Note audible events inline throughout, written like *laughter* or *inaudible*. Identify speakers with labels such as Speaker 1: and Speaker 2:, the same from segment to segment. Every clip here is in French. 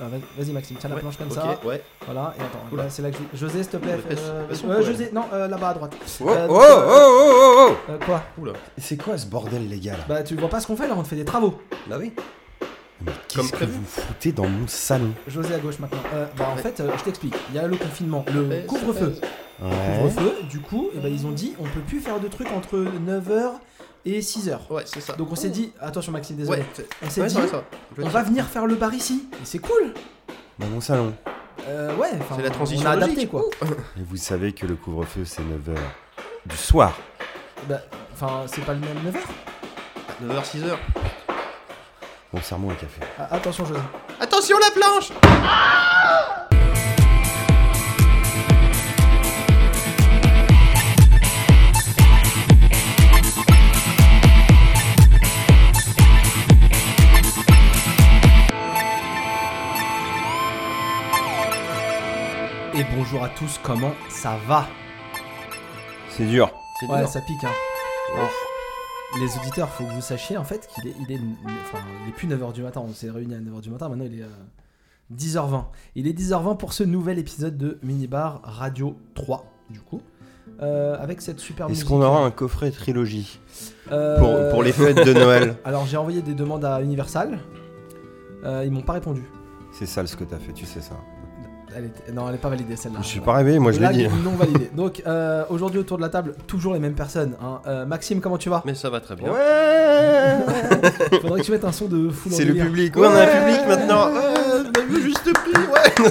Speaker 1: Ah, vas- Vas-y Maxime, tiens la
Speaker 2: Ouais,
Speaker 1: planche comme
Speaker 2: ok,
Speaker 1: ça.
Speaker 2: Ouais.
Speaker 1: Voilà, et attends,
Speaker 2: Oula.
Speaker 1: là, c'est là que je- José, s'il te plaît.
Speaker 2: Ouais,
Speaker 1: fais- euh,
Speaker 2: passe- passe
Speaker 1: euh,
Speaker 2: ton poêle.
Speaker 1: José, non, euh, là-bas à droite.
Speaker 3: Oh,
Speaker 1: Euh,
Speaker 3: oh,
Speaker 1: donc,
Speaker 3: oh,
Speaker 1: euh,
Speaker 3: oh, oh, oh.
Speaker 1: euh, quoi
Speaker 2: Oula.
Speaker 3: C'est quoi ce bordel, les gars là
Speaker 1: Bah, tu vois pas ce qu'on fait là, on te fait des travaux.
Speaker 3: Bah oui. Mais
Speaker 2: Comme
Speaker 3: qu'est-ce que
Speaker 2: prévu.
Speaker 3: vous foutez dans mon salon
Speaker 1: José à gauche maintenant. Euh, bah, en fait, euh, je t'explique. Il y a le confinement, le
Speaker 2: Ouais,
Speaker 1: Euh, couvre-feu.
Speaker 3: Ouais.
Speaker 1: Couvre-feu, du coup, eh ben, ils ont dit on peut plus faire de trucs entre 9h et 6h.
Speaker 2: Ouais, c'est ça.
Speaker 1: Donc on s'est dit, attention Maxime, désolé.
Speaker 2: Oh. Ouais, c'est-
Speaker 1: On s'est
Speaker 2: ouais,
Speaker 1: dit,
Speaker 2: ça va, ça va.
Speaker 1: on va venir faire le bar ici. Et c'est cool.
Speaker 3: Dans mon salon.
Speaker 1: Euh, ouais, enfin,
Speaker 2: C'est la transition
Speaker 1: on a adapté
Speaker 2: logique.
Speaker 1: quoi.
Speaker 3: Et vous savez que le couvre-feu, c'est 9h du soir.
Speaker 1: Bah, Enfin, c'est pas le même 9h.
Speaker 2: 9h, 6h.
Speaker 3: Bon, serre-moi un café.
Speaker 1: Ah, attention José.
Speaker 2: Attention la planche
Speaker 1: Et bonjour à tous, comment ça va
Speaker 3: C'est dur.
Speaker 2: C'est
Speaker 1: Ouais,
Speaker 2: dur.
Speaker 1: ça pique hein.
Speaker 3: Ouais.
Speaker 1: Les auditeurs, faut que vous sachiez en fait qu'il est, il est, enfin, il est plus 9h du matin. On s'est réunis à 9h du matin, maintenant il est euh, 10h20. Il est 10h20 pour ce nouvel épisode de Minibar Radio 3, du coup. Euh, avec cette super
Speaker 3: Est-ce
Speaker 1: musique.
Speaker 3: qu'on aura un coffret trilogie
Speaker 1: Euh,
Speaker 3: pour, pour les fêtes de Noël
Speaker 1: *laughs* Alors j'ai envoyé des demandes à Universal. Euh, ils m'ont pas répondu.
Speaker 3: C'est sale ce que t'as fait, tu sais ça.
Speaker 1: Elle est- Non, elle est pas validée celle-là.
Speaker 3: Je suis pas rêvé, moi je l'ai
Speaker 1: Ah, Blague
Speaker 3: dit.
Speaker 1: non validée. Donc euh, aujourd'hui autour de la table, toujours les mêmes personnes. hein. Euh, Maxime, comment tu vas
Speaker 2: *laughs* Mais ça va très bien.
Speaker 3: Ouais
Speaker 1: Faudrait que tu mettes un son de full en
Speaker 3: C'est le
Speaker 1: délire.
Speaker 3: public. Ouais, on a un
Speaker 1: Ouais.
Speaker 3: public maintenant.
Speaker 2: Euh,
Speaker 3: Ouais, on a vu juste pris, ouais.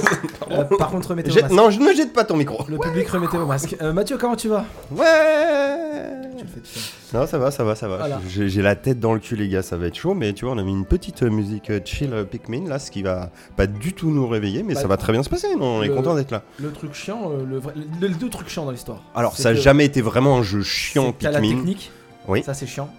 Speaker 1: Euh, par contre, remettez vos
Speaker 3: Jette-
Speaker 1: masques.
Speaker 3: non, je ne jette pas ton micro.
Speaker 1: Le public, remettez vos masques. Euh, Mathieu, comment tu vas
Speaker 3: Ouais.
Speaker 1: Tu le fais tout seul.
Speaker 3: Non, ça va, ça va, ça va.
Speaker 1: Voilà.
Speaker 3: J'ai j'ai la tête dans le cul, les gars, ça va être chaud, mais tu vois, on a mis une petite euh, musique euh, chill euh, Pikmin, là, ce qui va pas du tout nous réveiller, mais
Speaker 1: Bah,
Speaker 3: ça va très bien se passer, non, on est
Speaker 1: le-
Speaker 3: content d'être là.
Speaker 1: Le truc chiant, euh, le, vrai- le- le- les deux trucs chiants dans l'histoire.
Speaker 3: Alors,
Speaker 1: C'est
Speaker 3: ça a
Speaker 1: que-
Speaker 3: jamais été vraiment un jeu
Speaker 1: c'est
Speaker 3: chiant,
Speaker 1: que T'as la
Speaker 3: Pikmin.
Speaker 1: technique.
Speaker 3: Oui.
Speaker 1: Ça, c'est chiant.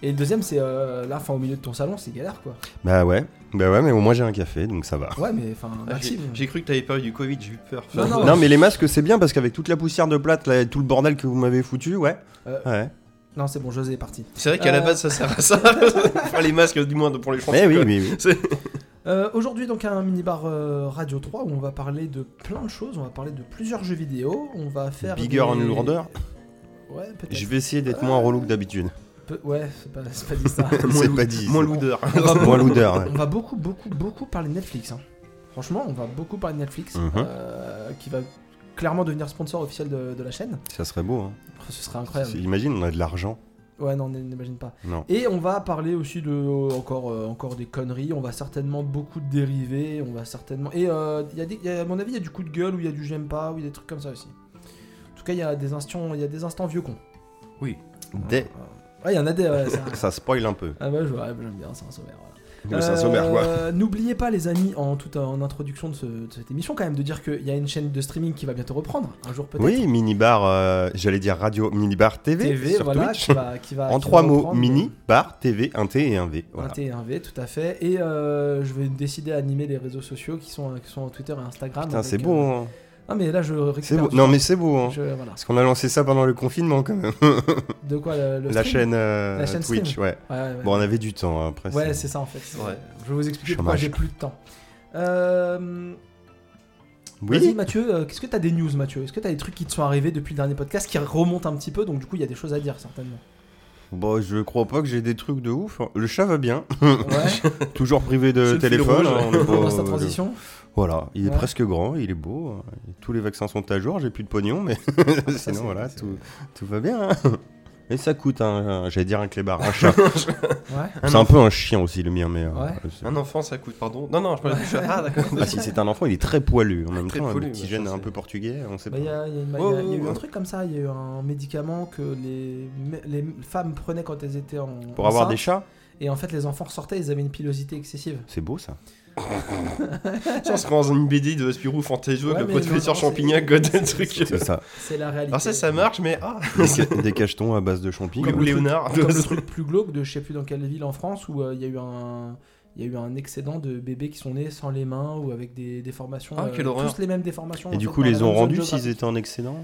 Speaker 1: Et le deuxième, c'est euh, là, enfin, au milieu de ton salon, c'est galère quoi.
Speaker 3: Bah ouais, bah ouais, mais au moins j'ai un café, donc ça va.
Speaker 1: Ouais, mais enfin,
Speaker 2: Ah, j'ai-
Speaker 1: Maxime.
Speaker 2: J'ai cru que t'avais pas eu du Covid, j'ai eu peur.
Speaker 1: Non, non.
Speaker 3: Non, mais les masques, c'est bien, parce qu'avec toute la poussière de plate, là, et tout le bordel que vous m'avez foutu, ouais.
Speaker 1: Euh,
Speaker 3: ouais.
Speaker 1: Non, c'est bon, José est parti.
Speaker 2: C'est vrai qu'à la
Speaker 1: Euh.
Speaker 2: base ça sert
Speaker 1: *laughs*
Speaker 2: à ça. Enfin, les masques du moins pour les chansons.
Speaker 3: Mais oui,
Speaker 2: quoi.
Speaker 3: oui, oui.
Speaker 1: Euh, Aujourd'hui, donc, un mini-bar euh, Radio 3 où on va parler de plein de choses. On va parler de plusieurs jeux vidéo. On va faire.
Speaker 3: Bigger and
Speaker 1: des-
Speaker 3: lourder.
Speaker 1: Ouais, peut-être.
Speaker 3: Je vais essayer d'être moins relou que d'habitude.
Speaker 1: Peu- Ouais, c'est pas, c'est pas dit ça.
Speaker 2: Moins
Speaker 3: C'est
Speaker 2: lou-
Speaker 3: pas dit.
Speaker 2: Moins
Speaker 1: *laughs*
Speaker 3: c'est-
Speaker 2: lourdeur.
Speaker 3: Moins lourdeur, ouais.
Speaker 1: On va beaucoup, beaucoup, beaucoup parler de Netflix. hein. Franchement, on va beaucoup parler de Netflix,
Speaker 3: Mhm.
Speaker 1: euh, qui va clairement devenir sponsor officiel de, de la chaîne.
Speaker 3: Ça serait beau, hein.
Speaker 1: Oh, Ce serait incroyable.
Speaker 3: Imagine, on a de l'argent.
Speaker 1: Ouais, non, n- n'imagine pas.
Speaker 3: Non.
Speaker 1: Et on va parler aussi de encore, euh, encore des conneries. On va certainement beaucoup de dériver. On va certainement. Et euh, il y a des- il y a- à mon avis, il y a du coup de gueule ou il y a du j'aime pas ou il y a des trucs comme ça aussi. En tout cas, il y a des instants, il y a des instants vieux cons.
Speaker 3: Dès-
Speaker 1: Ouais, il y en a des. ouais, ça- *laughs*
Speaker 3: Ça spoil un peu.
Speaker 1: Ah bah, je- ouais, j'aime bien, c'est un sommaire. voilà.
Speaker 3: Le Saint-Sauveur, quoi.
Speaker 1: Euh, N'oubliez pas, les amis, en toute en introduction de, ce- de cette émission, quand même, de dire qu'il y a une chaîne de streaming qui va bientôt reprendre, un jour peut-être.
Speaker 3: Oui, minibar, euh, j'allais dire radio, minibar TV,
Speaker 1: TV,
Speaker 3: sur
Speaker 1: voilà,
Speaker 3: Twitch.
Speaker 1: qui va, qui va-
Speaker 3: *laughs*
Speaker 1: qui
Speaker 3: En trois
Speaker 1: va
Speaker 3: mots,
Speaker 1: reprendre,
Speaker 3: mini, bar, TV, un T et un V.
Speaker 1: euh,
Speaker 3: Voilà.
Speaker 1: un T et un V, tout à fait. Et euh, je vais décider à animer les réseaux sociaux qui sont, qui sont Twitter et Instagram.
Speaker 3: Putain,
Speaker 1: avec,
Speaker 3: c'est
Speaker 1: euh,
Speaker 3: beau, hein.
Speaker 1: Non, mais là, je
Speaker 3: c'est
Speaker 1: récupère.
Speaker 3: beau.
Speaker 1: du
Speaker 3: Non,
Speaker 1: temps.
Speaker 3: mais c'est beau, hein.
Speaker 1: Je- voilà.
Speaker 3: Parce qu'on a lancé ça pendant le confinement, quand même.
Speaker 1: De quoi le, le
Speaker 3: La
Speaker 1: stream
Speaker 3: chaîne, euh,
Speaker 1: La chaîne
Speaker 3: Twitch,
Speaker 1: stream.
Speaker 3: ouais.
Speaker 1: Ouais, ouais, ouais.
Speaker 3: Bon, on avait du temps, hein, après.
Speaker 1: Ouais,
Speaker 3: c'est-
Speaker 1: c'est ça en fait.
Speaker 2: Ouais.
Speaker 1: Je vais vous expliquer pourquoi
Speaker 3: Chômage.
Speaker 1: j'ai plus de temps. Euh, Vas-y
Speaker 3: Oui,
Speaker 1: Mathieu, euh, qu'est-ce que t'as des news Mathieu Est-ce que t'as des trucs qui te sont arrivés depuis le dernier podcast qui remontent un petit peu Donc du coup il y a des choses à dire certainement.
Speaker 3: bon, je crois pas que j'ai des trucs de ouf. hein. Le chat va bien. *laughs*
Speaker 1: Ouais,
Speaker 3: Toujours privé
Speaker 2: C'est
Speaker 3: de
Speaker 2: le fil
Speaker 3: téléphone.
Speaker 2: rouge.
Speaker 3: hein,
Speaker 1: *laughs*
Speaker 3: on est pas- euh,
Speaker 1: dans sa transition.
Speaker 3: Voilà, il est
Speaker 1: Ouais.
Speaker 3: presque grand, il est beau. hein. Tous les vaccins sont à jour, j'ai plus de pognon, mais *laughs*
Speaker 1: c'est
Speaker 3: sinon, voilà,
Speaker 1: vrai, c'est
Speaker 3: tout, tout va bien. hein. *laughs* Et ça coûte, un, un- j'allais dire un clébard,
Speaker 1: *laughs*
Speaker 3: un chat.
Speaker 1: Ouais.
Speaker 3: C'est un peu un chien aussi le mien, mais. euh,
Speaker 1: Ouais.
Speaker 3: euh, c'est-
Speaker 2: Un enfant ça coûte, pardon. Non,
Speaker 1: *laughs*
Speaker 2: non, je parlais du chat. Ah, d'accord.
Speaker 3: Ah, si c'est un enfant, il est très poilu. En même
Speaker 2: Très
Speaker 3: temps,
Speaker 2: poilu,
Speaker 3: un petit
Speaker 2: bah,
Speaker 3: gène
Speaker 2: ça,
Speaker 3: un
Speaker 2: c'est-
Speaker 3: peu portugais, on sait
Speaker 1: Bah,
Speaker 3: pas.
Speaker 1: Il y a, il y a une- il y a-
Speaker 2: Ouais,
Speaker 1: il y a eu
Speaker 2: ouais,
Speaker 1: un
Speaker 2: ouais.
Speaker 1: truc comme ça, il y a eu un médicament que les, me- les femmes prenaient quand elles étaient en.
Speaker 3: Pour avoir des
Speaker 1: enceintes,
Speaker 3: chats,
Speaker 1: Et en fait les enfants ressortaient, ils avaient une pilosité excessive.
Speaker 3: c'est beau ça.
Speaker 2: Ça, on serait dans une BD de Spirou Fantasio,
Speaker 1: Ouais,
Speaker 2: le
Speaker 1: mais
Speaker 2: pot de
Speaker 1: non,
Speaker 2: fesseur
Speaker 1: non,
Speaker 2: champignac,
Speaker 1: c'est-
Speaker 2: quoi, des
Speaker 1: c'est-
Speaker 2: trucs.
Speaker 3: C'est ça.
Speaker 1: C'est la réalité.
Speaker 2: Alors ça, ça marche, mais ah
Speaker 3: Des, ca- des cachetons à base de champignons.
Speaker 2: Comme Léonard.
Speaker 1: Comme
Speaker 2: *laughs*
Speaker 1: le truc plus glauque de je sais plus dans quelle ville en France où euh, il y a eu un. Il y a eu un excédent de bébés qui sont nés sans les mains ou avec des déformations.
Speaker 2: Ah, quelle horreur.
Speaker 1: tous les mêmes déformations.
Speaker 3: Et
Speaker 1: en
Speaker 3: du
Speaker 1: fait,
Speaker 3: coup,
Speaker 1: par la
Speaker 3: les
Speaker 1: même
Speaker 3: ont
Speaker 1: zone
Speaker 3: rendus
Speaker 1: géographique.
Speaker 3: s'ils étaient en excédent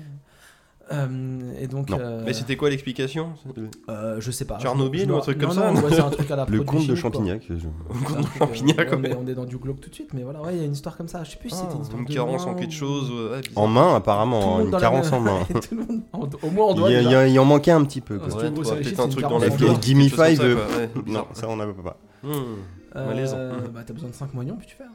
Speaker 1: Euh, et donc,
Speaker 3: Non.
Speaker 1: euh,
Speaker 2: Mais c'était quoi l'explication
Speaker 1: euh, je sais pas.
Speaker 2: Tchernobyl
Speaker 1: Je- je-
Speaker 2: ou un truc
Speaker 1: non,
Speaker 2: comme
Speaker 1: non,
Speaker 2: ça, hein.
Speaker 1: ouais, c'est un truc à la
Speaker 3: *laughs* Le
Speaker 1: produit
Speaker 3: comte de
Speaker 1: chimique, quoi.
Speaker 3: Champignac. je-
Speaker 1: C'est un truc, euh,
Speaker 2: Champignac,
Speaker 1: ouais,
Speaker 2: ouais.
Speaker 1: mais on est dans du glauque tout de suite, mais voilà, ouais, il y a une histoire comme ça. Je sais plus si c'était une histoire
Speaker 2: Une
Speaker 1: de
Speaker 2: carence en
Speaker 1: main
Speaker 2: quelque
Speaker 1: ou-
Speaker 2: chose. ouais, bizarre.
Speaker 3: En main,
Speaker 1: Tout le
Speaker 3: apparemment. hein,
Speaker 1: monde
Speaker 3: Oh, une
Speaker 1: dans la
Speaker 3: carence
Speaker 1: même-
Speaker 3: en main.
Speaker 1: Et *laughs* tout le monde- on- Au moins, on
Speaker 3: Il,
Speaker 1: doit.
Speaker 3: y a-
Speaker 1: déjà-
Speaker 3: il y a- il en manquait un petit peu.
Speaker 1: Ah,
Speaker 3: Quoi.
Speaker 1: c'est
Speaker 2: Ouais,
Speaker 1: une grosse
Speaker 2: t'aurais
Speaker 1: affiche,
Speaker 2: peut-être
Speaker 1: c'est
Speaker 2: un
Speaker 1: une
Speaker 2: truc dans
Speaker 1: carence
Speaker 2: la
Speaker 1: en
Speaker 3: Le-
Speaker 1: main.
Speaker 2: flore,
Speaker 3: le Gimme
Speaker 2: quelque chose comme ça,
Speaker 3: Five, euh,
Speaker 2: quoi, ouais,
Speaker 3: Non,
Speaker 2: bizarre.
Speaker 3: ça on n'avait pas.
Speaker 2: Hmm.
Speaker 1: Euh,
Speaker 2: malaisant.
Speaker 1: bah, t'as besoin de 5 moignons, puis tu fais. hein.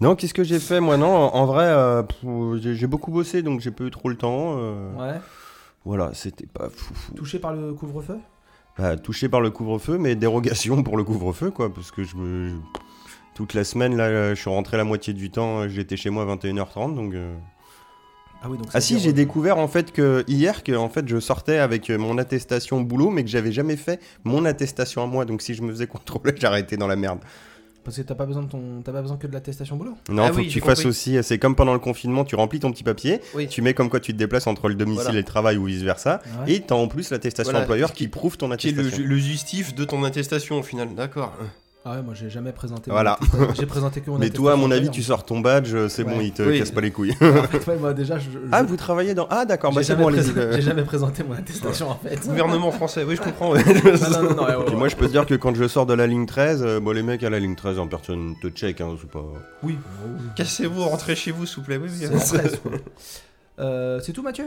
Speaker 3: Non, qu'est-ce que j'ai fait moi Non, en vrai, euh, pff, j'ai j'ai beaucoup bossé donc j'ai pas eu trop le temps. euh,
Speaker 1: Ouais.
Speaker 3: Voilà, c'était pas fou.
Speaker 1: Touché par le couvre-feu
Speaker 3: Bah, touché par le couvre-feu, mais dérogation pour le couvre-feu, quoi, parce que je me. je- Toute la semaine, là, je suis rentré la moitié du temps, euh, j'étais chez moi à 21h30, donc. euh,
Speaker 1: Ah oui, donc. ça
Speaker 3: Ah si,
Speaker 1: veut dire,
Speaker 3: j'ai
Speaker 1: euh,
Speaker 3: découvert en fait que hier que en fait je sortais avec euh, mon attestation boulot, mais que j'avais jamais fait mon attestation à moi, donc si je me faisais *laughs* contrôler, j'arrêtais dans la merde.
Speaker 1: Parce que t'as pas besoin de ton, t'as pas besoin que de l'attestation boulot.
Speaker 3: Non,
Speaker 2: Ah
Speaker 3: faut
Speaker 2: oui,
Speaker 3: que
Speaker 2: j'ai
Speaker 3: tu fasses
Speaker 2: compris.
Speaker 3: aussi. euh, C'est comme pendant le confinement, tu remplis ton petit papier,
Speaker 2: Oui.
Speaker 3: tu mets comme quoi tu te déplaces entre le domicile
Speaker 2: Voilà.
Speaker 3: et le travail ou vice versa,
Speaker 1: Ah Ouais.
Speaker 3: et t'as en plus l'attestation
Speaker 2: Voilà.
Speaker 3: employeur qui prouve ton
Speaker 2: Qui est le,
Speaker 3: attestation.
Speaker 2: le justif de ton attestation au final,
Speaker 1: *laughs*
Speaker 2: d'accord.
Speaker 1: Ah ouais, moi j'ai jamais présenté. mon
Speaker 3: Voilà.
Speaker 1: attestation. J'ai présenté que mon
Speaker 3: *laughs* Mais toi, à mon avis,
Speaker 1: attestation
Speaker 3: tu sors ton badge, euh, c'est
Speaker 1: Ouais.
Speaker 3: bon, il te
Speaker 2: Oui.
Speaker 3: casse pas les
Speaker 2: *laughs*
Speaker 3: couilles.
Speaker 1: employeur. *laughs* En fait, ouais, moi déjà, je. je-
Speaker 3: *laughs* Ah, vous travaillez dans. Ah, d'accord,
Speaker 1: j'ai
Speaker 3: bah c'est
Speaker 1: jamais
Speaker 3: bon, allez-y.
Speaker 2: *laughs*
Speaker 1: présenté- *laughs* J'ai jamais présenté mon attestation en fait.
Speaker 3: *laughs*
Speaker 2: Gouvernement français, oui, je comprends.
Speaker 1: Ah, non, non, non, ouais, ouais,
Speaker 3: Puis
Speaker 1: ouais.
Speaker 3: moi, je peux te dire que quand je sors de la ligne 13, euh, bon, les mecs à la ligne 13, en personne te check, hein, c'est pas.
Speaker 1: Oui.
Speaker 2: *laughs* Cassez-vous, rentrez chez vous, s'il vous plaît. Oui, oui,
Speaker 1: C'est
Speaker 2: oui.
Speaker 1: en stress, quoi. Euh, c'est tout, Mathieu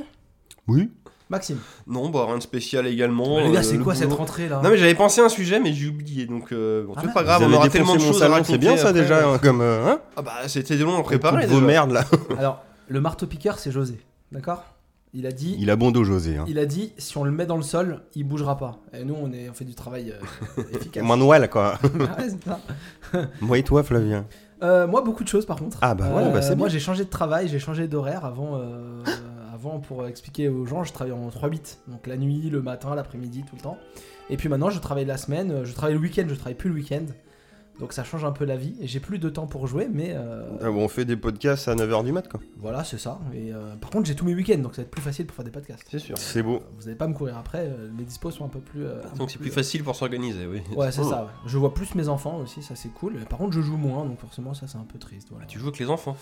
Speaker 3: Oui.
Speaker 1: Maxime
Speaker 2: Non, bah rien de spécial également.
Speaker 1: Les
Speaker 2: euh,
Speaker 1: gars, c'est
Speaker 2: le
Speaker 1: quoi cette
Speaker 2: boulot.
Speaker 1: rentrée là
Speaker 2: Non, mais j'avais pensé à un sujet, mais j'ai oublié donc. euh, bon,
Speaker 1: Ah,
Speaker 2: c'est
Speaker 1: merde.
Speaker 2: pas grave,
Speaker 3: Vous
Speaker 2: on
Speaker 3: avez
Speaker 2: aura
Speaker 3: défoncé
Speaker 2: tellement de
Speaker 3: mon
Speaker 2: choses à
Speaker 3: salon,
Speaker 2: raconter.
Speaker 3: C'est bien ça
Speaker 2: après.
Speaker 3: déjà, hein, comme. euh, hein
Speaker 2: Ah bah c'était long à préparer.
Speaker 3: Toutes vos
Speaker 2: déjà.
Speaker 3: merdes là.
Speaker 1: Alors, le marteau piqueur, c'est José. D'accord Il a dit.
Speaker 3: Il a bon dos, José. Hein.
Speaker 1: Il a dit, si on le met dans le sol, il bougera pas. Et nous, on, est, on fait du travail euh, efficace. Ah
Speaker 3: Manuel, *laughs* quoi.
Speaker 1: Ouais, c'est ça.
Speaker 3: Moi et toi, Flavien.
Speaker 1: Euh, moi, beaucoup de choses par contre.
Speaker 3: Ah bah voilà,
Speaker 1: Euh,
Speaker 3: bah c'est
Speaker 1: Moi,
Speaker 3: bien.
Speaker 1: j'ai changé de travail, j'ai changé d'horaire avant. euh, Avant, pour expliquer aux gens, je travaillais en 3-8, donc la nuit, le matin, l'après-midi, tout le temps. Et puis maintenant, je travaille la semaine, euh, je travaille le week-end, je travaille plus le week-end. Donc ça change un peu la vie. Et j'ai plus de temps pour jouer, mais euh,
Speaker 3: Ah, bon, on fait des podcasts à 9h du mat, quoi.
Speaker 1: voilà, c'est ça. Et euh, par contre, j'ai tous mes week-ends, donc ça va être plus facile pour faire des podcasts.
Speaker 2: C'est sûr.
Speaker 3: C'est beau.
Speaker 1: Vous n'allez pas me courir après. euh, Mes dispos sont un peu plus. euh, un peu
Speaker 2: Donc c'est plus facile pour s'organiser, oui.
Speaker 1: Ouais, c'est
Speaker 3: Oh.
Speaker 1: ça. ouais. Je vois plus mes enfants aussi, ça c'est cool. Par contre, je joue moins, donc forcément, ça c'est un peu triste. Voilà.
Speaker 2: *laughs* Tu joues avec les enfants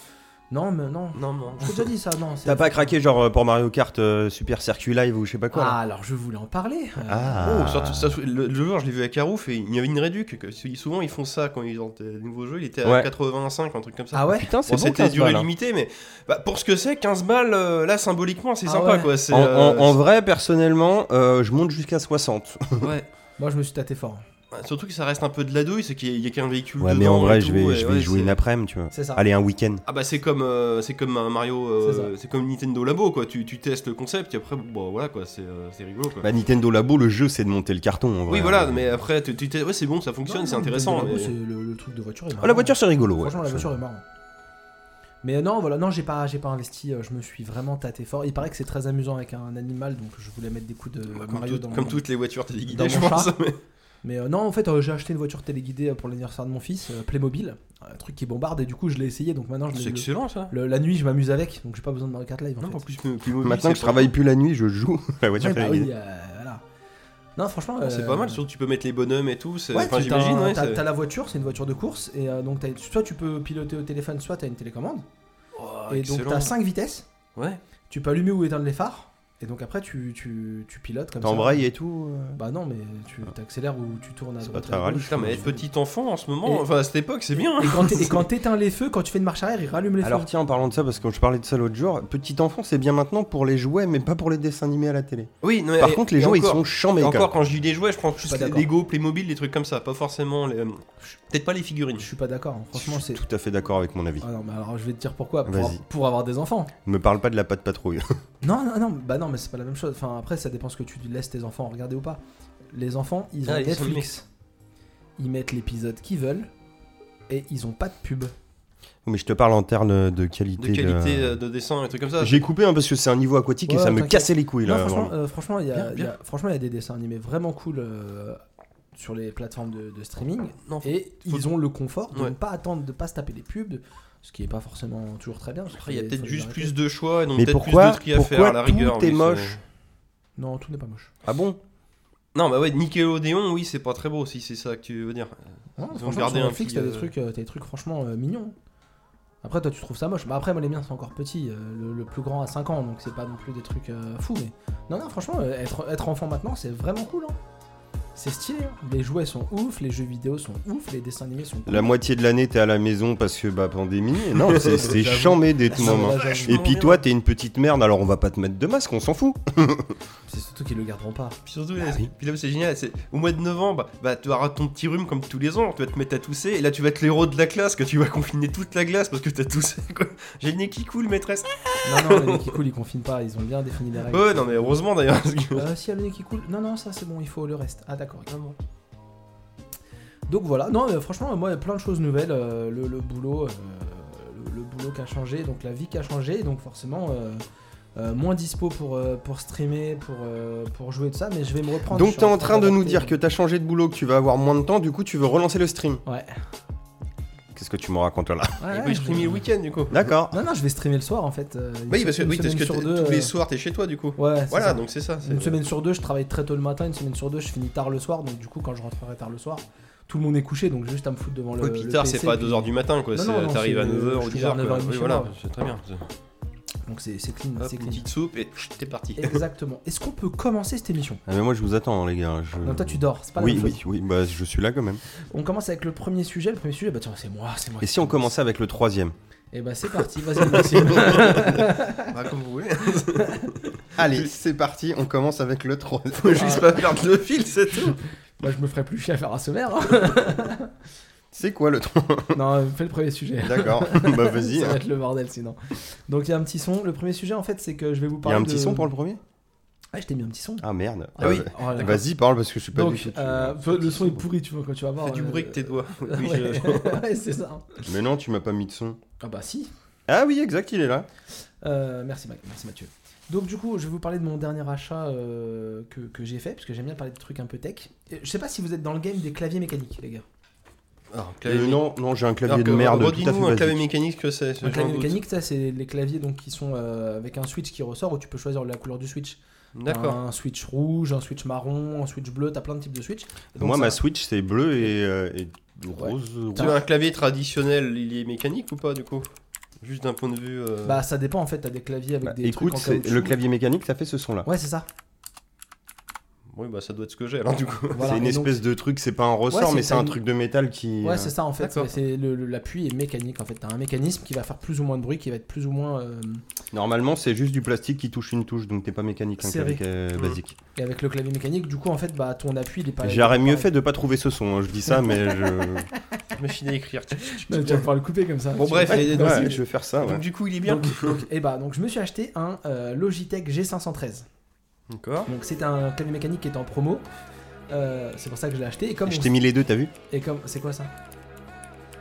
Speaker 1: Non, mais non.
Speaker 2: Non, non.
Speaker 1: Je t'ai déjà dit ça, non. c'est-
Speaker 3: T'as pas craqué, genre, euh, pour Mario Kart euh, Super Circuit Live ou je sais pas quoi là
Speaker 1: Ah, alors je voulais en parler. Euh,
Speaker 3: Ah.
Speaker 2: Oh, surtout- ça, le, le joueur, je l'ai vu à Carouf et il y avait une réduc. que souvent, ils font ça quand ils ont des nouveaux jeux. Il était à
Speaker 3: Ouais.
Speaker 2: 85, un truc comme ça.
Speaker 1: Ah ouais
Speaker 3: Putain, c'est
Speaker 2: Bon,
Speaker 3: bon,
Speaker 2: c'était
Speaker 3: 15
Speaker 2: durée
Speaker 3: balles, hein.
Speaker 2: limitée, mais bah, pour ce que c'est, 15 balles, euh, là, symboliquement, c'est
Speaker 1: Ah
Speaker 2: sympa,
Speaker 1: ouais.
Speaker 2: quoi. c'est,
Speaker 3: En, en-
Speaker 2: euh,
Speaker 3: en vrai, personnellement, euh, je monte jusqu'à 60.
Speaker 2: ouais.
Speaker 1: Moi, je me suis tâté fort. hein,
Speaker 2: Bah, Surtout que ça reste un peu de la douille, c'est qu'il y a- il y a qu'un véhicule.
Speaker 3: Ouais, mais en
Speaker 2: dedans et
Speaker 3: vrai, je
Speaker 2: tout,
Speaker 3: vais,
Speaker 2: et
Speaker 3: je vais
Speaker 2: ouais,
Speaker 3: jouer
Speaker 2: c'est-
Speaker 3: une après-midi, tu vois.
Speaker 1: C'est ça.
Speaker 3: Allez, un week-end.
Speaker 2: Ah bah c'est comme euh, c'est comme un Mario, euh,
Speaker 1: C'est
Speaker 2: c'est comme Nintendo Labo quoi. Tu, tu testes le concept et après bon bah, voilà quoi, c'est euh, c'est rigolo quoi.
Speaker 3: Bah, Nintendo Labo, le jeu, c'est de monter le carton. en
Speaker 2: oui
Speaker 3: vrai.
Speaker 2: voilà, mais après tu, tu testes- ouais c'est bon, ça fonctionne,
Speaker 1: Non,
Speaker 2: c'est
Speaker 1: non,
Speaker 2: intéressant.
Speaker 1: le-
Speaker 2: mais-
Speaker 1: C'est le, le truc de voiture. est
Speaker 3: Ah,
Speaker 1: marrant.
Speaker 3: la voiture, c'est rigolo, ouais.
Speaker 1: Franchement, la voiture est marrant. Mais euh, non, voilà, non, j'ai pas, j'ai pas investi. euh, Je me suis vraiment tâté fort. Il paraît que c'est très amusant avec un animal, donc je voulais mettre des coups de
Speaker 2: Ouais, comme,
Speaker 1: Mario
Speaker 2: tout-
Speaker 1: dans.
Speaker 2: comme toutes les voitures
Speaker 1: dans
Speaker 2: téléguidées,
Speaker 1: mon
Speaker 2: je pense.
Speaker 1: chat.
Speaker 2: mais-
Speaker 1: Mais euh, non, en fait, euh, j'ai acheté une voiture téléguidée euh, pour l'anniversaire de mon fils, euh, Playmobil, un truc qui bombarde, et du coup, je l'ai essayé. Donc maintenant, je l'ai-
Speaker 2: C'est excellent ça.
Speaker 1: le- la nuit, je m'amuse avec, donc j'ai pas besoin de Mario Kart Live. En
Speaker 2: Non,
Speaker 1: fait.
Speaker 2: en plus, plus- plus mobile,
Speaker 3: Maintenant
Speaker 2: c'est
Speaker 3: que je
Speaker 2: pas-
Speaker 3: travaille plus la nuit, je joue *laughs* la
Speaker 1: Ouais,
Speaker 3: voiture.
Speaker 1: bah
Speaker 3: téléguidée.
Speaker 1: oui, euh, voilà. Non, franchement.
Speaker 2: Ah, C'est
Speaker 1: euh,
Speaker 2: pas mal, surtout tu peux mettre les bonhommes et tout. c'est-
Speaker 1: Ouais,
Speaker 2: enfin,
Speaker 1: tu- t'as un-
Speaker 2: j'imagine. ouais,
Speaker 1: t'as
Speaker 2: c'est-
Speaker 1: t'as la voiture, c'est une voiture de course, et euh, donc t'as- soit tu peux piloter au téléphone, soit t'as une télécommande.
Speaker 2: Oh,
Speaker 1: et donc
Speaker 2: excellent.
Speaker 1: t'as 5 vitesses,
Speaker 2: Ouais.
Speaker 1: tu peux allumer ou éteindre les phares, et donc après tu, tu, tu pilotes comme ça.
Speaker 3: T'embrayes et tout. euh.
Speaker 1: Bah non, mais tu t'accélères ou tu tournes à
Speaker 3: C'est
Speaker 1: droite.
Speaker 3: pas très
Speaker 1: à gauche.
Speaker 3: rare.
Speaker 2: Putain, mais être petit enfant en ce moment,
Speaker 1: Et-
Speaker 2: enfin à cette époque, c'est bien. hein.
Speaker 1: Et quand t'é- Et quand t'éteins les feux, quand tu fais une marche arrière, il rallume les
Speaker 3: Alors
Speaker 1: feux.
Speaker 3: tiens, en parlant de ça, parce que je parlais de ça l'autre jour, petit enfant, c'est bien maintenant pour les jouets, mais pas pour les dessins animés à la télé.
Speaker 2: Oui, non, mais-
Speaker 3: Par
Speaker 2: et-
Speaker 3: contre, les
Speaker 2: et
Speaker 3: jouets, ils
Speaker 2: encore-
Speaker 3: sont chambés.
Speaker 2: Et encore,
Speaker 3: quoi.
Speaker 2: quand je dis des jouets, je prends
Speaker 1: suis
Speaker 2: plus
Speaker 1: pas
Speaker 2: les
Speaker 1: d'accord.
Speaker 2: Lego, Playmobil, des trucs comme ça, pas forcément les. Peut-être pas les figurines.
Speaker 1: Je suis pas d'accord, hein. franchement,
Speaker 3: je suis
Speaker 1: c'est.
Speaker 3: tout à fait d'accord avec mon avis.
Speaker 1: Ah non, mais alors je vais te dire pourquoi. Pour,
Speaker 3: Vas-y.
Speaker 1: avoir- pour avoir des enfants.
Speaker 3: Me parle pas de la patte patrouille. *laughs*
Speaker 1: Non, non, non, bah non, mais c'est pas la même chose. Enfin, après, ça dépend ce que tu laisses tes enfants regarder ou pas. Les enfants, ils ont
Speaker 2: Ah, ils sont
Speaker 1: Netflix. Ils mettent l'épisode qu'ils veulent et ils ont pas de pub.
Speaker 3: mais je te parle en termes de qualité.
Speaker 2: De qualité
Speaker 3: là.
Speaker 2: euh, de dessin, et trucs comme ça.
Speaker 3: J'ai coupé hein, parce que c'est un niveau aquatique
Speaker 1: Ouais,
Speaker 3: et ça me
Speaker 1: t'inquiète.
Speaker 3: cassait les couilles
Speaker 1: Non,
Speaker 3: là.
Speaker 1: franchement,
Speaker 3: vraiment.
Speaker 1: euh, franchement, il y a-
Speaker 2: Bien,
Speaker 1: il y a- franchement, il y a des dessins animés vraiment cool euh, sur les plateformes de, de streaming
Speaker 2: Non, faut-
Speaker 1: et
Speaker 2: faut-
Speaker 1: ils ont le confort de
Speaker 2: Ouais.
Speaker 1: ne pas attendre, de pas se taper les pubs, de- ce qui est pas forcément toujours très bien. parce
Speaker 2: Après, il y a
Speaker 1: qu'il
Speaker 2: peut-être
Speaker 1: faut les
Speaker 2: juste
Speaker 1: arrêter.
Speaker 2: plus de choix, et donc
Speaker 3: Mais
Speaker 2: peut-être plus
Speaker 3: pourquoi-
Speaker 2: de tri à
Speaker 3: pourquoi
Speaker 2: faire à la
Speaker 3: tout
Speaker 2: rigueur.
Speaker 3: est
Speaker 2: mais c'est-
Speaker 3: moche
Speaker 1: Non, tout n'est pas moche.
Speaker 3: Ah bon
Speaker 2: Non, bah ouais, Nickelodeon, oui, c'est pas très beau si c'est ça que tu veux dire.
Speaker 1: Non,
Speaker 2: Ils ont
Speaker 1: franchement,
Speaker 2: gardé
Speaker 1: sur
Speaker 2: un
Speaker 1: Netflix,
Speaker 2: petit,
Speaker 1: t'as des
Speaker 2: euh,
Speaker 1: trucs, euh, t'as des trucs franchement euh, mignons. Après, toi, tu trouves ça moche. Bah, après, moi, les miens sont encore petits. euh, le, le plus grand a 5 ans, donc c'est pas non plus des trucs euh, fous. Mais non, non, franchement, euh, être, être enfant maintenant, c'est vraiment cool. hein. C'est stylé. hein. Les jouets sont ouf, les jeux vidéo sont ouf, les dessins animés sont cool.
Speaker 3: La moitié de l'année, t'es à la maison parce que bah pandémie. Et Non,
Speaker 1: *laughs*
Speaker 3: c'est- c'est
Speaker 2: J'avoue.
Speaker 3: chambé d'être
Speaker 1: Ça,
Speaker 3: maman.
Speaker 1: j'avoue.
Speaker 3: Et puis toi, t'es une petite merde, alors on va pas te mettre de masque, on s'en fout.
Speaker 1: C'est surtout qu'ils le garderont pas.
Speaker 2: Puis surtout,
Speaker 3: Bah
Speaker 1: Ah,
Speaker 2: là,
Speaker 3: oui.
Speaker 2: puis là, c'est génial, c'est au mois de novembre, bah, tu auras ton petit rhume comme tous les ans, tu vas te mettre à tousser, et là tu vas être l'héros de la classe, que tu vas confiner toute la glace parce que t'as toussé. quoi. J'ai le nez qui coule, maîtresse.
Speaker 1: Ah, Non, non, les mecs qui coulent, ils confinent pas, ils ont bien défini les règles.
Speaker 2: Ouais, non mais heureusement d'ailleurs. parce que-
Speaker 1: Euh, si elle est qui coule. Non, non, ça c'est bon, il faut le reste. Ah, d'accord, ok. Donc voilà, non, mais franchement, moi, plein de choses nouvelles. euh, le, le boulot, euh, le, le boulot qui a changé, donc la vie qui a changé, donc forcément. euh, euh, moins dispo pour, euh, pour streamer, pour, euh, pour jouer de ça, mais je vais me reprendre. je
Speaker 3: Donc
Speaker 1: suis
Speaker 3: t'es en train de nous
Speaker 1: d'adapter.
Speaker 3: dire que t'as changé de boulot, que tu vas avoir moins de temps, du coup tu veux relancer le stream.
Speaker 1: Ouais.
Speaker 3: Qu'est-ce que tu me racontes là
Speaker 1: Ah, Ouais,
Speaker 2: Et
Speaker 1: ouais,
Speaker 2: puis je
Speaker 1: je-
Speaker 2: Eh ben, streamer le week-end du coup.
Speaker 3: *laughs* D'accord.
Speaker 1: Non, non, je vais streamer le soir en fait. euh, une
Speaker 2: Oui, parce que,
Speaker 1: semaine-
Speaker 2: oui,
Speaker 1: une
Speaker 2: parce que
Speaker 1: semaine sur
Speaker 2: t'es-
Speaker 1: deux,
Speaker 2: tous les
Speaker 1: euh,
Speaker 2: soirs t'es chez toi du coup.
Speaker 1: Ouais, c'est
Speaker 2: Voilà,
Speaker 1: ça.
Speaker 2: donc c'est ça. c'est-
Speaker 1: Une semaine sur deux, je travaille très tôt le matin. Une semaine sur deux, je finis tard le soir. Donc, du coup, quand je rentrerai tard le soir, tout le monde est couché. Donc, juste à me foutre devant le.
Speaker 2: Ouais, puis tard, c'est pas à 2h du matin quoi,
Speaker 1: Non,
Speaker 2: c'est-
Speaker 1: non, non,
Speaker 2: t'arrives à
Speaker 1: c'est-
Speaker 2: 9h
Speaker 1: je
Speaker 2: ou
Speaker 1: suis vers
Speaker 2: 10h quoi.
Speaker 1: 9h30
Speaker 2: Oui,
Speaker 1: chez
Speaker 2: voilà,
Speaker 1: moi.
Speaker 2: c'est très bien.
Speaker 1: Donc, c'est c'est clean.
Speaker 2: Hop,
Speaker 1: C'est
Speaker 2: une
Speaker 1: clean.
Speaker 2: petite soupe et chut, t'es parti.
Speaker 1: *laughs*
Speaker 2: *laughs*
Speaker 1: Exactement. Est-ce qu'on peut commencer cette émission
Speaker 3: Ah, mais moi je vous attends les gars. je-
Speaker 1: Non, toi, tu dors. C'est pas la
Speaker 3: Oui,
Speaker 1: même chose.
Speaker 3: oui, oui, bah je suis là quand même.
Speaker 1: On commence avec le premier sujet. Le premier sujet, bah tiens, c'est moi. c'est moi
Speaker 3: Et
Speaker 1: qui
Speaker 3: si on
Speaker 1: commence.
Speaker 3: commençait avec le troisième
Speaker 1: Et bah, c'est parti. Vas-y, *laughs* Maxime.
Speaker 2: Bah, comme vous *laughs* voulez.
Speaker 3: Allez, c'est parti, on commence avec le troisième.
Speaker 2: Faut
Speaker 3: *laughs*
Speaker 2: juste pas perdre le fil, c'est tout.
Speaker 1: Moi, je me ferais plus chier à faire un sommaire. hein. *laughs*
Speaker 3: C'est quoi le troisième
Speaker 1: non, euh, fais le premier sujet.
Speaker 3: D'accord, *laughs* bah
Speaker 1: *laughs*
Speaker 3: vas-y.
Speaker 1: Ça va
Speaker 3: hein.
Speaker 1: être le bordel sinon. Donc, il y a un petit son. Le premier sujet, en fait, c'est que je vais vous
Speaker 3: Il y
Speaker 1: parler.
Speaker 3: a un petit
Speaker 1: de-
Speaker 3: son pour le premier
Speaker 1: Ah, je t'ai mis un petit son.
Speaker 3: Ah merde.
Speaker 2: Ah oui.
Speaker 1: Oh là là.
Speaker 3: Vas-y, parle parce que je suis pas du
Speaker 1: Donc,
Speaker 3: tout.
Speaker 1: euh, le son est pourri, tu vois, quand tu vas voir.
Speaker 2: Fais du
Speaker 1: euh,
Speaker 2: bruit avec tes doigts. Oui,
Speaker 1: ouais,
Speaker 2: je-
Speaker 1: *laughs* ouais, c'est ça.
Speaker 3: Mais non, tu m'as pas mis de son.
Speaker 1: Ah bah si.
Speaker 3: Ah oui, exact, il est là.
Speaker 1: Euh, merci, Ma- merci Mathieu. Donc du coup, je vais vous parler de mon dernier achat euh, que, que j'ai fait, parce que j'aime bien parler de trucs un peu tech. Et Je sais pas si vous êtes dans le game des claviers mécaniques, les gars.
Speaker 2: Alors,
Speaker 3: Euh,
Speaker 2: clavier-
Speaker 3: non, non, j'ai un clavier
Speaker 2: Alors
Speaker 3: de
Speaker 2: que,
Speaker 3: merde. Tout à
Speaker 2: Redis-nous un
Speaker 3: fait
Speaker 2: clavier
Speaker 3: basique.
Speaker 2: mécanique que c'est. ce
Speaker 1: Un clavier
Speaker 2: genre de-
Speaker 1: mécanique, ça, c'est les claviers donc, qui sont euh, avec un switch qui ressort, où tu peux choisir la couleur du switch.
Speaker 2: D'accord.
Speaker 1: Un switch rouge, un switch marron, un switch bleu, t'as plein de types de switch. Donc,
Speaker 3: Moi,
Speaker 1: ça-
Speaker 3: ma Switch, c'est bleu et, euh, et rose.
Speaker 2: Tu
Speaker 3: rouge.
Speaker 2: veux un clavier traditionnel, il est mécanique ou pas du coup Juste d'un point de vue. euh,
Speaker 1: Bah ça dépend en fait, t'as des claviers avec
Speaker 3: Bah,
Speaker 1: des
Speaker 3: écoute,
Speaker 1: trucs en
Speaker 3: c'est-
Speaker 1: caoutchouc.
Speaker 3: le clavier mécanique, ça fait ce son-là.
Speaker 1: Ouais, c'est ça.
Speaker 2: Oui, bah ça doit être ce que j'ai alors du coup. *laughs*
Speaker 1: Voilà.
Speaker 3: c'est une
Speaker 1: Et donc,
Speaker 3: espèce de truc, c'est pas un ressort,
Speaker 1: c'est-
Speaker 3: mais c'est
Speaker 1: t'as
Speaker 3: un
Speaker 1: une-
Speaker 3: truc de métal qui. euh,
Speaker 1: Ouais, c'est ça en fait.
Speaker 2: D'accord.
Speaker 1: Ouais, C'est le- le- l'appui est mécanique en fait. T'as un mécanisme qui va faire plus ou moins de bruit, qui va être plus ou moins. euh,
Speaker 3: Normalement, c'est juste du plastique qui touche une touche, donc t'es pas mécanique, un
Speaker 1: Serré.
Speaker 3: clavier euh,
Speaker 2: Mhm.
Speaker 3: basique.
Speaker 1: Et avec le clavier mécanique, du coup en fait, bah ton appui il est pas.
Speaker 3: J'aurais
Speaker 1: il est
Speaker 3: mieux
Speaker 1: pas-
Speaker 3: fait de pas trouver ce son, hein, je
Speaker 1: *laughs*
Speaker 3: dis ça, mais je.
Speaker 2: Machine à écrire.
Speaker 1: Non, tu vas pouvoir le couper comme ça.
Speaker 2: Bon,
Speaker 1: Tu-
Speaker 2: bref, et-
Speaker 1: Ouais.
Speaker 2: vas-y.
Speaker 3: Ouais, je vais faire ça, ouais.
Speaker 2: Donc du coup, il est bien.
Speaker 1: Donc, donc, et bah donc je me suis acheté un euh, Logitech G513.
Speaker 2: D'accord.
Speaker 1: Donc c'est un clavier mécanique qui est en promo. Euh, c'est pour ça que je l'ai acheté. Et comme
Speaker 3: Je
Speaker 1: on-
Speaker 3: t'ai mis les deux, t'as vu
Speaker 1: et comme c'est quoi ça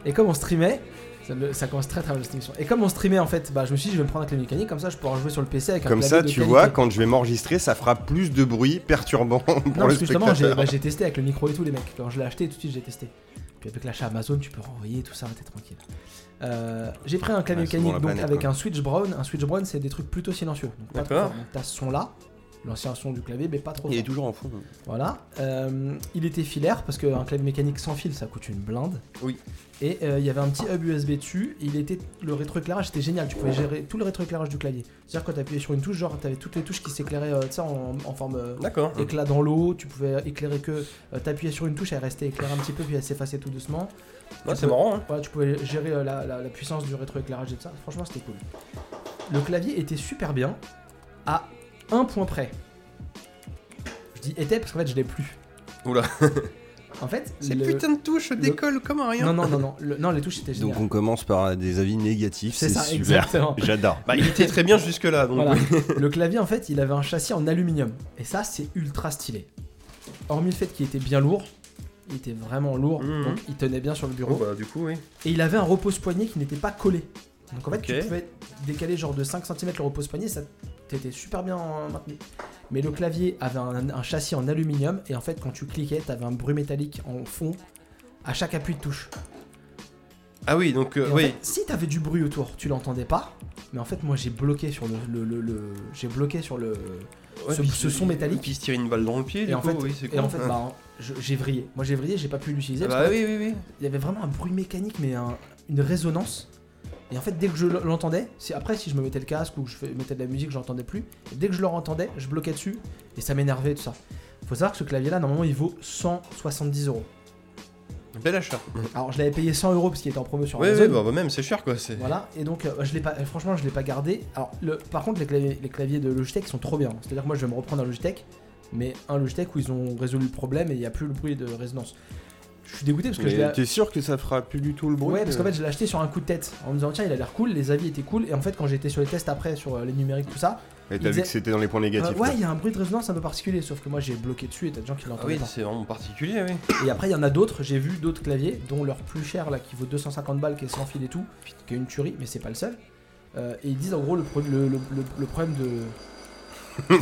Speaker 1: Et comme on streamait, ça, le- ça commence très très mal cette émission. Et comme on streamait en fait, bah je me suis dit je vais me prendre un clavier mécanique comme ça, je pourrai jouer sur le PC avec un
Speaker 3: Comme
Speaker 1: clavier
Speaker 3: ça,
Speaker 1: de
Speaker 3: tu
Speaker 1: qualité.
Speaker 3: vois, quand je vais m'enregistrer, ça fera plus de bruit *laughs* perturbant pour
Speaker 1: Non,
Speaker 3: le
Speaker 1: parce que justement, j'ai
Speaker 3: spectateur.
Speaker 1: bah, j'ai testé avec le micro et tout, les mecs. Quand je l'ai acheté, tout de suite, j'ai testé. Puis avec l'achat Amazon, tu peux renvoyer tout ça, t'es tranquille. Euh, j'ai pris un clavier
Speaker 3: Ouais, c'est bon,
Speaker 1: mécanique
Speaker 3: la
Speaker 1: donc
Speaker 3: planète,
Speaker 1: avec
Speaker 3: quoi.
Speaker 1: un switch brown. Un switch brown, c'est des trucs plutôt silencieux. Donc pas trop
Speaker 2: D'accord.
Speaker 1: fort. Donc t'as ce son là, l'ancien son du clavier, mais pas trop.
Speaker 3: Il est
Speaker 1: fort.
Speaker 3: toujours en fond.
Speaker 1: Voilà. Euh, il était filaire parce qu'un clavier mécanique sans fil, ça coûte une blinde.
Speaker 2: Oui.
Speaker 1: Et euh, il y avait un petit hub USB dessus. Il était le rétroéclairage était génial. Tu pouvais gérer tout le rétroéclairage du clavier. C'est-à-dire quand t'appuyais sur une touche, genre t'avais toutes les touches qui s'éclairaient, euh, tu sais, en, en forme. euh,
Speaker 2: D'accord.
Speaker 1: éclat dans l'eau, tu pouvais éclairer que euh, t'appuyais sur une touche, elle restait éclairée un petit peu puis elle s'effaçait tout doucement.
Speaker 2: Ouais,
Speaker 1: Tu
Speaker 2: c'est
Speaker 1: peux-
Speaker 2: marrant. hein.
Speaker 1: Voilà, tu pouvais gérer euh, la, la- la puissance du rétroéclairage et tout ça. Franchement, c'était cool. Le clavier était super bien à un point près. Je dis était parce qu'en fait, je l'ai plus.
Speaker 2: Oula.
Speaker 1: en fait,
Speaker 2: Ces
Speaker 1: le-
Speaker 2: putains de touches décollent comme un rien.
Speaker 1: non, non, non, non, le- non, les touches étaient
Speaker 3: Donc
Speaker 1: géniales.
Speaker 3: on commence par des avis négatifs,
Speaker 1: C'est
Speaker 3: c'est
Speaker 1: ça,
Speaker 3: super.
Speaker 1: exactement.
Speaker 3: J'adore.
Speaker 2: Bah, il était très bien jusque-là. Donc,
Speaker 1: Voilà.
Speaker 2: oui. *laughs*
Speaker 1: le clavier, en fait, il avait un châssis en aluminium. Et ça, c'est ultra stylé. Hormis le fait qu'il était bien lourd, il était vraiment lourd,
Speaker 2: Mhm.
Speaker 1: donc il tenait bien sur le bureau.
Speaker 2: Bon, bah, du coup, oui.
Speaker 1: Et il avait un repose-poignet qui n'était pas collé. Donc en fait,
Speaker 2: Ok.
Speaker 1: tu pouvais décaler genre de 5 cm le repose-poignet, ça t'était super bien euh, maintenu. Mais le clavier avait un, un châssis en aluminium, et en fait, quand tu cliquais, t'avais un bruit métallique en fond à chaque appui de touche.
Speaker 2: Ah oui, donc,
Speaker 1: Et
Speaker 2: euh,
Speaker 1: en
Speaker 2: oui.
Speaker 1: fait, si t'avais du bruit autour, tu l'entendais pas. Mais en fait, moi, j'ai bloqué sur le, le- le- le- j'ai bloqué sur le.
Speaker 2: Ouais,
Speaker 1: ce-
Speaker 2: puis-
Speaker 1: ce son métallique.
Speaker 2: Puis se tirer une balle dans le pied.
Speaker 1: Et
Speaker 2: du
Speaker 1: en
Speaker 2: coup,
Speaker 1: fait-
Speaker 2: oui, c'est
Speaker 1: Et
Speaker 2: con.
Speaker 1: en fait,
Speaker 2: Ah.
Speaker 1: bah, je- j'ai vrillé. Moi, j'ai vrillé, j'ai pas pu l'utiliser.
Speaker 2: Ah
Speaker 1: parce
Speaker 2: Bah oui, oui, oui.
Speaker 1: qu'il y avait vraiment un bruit mécanique, mais un- une résonance. Et en fait, dès que je l'entendais, si, après, si je me mettais le casque ou que je fais- mettais de la musique, j'entendais plus. Et dès que je le entendais, je bloquais dessus et ça m'énervait tout ça. Faut savoir que ce clavier-là, normalement, il vaut 170 euros.
Speaker 2: Bel achat.
Speaker 1: Alors, je l'avais payé 100 euros parce qu'il était en promo sur
Speaker 2: Ouais,
Speaker 1: Amazon.
Speaker 2: ouais, bah, bah, même, c'est cher quoi. C'est...
Speaker 1: Voilà, et donc euh, je l'ai pas, euh, franchement je l'ai pas gardé. Alors le, par contre les claviers, les claviers de Logitech sont trop bien. C'est-à-dire que moi je vais me reprendre un Logitech, mais un Logitech où ils ont résolu le problème et il n'y a plus le bruit de résonance. Je suis dégoûté parce que je l'ai...
Speaker 3: Mais T'es sûr que ça fera plus du tout le bruit
Speaker 1: Ouais, parce
Speaker 3: euh,
Speaker 1: qu'en fait je l'ai acheté sur un coup de tête en me disant tiens il a l'air cool, les avis étaient cool et en fait quand j'étais sur les tests après sur euh, les numériques tout ça,
Speaker 3: Et
Speaker 1: il
Speaker 3: t'as vu
Speaker 1: disait-
Speaker 3: que c'était dans les points
Speaker 1: euh,
Speaker 3: négatifs.
Speaker 1: ouais
Speaker 3: quoi.
Speaker 1: il y a un bruit de résonance un peu particulier sauf que moi j'ai bloqué dessus et t'as des gens qui
Speaker 2: Ah
Speaker 1: l'entendent
Speaker 2: oui, c'est vraiment particulier,
Speaker 1: *laughs*
Speaker 2: oui.
Speaker 1: pas. Et après il y en a d'autres, j'ai vu d'autres claviers dont leur plus cher là qui vaut 250 balles qui est sans fil et tout, qui est une tuerie mais c'est pas le seul. Euh, et ils disent en gros le, pro- le, le- le- le problème
Speaker 2: *laughs*
Speaker 1: de. Oh,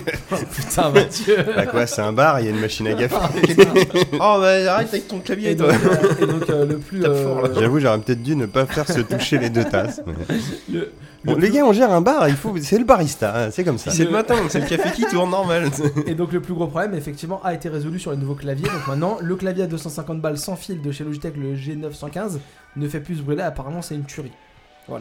Speaker 1: putain, Mathieu!
Speaker 3: Bah quoi, c'est un bar, il y a une machine à gaffer.
Speaker 1: *laughs* Ah, putain.
Speaker 2: oh, bah arrête avec ton clavier,
Speaker 1: et donc,
Speaker 2: toi.
Speaker 1: euh, et donc, euh, le plus.
Speaker 2: Tape
Speaker 1: euh,
Speaker 2: fort, là.
Speaker 1: le-
Speaker 3: *laughs* J'avoue, j'aurais peut-être dû ne pas faire se toucher les deux tasses. mais-
Speaker 1: le
Speaker 3: Bon,
Speaker 1: plus-
Speaker 3: les gars, on gère un bar, il faut, c'est le barista, hein, c'est comme ça.
Speaker 2: C'est le matin, donc c'est le café qui
Speaker 1: *laughs*
Speaker 2: tourne normal.
Speaker 1: Et donc, le plus gros problème, effectivement, a été résolu sur les nouveaux claviers. Donc, maintenant, le clavier à 250 balles sans fil de chez Logitech, le G915, ne fait plus ce bruit-là. Apparemment, c'est une tuerie.
Speaker 2: on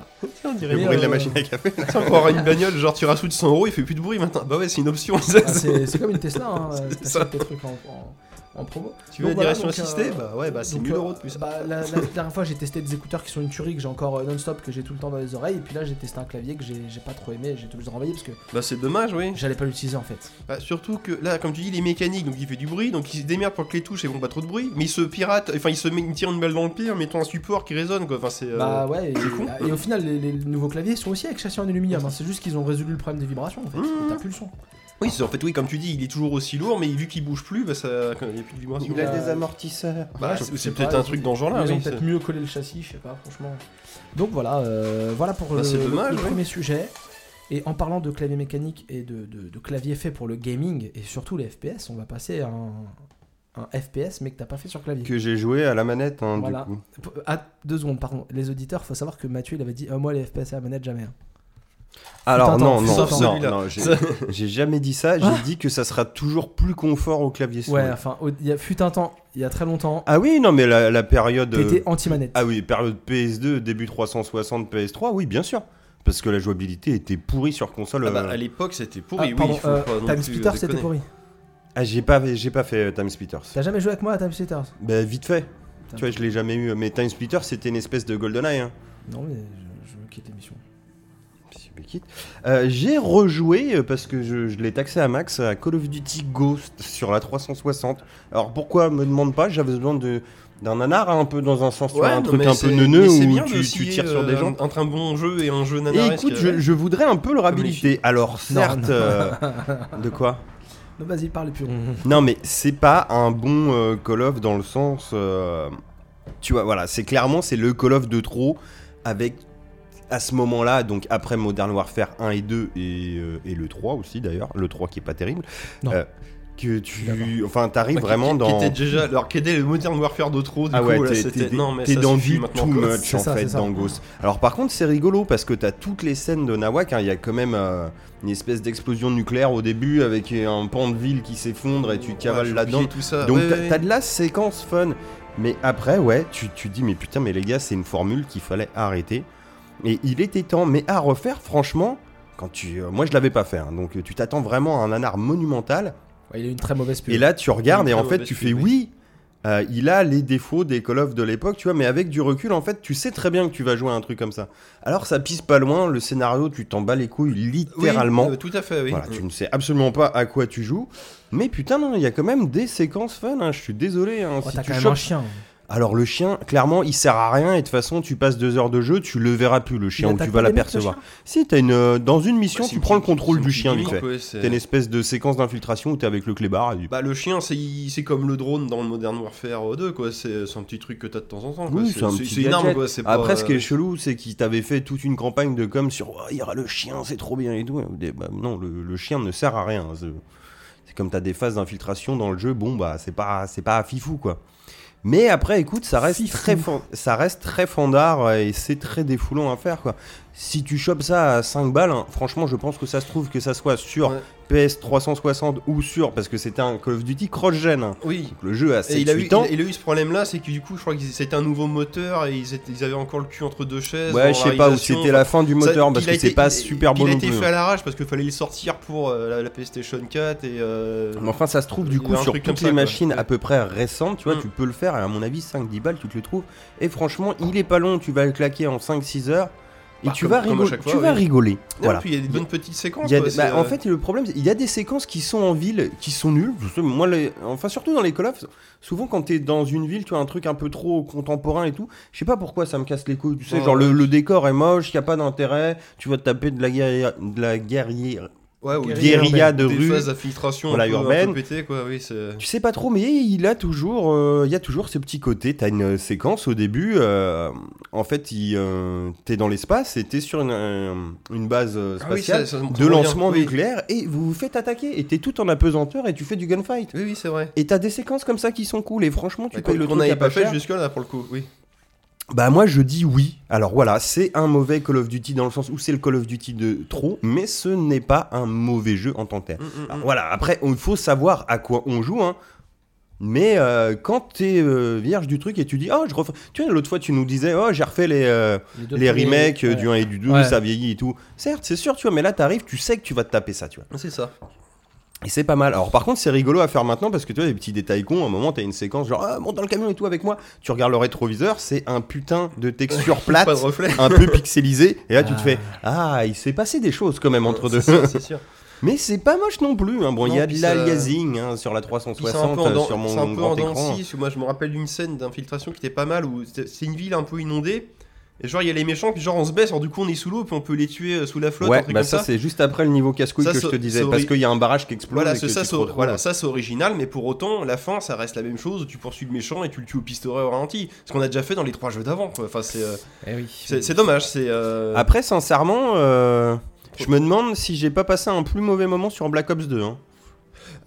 Speaker 2: dirait
Speaker 3: Le
Speaker 1: Mais,
Speaker 3: bruit de la
Speaker 1: euh,
Speaker 3: machine à café.
Speaker 2: Tiens, quand on aura une bagnole, genre tu rajoutes 100 euros, il fait plus de bruit maintenant. Bah ouais, c'est une option. ça,
Speaker 1: Ah, c'est c'est comme une Tesla,
Speaker 2: *laughs*
Speaker 1: hein, t'achètes
Speaker 2: ça.
Speaker 1: tes trucs en, en- en promo.
Speaker 2: Tu veux la
Speaker 1: Donc, voilà,
Speaker 2: direction
Speaker 1: donc, euh,
Speaker 2: assistée Bah ouais, bah c'est
Speaker 1: donc,
Speaker 2: 1000
Speaker 1: euh,
Speaker 2: euros de plus.
Speaker 1: bah, la, la dernière fois, j'ai testé des écouteurs qui sont une tuerie que j'ai encore euh, non-stop, que j'ai tout le temps dans les oreilles. Et puis là, j'ai testé un clavier que j'ai j'ai pas trop aimé. J'ai tout le temps renvoyé parce que
Speaker 2: Bah c'est dommage, oui.
Speaker 1: j'allais pas l'utiliser en fait.
Speaker 2: Bah, surtout que là, comme tu dis, il est mécanique, donc il fait du bruit, donc il se démerde pour que les touches elles font pas trop de bruit. Mais il se pirate, enfin il se met, il tire une balle dans le pied en mettant un support qui résonne quoi. Enfin c'est. euh,
Speaker 1: Bah ouais, et,
Speaker 2: c'est con.
Speaker 1: et au final, les, les nouveaux claviers sont aussi avec châssis en aluminium. hein. C'est juste qu'ils ont résolu le problème des vibrations en fait.
Speaker 2: Mmh.
Speaker 1: Et T'as plus le son.
Speaker 2: Oui, c'est en fait, oui, comme tu dis, il est toujours aussi lourd, mais vu qu'il bouge plus, bah ça. Il n'y a plus de vibration.
Speaker 1: Il a des
Speaker 3: amortisseurs.
Speaker 2: Bah,
Speaker 1: Ouais,
Speaker 2: c'est
Speaker 1: je
Speaker 2: c'est
Speaker 1: sais
Speaker 2: peut-être
Speaker 1: pas,
Speaker 2: un truc dans ce genre là,
Speaker 1: Ils ont
Speaker 2: oui.
Speaker 1: peut-être
Speaker 2: c'est-
Speaker 1: mieux collé le châssis, je sais pas, franchement. Donc voilà, euh, voilà pour
Speaker 2: Bah,
Speaker 1: le,
Speaker 2: c'est
Speaker 1: le-
Speaker 2: dommage,
Speaker 1: le
Speaker 2: ouais.
Speaker 1: premier sujet. Et en parlant de clavier mécanique et de, de, de clavier fait pour le gaming et surtout les FPS, on va passer à un, un FPS mais que t'as pas fait sur clavier.
Speaker 3: Que j'ai joué à la manette, hein,
Speaker 1: Voilà.
Speaker 3: du coup.
Speaker 1: Ah, deux secondes, pardon. Les auditeurs, faut savoir que Mathieu, il avait dit Ah, Moi, les FPS à la manette, jamais. hein.
Speaker 3: Alors
Speaker 1: Attends,
Speaker 3: non,
Speaker 1: attends,
Speaker 3: non,
Speaker 2: sauf
Speaker 3: non,
Speaker 2: celui-là.
Speaker 3: non, j'ai-
Speaker 2: Ça-
Speaker 3: j'ai jamais dit ça. J'ai
Speaker 1: Ah.
Speaker 3: dit que ça sera toujours plus confort au clavier
Speaker 1: Ouais,
Speaker 3: souris.
Speaker 1: enfin, au- il y a fut un temps, il y a très longtemps,
Speaker 3: Ah oui, non, mais la, la période. euh,
Speaker 1: t'étais anti-manette.
Speaker 3: Ah oui, période PS2, début 360, PS3, oui, bien sûr. Parce que la jouabilité était pourrie sur console.
Speaker 2: Ah bah,
Speaker 3: euh,
Speaker 2: à l'époque c'était
Speaker 1: Ah,
Speaker 2: pourri, oui.
Speaker 1: pardon,
Speaker 2: il faut
Speaker 1: euh,
Speaker 2: pas non
Speaker 1: Time
Speaker 2: plus
Speaker 1: Splitters, c'était
Speaker 2: déconner.
Speaker 1: pourri.
Speaker 3: ah, j'ai pas, j'ai pas fait euh, Time Splitters.
Speaker 1: T'as jamais joué avec moi à Time Splitters
Speaker 3: Bah vite fait.
Speaker 1: Putain.
Speaker 3: Tu vois, je l'ai jamais eu. Mais Time Splitter, c'était une espèce de GoldenEye. Hein.
Speaker 1: Non, mais je, je quitte l'émission.
Speaker 3: Si je me quitte. Euh, j'ai rejoué euh, parce que je, je l'ai taxé à max à Call of Duty Ghost sur la 360. Alors pourquoi me demande pas J'avais besoin de d'un nanar hein, un peu dans un sens, tu vois,
Speaker 2: non,
Speaker 3: un truc
Speaker 2: mais
Speaker 3: un
Speaker 2: c'est-
Speaker 3: peu neuneux
Speaker 2: mais c'est
Speaker 3: où
Speaker 2: bien
Speaker 3: tu,
Speaker 2: de
Speaker 3: tu
Speaker 2: scier,
Speaker 3: tires sur des
Speaker 2: euh,
Speaker 3: gens.
Speaker 2: Entre un bon jeu et un jeu
Speaker 3: Et
Speaker 2: nanaresque.
Speaker 3: écoute, je, je voudrais un peu le
Speaker 2: les
Speaker 3: réhabiliter. Alors certes,
Speaker 1: non. *laughs*
Speaker 3: euh, de quoi
Speaker 1: Non, vas-y, parle et puis on-
Speaker 3: Non, mais c'est pas un bon euh, Call of dans le sens. euh, tu vois, voilà, c'est clairement c'est le Call of de trop avec à ce moment-là, donc après Modern Warfare 1 et 2 et, euh, et le 3 aussi d'ailleurs, le 3 qui est pas terrible.
Speaker 1: Non.
Speaker 3: euh, que tu,
Speaker 1: D'accord.
Speaker 3: enfin, t'arrives vraiment
Speaker 2: qui,
Speaker 3: dans.
Speaker 2: Qui était déjà alors qu'était le Modern Warfare de trop. Du
Speaker 3: Ah
Speaker 2: coup,
Speaker 3: ouais,
Speaker 2: là,
Speaker 3: t'es-
Speaker 2: c'était-
Speaker 3: t'es
Speaker 2: non mais
Speaker 3: t'es
Speaker 2: ça
Speaker 3: dans
Speaker 2: suffit
Speaker 3: du
Speaker 2: maintenant.
Speaker 3: too
Speaker 2: quoi.
Speaker 3: much
Speaker 1: C'est
Speaker 3: en
Speaker 1: ça,
Speaker 3: fait
Speaker 1: c'est ça.
Speaker 3: dans Ghost. Alors par contre c'est rigolo parce que t'as toutes les scènes de Nawak, hein, il y a quand même euh, une espèce d'explosion nucléaire au début avec un pan de ville qui s'effondre et tu
Speaker 2: Ouais,
Speaker 3: cavales
Speaker 2: j'ai
Speaker 3: là-dedans.
Speaker 2: oublié tout ça.
Speaker 3: Donc
Speaker 2: Ouais,
Speaker 3: t'as
Speaker 2: ouais,
Speaker 3: t'as de la séquence fun. Mais après, ouais, tu, tu dis, mais putain, mais les gars, c'est une formule qu'il fallait arrêter. Et il était temps, mais à refaire, franchement, quand tu, euh, moi je l'avais pas fait, hein, donc euh, tu t'attends vraiment à un anard monumental.
Speaker 1: Ouais, il a eu une très mauvaise pub.
Speaker 3: Et là, tu regardes
Speaker 2: Oui,
Speaker 3: et en
Speaker 2: très
Speaker 3: fait,
Speaker 2: mauvaise
Speaker 3: tu
Speaker 2: pub,
Speaker 3: fais
Speaker 2: oui.
Speaker 3: oui. euh, il a les défauts des Call of de l'époque, tu vois, mais avec du recul, en fait, tu sais très bien que tu vas jouer à un truc comme ça. Alors, ça pisse pas loin, le scénario, tu t'en bats les couilles
Speaker 2: Oui,
Speaker 3: littéralement.
Speaker 2: euh, tout à fait, oui.
Speaker 3: Voilà, tu ne sais absolument pas à quoi tu joues. Mais putain, non, il y a quand même des séquences fun, hein, je suis désolé. hein,
Speaker 1: Oh,
Speaker 3: si
Speaker 1: t'as
Speaker 3: tu
Speaker 1: quand même
Speaker 3: chopes-
Speaker 1: un chien.
Speaker 3: Alors le chien, clairement, il sert à rien et de toute façon, tu passes deux heures de jeu, tu le verras plus, le chien,
Speaker 1: Il
Speaker 3: ou tu
Speaker 1: attaque
Speaker 3: vas
Speaker 1: pas des mecs, le
Speaker 3: l'apercevoir. Si, t'as une, euh, dans une mission,
Speaker 2: Ouais, c'est
Speaker 3: tu
Speaker 2: une
Speaker 3: prends le
Speaker 2: petite-
Speaker 3: contrôle
Speaker 2: c'est une
Speaker 3: du chien, vite
Speaker 2: petite
Speaker 3: fait.
Speaker 2: gimmick, ouais, c'est-
Speaker 3: T'as une espèce de séquence d'infiltration où t'es avec le clébard et du...
Speaker 2: Bah, le chien, c'est c'est comme le drone dans le Modern Warfare 2, quoi. C'est c'est un petit truc que t'as de temps en temps. quoi.
Speaker 3: Oui, c'est un petit
Speaker 2: une arme,
Speaker 3: gadget.
Speaker 2: quoi. c'est pas,
Speaker 3: Après,
Speaker 2: euh,
Speaker 3: ce qui est chelou, c'est qu'il t'avait fait toute une campagne de com sur Oh, il y aura le chien, c'est trop bien et tout. Et bah, non, le, le chien ne sert à rien. hein. C'est c'est comme t'as des phases d'infiltration dans le jeu, bon bah c'est pas c'est pas fifou quoi. Mais après, écoute, ça reste
Speaker 1: Fifou.
Speaker 3: très fan- ça reste très fandard euh, et c'est très défoulant à faire quoi. Si tu chopes ça à 5 balles, hein, franchement, je pense que ça se trouve que ça soit sur
Speaker 2: Ouais.
Speaker 3: PS360 ou sur, parce que c'était un Call of Duty cross-gen. hein.
Speaker 2: Oui.
Speaker 3: Donc, Le jeu a
Speaker 2: Et il a, eu,
Speaker 3: 7-8 ans.
Speaker 2: il a eu ce problème-là, c'est que du coup, je crois que c'était un nouveau moteur et ils, étaient- ils avaient encore le cul entre deux chaises. dans
Speaker 3: Ouais, je sais pas où
Speaker 2: réalisation.
Speaker 3: c'était la fin du
Speaker 2: Ça-
Speaker 3: moteur,
Speaker 2: il
Speaker 3: parce
Speaker 2: a
Speaker 3: que c'est
Speaker 2: été-
Speaker 3: pas
Speaker 2: il-
Speaker 3: super
Speaker 2: il
Speaker 3: bon
Speaker 2: a
Speaker 3: non
Speaker 2: été
Speaker 3: plus. hein.
Speaker 2: fait à l'arrache parce qu'il fallait le sortir pour euh, la, la PlayStation 4 et. euh,
Speaker 3: Mais Enfin, ça se trouve,
Speaker 2: Il
Speaker 3: du
Speaker 2: y
Speaker 3: coup,
Speaker 2: a un
Speaker 3: sur
Speaker 2: truc comme
Speaker 3: toutes les
Speaker 2: ça, quoi.
Speaker 3: machines
Speaker 2: Ouais.
Speaker 3: à peu près récentes, tu vois,
Speaker 2: Mm.
Speaker 3: tu peux le faire, et à mon avis, 5-10 balles, tu te le trouves. Et franchement, il est pas long, tu vas le claquer en 5-6 heures, et
Speaker 2: Bah,
Speaker 3: tu,
Speaker 2: comme-
Speaker 3: vas,
Speaker 2: comme à
Speaker 3: rigol-
Speaker 2: chaque
Speaker 3: tu
Speaker 2: fois,
Speaker 3: vas
Speaker 2: oui.
Speaker 3: rigoler.
Speaker 2: non,
Speaker 3: Voilà.
Speaker 2: puis il y a des
Speaker 3: Il-
Speaker 2: bonnes petites séquences.
Speaker 3: Il y a
Speaker 2: quoi,
Speaker 3: des- bah,
Speaker 2: c'est,
Speaker 3: en
Speaker 2: euh,
Speaker 3: fait, le problème, c'est- il y a des séquences qui sont en ville, qui sont nulles. Je sais, Moi, les- enfin, surtout dans les Call of, souvent quand t'es dans une ville, tu as un truc un peu trop contemporain et tout. Je sais pas pourquoi ça me casse les couilles. Tu sais,
Speaker 2: Ouais,
Speaker 3: genre
Speaker 2: ouais.
Speaker 3: le, le décor est moche, y a pas d'intérêt. Tu vas te taper de la guerrière, de la guerrière.
Speaker 2: ouais, Ah ou des-
Speaker 3: guérilla de
Speaker 2: des
Speaker 3: rue,
Speaker 2: phases d'infiltration
Speaker 3: voilà,
Speaker 2: un peu- un peu
Speaker 3: urbaine.
Speaker 2: pétées, quoi, oui, c'est-
Speaker 3: Tu sais pas trop, mais il a toujours, euh, il y a toujours ce petit côté. T'as une euh, séquence au début. euh, en fait, il, euh, t'es dans l'espace et t'es sur une, euh, une base euh,
Speaker 2: Ah oui,
Speaker 3: spatiale.
Speaker 2: ça- ça me
Speaker 3: de
Speaker 2: convient.
Speaker 3: lancement
Speaker 2: Oui.
Speaker 3: nucléaire et vous vous faites attaquer et t'es tout en apesanteur et tu fais du gunfight.
Speaker 2: Oui, oui, c'est vrai.
Speaker 3: Et t'as des séquences comme ça qui sont cool et franchement tu
Speaker 2: Bah,
Speaker 3: payes
Speaker 2: qu'on-
Speaker 3: le
Speaker 2: qu'on
Speaker 3: truc à
Speaker 2: n'avait
Speaker 3: pas
Speaker 2: pas fait
Speaker 3: cher.
Speaker 2: jusque-là pour le coup, oui.
Speaker 3: Bah moi je dis oui. Alors voilà, c'est un mauvais Call of Duty dans le sens où c'est le Call of Duty de trop, mais ce n'est pas un mauvais jeu en tant que tel.
Speaker 2: Mm, mm,
Speaker 3: Alors,
Speaker 2: mm.
Speaker 3: Voilà, après il faut savoir à quoi on joue hein. Mais euh, quand t'es euh, vierge du truc et tu dis oh je refais tu vois l'autre fois tu nous disais oh j'ai refait les euh,
Speaker 1: Les, deux
Speaker 3: les
Speaker 1: premiers-
Speaker 3: remakes euh,
Speaker 1: ouais.
Speaker 3: du 1 et du 2
Speaker 1: Ouais.
Speaker 3: ça vieillit et tout certes c'est sûr tu vois mais là t'arrives tu sais que tu vas te taper ça tu vois
Speaker 2: C'est ça.
Speaker 3: Et c'est pas mal. Alors par contre, c'est rigolo à faire maintenant parce que tu vois, les petits détails cons, à un moment, t'as une séquence genre, ah, monte dans le camion et tout avec moi. Tu regardes le rétroviseur, c'est un putain de texture plate,
Speaker 2: Pas de reflet.
Speaker 3: un peu pixelisée. Et là, tu te
Speaker 1: Ah.
Speaker 3: fais, ah, il s'est passé des choses quand même *laughs* entre deux.
Speaker 2: Euh, C'est sûr, c'est sûr.
Speaker 3: Mais c'est pas moche non plus. hein. Bon, il y
Speaker 2: Non,
Speaker 3: a
Speaker 2: puis
Speaker 3: de
Speaker 2: ça-
Speaker 3: l'aliasing hein, sur la
Speaker 2: Puis c'est un
Speaker 3: 360,
Speaker 2: peu en
Speaker 3: euh,
Speaker 2: dents-
Speaker 3: sur
Speaker 2: c'est un
Speaker 3: mon
Speaker 2: peu en dents
Speaker 3: grand
Speaker 2: de
Speaker 3: écran.
Speaker 2: scie, parce que moi je me rappelle d'une scène d'infiltration qui était pas mal où c'était- c'est une ville un peu inondée et genre il y a les méchants puis genre on se baisse alors du coup on est sous l'eau puis on peut les tuer euh, sous la flotte un
Speaker 3: Ouais,
Speaker 2: truc
Speaker 3: bah
Speaker 2: comme
Speaker 3: ça,
Speaker 2: ça.
Speaker 3: c'est juste après le niveau casse-couille
Speaker 2: Ça,
Speaker 3: que je
Speaker 2: ça-
Speaker 3: te disais.
Speaker 2: ça
Speaker 3: Parce
Speaker 2: aurait-
Speaker 3: qu'il y a un barrage qui explose.
Speaker 2: voilà,
Speaker 3: et que
Speaker 2: c'est ça,
Speaker 3: tu te
Speaker 2: c'est-
Speaker 3: retrouves-
Speaker 2: voilà, ça c'est original, mais pour autant, la fin ça reste la même chose. où Tu poursuis le méchant et tu le tues au pistolet au ralenti. Ce qu'on a déjà fait dans les trois jeux d'avant. quoi. Enfin, c'est euh,
Speaker 1: Eh oui.
Speaker 2: c'est- c'est dommage. C'est euh,
Speaker 3: Après, sincèrement, euh, je me demande si j'ai pas passé un plus mauvais moment sur Black Ops 2. hein.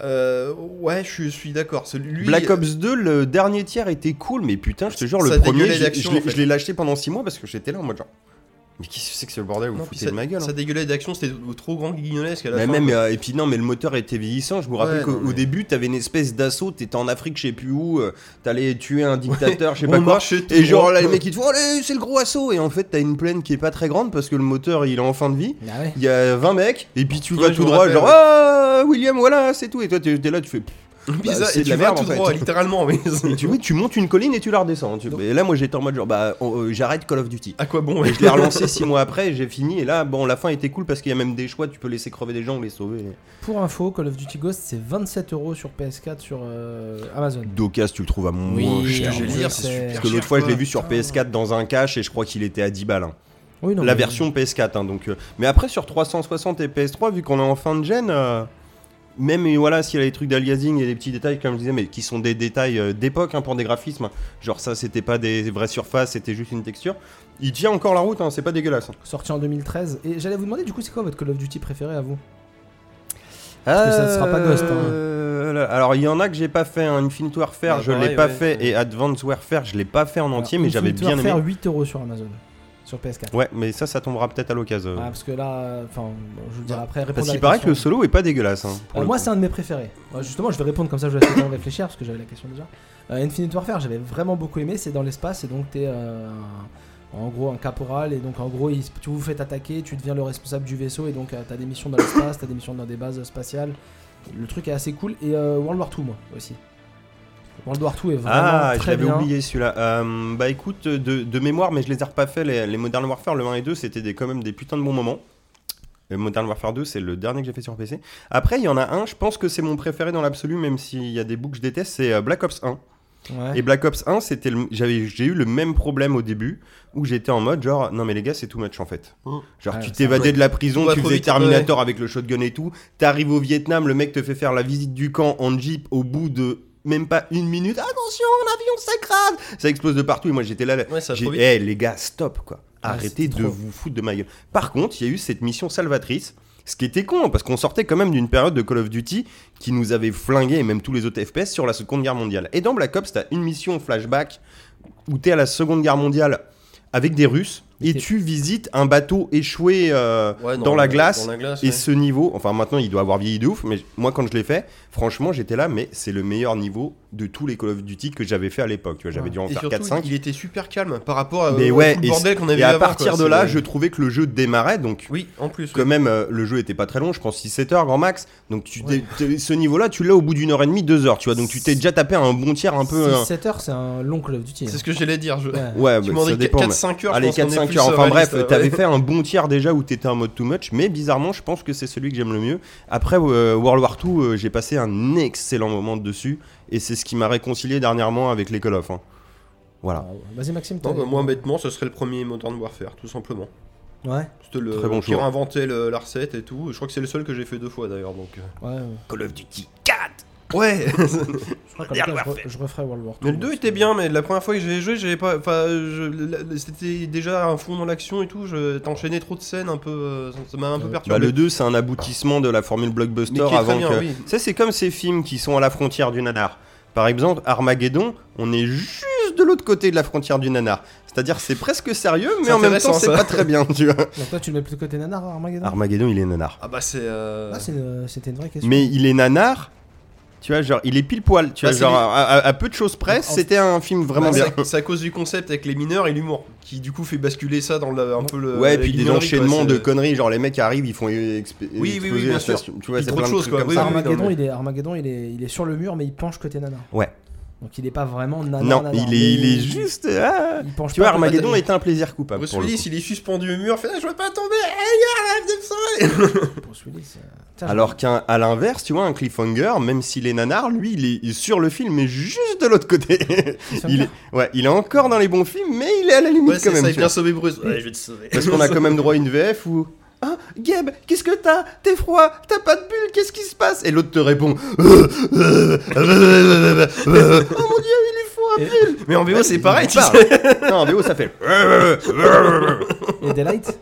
Speaker 2: euh, ouais, je suis- je suis d'accord. C'est- Lui, euh,
Speaker 3: Black Ops 2, le dernier tiers était cool, mais putain, je te jure,
Speaker 2: Ça
Speaker 3: le premier,
Speaker 2: dégueulait
Speaker 3: j'ai-
Speaker 2: d'action,
Speaker 3: je l'ai-
Speaker 2: en fait.
Speaker 3: je l'ai lâché pendant 6 mois parce que j'étais là en mode genre. Mais qu'est-ce que c'est que ce bordel Vous
Speaker 2: non,
Speaker 3: vous
Speaker 2: puis
Speaker 3: foutez
Speaker 2: ça,
Speaker 3: de ma gueule. hein.
Speaker 2: ça dégueulait d'action, c'était au- au trop grand guignolesque à la
Speaker 3: Mais
Speaker 2: fin.
Speaker 3: même,
Speaker 2: quoi.
Speaker 3: euh, et puis non, mais le moteur était vieillissant. Je vous rappelle
Speaker 2: Ouais,
Speaker 3: qu'au
Speaker 2: non,
Speaker 3: au
Speaker 2: mais-
Speaker 3: début, t'avais une espèce d'assaut, t'étais en Afrique, je sais plus où, euh, t'allais tuer un dictateur, je sais
Speaker 2: On
Speaker 3: pas quoi.
Speaker 2: marchait tout
Speaker 3: Et genre,
Speaker 2: droit.
Speaker 3: là, les mecs, ils te font, allez, c'est le gros assaut. Et en fait, t'as une plaine qui est pas très grande parce que le moteur, il est en fin de vie.
Speaker 1: Ah ouais.
Speaker 3: Il y a 20 mecs, et puis tu
Speaker 2: Ouais,
Speaker 3: vas
Speaker 2: je
Speaker 3: tout
Speaker 2: me
Speaker 3: droit,
Speaker 2: rappelle,
Speaker 3: genre,
Speaker 2: ouais.
Speaker 3: ah, William, voilà, c'est tout. Et toi, t'es t'es là, tu fais.
Speaker 2: Puis
Speaker 3: bah,
Speaker 2: ça,
Speaker 3: c'est
Speaker 2: et
Speaker 3: de la
Speaker 2: tu vas
Speaker 3: merde,
Speaker 2: tout
Speaker 3: en fait.
Speaker 2: droit, littéralement.
Speaker 3: *laughs*
Speaker 2: oui.
Speaker 3: Et tu, oui, tu montes une colline et tu la redescends. Tu-
Speaker 1: Donc-
Speaker 3: et là, moi, j'étais en mode genre, bah, on- euh, j'arrête Call of Duty.
Speaker 2: *laughs* À quoi bon
Speaker 3: Et je l'ai relancé six mois après, et j'ai fini. Et là, bon, la fin était cool parce qu'il y a même des choix, tu peux laisser crever des gens ou les sauver.
Speaker 1: Pour info, Call of Duty Ghost, c'est 27 euros sur PS4 sur euh, Amazon.
Speaker 3: Docas, tu le trouves à moins
Speaker 2: cher,
Speaker 1: je
Speaker 2: Oh, je
Speaker 1: veux
Speaker 2: vais
Speaker 1: dire,
Speaker 2: lire,
Speaker 1: c'est-
Speaker 2: c'est super
Speaker 3: Parce que l'autre fois, je l'ai vu sur PS4 dans un cache et je crois qu'il était à 10 balles. hein.
Speaker 1: Oui, non,
Speaker 3: la
Speaker 1: mais-
Speaker 3: version PS4. hein, donc, euh, mais après, sur 360 et PS3, vu qu'on est en fin de gen, euh, même et voilà, s'il y a les trucs d'aliasing et des petits détails, comme je disais, mais qui sont des détails euh, d'époque hein, pour des graphismes, hein, genre ça, c'était pas des vraies surfaces, c'était juste une texture. Il tient encore la route, hein, c'est pas dégueulasse. hein.
Speaker 1: Sorti en 2013. Et j'allais vous demander, du coup, c'est quoi votre Call of Duty préféré à vous Parce que ça ne sera pas Ghost, hein.
Speaker 3: Euh, là, Alors, il y en a que j'ai pas fait. hein, Infinite
Speaker 1: Bah,
Speaker 3: Warfare,
Speaker 2: Ouais,
Speaker 3: je l'ai
Speaker 2: pareil,
Speaker 3: pas
Speaker 2: ouais,
Speaker 3: fait.
Speaker 2: ouais.
Speaker 3: Et Advanced Warfare, je l'ai pas fait en entier, mais j'avais bien aimé.
Speaker 1: faire 8 euros sur Amazon, sur PS4.
Speaker 3: Ouais, mais ça, ça tombera peut-être à l'occasion.
Speaker 1: Ah, parce que là, enfin, bon, je vous le dirai après.
Speaker 3: Euh. Bah,
Speaker 1: répondre
Speaker 3: Parce
Speaker 1: à
Speaker 3: qu'il
Speaker 1: la
Speaker 3: paraît que
Speaker 1: question.
Speaker 3: le solo est pas dégueulasse. hein, pour
Speaker 1: Euh,
Speaker 3: le
Speaker 1: moi,
Speaker 3: coup.
Speaker 1: c'est un de mes préférés. Euh, justement, je vais répondre comme ça, je vais laisser le temps de réfléchir parce que j'avais la question déjà. Euh, Infinite Warfare, j'avais vraiment beaucoup aimé. C'est dans l'espace et donc t'es euh, en gros un caporal et donc en gros, il- tu vous faites attaquer, tu deviens le responsable du vaisseau et donc euh, t'as des missions dans l'espace, t'as des missions dans des bases spatiales. Le truc est assez cool et euh, World War 2 moi aussi. World War 2 est vraiment
Speaker 3: Ah, je
Speaker 1: très
Speaker 3: l'avais
Speaker 1: bien.
Speaker 3: oublié celui-là. Euh, bah écoute, de, de mémoire, mais je les ai repas fait, les, les Modern Warfare, le 1 et 2, c'était des- quand même des putains de bons moments. Le Modern Warfare 2, c'est le dernier que j'ai fait sur PC. Après, il y en a un, je pense que c'est mon préféré dans l'absolu, même s'il y a des bouts que je déteste, c'est euh, Black Ops 1.
Speaker 1: Ouais.
Speaker 3: Et Black Ops 1, c'était le- j'avais j'ai eu le même problème au début où j'étais en mode genre non mais les gars, c'est too much en fait.
Speaker 2: Mm.
Speaker 3: Genre
Speaker 1: Ouais,
Speaker 3: tu
Speaker 1: ça,
Speaker 3: t'évadais
Speaker 2: ouais.
Speaker 3: de la prison,
Speaker 2: Tout va
Speaker 3: tu
Speaker 2: trop
Speaker 3: faisais
Speaker 2: vite,
Speaker 3: Terminator avec le shotgun et tout, t'arrives au Vietnam, le mec te fait faire la visite du camp en jeep au bout de même pas une minute. Attention, un avion ça crame. Ça explose de partout et moi j'étais là, là
Speaker 2: Ouais, ça va
Speaker 3: j'ai
Speaker 2: trop
Speaker 3: eh
Speaker 2: vite.
Speaker 3: les gars, stop quoi.
Speaker 1: Ah,
Speaker 3: Arrêtez
Speaker 1: c'était
Speaker 3: de
Speaker 1: trop.
Speaker 3: vous foutre de ma gueule. Par contre, il y a eu cette mission salvatrice, ce qui était con, hein, parce qu'on sortait quand même d'une période de Call of Duty qui nous avait flingué, et même tous les autres FPS, sur la Seconde Guerre mondiale. Et dans Black Ops, t'as une mission flashback où t'es à la Seconde Guerre mondiale avec des Russes,
Speaker 1: Mais
Speaker 3: et
Speaker 1: t'es-
Speaker 3: tu visites un bateau échoué euh,
Speaker 2: Ouais, non,
Speaker 3: dans, la glace.
Speaker 2: dans la glace,
Speaker 3: Et
Speaker 2: ouais.
Speaker 3: ce niveau, enfin maintenant il doit avoir vieilli de ouf, mais moi quand je l'ai fait, franchement j'étais là, mais c'est le meilleur niveau de tous les Call of Duty que j'avais fait à l'époque. Tu vois, j'avais
Speaker 1: Ouais.
Speaker 3: dû en
Speaker 2: Et
Speaker 3: faire
Speaker 2: surtout,
Speaker 3: 4-5.
Speaker 2: il était super calme par rapport à,
Speaker 3: Mais
Speaker 2: au-
Speaker 3: ouais,
Speaker 2: au
Speaker 3: et-
Speaker 2: bordel qu'on avait
Speaker 3: Et à
Speaker 2: avant,
Speaker 3: partir
Speaker 2: quoi,
Speaker 3: de là,
Speaker 2: c'est-
Speaker 3: je trouvais que le jeu démarrait, donc
Speaker 2: Oui, en plus.
Speaker 3: quand
Speaker 2: oui.
Speaker 3: même euh, le jeu était pas très long, je pense 6-7 heures grand max. Donc tu t'es- t'es- ce niveau-là, tu l'as au bout d'une heure et demie, deux heures, tu vois. Donc tu t'es déjà tapé un bon tiers un peu. euh,
Speaker 1: 7 heures, c'est un long Call of Duty. hein.
Speaker 2: C'est ce que j'allais dire. Je...
Speaker 1: Ouais.
Speaker 3: Ouais,
Speaker 2: Tu
Speaker 3: bah,
Speaker 2: m'en
Speaker 3: ça
Speaker 2: dis
Speaker 3: dépend. mais-
Speaker 2: 4-5 heures. je
Speaker 3: Allez,
Speaker 2: pense qu'on est
Speaker 3: 4-5
Speaker 2: plus
Speaker 3: heures. Enfin bref,
Speaker 2: réaliste, euh, ouais.
Speaker 3: t'avais fait un bon tiers déjà où t'étais en mode too much, mais bizarrement, je pense que c'est celui que j'aime le mieux. Après euh, World War II, euh, j'ai passé un excellent moment dessus, et c'est ce qui m'a réconcilié dernièrement avec les Call of. hein. Voilà.
Speaker 1: Alors, Ah Vas-y, Maxime.
Speaker 2: Non,
Speaker 1: t'as-
Speaker 2: bah, moi, bêtement, ce serait le premier Modern Warfare, tout simplement.
Speaker 1: Ouais,
Speaker 2: C'était le
Speaker 3: Très bon
Speaker 2: qui
Speaker 3: choix.
Speaker 2: réinventait le- la recette et tout. Je crois que c'est le seul que j'ai fait deux fois d'ailleurs. Donc. euh.
Speaker 1: ouais. ouais.
Speaker 3: Call of Duty 4
Speaker 2: Ouais.
Speaker 1: Je crois qu'en tout
Speaker 3: Modern
Speaker 1: cas, je,
Speaker 3: Warfare.
Speaker 1: re- je referai World War II.
Speaker 2: mais le 2 était bien, mais la première fois que j'ai joué, j'avais pas. Enfin, je- la- c'était déjà un fond dans l'action et tout. Je t'enchaînais trop de scènes, un peu. euh, bah, ça- Ça m'a un peu
Speaker 1: Ouais.
Speaker 3: Bah,
Speaker 2: perturbé.
Speaker 3: le 2, c'est un aboutissement de la formule blockbuster
Speaker 2: Mais qui est très
Speaker 3: avant
Speaker 2: bien,
Speaker 3: que.
Speaker 2: oui.
Speaker 3: Ça, c'est comme ces films qui sont à la frontière du nanar. Par exemple, Armageddon, on est juste de l'autre côté de la frontière du nanar. C'est-à-dire, c'est presque sérieux, mais
Speaker 2: C'est
Speaker 3: en même temps,
Speaker 2: intéressant,
Speaker 3: c'est
Speaker 2: ça.
Speaker 3: pas très bien, tu vois.
Speaker 1: Donc toi, tu le mets plus côté nanar, Armageddon
Speaker 3: Armageddon, il est nanar.
Speaker 2: Ah bah c'est. euh,
Speaker 1: Ah, c'est une- c'était une vraie question.
Speaker 3: Mais il est nanar, tu vois, genre, il est pile poil. Tu
Speaker 2: Bah,
Speaker 3: vois,
Speaker 2: c'est
Speaker 3: genre,
Speaker 2: lui.
Speaker 3: à, à- à peu de choses près,
Speaker 1: En-
Speaker 3: c'était un film vraiment
Speaker 2: Bah,
Speaker 3: bien.
Speaker 2: c'est à- C'est à cause du concept avec les mineurs et l'humour, qui du coup fait basculer ça dans le- un peu le.
Speaker 3: Ouais,
Speaker 2: la
Speaker 3: puis des
Speaker 2: guignolerie,
Speaker 3: enchaînements
Speaker 2: quoi,
Speaker 3: de
Speaker 2: c'est-
Speaker 3: conneries, genre les mecs arrivent, ils font exp- exploser
Speaker 2: oui, oui, bien
Speaker 3: la
Speaker 2: sûr.
Speaker 3: station. Tu vois,
Speaker 2: Puis
Speaker 3: c'est
Speaker 2: trop de
Speaker 3: plein de
Speaker 2: choses,
Speaker 3: trucs
Speaker 2: quoi.
Speaker 3: comme
Speaker 2: Oui,
Speaker 3: ça.
Speaker 2: oui.
Speaker 1: Armageddon,
Speaker 2: dans le-
Speaker 1: il est, Armageddon il, est, il est sur le mur, mais il penche côté nanar.
Speaker 3: Ouais.
Speaker 1: Donc il est pas vraiment nanar.
Speaker 3: Non,
Speaker 1: nanar,
Speaker 3: il
Speaker 1: mais
Speaker 3: est, il est juste. ah.
Speaker 1: il penche
Speaker 3: Tu vois,
Speaker 1: pas côté-
Speaker 3: Armageddon est un plaisir coupable.
Speaker 2: Bruce
Speaker 3: pour le
Speaker 2: Willis,
Speaker 3: coup.
Speaker 2: il est suspendu au mur, fait ah, je veux pas tomber, eh, regarde, la FDF,
Speaker 1: Bruce Willis, euh, tiens,
Speaker 3: Alors qu'un à l'inverse, tu vois, un cliffhanger, même s'il est nanar, lui, il est- il est sur le film, mais juste de l'autre côté. il est, ouais, il est encore dans les bons films, mais il est à la limite
Speaker 2: Ouais,
Speaker 3: quand
Speaker 2: c'est
Speaker 3: même.
Speaker 2: ça, il
Speaker 3: tu
Speaker 2: vient
Speaker 3: vois.
Speaker 2: sauver Bruce. Ouais, je vais te sauver.
Speaker 3: Parce qu'on a quand même droit à une VF où. Ah, Gabe, qu'est-ce que t'as T'es froid, t'as pas de bulle, qu'est-ce qui se passe Et l'autre te répond. *laughs* Euh, euh, euh, euh, euh, euh. oh mon dieu, il est froid, bulle
Speaker 2: Mais en VO, c'est pareil,
Speaker 3: Il
Speaker 2: tu
Speaker 3: parle.
Speaker 2: sais.
Speaker 3: Non, mais où ça fait. *laughs* euh, euh, euh, euh.
Speaker 1: Et Daylight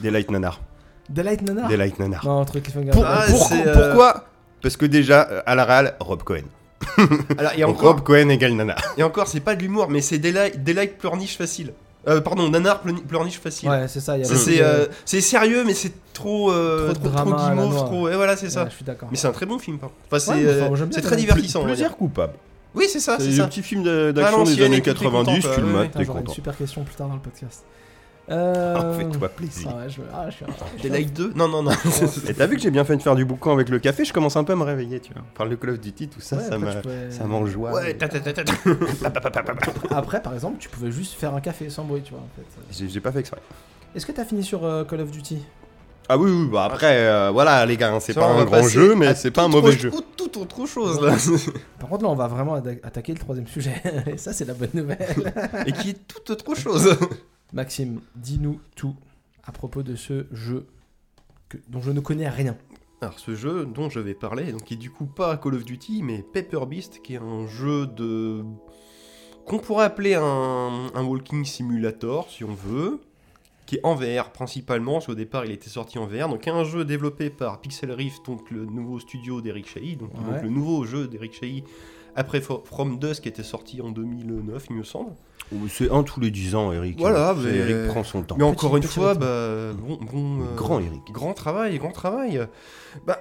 Speaker 3: Daylight nanar.
Speaker 1: Daylight nanar
Speaker 3: Daylight nanar.
Speaker 1: Non, entre Cliffhanger.
Speaker 3: Pour-
Speaker 2: Ah,
Speaker 3: pour-
Speaker 2: c'est, euh,
Speaker 3: Pourquoi Parce que déjà, euh, à la réal, Rob Cohen.
Speaker 2: *laughs* Alors, et
Speaker 3: Donc,
Speaker 2: encore,
Speaker 3: Rob Cohen égale Nana.
Speaker 2: et encore c'est pas de l'humour, mais c'est des likes, des likes pleurniche facile. Euh, pardon, nanar pleurni- pleurniche facile.
Speaker 1: Ouais, c'est ça. il Y a
Speaker 2: Ça,
Speaker 1: beaucoup
Speaker 2: C'est
Speaker 1: de-
Speaker 2: euh, c'est sérieux, mais c'est trop, euh,
Speaker 1: Trop
Speaker 2: trop,
Speaker 1: de
Speaker 2: trop,
Speaker 1: drama à la
Speaker 2: guimauve,
Speaker 1: noire.
Speaker 2: trop. Et voilà, c'est
Speaker 1: ouais,
Speaker 2: ça.
Speaker 1: Je suis d'accord.
Speaker 2: Mais c'est un très bon film, par contre. Enfin,
Speaker 1: Ouais,
Speaker 2: c'est
Speaker 1: mais enfin,
Speaker 2: euh,
Speaker 1: j'aime bien
Speaker 2: c'est
Speaker 1: quand
Speaker 2: très
Speaker 1: même.
Speaker 2: *laughs* divertissant. on va dire.
Speaker 3: Plaisir coupable.
Speaker 2: Oui, c'est ça, Ah, c'est
Speaker 3: C'est
Speaker 2: ça.
Speaker 3: un petit film de- d'action des
Speaker 2: Valenciennes,
Speaker 3: années
Speaker 2: et t'es
Speaker 3: 90,
Speaker 2: content,
Speaker 3: tu le
Speaker 2: euh, ouais,
Speaker 3: mates,
Speaker 2: ouais,
Speaker 1: Putain,
Speaker 3: t'es
Speaker 1: J'aurais une
Speaker 3: content.
Speaker 1: super question plus tard dans le podcast. Euh...
Speaker 3: Fais-toi plaisir.
Speaker 1: Ah ouais, je... ah, je suis un-
Speaker 2: Des likes 2 Non,
Speaker 1: *laughs*
Speaker 2: non, non. *laughs*
Speaker 3: Et t'as vu que j'ai bien fait de faire du boucan avec le café, je commence un peu à me réveiller, tu vois. Par le Call of Duty, tout ça,
Speaker 1: Ouais,
Speaker 3: ça
Speaker 1: après, tu
Speaker 3: m'a-
Speaker 1: pouvais-
Speaker 3: ça m'enjoie.
Speaker 2: Ouais, ta, ta, ta, ta, ta.
Speaker 1: *laughs* Après, par exemple, tu pouvais juste faire un café sans bruit, tu vois. En fait.
Speaker 3: J'ai j'ai pas fait exprès.
Speaker 1: Est-ce que t'as fini sur euh, Call of Duty
Speaker 3: Ah oui, oui, bah après, euh, voilà les gars, hein, c'est
Speaker 2: Ça,
Speaker 3: pas
Speaker 2: on va
Speaker 3: un grand
Speaker 2: passer
Speaker 3: jeu, mais
Speaker 2: à
Speaker 3: c'est pas un
Speaker 2: toute
Speaker 3: mauvais
Speaker 2: autre-
Speaker 3: jeu.
Speaker 2: Ou toute autre chose là.
Speaker 1: *laughs* Par contre, là, on va vraiment atta- attaquer le troisième sujet. *laughs* Et ça, c'est la bonne
Speaker 2: *laughs*
Speaker 1: nouvelle.
Speaker 2: Et qui est toute autre chose.
Speaker 1: Maxime, dis-nous tout à propos de ce jeu que- dont je ne connais rien.
Speaker 2: Alors ce jeu dont je vais parler, donc qui est du coup pas Call of Duty, mais Paper Beast, qui est un jeu de... qu'on pourrait appeler un, un walking simulator si on veut, qui est en VR principalement, parce qu'au départ il était sorti en VR, donc un jeu développé par Pixel Rift, donc le nouveau studio d'Eric Chahi, donc, donc
Speaker 1: Ouais.
Speaker 2: le nouveau jeu d'Eric Chahi après Fo- From Dusk qui était sorti en 2009 il me semble.
Speaker 3: C'est un tous les 10 ans, Eric.
Speaker 2: Voilà,
Speaker 3: C'est-
Speaker 2: mais-
Speaker 3: Eric prend son temps.
Speaker 2: Mais encore une
Speaker 1: petit
Speaker 2: fois,
Speaker 1: rythme.
Speaker 2: bah, bon, bon, euh,
Speaker 3: Grand Eric.
Speaker 2: Grand travail, grand travail. Bah,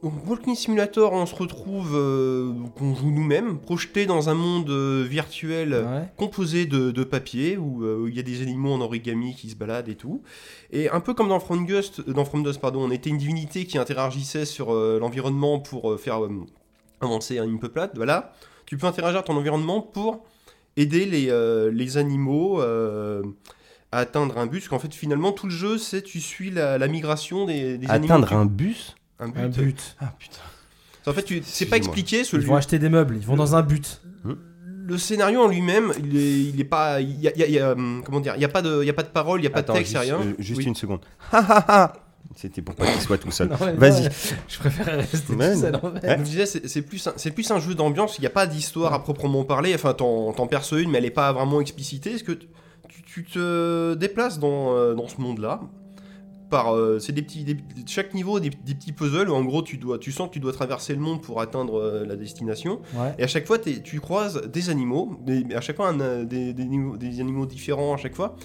Speaker 2: au Walking Simulator, on se retrouve, euh, qu'on joue nous-mêmes, projeté dans un monde euh, virtuel
Speaker 1: Ouais.
Speaker 2: composé de, de papier où euh, où il y a des animaux en origami qui se baladent et tout. Et un peu comme dans From Dust, euh, dans From Dust, pardon, on était une divinité qui interagissait sur euh, l'environnement pour euh, faire euh, avancer une peuplade. Voilà, tu peux interagir ton environnement pour aider les, euh, les animaux euh, à atteindre un but. Parce qu'en fait, finalement, tout le jeu, c'est tu suis la, la migration des, des animaux.
Speaker 3: Atteindre un bus
Speaker 2: un but.
Speaker 1: Un but.
Speaker 3: Ah putain.
Speaker 2: En fait, tu- c'est pas
Speaker 3: Excusez-moi.
Speaker 2: expliqué.
Speaker 1: Ils
Speaker 2: Celui
Speaker 1: vont acheter des meubles, ils vont dans un
Speaker 2: *laughs*
Speaker 1: but.
Speaker 2: le scénario en lui-même, il est, il est pas, il y a, il y a- il y a, hum, comment dire, il y a pas de, il y a pas de parole, il y a pas
Speaker 3: Attends,
Speaker 2: de texte, il y
Speaker 3: juste,
Speaker 2: a rien.
Speaker 3: euh, juste
Speaker 2: Oui.
Speaker 3: une seconde.
Speaker 2: *laughs*
Speaker 3: Ha, ha, ha. C'était pour pas qu'il soit tout seul.
Speaker 1: Non, ouais,
Speaker 3: Vas-y.
Speaker 1: ouais, Je préfère rester
Speaker 3: Ouais,
Speaker 1: tout seul en fait.
Speaker 2: Comme je disais, c'est c'est plus, un- c'est plus un jeu d'ambiance. Il n'y a pas d'histoire à proprement parler. Enfin, t'en t'en perces une, mais elle n'est pas vraiment explicitée. Est-ce que tu, tu te déplaces dans, euh, dans ce monde-là par, euh, c'est des petits, des- chaque niveau des, des petits puzzles où en gros tu dois, tu sens que tu dois traverser le monde pour atteindre euh, la destination.
Speaker 1: Ouais.
Speaker 2: Et à chaque fois, t'es- tu croises des animaux, des- à chaque fois un, euh, des, des animaux, des animaux différents à chaque fois,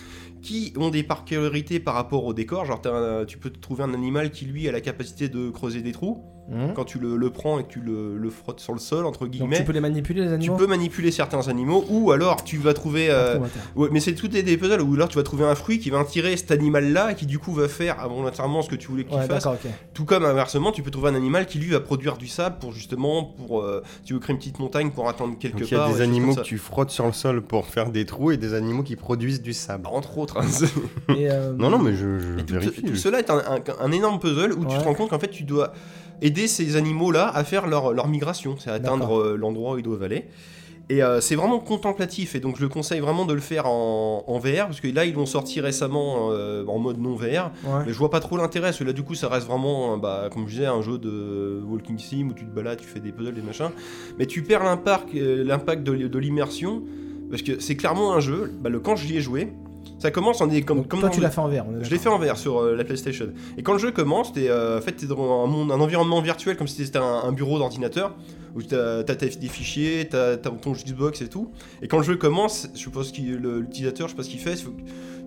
Speaker 2: qui ont des particularités par rapport au décor. Genre, t'as un- tu peux te trouver un animal qui, lui, a la capacité de creuser des trous.
Speaker 1: Hmm.
Speaker 2: Quand tu le, le prends et que tu le, le frottes sur le sol, entre
Speaker 1: Donc
Speaker 2: guillemets,
Speaker 1: tu peux les manipuler les
Speaker 2: tu
Speaker 1: animaux Ah,
Speaker 2: peux manipuler certains animaux. Ou alors, tu vas trouver... euh,
Speaker 1: Attends, attends.
Speaker 2: Ouais, mais c'est tout des, des puzzles où alors tu vas trouver un fruit qui va attirer cet animal-là, qui du coup va faire involontairement ce que tu voulais qu'il
Speaker 1: Ouais,
Speaker 2: fasse.
Speaker 1: d'accord, ok.
Speaker 2: Tout comme inversement, tu peux trouver un animal qui lui va produire du sable pour justement, pour euh, si tu veux créer une petite montagne pour atteindre quelque
Speaker 3: Donc il y
Speaker 2: part.
Speaker 3: a
Speaker 2: et
Speaker 3: des
Speaker 2: choses
Speaker 3: animaux que
Speaker 2: comme ça.
Speaker 3: tu frottes sur le sol pour faire des trous et des animaux qui produisent du sable.
Speaker 2: Entre autres. hein.
Speaker 1: Et, euh,
Speaker 3: Non, non, mais je,
Speaker 2: *laughs*
Speaker 3: je
Speaker 2: Et tout,
Speaker 3: vérifie.
Speaker 2: tout
Speaker 3: je-
Speaker 2: cela est un, un- un énorme puzzle où tu
Speaker 1: Ouais.
Speaker 2: te rends compte qu'en fait tu dois aider ces animaux-là à faire leur, leur migration, c'est atteindre
Speaker 1: D'accord.
Speaker 2: euh, l'endroit où ils doivent aller. Et euh, c'est vraiment contemplatif, et donc je le conseille vraiment de le faire en, en VR, parce que là ils l'ont sorti récemment euh, en mode non VR,
Speaker 1: ouais.
Speaker 2: Mais je vois pas trop l'intérêt, parce que là du coup ça reste vraiment, euh, bah, comme je disais, un jeu de Walking Sim où tu te balades, tu fais des puzzles, des machins. Mais tu perds l'impact, euh, l'impact de, de l'immersion, parce que c'est clairement un jeu, bah, le, quand j'y ai joué, ça commence en des... Comme,
Speaker 1: Donc,
Speaker 2: comme
Speaker 1: toi,
Speaker 2: dans
Speaker 1: tu
Speaker 2: le-
Speaker 1: l'as fait en vert. On est
Speaker 2: je l'ai fait en VR sur euh, la PlayStation. Et quand le jeu commence, t'es euh, en fait, t'es dans un, monde- un environnement virtuel comme si c'était un, un bureau d'ordinateur où t'as t'as tes- des fichiers, t'as t'as ton Xbox et tout. Et quand le jeu commence, je suppose que l'utilisateur, je sais pas ce qu'il fait, c'est-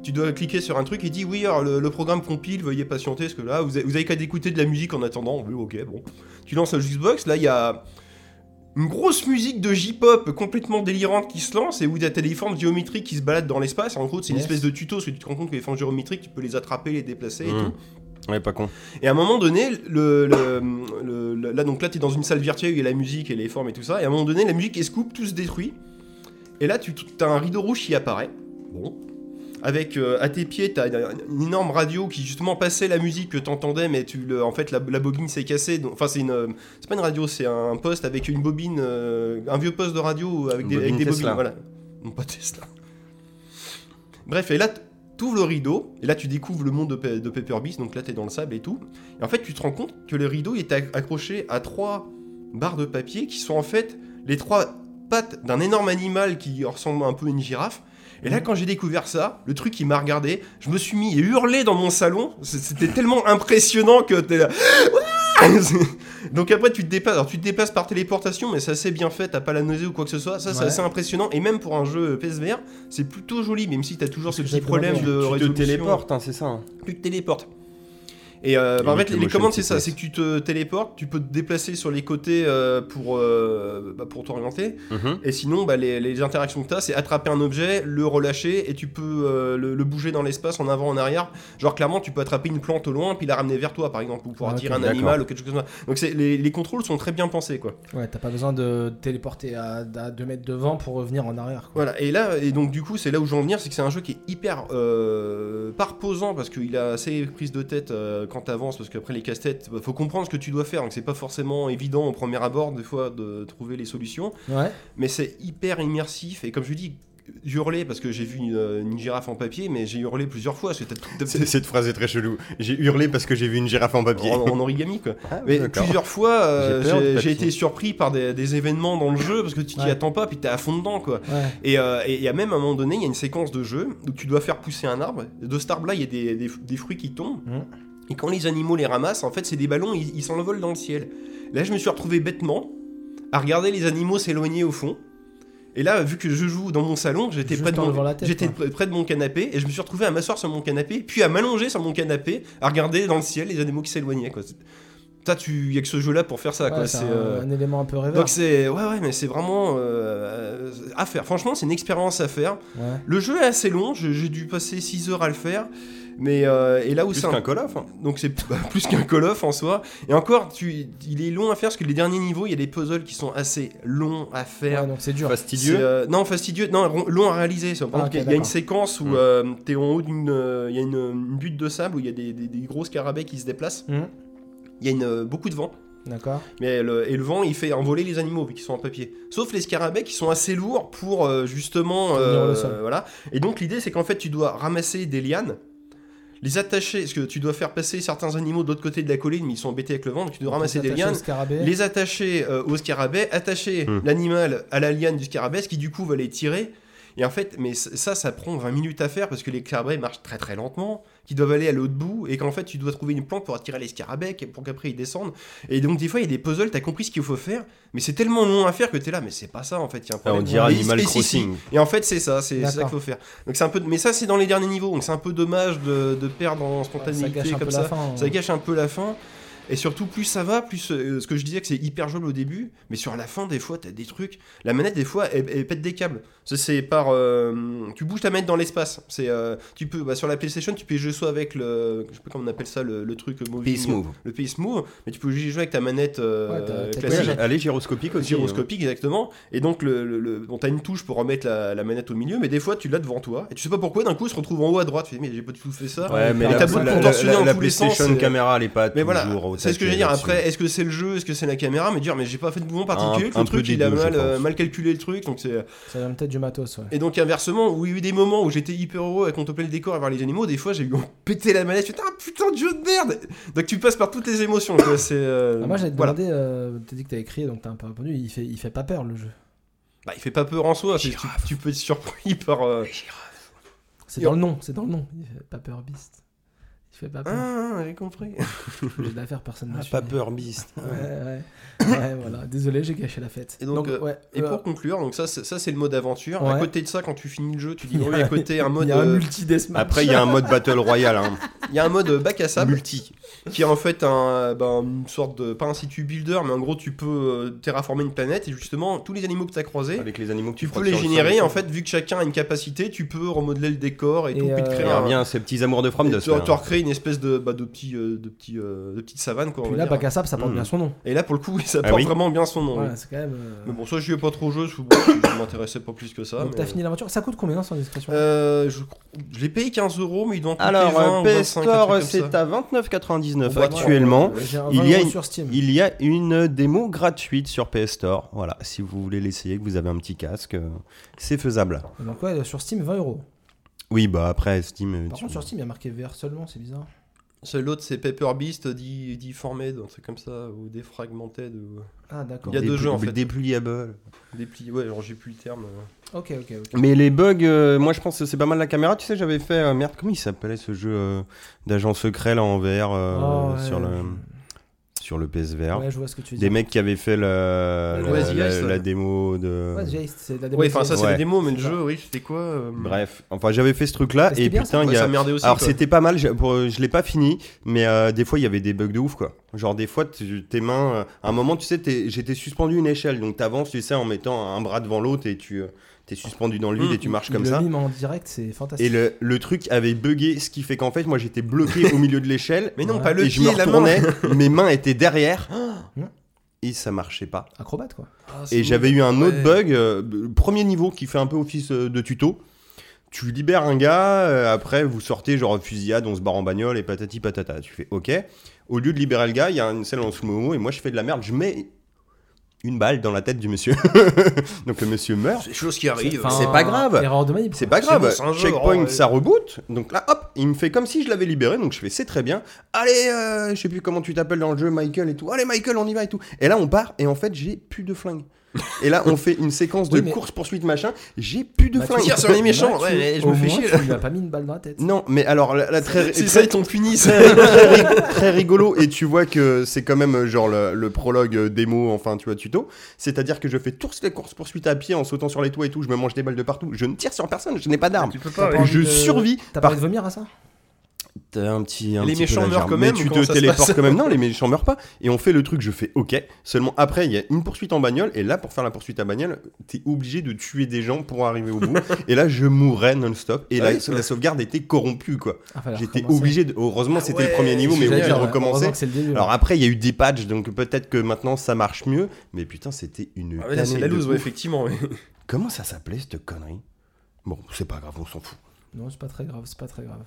Speaker 2: tu dois cliquer sur un truc et dit oui, alors le, le programme compile, veuillez patienter, parce que là, vous avez, vous avez qu'à écouter de la musique en attendant. Oui, ok, bon. Tu lances le Xbox, là, il y a une grosse musique de J-pop complètement délirante qui se lance et où t'as t'as des formes géométriques qui se baladent dans l'espace. En gros, c'est une
Speaker 1: Yes.
Speaker 2: espèce de tuto, parce que tu te rends compte que les formes géométriques, tu peux les attraper, les déplacer et
Speaker 3: Mm.
Speaker 2: tout.
Speaker 3: Ouais, pas con.
Speaker 2: Et à un moment donné, le, le- le- le- là, donc là, t'es dans une salle virtuelle, où il y a la musique et les formes et tout ça. Et à un moment donné, la musique, elle se coupe, tout se détruit. Et là, tu as un rideau rouge qui apparaît. Bon. Avec euh, à tes pieds, t'as une, une énorme radio qui justement passait la musique que t'entendais, mais tu le, en fait la, la bobine s'est cassée. donc- Enfin, c'est une, euh, c'est pas une radio, c'est un poste avec une bobine, euh, un vieux poste de radio avec
Speaker 3: Une
Speaker 2: des, avec
Speaker 3: bobine
Speaker 2: des
Speaker 3: Tesla.
Speaker 2: bobines. Voilà. Non, pas Tesla. Bref, et là, t'ouvres le rideau, et là, tu découvres le monde de, Pe- de Pepper Beast, donc là, t'es dans le sable et tout. Et en fait, tu te rends compte que le rideau est acc- accroché à trois barres de papier qui sont en fait les trois pattes d'un énorme animal qui ressemble un peu à une girafe. Et là, quand j'ai découvert ça, le truc qui m'a regardé, je me suis mis et hurlé dans mon salon. C- C'était tellement impressionnant que t'es là. *laughs* Donc après, tu te dépasses. Alors, tu te dépasses par téléportation, mais c'est assez bien fait. T'as pas la nausée ou quoi que ce soit. Ça, c'est
Speaker 1: Ouais.
Speaker 2: assez impressionnant. Et même pour un jeu PSVR, c'est plutôt joli, même si t'as toujours
Speaker 1: Parce
Speaker 2: ce
Speaker 1: que
Speaker 2: petit
Speaker 1: j'allais te
Speaker 2: problème
Speaker 1: demander,
Speaker 2: de
Speaker 3: Tu te
Speaker 2: résolution
Speaker 3: téléportes, hein, c'est ça. hein.
Speaker 2: tu te téléportes. Et euh, bah,
Speaker 3: Et
Speaker 2: en
Speaker 3: oui,
Speaker 2: fait,
Speaker 3: le
Speaker 2: les
Speaker 3: motion
Speaker 2: commandes, c'est ça
Speaker 3: sickness.
Speaker 2: c'est que tu te téléportes, tu peux te déplacer sur les côtés euh, pour, euh, bah, pour t'orienter.
Speaker 3: Mhm.
Speaker 2: Et sinon, bah, les, les interactions que tu as, c'est attraper un objet, le relâcher, et tu peux euh, le, le bouger dans l'espace en avant, en arrière. Genre, clairement, tu peux attraper une plante au loin, puis la ramener vers toi, par exemple, ou pour
Speaker 1: Ah,
Speaker 2: attirer
Speaker 1: ok,
Speaker 2: un
Speaker 3: d'accord.
Speaker 2: animal ou quelque chose comme ça. Donc, c'est- les, les contrôles sont très bien pensés, quoi.
Speaker 1: Ouais, t'as pas besoin de téléporter à, à 2 mètres devant pour revenir en arrière. Quoi.
Speaker 2: Voilà, et là, et donc du coup, c'est là où je veux en venir, c'est que c'est un jeu qui est hyper euh, parposant parce qu'il a assez prise de tête euh, quand t'avances, parce qu'après les casse-têtes, bah, faut comprendre ce que tu dois faire, donc c'est pas forcément évident au premier abord, des fois, de trouver les solutions,
Speaker 1: Ouais.
Speaker 2: mais c'est hyper immersif, et comme je vous dis, hurler, parce que j'ai vu une, euh, une girafe en papier, mais j'ai hurlé plusieurs fois, parce que t'as- t'as-
Speaker 3: C'est- Cette phrase est très chelou. J'ai hurlé parce que j'ai vu une girafe en *laughs* papier.
Speaker 2: en, en origami, quoi.
Speaker 3: Ah,
Speaker 2: Mais
Speaker 3: d'accord.
Speaker 2: plusieurs fois, euh,
Speaker 3: J'ai peur du
Speaker 2: j'ai- j'ai
Speaker 3: papier.
Speaker 2: été surpris par des, des événements dans le jeu, parce que tu t'y
Speaker 1: Ouais.
Speaker 2: attends pas, puis t'es à fond dedans, quoi.
Speaker 1: Ouais.
Speaker 2: Et euh, et il y a même à un moment donné, il y a une séquence de jeu où tu dois faire pousser un arbre. De cet arbre-là, il y a des, des- des fruits qui tombent.
Speaker 1: Mhm.
Speaker 2: Et quand les animaux les ramassent, en fait, c'est des ballons, ils ils s'envolent dans le ciel. Là, je me suis retrouvé bêtement à regarder les animaux s'éloigner au fond. Et là, vu que je joue dans mon salon, j'étais
Speaker 1: Juste
Speaker 2: près, de
Speaker 1: en
Speaker 2: mon-
Speaker 1: levant la tête,
Speaker 2: j'étais
Speaker 1: quoi.
Speaker 2: pr- près de mon canapé et je me suis retrouvé à m'asseoir sur mon canapé, puis à m'allonger sur mon canapé, à regarder dans le ciel les animaux qui s'éloignaient. quoi. C'est- Ça, tu y a que ce jeu-là pour faire ça. quoi.
Speaker 1: Ouais, c'est
Speaker 2: C'est,
Speaker 1: un,
Speaker 2: euh,
Speaker 1: un élément un peu rêveur.
Speaker 2: donc c'est ouais ouais mais c'est vraiment euh, à faire. Franchement c'est une expérience à faire.
Speaker 1: Ouais.
Speaker 2: Le jeu est assez long, je- j'ai dû passer 6 heures à le faire. Mais euh, et là où
Speaker 3: Plus
Speaker 2: c'est un-
Speaker 3: qu'un
Speaker 2: *laughs*
Speaker 3: Call of. hein.
Speaker 2: donc c'est bah, plus qu'un Call of en soi. Et encore tu il est long à faire parce que les derniers niveaux il y a des puzzles qui sont assez longs à faire.
Speaker 1: Ouais, donc c'est dur.
Speaker 2: C'est,
Speaker 3: Fastidieux.
Speaker 2: euh, non, fastidieux, non, ron- long à réaliser. ça. Par
Speaker 1: Ah, ok,
Speaker 2: exemple, il y a une
Speaker 1: d'accord.
Speaker 2: séquence où
Speaker 3: Mm.
Speaker 2: euh, t'es en haut d'une. euh, Il y a une, une butte de sable où il y a des, des, des gros scarabées qui se déplacent.
Speaker 1: Mm.
Speaker 2: Il y a une, euh, beaucoup de vent.
Speaker 1: D'accord.
Speaker 2: Mais le, et le vent, il fait envoler les animaux vu qu'ils sont en papier. Sauf les scarabées qui sont assez lourds pour euh, justement.
Speaker 1: Tenir
Speaker 2: euh,
Speaker 1: le sol.
Speaker 2: voilà. Et donc l'idée, c'est qu'en fait, tu dois ramasser des lianes, les attacher, parce que tu dois faire passer certains animaux de l'autre côté de la colline, mais ils sont embêtés avec le vent, donc tu dois
Speaker 1: Donc,
Speaker 2: ramasser des
Speaker 1: t'attaches
Speaker 2: lianes,
Speaker 1: au scarabée.
Speaker 2: les attacher euh, au scarabée, attacher
Speaker 3: Hmm.
Speaker 2: l'animal à la liane du scarabée, ce qui du coup va les tirer. Et en fait, mais c- ça, ça prend 20 minutes à faire parce que les scarabées marchent très très lentement, qui doivent aller à l'autre bout, et qu'en fait, tu dois trouver une planque pour attirer les scarabées, et pour qu'après ils descendent. Et donc, des fois, il y a des puzzles, t'as compris ce qu'il faut faire, mais c'est tellement long à faire que t'es là, mais c'est pas ça en fait. il Y a un
Speaker 3: Ah, on
Speaker 2: problème.
Speaker 3: dirait
Speaker 2: Et-
Speaker 3: Animal
Speaker 2: et si, si,
Speaker 3: Crossing.
Speaker 2: et en fait, c'est ça, c'est c'est ça qu'il
Speaker 1: D'accord.
Speaker 2: faut faire. Donc c'est un peu, mais ça c'est dans les derniers niveaux, donc c'est un peu dommage de, de perdre en
Speaker 1: Ça
Speaker 2: spontanéité
Speaker 1: gâche un peu
Speaker 2: comme
Speaker 1: la
Speaker 2: ça.
Speaker 1: fin. hein.
Speaker 2: Ça gâche un peu la fin. Et surtout, plus ça va, plus euh, ce que je disais que c'est hyper jouable au début, mais sur la fin, des fois, t'as des trucs. La manette, des fois, elle, elle pète des câbles. Ça, c'est par. euh, tu bouges ta manette dans l'espace. C'est, euh, tu peux, bah, sur la PlayStation, tu peux jouer soit avec le. Je sais pas comment on appelle ça, le, le truc euh, mobile.
Speaker 3: Peace Move.
Speaker 2: Le PS Move, mais tu peux y jouer avec ta manette euh,
Speaker 1: Ouais, t'as- t'as
Speaker 2: classique.
Speaker 1: Ouais,
Speaker 3: allez, gyroscopique aussi.
Speaker 2: Gyroscopique,
Speaker 1: hein.
Speaker 2: exactement. Et donc, le, le- le- bon, t'as une touche pour remettre la, la manette au milieu, mais des fois, tu l'as devant toi. Et tu sais pas pourquoi, d'un coup, elle se retrouve en haut à droite. Tu fais, mais j'ai pas du tout fait ça.
Speaker 3: Ouais, mais la,
Speaker 2: t'as beau te
Speaker 3: la- la-
Speaker 2: contorsionner
Speaker 3: la-
Speaker 2: en
Speaker 3: la
Speaker 2: tous les sens,
Speaker 3: PlayStation
Speaker 2: euh,
Speaker 3: caméra, elle est pas
Speaker 2: Mais
Speaker 3: toujours
Speaker 2: voilà,
Speaker 3: au
Speaker 2: c'est ce que je
Speaker 3: taquet
Speaker 2: veux dire.
Speaker 3: là-dessus.
Speaker 2: Après, est-ce que c'est le jeu, est-ce que c'est la caméra Me dire, mais j'ai pas fait de mouvement particulier,
Speaker 3: un
Speaker 2: le
Speaker 3: peu
Speaker 2: truc,
Speaker 3: des
Speaker 2: il a
Speaker 3: deux, je
Speaker 2: mal, euh,
Speaker 3: pense.
Speaker 2: mal calculé le truc. Donc c'est...
Speaker 1: Ça donne peut-être du matos, ouais.
Speaker 2: Et donc, inversement, où il y a eu des moments où j'étais hyper heureux à contempler le décor et voir les animaux, des fois j'ai eu envie de péter la manette, je fais, ah putain de jeu de merde Donc tu passes par toutes les émotions. quoi, c'est, euh,
Speaker 1: Ah, moi, j'allais te
Speaker 2: voilà.
Speaker 1: demander, euh, t'as dit que t'avais crié, donc t'as un peu répondu. Il fait, il fait pas peur le jeu.
Speaker 2: Bah, il fait pas peur en soi, c'est- tu, tu peux être surpris par. euh,
Speaker 1: C'est dans le nom, c'est dans le nom. Il fait pas peur, Beast. Il fait pas peur.
Speaker 2: Ah, j'ai compris.
Speaker 1: Je voulais la faire, personne m'a
Speaker 3: Ah,
Speaker 1: suivi.
Speaker 3: pas peur, Beast.
Speaker 1: Ouais, ouais. Ouais, voilà. Désolé, j'ai gâché la fête.
Speaker 2: Et donc, euh,
Speaker 1: ouais,
Speaker 2: Et
Speaker 1: euh,
Speaker 2: pour conclure, donc ça, c'est- ça c'est le mode aventure. À
Speaker 1: Ouais.
Speaker 2: côté de ça, quand tu finis le
Speaker 1: *laughs*
Speaker 2: jeu, tu dis
Speaker 1: Il y
Speaker 2: oui,
Speaker 1: a-
Speaker 2: à côté un mode,
Speaker 1: il y a un
Speaker 2: euh,
Speaker 1: multi deathmatch.
Speaker 3: Après, il y a un mode Battle Royale. hein.
Speaker 2: il y a un mode bac à sable.
Speaker 3: Multi.
Speaker 2: qui est en fait un, ben, une sorte de. pas un situ builder, mais en gros, tu peux euh, terraformer une planète et justement, tous les animaux que tu as croisés.
Speaker 3: Avec les animaux que
Speaker 2: Tu
Speaker 3: tu
Speaker 2: peux
Speaker 3: frottes
Speaker 2: les
Speaker 3: sur le sol.
Speaker 2: générer, en fait, vu que chacun a une capacité, tu peux remodeler le décor et,
Speaker 1: Et
Speaker 2: tout, puis te
Speaker 1: euh,
Speaker 2: créer
Speaker 3: Il
Speaker 2: un.
Speaker 3: revient à ses petits amours de From
Speaker 2: et tu, tu recrées une espèce de, bah, de, petit, euh, de, petit, euh, de petite savane, quoi. on
Speaker 1: Puis
Speaker 2: va
Speaker 1: là,
Speaker 2: dire.
Speaker 1: bac à sable, ça porte
Speaker 3: Mm.
Speaker 1: bien son nom.
Speaker 2: Et là, pour le coup, *laughs* ça
Speaker 3: Ah
Speaker 2: porte
Speaker 3: oui.
Speaker 2: vraiment bien son nom. oui.
Speaker 1: Voilà, c'est quand même. euh,
Speaker 2: Mais bon, ça, je ai pas trop joué, je, bon, je- je m'intéressais pas plus que ça.
Speaker 1: Donc
Speaker 2: mais-
Speaker 1: t'as fini l'aventure. Ça coûte combien sans discrétion
Speaker 2: Euh, je, crois- je l'ai payé 15 euros, mais il doit en coûter
Speaker 3: Alors,
Speaker 2: 20
Speaker 3: euh,
Speaker 2: ou
Speaker 3: PS
Speaker 2: 25, un truc
Speaker 3: Store,
Speaker 2: comme
Speaker 3: c'est
Speaker 2: ça.
Speaker 3: à 29,99
Speaker 2: Voilà.
Speaker 3: euh, actuellement.
Speaker 1: euh, J'ai un
Speaker 3: il y
Speaker 1: 20
Speaker 3: a
Speaker 1: euros
Speaker 3: une-
Speaker 1: sur Steam.
Speaker 3: Il y a une démo gratuite sur PS Store. Voilà, si vous voulez l'essayer, que vous avez un petit casque, euh, c'est faisable.
Speaker 1: Donc ouais, sur Steam, 20 euros.
Speaker 3: Oui, bah après, Steam. euh,
Speaker 1: Par
Speaker 3: tu-
Speaker 1: contre, sur Steam, il y a marqué VR seulement, c'est bizarre.
Speaker 2: Seul L'autre, c'est Paper Beast, euh, dit, dit Formed, un truc comme ça, ou Defragmented, ou.
Speaker 1: Ah, d'accord.
Speaker 2: Il y a deux
Speaker 3: Dépli-
Speaker 2: jeux, en fait.
Speaker 3: Dépliable.
Speaker 2: Dépli... Ouais, alors j'ai plus le terme. euh.
Speaker 1: Ok, ok, ok.
Speaker 3: Mais les bugs, euh, moi je pense que c'est pas mal la caméra. Tu sais, j'avais fait. euh, merde, comment il s'appelait ce jeu euh, d'agent secret là en VR euh,
Speaker 1: Ah, ouais,
Speaker 3: sur, le,
Speaker 1: je-
Speaker 3: sur le PSVR
Speaker 1: Ouais, je vois ce que tu
Speaker 3: Ah. Des
Speaker 1: dis.
Speaker 3: mecs qui avaient fait la, la,
Speaker 2: Ouais, The
Speaker 3: la-
Speaker 2: Ice,
Speaker 3: la
Speaker 2: ouais.
Speaker 3: démo de.
Speaker 1: Ouais, Jace, c'est de la démo.
Speaker 2: Oui, enfin, ça, c'est
Speaker 3: euh, Ouais.
Speaker 2: la démo, mais le
Speaker 1: C'est
Speaker 2: jeu, oui, c'était quoi euh,
Speaker 3: Bref, enfin j'avais fait ce truc là
Speaker 1: Mais c'était
Speaker 3: et
Speaker 1: bien,
Speaker 3: putain, il
Speaker 2: ouais,
Speaker 3: y a.
Speaker 2: Bah, ça merdait aussi.
Speaker 3: Alors
Speaker 2: quoi.
Speaker 3: c'était pas mal, je, pour- je l'ai pas fini, mais euh, des fois il y avait des bugs de ouf quoi. Genre des fois tu- tes mains, euh, à un moment tu sais t'es- j'étais suspendu une échelle, donc t'avances tu sais en mettant un bras devant l'autre et tu euh, t'es suspendu dans le vide
Speaker 2: Mmh,
Speaker 3: et tu marches comme
Speaker 1: le
Speaker 3: ça.
Speaker 1: mime en direct, c'est
Speaker 3: Et
Speaker 1: fantastique.
Speaker 3: le, le truc avait bugué, ce qui fait qu'en fait moi j'étais bloqué au milieu de l'échelle.
Speaker 2: *laughs* Mais non,
Speaker 1: Ouais.
Speaker 2: pas le
Speaker 3: et je me
Speaker 2: pied, la main. *laughs* Oh,
Speaker 3: retournais, mes mains étaient derrière
Speaker 1: Mmh.
Speaker 3: et ça marchait pas.
Speaker 1: Acrobate, quoi.
Speaker 2: Ah, c'est
Speaker 3: Et j'avais
Speaker 2: bon.
Speaker 3: eu un autre
Speaker 2: Ouais.
Speaker 3: bug, euh, le premier niveau qui fait un peu office euh, de tuto. Tu libères un gars, euh, après vous sortez genre fusillade, on se barre en bagnole et patati patata. Tu fais ok. Au lieu de libérer le gars, il y a une scène en slow et moi je fais de la merde, je mets une balle dans la tête du monsieur. *laughs* Donc le monsieur meurt.
Speaker 2: C'est des choses qui arrivent.
Speaker 1: Enfin,
Speaker 3: c'est pas grave.
Speaker 1: Erreur de manip.
Speaker 3: C'est
Speaker 1: quoi.
Speaker 3: pas
Speaker 2: C'est
Speaker 3: grave,
Speaker 2: bon, c'est un jeu,
Speaker 3: checkpoint
Speaker 2: ouais.
Speaker 3: ça reboot, donc là hop, il me fait comme si je l'avais libéré, donc je fais c'est très bien, allez, euh, je sais plus comment tu t'appelles dans le jeu, Michael et tout, allez Michael, on y va et tout. Et là on part, et en fait j'ai plus de flingue. Et là on fait
Speaker 2: *laughs*
Speaker 3: une séquence de
Speaker 1: Oui, mais-
Speaker 3: course-poursuite machin, j'ai plus de
Speaker 1: Bah, tu
Speaker 3: flingue.
Speaker 2: tires sur les méchants,
Speaker 1: Là, tu-
Speaker 2: ouais, mais je me
Speaker 1: au
Speaker 2: fais
Speaker 1: moins,
Speaker 2: chier,
Speaker 1: Tu lui as pas mis une balle dans la tête.
Speaker 3: *laughs* Non, mais alors la, la
Speaker 2: *laughs* C'est
Speaker 3: très, très-
Speaker 2: ça, ils t'ont puni, ça.
Speaker 3: très ri- très rigolo et tu vois que c'est quand même euh, genre le, le prologue euh, démo enfin tu vois tuto c'est à dire que je fais tous les courses poursuites à pied en sautant sur les toits et tout je me mange des balles de partout je ne tire sur personne je n'ai pas d'arme
Speaker 2: Tu peux
Speaker 1: pas,
Speaker 2: pas.
Speaker 1: ouais. envie
Speaker 3: je
Speaker 1: de-
Speaker 3: survis
Speaker 1: T'as
Speaker 3: par
Speaker 1: parlé de vomir à ça
Speaker 3: T'as un petit, un
Speaker 2: Les
Speaker 3: petit peu
Speaker 2: méchants
Speaker 3: la
Speaker 2: meurent
Speaker 3: germe.
Speaker 2: quand
Speaker 3: Mais
Speaker 2: même,
Speaker 3: tu
Speaker 2: ou comment
Speaker 3: te
Speaker 2: ça se
Speaker 3: téléportes
Speaker 2: passe *laughs*
Speaker 3: quand même. Non, les méchants meurent pas. Et on fait le truc, je fais OK. Seulement après, il y a une poursuite en bagnole. Et là, pour faire la poursuite à bagnole, t'es obligé de tuer des gens pour arriver au
Speaker 2: *laughs*
Speaker 3: bout. et là, je mourais non-stop. Et
Speaker 2: Ah
Speaker 3: là,
Speaker 2: oui,
Speaker 3: la sauvegarde était corrompue, quoi.
Speaker 1: Ah, fallait
Speaker 3: J'étais
Speaker 1: recommencer.
Speaker 3: obligé de. Heureusement,
Speaker 2: Ah
Speaker 3: c'était le
Speaker 2: ouais,
Speaker 3: premier niveau,
Speaker 2: c'est
Speaker 3: mais
Speaker 2: ce que
Speaker 3: obligé de
Speaker 2: j'allais dire,
Speaker 3: recommencer.
Speaker 1: Heureusement que c'est le début. hein.
Speaker 3: Alors après, il y a eu des patchs, donc peut-être que maintenant ça marche mieux. Mais putain, c'était une.
Speaker 2: Ah ouais, là, c'est
Speaker 3: tannée
Speaker 2: la
Speaker 3: de
Speaker 2: loose,
Speaker 3: ouf.
Speaker 2: ouais, effectivement. ouais.
Speaker 3: Comment ça s'appelait cette connerie Bon, c'est pas grave, on s'en fout.
Speaker 1: Non, c'est pas très grave, c'est pas très grave.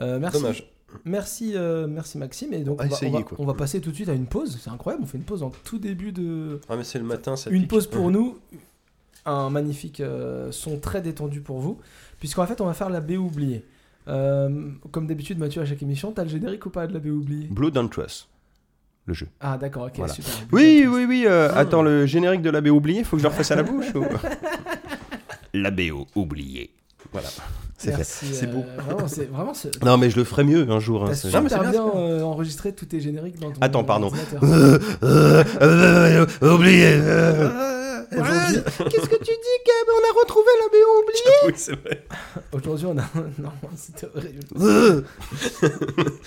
Speaker 1: Euh, merci.
Speaker 2: Dommage.
Speaker 1: Merci, euh, merci Maxime. Et donc,
Speaker 2: Ah,
Speaker 1: on, va,
Speaker 2: essayez,
Speaker 1: on va-
Speaker 2: quoi.
Speaker 1: on va passer tout de suite à une pause. C'est incroyable, on fait une pause en tout début de.
Speaker 2: Ah, mais c'est le matin, ça.
Speaker 1: Une
Speaker 2: pique.
Speaker 1: pause pour nous, un magnifique euh, son très détendu pour vous, puisqu'en fait, on va faire la B oubliée. Euh, comme d'habitude, Mathieu, à chaque émission, t'as le générique ou pas de la B oubliée
Speaker 3: Blood and Trust, le jeu.
Speaker 1: Ah, d'accord, ok,
Speaker 3: Voilà.
Speaker 1: super.
Speaker 3: Oui, oui, oui. euh,
Speaker 2: Hmm.
Speaker 3: Attends, le générique de l'abbé oublié, faut que je le refasse à la bouche. ou- la BO oubliée. Voilà, c'est fait.
Speaker 1: Merci,
Speaker 2: C'est
Speaker 1: euh,
Speaker 2: beau.
Speaker 1: Vraiment, c'est vraiment. c'est-
Speaker 3: Non, mais je le ferai mieux un jour. hein,
Speaker 1: T'as
Speaker 3: c'est-
Speaker 1: super
Speaker 2: mais c'est
Speaker 1: bien,
Speaker 2: bien, c'est
Speaker 1: euh, enregistré tous tes génériques dans ton
Speaker 3: Attends, pardon.
Speaker 1: ordinateur.
Speaker 3: *laughs* Euh, euh, euh, euh, oublié. euh.
Speaker 1: Aujourd'hui-
Speaker 3: Qu'est-ce que tu dis, Gab On a retrouvé la BO oubliée.
Speaker 2: Oui, c'est vrai.
Speaker 1: Aujourd'hui, on a. *laughs*
Speaker 3: *laughs*
Speaker 1: Non, c'était horrible.
Speaker 3: Euh,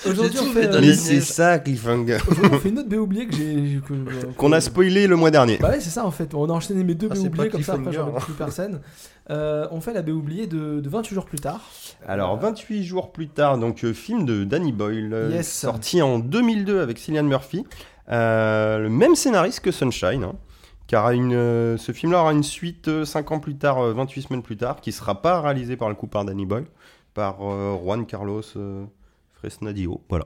Speaker 1: Aujourd'hui, on,
Speaker 2: tout
Speaker 1: fait,
Speaker 2: fait dans
Speaker 1: euh,
Speaker 3: Mais
Speaker 2: les-
Speaker 3: c'est ça, Cliffhanger.
Speaker 1: aujourd'hui, on fait une autre B oubliée que j'ai. que-
Speaker 3: Qu'on a spoilé le mois dernier.
Speaker 1: Bah ouais, c'est ça en fait. On a enchaîné mes deux
Speaker 2: Ah,
Speaker 1: B
Speaker 2: c'est
Speaker 1: oubliées
Speaker 2: pas
Speaker 1: comme ça, après
Speaker 2: cliffhanger,
Speaker 1: j'en ai
Speaker 2: hein.
Speaker 1: plus personne. Euh, on fait la B oubliée de, de 28 jours plus tard.
Speaker 3: Alors, 28 jours plus tard, donc euh, film de Danny Boyle, euh,
Speaker 1: Yes.
Speaker 3: sorti en 2002 avec Cillian Murphy, euh, le même scénariste que Sunshine, hein, car une, euh, ce film-là aura une suite 5 ans plus tard, euh, 28 semaines plus tard, qui sera pas réalisé par le coup par Danny Boyle, par euh, Juan Carlos euh, Fresnadillo, voilà.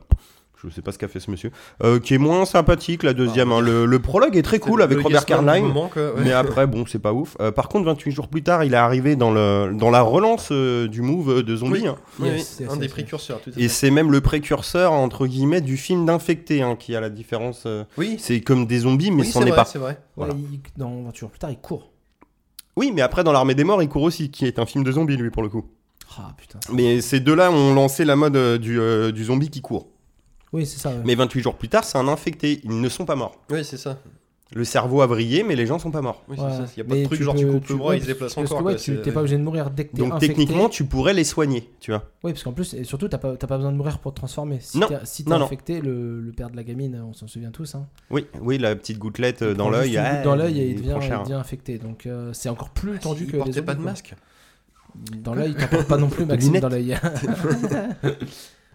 Speaker 3: Je sais pas ce qu'a fait ce monsieur, Euh, qui est moins sympathique la deuxième. hein. Le, le prologue est très cool avec
Speaker 2: Bah, Le
Speaker 3: Robert
Speaker 2: Gasman du
Speaker 3: Carlyle.
Speaker 2: moment, quoi, ouais.
Speaker 3: Mais après, bon, c'est pas ouf. Euh, par contre, 28 jours plus tard, il est arrivé dans, le, dans la relance euh, du move euh, de zombie.
Speaker 2: Oui.
Speaker 3: hein.
Speaker 2: Oui,
Speaker 1: Yes,
Speaker 2: oui,
Speaker 1: yes,
Speaker 2: un
Speaker 1: yes,
Speaker 2: des
Speaker 1: yes.
Speaker 2: précurseurs, tout à
Speaker 3: Et
Speaker 2: fait.
Speaker 3: c'est même le précurseur, entre guillemets, du film d'infecté, hein, qui a la différence. euh,
Speaker 2: Oui,
Speaker 3: c'est comme des zombies, mais
Speaker 2: oui,
Speaker 3: c'en
Speaker 2: c'est
Speaker 3: est
Speaker 2: vrai,
Speaker 3: pas.
Speaker 2: C'est vrai.
Speaker 3: Voilà.
Speaker 1: Ouais, il- dans 28 jours plus tard, il court.
Speaker 3: Oui, mais après, dans l'armée des morts, il court aussi, qui est un film de zombie, lui, pour le coup.
Speaker 1: Ah putain.
Speaker 3: Mais ces deux-là ont lancé la mode euh, du, euh, du zombie qui court.
Speaker 1: Oui, c'est ça. ouais.
Speaker 3: Mais 28 jours plus tard, c'est un infecté. Ils ne sont pas morts.
Speaker 2: Oui, c'est ça.
Speaker 3: Le cerveau a vrillé, mais les gens sont pas morts.
Speaker 2: Oui,
Speaker 1: Ouais.
Speaker 2: c'est ça. Il y a pas
Speaker 1: Mais
Speaker 2: de truc
Speaker 1: tu
Speaker 2: genre tu
Speaker 1: peux-
Speaker 2: coupes
Speaker 1: tu-
Speaker 2: le bras,
Speaker 1: ouais,
Speaker 2: ils se déplacent
Speaker 1: Parce que
Speaker 2: encore.
Speaker 1: ouais,
Speaker 2: quoi,
Speaker 1: tu
Speaker 2: c'est-
Speaker 1: t'es pas obligé de mourir dès que t'es
Speaker 3: Donc
Speaker 1: infecté.
Speaker 3: techniquement, tu pourrais les soigner, tu vois.
Speaker 1: Oui, parce qu'en plus, et surtout, t'as pas, t'as pas besoin de mourir pour te transformer. Si
Speaker 3: Non.
Speaker 1: t'es si t'es
Speaker 3: Non, non.
Speaker 1: infecté, le, le père de la gamine, on s'en souvient tous. Hein,
Speaker 3: Oui, oui, la petite gouttelette euh,
Speaker 1: il
Speaker 3: dans
Speaker 1: prend
Speaker 3: l'œil.
Speaker 1: juste une
Speaker 3: ah,
Speaker 1: goutte Dans l'œil et il
Speaker 3: prend
Speaker 1: devient, il
Speaker 3: cher. hein.
Speaker 1: devient infecté. Donc euh, c'est encore plus tendu
Speaker 2: Ils
Speaker 1: que les
Speaker 2: portaient Ah, pas de
Speaker 1: zombies, quoi.
Speaker 2: masque.
Speaker 1: Dans l'œil, t'en portes pas non
Speaker 3: *laughs*
Speaker 1: plus, Maxime,
Speaker 3: Lunettes.
Speaker 1: dans l'œil.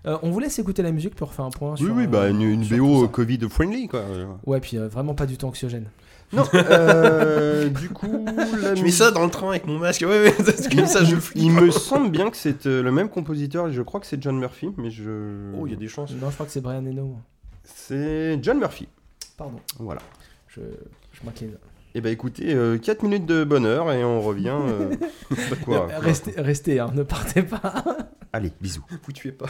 Speaker 1: Euh, on vous laisse écouter la musique pour faire un point
Speaker 3: Oui,
Speaker 1: sur.
Speaker 3: oui,
Speaker 1: euh,
Speaker 3: bah une, une
Speaker 1: sur tout
Speaker 3: BO
Speaker 1: ça.
Speaker 3: Covid friendly quoi.
Speaker 1: Ouais, puis euh, vraiment pas du tout anxiogène.
Speaker 3: Non, *laughs* euh, du coup, la
Speaker 2: Je mets
Speaker 3: musique-
Speaker 2: ça dans le train avec mon masque. Ouais, ouais, parce que ça, je *laughs* flippe.
Speaker 3: Il me semble bien que c'est euh, le même compositeur et je crois que c'est John Murphy, mais je.
Speaker 2: Oh, il y a des chances.
Speaker 1: Non, je crois que c'est Brian Eno.
Speaker 3: C'est John Murphy.
Speaker 1: Pardon,
Speaker 3: Voilà.
Speaker 1: je, je m'incline.
Speaker 3: Et bah écoutez, 4 minutes de bonheur et on revient.
Speaker 2: *laughs*
Speaker 3: euh, bah, quoi,
Speaker 1: Euh, Restez, restez hein, ne partez pas.
Speaker 3: Allez, bisous.
Speaker 2: Vous tuez pas.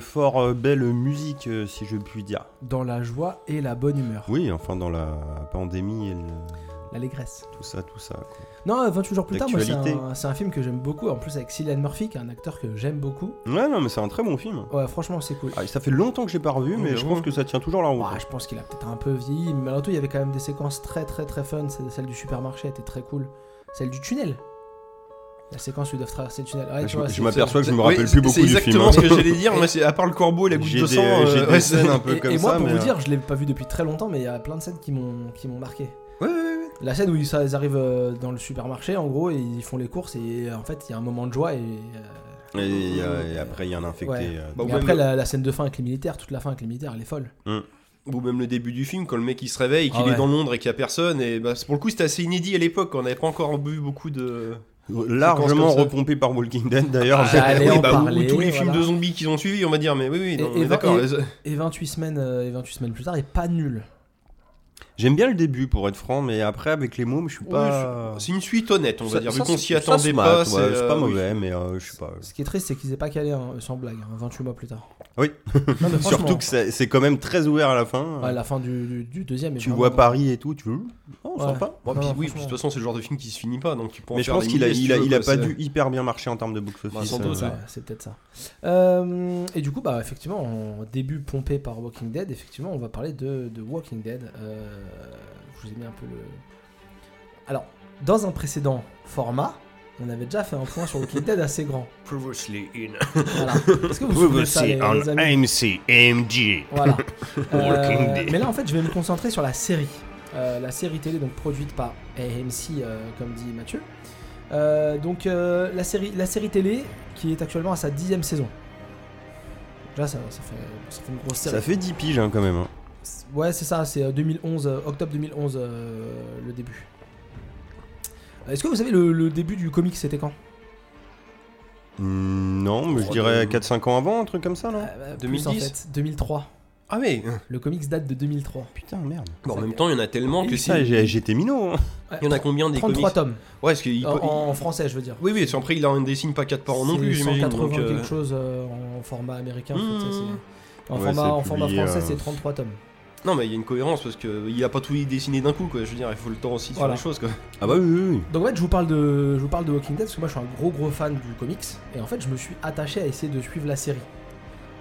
Speaker 3: fort euh, belle musique, euh, si je puis dire.
Speaker 1: Dans la joie et la bonne humeur.
Speaker 3: Oui, enfin dans la pandémie et le-
Speaker 1: L'allégresse.
Speaker 3: tout ça, tout ça. quoi.
Speaker 1: Non, euh, 28 jours plus tard, moi, c'est
Speaker 3: L'actualité.
Speaker 1: un, c'est un film que j'aime beaucoup. En plus, avec Cillian Murphy, qui est un acteur que j'aime beaucoup.
Speaker 3: Ouais, non, mais c'est un très bon film.
Speaker 1: Ouais, franchement, c'est cool.
Speaker 3: Ah, ça fait longtemps que j'ai pas revu, mais
Speaker 2: Ouais,
Speaker 3: je
Speaker 2: ouais.
Speaker 3: pense que ça tient toujours la route. hein.
Speaker 1: Ouais, je pense qu'il a peut-être un peu vieilli, mais malgré tout, il y avait quand même des séquences très très très fun. C'est- Celle du supermarché était très cool. Celle du tunnel. La séquence où ils doivent traverser le tunnel. Ouais,
Speaker 3: Je-
Speaker 1: tu vois,
Speaker 3: je
Speaker 1: c'est-
Speaker 3: m'aperçois que je me
Speaker 2: Oui,
Speaker 3: rappelle plus beaucoup
Speaker 2: C'est
Speaker 3: du film.
Speaker 2: exactement ce que j'allais dire, mais c'est- à part le corbeau et la goutte
Speaker 3: J'ai
Speaker 2: de
Speaker 3: des-
Speaker 2: sang, euh,
Speaker 3: j'ai des
Speaker 2: ouais,
Speaker 3: scènes un peu
Speaker 1: Et,
Speaker 3: comme
Speaker 1: et moi,
Speaker 3: ça,
Speaker 1: pour
Speaker 3: mais,
Speaker 1: vous
Speaker 3: euh,
Speaker 1: dire, je l'ai pas vu depuis très longtemps, mais il y a plein de scènes qui m'ont qui m'ont marqué.
Speaker 3: Ouais, ouais, ouais, ouais.
Speaker 1: La scène où ils ça- ils arrivent euh, dans le supermarché, en gros, et ils font les courses, et euh, en fait, il y a un moment de joie. Et, euh,
Speaker 3: Et, euh, et après, il y a un infecté.
Speaker 1: Ouais.
Speaker 3: euh,
Speaker 2: Bah,
Speaker 1: et
Speaker 2: ou
Speaker 1: après,
Speaker 2: même-
Speaker 1: la, la scène de fin avec les militaires, toute la fin avec les militaires, elle est folle.
Speaker 2: ou même le début du film quand le mec il se réveille, qu'il
Speaker 1: Ah ouais.
Speaker 2: est dans Londres et qu'il y a personne. Et bah, c'est- pour le coup, c'était assez inédit à l'époque, on n'avait pas encore bu beaucoup de.
Speaker 3: Bah, Largement
Speaker 2: Séquence comme ça.
Speaker 3: repompé par Walking
Speaker 2: *laughs*
Speaker 3: Dead d'ailleurs.
Speaker 1: Ah, allez,
Speaker 2: Oui,
Speaker 1: en
Speaker 2: bah, ou- ou
Speaker 1: parler,
Speaker 2: tous les films
Speaker 1: voilà.
Speaker 2: de zombies qu'ils ont suivis, on va dire. Mais oui, oui, non,
Speaker 1: Et-
Speaker 2: on est
Speaker 1: et-
Speaker 3: bah,
Speaker 2: d'accord.
Speaker 1: et- Et 28 semaines, euh, et 28 semaines plus tard, il est pas nul.
Speaker 3: J'aime bien le début pour être franc, mais après avec les mômes, je suis
Speaker 2: Oui,
Speaker 3: pas.
Speaker 2: C'est une suite honnête, on va
Speaker 3: Ça-
Speaker 2: dire.
Speaker 3: ça
Speaker 2: Vu qu'on
Speaker 3: se-
Speaker 2: s'y
Speaker 3: ça se
Speaker 2: attendait
Speaker 3: mate,
Speaker 2: pas,
Speaker 3: ouais,
Speaker 2: c'est
Speaker 3: c'est pas
Speaker 2: euh, oui.
Speaker 3: mauvais, mais euh, je sais pas.
Speaker 1: Ce qui est triste, c'est qu'ils aient pas calé, hein, sans blague, hein, 28 mois plus tard.
Speaker 3: Oui.
Speaker 1: Non, mais franchement,
Speaker 3: *laughs* Surtout que c'est c'est quand même très ouvert à la fin.
Speaker 1: ouais, la fin du, du- du deuxième. est
Speaker 3: tu
Speaker 1: vraiment-
Speaker 3: vois Paris et tout, tu veux Non,
Speaker 1: Ouais.
Speaker 3: sympa.
Speaker 2: Bon,
Speaker 1: Non,
Speaker 2: puis
Speaker 1: non,
Speaker 2: oui,
Speaker 1: franchement.
Speaker 2: puis de toute façon, c'est le genre de film qui se finit pas, donc tu peux en
Speaker 3: Mais je
Speaker 2: faire
Speaker 3: pense
Speaker 2: des
Speaker 3: qu'il a,
Speaker 2: milliers, si
Speaker 3: il
Speaker 2: tu
Speaker 3: a,
Speaker 2: veux,
Speaker 3: il a
Speaker 2: quoi,
Speaker 3: pas
Speaker 2: c'est-
Speaker 3: dû hyper bien marcher en termes de euh. box office.
Speaker 2: Bah, sans doute,
Speaker 1: Ouais,
Speaker 2: ouais.
Speaker 1: c'est peut-être ça. Euh, et du coup, bah, effectivement, en début pompé par Walking Dead, effectivement, on va parler de, de Walking Dead. Euh, je vous ai mis un peu le. Alors, dans un précédent format, on avait déjà fait un point sur Walking Dead assez grand. Voilà. Est-ce que vous *laughs* vous souvenez de ça, les, les amis
Speaker 3: AMC AMG.
Speaker 1: Voilà.
Speaker 3: Walking
Speaker 1: Euh,
Speaker 3: Dead.
Speaker 1: mais là, en fait, je vais me concentrer sur la série. Euh, la série télé, donc produite par AMC, euh, comme dit Mathieu. Euh, donc, euh, la, série, la série télé qui est actuellement à sa dixième saison. Là, ça, ça fait, ça fait une grosse série.
Speaker 3: Ça fait 10 piges hein, quand même. hein.
Speaker 1: Ouais, c'est ça, c'est euh, 2011, euh, octobre 2011, euh, le début. Euh, Est-ce que vous savez le, le début du comic, c'était quand
Speaker 3: Hmm, non, mais je
Speaker 2: Oh,
Speaker 3: dirais
Speaker 2: de-
Speaker 3: 4-5 ans avant, un truc comme ça, non
Speaker 1: Euh, plus,
Speaker 2: 2010?
Speaker 1: en fait, 2003.
Speaker 2: Ah oui.
Speaker 1: Le comics date de 2003.
Speaker 3: Putain, merde.
Speaker 2: Bon, en même temps, il y en a tellement que
Speaker 3: Et
Speaker 2: si.
Speaker 3: ça, j'ai- j'étais minot. hein.
Speaker 1: Ouais,
Speaker 2: Il y en a combien des
Speaker 1: 33
Speaker 2: comics
Speaker 1: tomes,
Speaker 2: Ouais, parce qu'il.
Speaker 1: en, en français, je veux dire.
Speaker 2: Oui, oui, c'est après il en dessine pas 4 par an non
Speaker 1: C'est
Speaker 2: plus, j'imagine.
Speaker 1: 180
Speaker 2: donc, euh, Hmm.
Speaker 1: quelque chose euh, en format américain. En, fait, ça, c'est- en
Speaker 3: Ouais,
Speaker 1: format,
Speaker 3: c'est
Speaker 1: en format
Speaker 3: publié,
Speaker 1: français,
Speaker 3: euh,
Speaker 1: c'est 33 tomes.
Speaker 2: Non, mais il y a une cohérence parce qu'il a pas tout dessiné d'un coup, quoi. Je veux dire, il faut le temps aussi de
Speaker 1: Voilà.
Speaker 2: faire les choses, quoi.
Speaker 3: Ah bah oui, oui, oui.
Speaker 1: Donc en fait, je vous parle de, je vous parle de Walking Dead parce que moi, je suis un gros gros fan du comics et en fait, je me suis attaché à essayer de suivre la série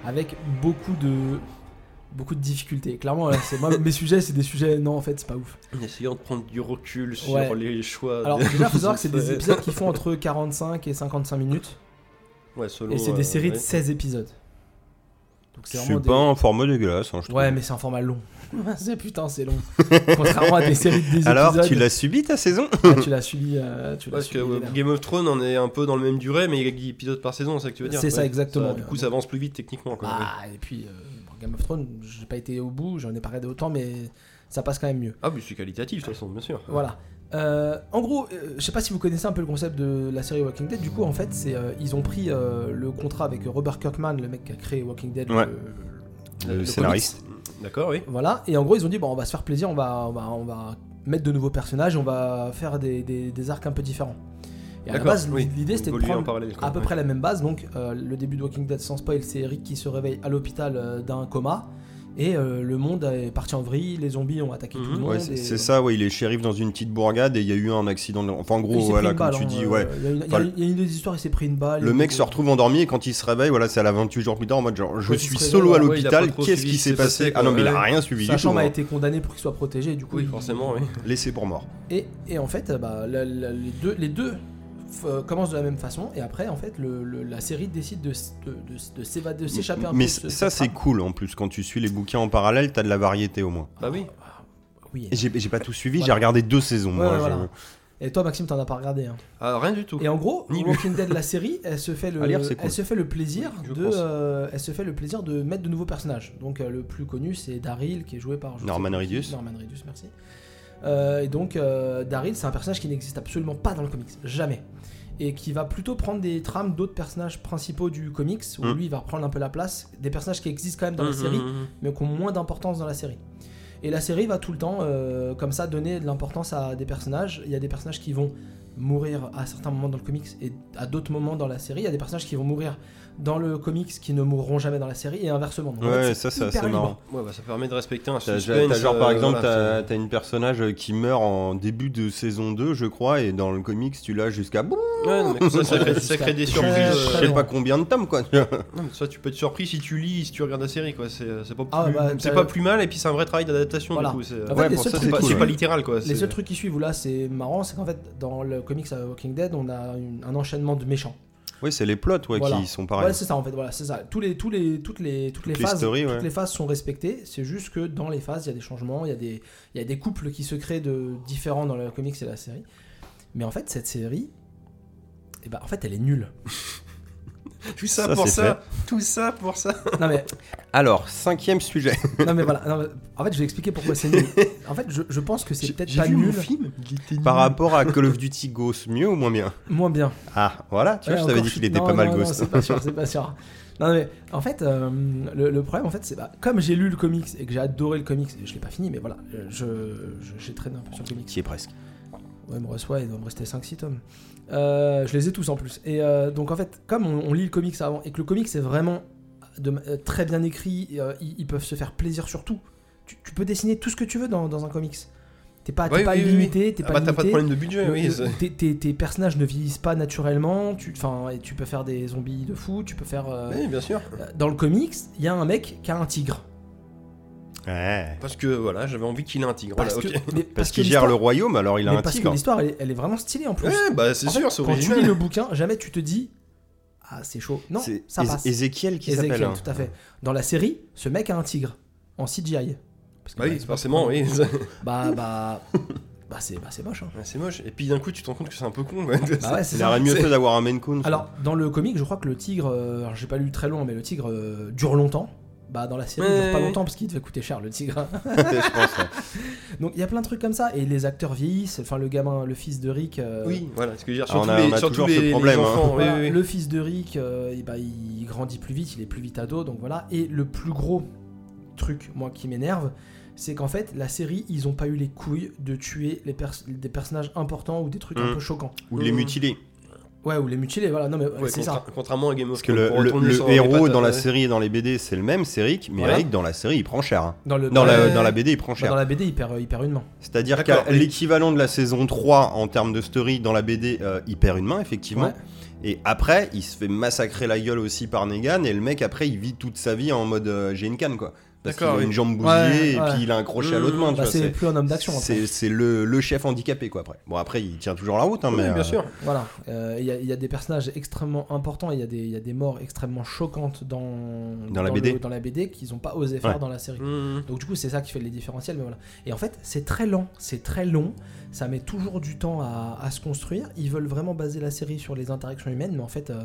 Speaker 1: avec beaucoup de beaucoup de difficultés. Clairement, là, c'est
Speaker 2: *laughs*
Speaker 1: moi, mes sujets, c'est des sujets non en fait, c'est pas ouf.
Speaker 2: En essayant de prendre du recul sur
Speaker 1: Ouais.
Speaker 2: les choix.
Speaker 1: Alors
Speaker 2: des-
Speaker 1: déjà, faut savoir que c'est des
Speaker 2: Ouais.
Speaker 1: épisodes qui font entre 45 et 55 minutes
Speaker 2: *laughs* Ouais, selon,
Speaker 1: et c'est
Speaker 2: euh,
Speaker 1: des séries de
Speaker 2: ouais.
Speaker 1: 16 épisodes. Donc c'est
Speaker 3: C'est
Speaker 1: vraiment
Speaker 3: pas
Speaker 1: des...
Speaker 3: un format dégueulasse, hein, je
Speaker 1: Ouais,
Speaker 3: trouve.
Speaker 1: mais c'est un format long. *laughs* c'est putain, c'est *laughs* long. Contrairement à des séries de 10
Speaker 3: Alors, tu
Speaker 1: épisodes.
Speaker 3: l'as subi ta saison
Speaker 1: Ah, tu l'as subi. euh, tu l'as
Speaker 2: Parce que
Speaker 1: subi,
Speaker 2: euh,
Speaker 1: Léna.
Speaker 2: Game of Thrones on est un peu dans le même durée, mais il y a 10 épisodes par saison, c'est ça que tu veux dire
Speaker 1: C'est ça, exactement.
Speaker 2: du coup, ça avance plus vite techniquement, quoi. Ah,
Speaker 1: Ah, et puis euh, bon, Game of Thrones, j'ai pas été au bout, j'en ai pas regardé autant, mais ça passe quand même mieux.
Speaker 2: Ah, mais c'est qualitatif, de toute façon, bien sûr.
Speaker 1: Voilà. Euh, en gros, euh, je sais pas si vous connaissez un peu le concept de la série Walking Dead. Du coup, en fait, c'est euh, ils ont pris euh, le contrat avec Robert Kirkman, le mec qui a créé Walking Dead.
Speaker 3: Ouais.
Speaker 1: le-
Speaker 3: Le
Speaker 1: le
Speaker 3: scénariste.
Speaker 2: D'accord, oui.
Speaker 1: Voilà, et en gros ils ont dit bon on va se faire plaisir, on va, on va, on va mettre de nouveaux personnages, on va faire des, des- des arcs un peu différents. Et à la
Speaker 2: D'accord,
Speaker 1: base
Speaker 2: oui.
Speaker 1: l'idée c'était de
Speaker 2: Évoluer en
Speaker 1: prendre
Speaker 2: parallèle, quoi.
Speaker 1: à peu
Speaker 2: Ouais.
Speaker 1: près la même base, donc euh, le début de Walking Dead sans spoil c'est Eric qui se réveille à l'hôpital euh, d'un coma, et euh, le monde est parti en vrille, les zombies ont attaqué tout le
Speaker 2: Mhm.
Speaker 1: monde.
Speaker 3: Ouais,
Speaker 1: et- euh,
Speaker 3: c'est c'est ça, ouais, il est shérif dans une petite bourgade et il y a eu un accident. de- Enfin, en
Speaker 1: Il s'est
Speaker 3: gros,
Speaker 1: pris
Speaker 3: voilà,
Speaker 1: une
Speaker 3: comme
Speaker 1: balle,
Speaker 3: tu
Speaker 1: hein,
Speaker 3: dis,
Speaker 1: euh,
Speaker 3: ouais.
Speaker 1: Il y a une- il y a
Speaker 3: Enfin,
Speaker 1: une- il y a une des histoires, il s'est pris une balle.
Speaker 3: Le
Speaker 1: il-
Speaker 3: mec se retrouve endormi et quand il se réveille, voilà, c'est à la 28 jours plus tard en mode genre, je
Speaker 1: Quand il
Speaker 3: suis
Speaker 1: se réveille,
Speaker 3: solo à
Speaker 1: ouais,
Speaker 2: il a pas
Speaker 3: l'hôpital,
Speaker 2: trop
Speaker 3: qu'est-ce
Speaker 2: suivi
Speaker 3: qui
Speaker 2: ce
Speaker 3: s'est
Speaker 2: qui s'est
Speaker 3: passé
Speaker 2: passé,
Speaker 3: Ah non, mais il a
Speaker 2: quoi.
Speaker 3: rien suivi
Speaker 1: Sa
Speaker 3: du tout.
Speaker 1: chambre a
Speaker 3: hein.
Speaker 1: été condamnée pour qu'il soit protégé, et du coup
Speaker 2: Oui,
Speaker 1: il-
Speaker 2: forcément,
Speaker 1: *laughs*
Speaker 2: oui.
Speaker 3: Laissé pour mort.
Speaker 1: Et, et en fait, euh, bah, la- la- les deux, les deux f- euh, commencent de la même façon, et après, en fait, le- le- la série décide de, s- de, de- de s'évader, de s'échapper un peu.
Speaker 3: Mais
Speaker 1: de
Speaker 3: c-
Speaker 1: ce-
Speaker 3: ça,
Speaker 1: cette
Speaker 3: c'est
Speaker 1: trame.
Speaker 3: cool en plus. Quand tu suis les bouquins en parallèle, t'as de la variété au moins.
Speaker 2: Bah oui.
Speaker 1: Oui.
Speaker 3: Et J'ai j'ai pas tout suivi,
Speaker 1: Voilà.
Speaker 3: j'ai regardé deux saisons. moi,
Speaker 1: Ouais,
Speaker 3: je-
Speaker 1: voilà. Et toi, Maxime, t'en as pas regardé. hein.
Speaker 2: Ah, rien du tout.
Speaker 1: Et en gros,
Speaker 2: Ni lu.
Speaker 1: Walking Dead, la série, elle se fait le,
Speaker 3: *laughs* À lire, c'est cool.
Speaker 1: elle se fait le plaisir
Speaker 2: Oui, je
Speaker 1: de,
Speaker 2: pense.
Speaker 1: euh, elle se fait le plaisir de mettre de nouveaux personnages. Donc euh, le plus connu, c'est Daryl, qui est joué par je sais
Speaker 3: Norman
Speaker 1: plus qui,
Speaker 3: Reedus.
Speaker 1: Norman Reedus, merci. Euh, et donc euh, Daryl, c'est un personnage qui n'existe absolument pas dans le comics, jamais, et qui va plutôt prendre des trames d'autres personnages principaux du comics, où
Speaker 3: Mm.
Speaker 1: lui, il va reprendre un peu la place des personnages qui existent quand même dans la
Speaker 2: Mhm,
Speaker 1: série,
Speaker 2: mhm.
Speaker 1: mais qui ont moins d'importance dans la série. Et la série va tout le temps, euh, comme ça, donner de l'importance à des personnages. Il y a des personnages qui vont mourir à certains moments dans le comics et à d'autres moments dans la série. Il y a des personnages qui vont mourir dans le comics qui ne mourront jamais dans la série et inversement. Donc, en fait,
Speaker 3: Ouais,
Speaker 1: c'est
Speaker 3: ça, c'est
Speaker 1: hyper
Speaker 3: assez
Speaker 1: libre.
Speaker 3: marrant.
Speaker 2: Ouais, bah, ça permet de respecter un
Speaker 3: T'as,
Speaker 2: suspense.
Speaker 3: t'as genre par
Speaker 2: euh,
Speaker 3: exemple,
Speaker 2: voilà,
Speaker 3: t'as, t'as une personnage euh, qui meurt en début de saison 2, je crois, et dans le comics, tu l'as jusqu'à bon,
Speaker 2: c'est- Ouais, non, mais comme ça, ça, crée- ça
Speaker 1: Jusqu'à
Speaker 2: crée des
Speaker 1: très-
Speaker 2: surprises.
Speaker 1: très
Speaker 2: euh,
Speaker 3: je sais
Speaker 1: loin.
Speaker 3: pas combien de
Speaker 1: *laughs*
Speaker 3: tomes quoi.
Speaker 2: Non, mais ça, tu peux être surpris si tu lis, si tu regardes la série, quoi. C'est c'est pas, plus...
Speaker 1: Ah, bah,
Speaker 2: c'est
Speaker 1: t'as-
Speaker 2: pas plus mal, et puis c'est un vrai travail d'adaptation,
Speaker 1: Voilà.
Speaker 2: du coup. C'est euh,
Speaker 1: En fait,
Speaker 3: Ouais,
Speaker 1: les
Speaker 3: pour
Speaker 1: seuls
Speaker 3: ça,
Speaker 2: c'est
Speaker 1: trucs
Speaker 3: c'est
Speaker 2: pas,
Speaker 1: qui
Speaker 2: c'est
Speaker 3: cool,
Speaker 2: pas
Speaker 1: suivent-
Speaker 3: ouais.
Speaker 2: littéral, quoi.
Speaker 1: les
Speaker 2: c'est-
Speaker 1: seuls trucs qui suivent où là c'est marrant, c'est qu'en fait dans le comics euh, Walking Dead on a une- un enchaînement de méchants.
Speaker 3: oui, c'est les plots ouais,
Speaker 1: Voilà.
Speaker 3: qui sont pareils.
Speaker 1: Ouais, c'est ça en fait, voilà, c'est ça. Tous les, tous les, toutes les, toutes les
Speaker 3: Toutes les
Speaker 1: phases,
Speaker 3: stories, ouais.
Speaker 1: toutes les phases sont respectées. C'est juste que dans les phases, il y a des changements, il y a des, il y a des couples qui se créent de différents dans le comics et la série. Mais en fait, cette série, eh ben, en fait, elle est nulle.
Speaker 2: Tout ça,
Speaker 3: Ça,
Speaker 2: pour
Speaker 3: c'est
Speaker 2: ça. Tout ça pour ça.
Speaker 1: non
Speaker 3: *laughs*
Speaker 1: mais,
Speaker 3: Alors, cinquième
Speaker 1: *laughs*
Speaker 3: sujet.
Speaker 1: non mais voilà. non, mais- en fait, je vais expliquer pourquoi c'est nul. En fait, je, je pense que c'est peut-être pas
Speaker 2: mon
Speaker 1: nul,
Speaker 2: film. il était nul.
Speaker 3: par rapport à Call of Duty Ghost, mieux ou moins bien
Speaker 1: moins bien.
Speaker 3: Ah, voilà, tu vois,
Speaker 1: Ouais,
Speaker 3: je t'avais
Speaker 1: encore,
Speaker 3: dit qu'il était
Speaker 1: non,
Speaker 3: pas mal
Speaker 1: non, non,
Speaker 3: Ghost.
Speaker 1: C'est pas sûr, c'est pas sûr. Non mais en fait, euh, le, le problème en fait, c'est bah, comme j'ai lu le comics et que j'ai adoré le comics, et je l'ai pas fini, mais voilà, euh, je je- j'ai traîné un peu sur le comics.
Speaker 3: Qui est presque.
Speaker 1: Ouais, il me reste- ouais, il doit me rester 5-6 tomes. Euh, je les ai tous en plus. Et euh, donc en fait, comme on, on lit le comics avant et que le comics est vraiment de ma- euh, très bien écrit, et, euh, ils, ils peuvent se faire plaisir sur tout. Tu, tu peux dessiner tout ce que tu veux dans, dans un comics. T'es pas, t'es
Speaker 2: Ouais,
Speaker 1: pas
Speaker 2: oui, oui,
Speaker 1: limité, t'es
Speaker 2: Ah
Speaker 1: pas
Speaker 2: bah, t'as pas de
Speaker 1: limité.
Speaker 2: problème de budget,
Speaker 1: Le-
Speaker 2: oui.
Speaker 1: le-
Speaker 2: c'est-
Speaker 1: tes, tes- tes personnages ne vieillissent pas naturellement, tu, 'fin, et tu peux faire des zombies de fou, tu peux faire... euh,
Speaker 2: Oui, bien sûr.
Speaker 1: euh, Dans le comics, il y a un mec qui a un tigre.
Speaker 3: Ouais.
Speaker 2: Parce que voilà, j'avais envie qu'il ait un tigre.
Speaker 1: Parce
Speaker 2: voilà,
Speaker 3: *laughs*
Speaker 2: ok.
Speaker 1: que- mais
Speaker 3: Parce
Speaker 1: parce
Speaker 3: qu'il
Speaker 1: que
Speaker 3: gère le
Speaker 1: l'histoire-
Speaker 3: royaume, alors il a
Speaker 1: mais
Speaker 3: un
Speaker 1: parce que
Speaker 3: tigre.
Speaker 1: l'histoire, elle, est- elle est vraiment stylée en plus.
Speaker 2: Ouais, bah c'est
Speaker 1: En fait,
Speaker 2: sûr, c'est
Speaker 1: Quand tu lis
Speaker 2: original.
Speaker 1: le bouquin, jamais tu te dis Ah, c'est chaud. Non,
Speaker 3: C'est
Speaker 1: ça
Speaker 3: Ez-
Speaker 1: passe.
Speaker 3: Ézéchiel qui
Speaker 1: Ezekiel,
Speaker 3: s'appelle. hein.
Speaker 1: tout à fait. Dans la série, ce mec a un tigre en CGI. Parce que,
Speaker 2: Bah
Speaker 1: bah,
Speaker 2: oui,
Speaker 1: c'est pas-
Speaker 2: forcément, oui.
Speaker 1: Bah, bah. bah, c'est bah, c'est moche. hein.
Speaker 2: Ouais, *laughs* C'est moche. Et puis d'un coup, tu te rends compte que c'est un peu con. ouais.
Speaker 1: Bah ouais, c'est
Speaker 3: Il
Speaker 1: ça.
Speaker 3: aurait mieux
Speaker 2: C'est-
Speaker 3: fait d'avoir un Maine Coon.
Speaker 1: Alors, dans le comic, je crois que le tigre, euh, alors, j'ai pas lu très long, mais le tigre euh, dure longtemps. Bah, dans la série, il dure pas
Speaker 2: Ouais.
Speaker 1: longtemps parce qu'il devait coûter cher le tigre. *laughs*
Speaker 3: je pense. ouais.
Speaker 1: Donc, il y a plein de trucs comme ça. Et les acteurs vieillissent. Enfin, le gamin, le fils de Rick. euh,
Speaker 2: *laughs* Oui, voilà. Ce que je veux dire,
Speaker 3: Alors,
Speaker 2: surtout
Speaker 3: Ah, on a- on
Speaker 2: les,
Speaker 3: a
Speaker 2: surtout
Speaker 3: toujours
Speaker 2: les-
Speaker 3: ce
Speaker 2: les
Speaker 3: problème, hein.
Speaker 2: enfants. oui,
Speaker 1: Voilà,
Speaker 2: oui, oui.
Speaker 1: Le fils de Rick, euh, eh ben, il grandit plus vite, il est plus vite ado, donc voilà. Et le plus gros truc, moi, qui m'énerve, c'est qu'en fait, la série, ils ont pas eu les couilles de tuer les pers- des personnages importants ou des trucs un
Speaker 3: Mm.
Speaker 1: peu choquants.
Speaker 3: Ou de
Speaker 1: *laughs*
Speaker 3: les
Speaker 2: Mm.
Speaker 3: mutiler.
Speaker 1: Ouais, ou les mutiler, voilà. Non, mais
Speaker 2: Ouais,
Speaker 1: c'est
Speaker 2: contra-
Speaker 1: ça.
Speaker 2: Contrairement à Game of
Speaker 3: Parce que
Speaker 2: Thrones.
Speaker 3: le,
Speaker 2: pour retourner
Speaker 3: le- le
Speaker 2: sur les euh,
Speaker 3: héros
Speaker 2: pattes,
Speaker 3: dans la
Speaker 2: ouais.
Speaker 3: série et dans les BD, c'est le même, c'est Rick, mais
Speaker 2: Voilà.
Speaker 3: Rick dans la série, il prend cher. hein.
Speaker 1: Dans, le,
Speaker 3: Dans, la,
Speaker 2: Ouais.
Speaker 3: dans la BD, il prend
Speaker 1: bah,
Speaker 3: cher.
Speaker 1: dans la BD, il perd, il perd une main.
Speaker 3: C'est-à-dire
Speaker 2: D'accord,
Speaker 3: qu'à
Speaker 2: oui.
Speaker 3: l'équivalent de la saison 3 en termes de story dans la BD, euh, il perd une main, effectivement.
Speaker 1: Ouais.
Speaker 3: Et après, il se fait massacrer la gueule aussi par Negan, et le mec, après, il vit toute sa vie en mode euh, j'ai une canne, quoi. Parce qu'il
Speaker 2: D'accord,
Speaker 3: a
Speaker 2: oui.
Speaker 3: une jambe
Speaker 1: Ouais,
Speaker 3: bousillée, et
Speaker 1: ouais.
Speaker 3: puis il a un crochet à l'autre
Speaker 2: Mmh,
Speaker 3: main, tu
Speaker 1: Bah,
Speaker 3: vois.
Speaker 1: c'est
Speaker 3: C'est,
Speaker 1: plus un homme d'action. après.
Speaker 3: c'est- c'est le, le chef handicapé, quoi, après. Bon, après, il tient toujours la route, hein,
Speaker 2: Oui,
Speaker 3: mais. euh,
Speaker 2: bien sûr.
Speaker 1: Voilà, Euh, il y, a- il y a des personnages extrêmement importants, il y, a des- il y a des morts extrêmement choquantes dans,
Speaker 3: Dans la BD.
Speaker 1: le- dans la BD qu'ils n'ont pas osé faire
Speaker 3: Ouais.
Speaker 1: dans la série.
Speaker 2: Mmh.
Speaker 1: Donc du coup, c'est ça qui fait les différentiels, mais voilà. Et en fait, c'est très lent, c'est très long, ça met toujours du temps à, à se construire. Ils veulent vraiment baser la série sur les interactions humaines, mais en fait, euh,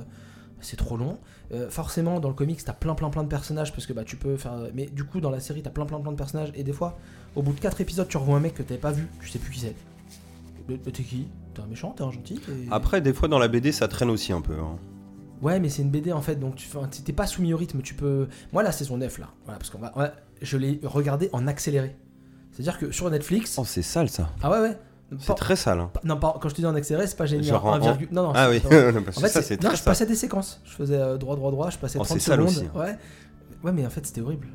Speaker 1: c'est trop long. Euh, forcément, dans le comics, t'as plein plein plein de personnages parce que bah tu peux faire. Mais du coup, dans la série, t'as plein plein plein de personnages et des fois, au bout de quatre épisodes, tu revois un mec que t'avais pas vu, tu sais plus qui c'est. Mais- mais T'es qui T'es un méchant T'es un gentil T'es-
Speaker 3: Après, des fois, dans la BD, ça traîne aussi un peu. hein.
Speaker 1: Ouais, mais c'est une BD en fait, donc tu enfin, t'es pas soumis au rythme. Tu peux. Moi, la saison 9 là, voilà, parce qu'on va. ouais, je l'ai regardée en accéléré. C'est-à-dire que sur Netflix,
Speaker 3: Oh, c'est sale, ça.
Speaker 1: Ah ouais, ouais.
Speaker 3: C'est
Speaker 1: Pas-
Speaker 3: très sale. hein.
Speaker 1: pas- non, pas- quand je te dis en accéléré, c'est pas génial.
Speaker 3: Genre en-
Speaker 1: 1, virgule- Non, non.
Speaker 3: Ah oui,
Speaker 1: Oh, c'est-
Speaker 3: *laughs*
Speaker 1: non.
Speaker 3: parce
Speaker 1: En
Speaker 3: que
Speaker 1: fait,
Speaker 3: ça,
Speaker 1: c'est-
Speaker 3: c'est
Speaker 1: non,
Speaker 3: très
Speaker 1: je
Speaker 3: sale.
Speaker 1: passais des séquences. Je faisais euh, droit, droit, droit. Je passais
Speaker 3: Oh,
Speaker 1: 30
Speaker 3: c'est sale
Speaker 1: secondes.
Speaker 3: aussi.
Speaker 1: Ouais. ouais, mais en fait, c'était horrible.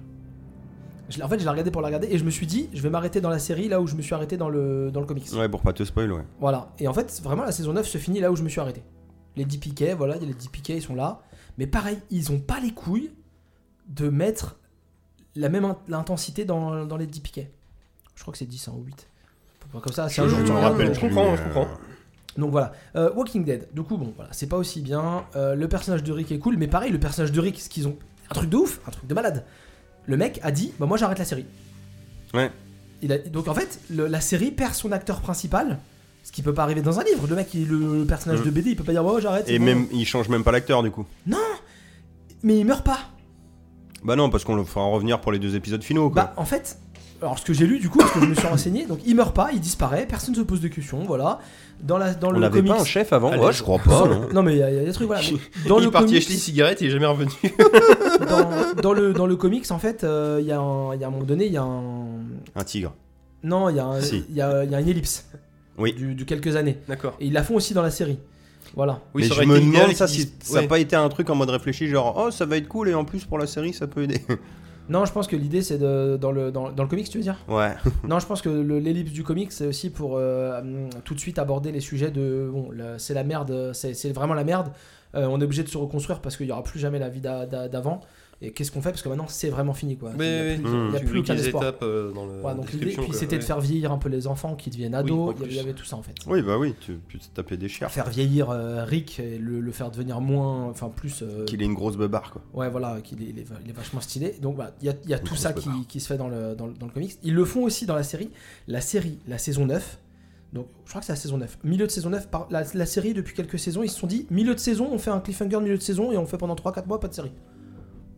Speaker 1: Je l'ai- en fait, je l'ai regardé pour la regarder et je me suis dit, je vais m'arrêter dans la série là où je me suis arrêté dans le, dans le comics.
Speaker 3: Ouais, pour pas te spoil, ouais.
Speaker 1: Voilà. Et en fait, vraiment, la saison 9 se finit là où je me suis arrêté. Les 10 piquets, voilà, il y a les 10 piquets, ils sont là. Mais pareil, ils ont pas les couilles de mettre la même in- l'intensité dans, dans les 10 piquets. Je crois que c'est 10 hein, ou 8. Comme ça, c'est un
Speaker 2: Je
Speaker 1: jour
Speaker 2: me
Speaker 1: tu regardes,
Speaker 2: rappelle
Speaker 1: euh,
Speaker 2: Je comprends, je comprends.
Speaker 1: donc voilà, Euh, Walking Dead. Du coup, bon, voilà, c'est pas aussi bien. Euh, le personnage de Rick est cool, mais pareil, le personnage de Rick, ce qu'ils ont, un truc de ouf, un truc de malade. Le mec a dit, bah moi j'arrête la série.
Speaker 3: Ouais.
Speaker 1: Il a- donc en fait, le- la série perd son acteur principal, ce qui peut pas arriver dans un livre. Le mec, il est le, le personnage
Speaker 3: Mm.
Speaker 1: de BD, il peut pas dire, ouais, ouais, j'arrête. c'est
Speaker 3: Et
Speaker 1: bon.
Speaker 3: même, il change même pas l'acteur, du coup.
Speaker 1: mais il meurt pas.
Speaker 3: Bah non, parce qu'on le fera revenir pour les deux épisodes finaux, quoi.
Speaker 1: Bah en fait, alors ce que j'ai lu du coup, parce que je me suis renseigné, donc il meurt pas, il disparaît, personne se pose de questions, voilà. Dans la, dans
Speaker 3: on
Speaker 1: le
Speaker 3: n'avait
Speaker 1: comics.
Speaker 3: pas un chef avant
Speaker 2: Allez.
Speaker 3: Ouais, je crois
Speaker 1: *laughs*
Speaker 3: pas, non.
Speaker 1: non mais il y, a il y a des trucs
Speaker 3: *laughs*
Speaker 1: voilà. mais Dans
Speaker 2: il est
Speaker 1: le
Speaker 2: parti
Speaker 1: comics-
Speaker 2: acheter des cigarettes et il est jamais revenu.
Speaker 1: dans, dans le, dans le comics, en fait, euh, il y, a un- il y a un moment donné, il y a un.
Speaker 3: Un tigre.
Speaker 1: Non, il y, a un-
Speaker 3: Si.
Speaker 1: il y a, il y a une ellipse.
Speaker 3: Oui.
Speaker 1: du, du quelques années.
Speaker 2: D'accord.
Speaker 1: Et ils la font aussi dans la série. Voilà.
Speaker 2: Oui,
Speaker 3: mais
Speaker 2: ça
Speaker 3: je
Speaker 2: aurait
Speaker 3: me
Speaker 2: été idéal
Speaker 3: demande ça,
Speaker 2: qu'ils
Speaker 3: si
Speaker 2: disent-
Speaker 3: ça n'a
Speaker 2: ouais.
Speaker 3: pas été un truc en mode réfléchi, genre oh ça va être cool et en plus pour la série ça
Speaker 1: *laughs*
Speaker 3: peut aider.
Speaker 1: Non, je pense que l'idée c'est de dans le dans, dans le comics, tu veux dire
Speaker 3: ouais.
Speaker 1: Non, je pense que le- l'ellipse du comics c'est aussi pour euh, hum, tout de suite aborder les sujets de bon, la- c'est la merde, euh, c'est c'est vraiment la merde. Euh, on est obligé de se reconstruire parce qu'il y aura plus jamais la vie d'a- d'a- d'avant. Et qu'est-ce qu'on fait Parce que maintenant c'est vraiment fini quoi. Il y a
Speaker 2: Mais
Speaker 1: plus-
Speaker 2: oui,
Speaker 3: il
Speaker 2: oui.
Speaker 1: y a
Speaker 2: Tu
Speaker 1: plus
Speaker 2: lis
Speaker 1: aucun
Speaker 2: les
Speaker 1: espoir.
Speaker 2: étapes euh, dans le
Speaker 1: Voilà, donc l'idée,
Speaker 2: description,
Speaker 1: puis
Speaker 2: quoi,
Speaker 1: c'était de
Speaker 2: ouais.
Speaker 1: faire vieillir un peu les enfants qui deviennent ados.
Speaker 2: en
Speaker 1: Il y avait- il y
Speaker 2: plus.
Speaker 1: avait tout ça en fait.
Speaker 3: Oui bah oui, tu peux te taper des chiens.
Speaker 1: Faire vieillir euh, Rick et le, le faire devenir moins, enfin plus. euh,
Speaker 3: Qu'il ait une grosse beubare quoi.
Speaker 1: Ouais, voilà, qu'il est, il est, va- il est vachement stylé. Donc, voilà, il y a, il y a tout
Speaker 3: grosse
Speaker 1: ça qui,
Speaker 3: bobard.
Speaker 1: qui se fait dans le, dans, le, dans le comics. Ils le font aussi dans la série. La série, la saison 9. Donc, je crois que c'est la saison 9. Milieu de saison 9, par, la, la série, depuis quelques saisons, ils se sont dit milieu de saison, on fait un cliffhanger de milieu de saison et on fait pendant 3-4 mois pas de série.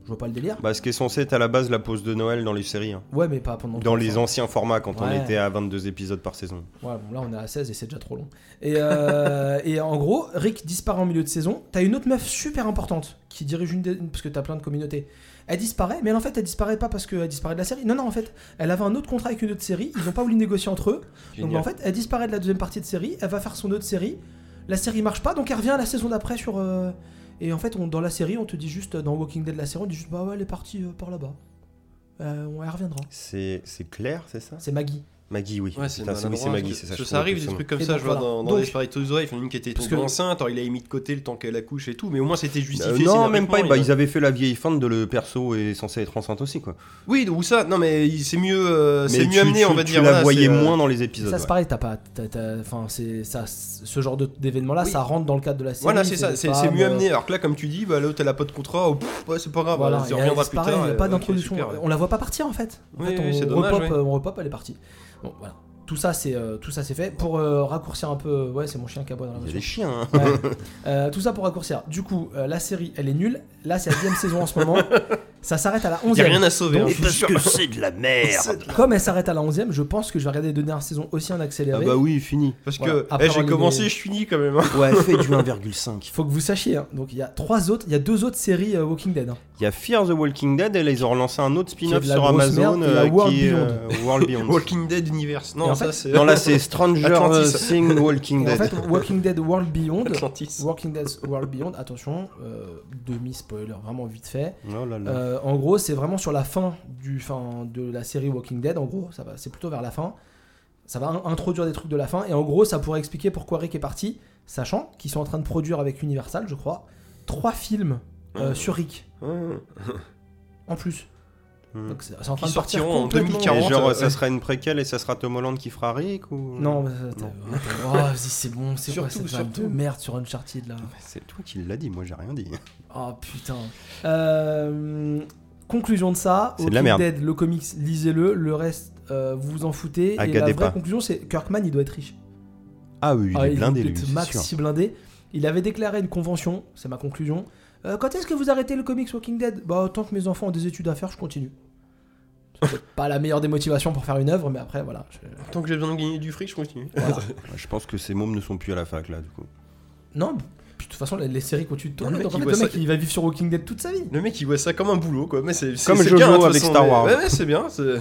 Speaker 1: Je vois pas le délire.
Speaker 3: Bah ce qui est censé être à la base la pause de Noël dans les séries. hein.
Speaker 1: Ouais, mais pas pendant.
Speaker 3: Dans
Speaker 1: trois
Speaker 3: les
Speaker 1: fois.
Speaker 3: anciens formats quand
Speaker 1: Ouais.
Speaker 3: on était à 22 épisodes par saison.
Speaker 1: Ouais, bon, là, on est à 16 et c'est déjà trop long. Et, euh, et en gros, Rick disparaît en milieu de saison. T'as une autre meuf super importante qui dirige une. des- Parce que t'as plein de communautés. Elle disparaît, mais elle, en fait, elle disparaît pas parce qu'elle disparaît de la série. Non, non, en fait, elle avait un autre contrat avec une autre série. Ils ont pas voulu négocier entre eux. Donc,
Speaker 2: Génial.
Speaker 1: en fait, elle disparaît de la deuxième partie de série. Elle va faire son autre série. La série marche pas, donc elle revient à la saison d'après sur. euh, Et en fait, on, dans la série, on te dit juste, dans Walking Dead, la série, on dit juste, bah ouais, elle est partie euh, par là-bas. Euh, on- elle reviendra.
Speaker 3: C'est c'est clair, c'est ça
Speaker 1: C'est Maggie.
Speaker 3: Maggie, oui.
Speaker 2: Ouais, c'est
Speaker 3: Putain, oui, c'est
Speaker 2: maladroit,
Speaker 3: Maggie,
Speaker 2: parce
Speaker 3: c'est
Speaker 2: que-
Speaker 3: ça.
Speaker 2: parce
Speaker 3: je
Speaker 2: que
Speaker 3: trouve,
Speaker 2: ça arrive des
Speaker 3: effectivement.
Speaker 2: trucs comme
Speaker 1: Et
Speaker 2: ça,
Speaker 1: donc,
Speaker 2: je vois
Speaker 1: voilà.
Speaker 2: dans, dans
Speaker 1: Donc-
Speaker 2: Desperate Housewives, une qui était
Speaker 1: Parce
Speaker 2: tombée
Speaker 1: que-
Speaker 2: enceinte, alors il a mis de côté le temps qu'elle accouche et tout, mais au moins c'était justifié.
Speaker 3: Euh, non, même
Speaker 2: scénaristiquement,
Speaker 3: pas. bah,
Speaker 2: il-
Speaker 3: ils avaient fait la vieille fente de le perso est censé être enceinte aussi, quoi.
Speaker 2: Oui, ou ça, non mais il- c'est mieux, euh,
Speaker 3: Mais
Speaker 2: c'est
Speaker 3: tu-
Speaker 2: mieux amené,
Speaker 3: tu-
Speaker 2: on va
Speaker 3: tu
Speaker 2: dire.
Speaker 3: la
Speaker 2: voilà,
Speaker 3: voyais
Speaker 2: c'est, euh,
Speaker 3: moins dans les
Speaker 1: Ça,
Speaker 3: épisodes.
Speaker 1: c'est
Speaker 3: ouais.
Speaker 1: pareil, t'as pas. t'as- t'as- Enfin, c'est ça, ce genre de- d'événement-là,
Speaker 2: Oui.
Speaker 1: ça rentre dans le cadre de la série.
Speaker 2: Voilà, c'est ça,
Speaker 1: des
Speaker 2: c'est c'est
Speaker 1: femmes,
Speaker 2: mieux
Speaker 1: euh,
Speaker 2: amené. Alors que là, comme tu dis, bah, l'autre elle a pas de contrat, oh, pff, ouais, c'est pas grave,
Speaker 1: Voilà,
Speaker 2: on y
Speaker 1: il y a-
Speaker 2: reviendra
Speaker 1: c'est
Speaker 2: plus
Speaker 1: pareil,
Speaker 2: tard.
Speaker 1: il n'y a
Speaker 2: euh,
Speaker 1: pas
Speaker 2: ok,
Speaker 1: d'introduction.
Speaker 2: super, ouais.
Speaker 1: on la voit pas partir en fait. En
Speaker 2: Oui,
Speaker 1: fait,
Speaker 2: oui,
Speaker 1: on,
Speaker 2: c'est dommage,
Speaker 1: repop,
Speaker 2: ouais.
Speaker 1: euh, on repop, elle est partie. Bon, voilà. Tout ça, c'est euh, tout ça, c'est fait pour euh, raccourcir un peu. Ouais, c'est mon chien qui aboie dans la
Speaker 3: Il y
Speaker 2: *laughs*
Speaker 3: a
Speaker 1: voiture.
Speaker 3: des chiens. hein.
Speaker 1: Ouais. Euh, tout ça pour raccourcir. Du coup, euh, la série, elle est nulle. Là, c'est la deuxième saison en ce
Speaker 2: *laughs*
Speaker 1: moment. Ça s'arrête à la
Speaker 2: Y a rien
Speaker 1: onzième.
Speaker 2: à sauver, hein,
Speaker 1: Donc,
Speaker 2: je suis sûr.
Speaker 3: c'est de la merde.
Speaker 1: Comme elle s'arrête à la onzième, je pense que je vais regarder les deux dernières saisons aussi en
Speaker 3: Ah
Speaker 1: accéléré.
Speaker 3: bah oui, fini.
Speaker 2: Parce
Speaker 1: Voilà,
Speaker 2: que
Speaker 1: après
Speaker 2: eh, j'ai
Speaker 1: avoir
Speaker 2: commencé,
Speaker 1: les-
Speaker 2: je finis quand même. hein.
Speaker 3: Ouais, fait du 1,5.
Speaker 1: Il faut que vous sachiez. hein. Donc, il y a trois autres, il y a deux autres séries euh, Walking Dead. hein.
Speaker 3: Il y a Fear the Walking Dead et là ils ont relancé un autre
Speaker 1: Qui est
Speaker 3: spin-off
Speaker 1: de la
Speaker 3: sur
Speaker 1: grosse
Speaker 3: Amazon
Speaker 1: merde, et la
Speaker 3: euh,
Speaker 1: World
Speaker 3: qui est euh,
Speaker 1: *laughs*
Speaker 3: World Beyond.
Speaker 2: Walking Dead Universe,
Speaker 1: Et en
Speaker 2: non, ça c'est.
Speaker 3: non là c'est Stranger
Speaker 2: Atlantis.
Speaker 3: Things Walking
Speaker 1: Et en
Speaker 3: Dead.
Speaker 1: fait, Walking Dead World Beyond.
Speaker 2: Atlantis.
Speaker 1: Walking Dead World Beyond, attention, euh, demi-spoiler, vraiment vite fait.
Speaker 3: Oh là là.
Speaker 1: Euh, en gros, c'est vraiment sur la fin, du, fin de la série Walking Dead. En gros, ça va, c'est plutôt vers la fin. Ça va in- introduire des trucs de la fin. Et en gros, ça pourrait expliquer pourquoi Rick est parti, sachant qu'ils sont en train de produire avec Universal, je crois, trois films euh,
Speaker 2: Ouais.
Speaker 1: sur Rick,
Speaker 2: Ouais.
Speaker 1: en plus.
Speaker 3: Hmm.
Speaker 1: Donc, c'est c'est en train
Speaker 2: Qui
Speaker 1: de partir
Speaker 2: sortiront en
Speaker 1: complètement-
Speaker 2: 2040.
Speaker 3: Et genre
Speaker 2: 40,
Speaker 3: ça
Speaker 2: euh, ouais.
Speaker 3: sera une préquelle et ça sera Tom Holland qui fera Rick ou
Speaker 1: Non, mais attends, attends, oh, vas-y, c'est bon, c'est quoi
Speaker 2: Surtout,
Speaker 1: cette vanne de
Speaker 2: surtout.
Speaker 1: merde sur Uncharted là
Speaker 3: C'est toi qui l'as dit, moi j'ai rien dit.
Speaker 1: Oh putain. Euh, conclusion de ça.
Speaker 3: C'est de la
Speaker 1: Walking
Speaker 3: merde.
Speaker 1: Dead, le comics, lisez-le. Le reste, euh, vous vous en foutez. et la
Speaker 3: Agadez
Speaker 1: vraie
Speaker 3: pas.
Speaker 1: conclusion, c'est Kirkman, il doit être riche.
Speaker 3: Ah oui, il
Speaker 1: Ah,
Speaker 3: est blindé
Speaker 1: doit
Speaker 3: lui,
Speaker 1: être
Speaker 3: c'est sûr.
Speaker 1: maxi blindé. Il avait déclaré une convention, c'est ma conclusion. Euh, quand est-ce que vous arrêtez le comics Walking Dead Bah, tant que mes enfants ont des études à faire, je continue. C'est peut-être pas la meilleure des motivations pour faire une œuvre, mais après, voilà. je-
Speaker 2: Tant que j'ai besoin de gagner du fric, je continue.
Speaker 3: *laughs*
Speaker 1: voilà.
Speaker 3: Ouais, Je pense que ces mômes ne sont plus à la fac là du coup.
Speaker 1: non, puis de toute façon, les, les séries continuent de tourner.
Speaker 2: Le mec,
Speaker 1: donc en
Speaker 2: il
Speaker 1: fait,
Speaker 2: voit
Speaker 1: le mec,
Speaker 2: ça-
Speaker 1: il va vivre sur Walking Dead toute sa vie.
Speaker 2: Le mec il voit ça comme un boulot quoi, mais c'est c'est-
Speaker 3: Comme
Speaker 2: c'est
Speaker 3: Jojo
Speaker 2: bien, de toute
Speaker 3: avec
Speaker 2: façon,
Speaker 3: Star
Speaker 2: mais-
Speaker 3: Wars.
Speaker 2: Ouais, ouais, c'est bien. c'est-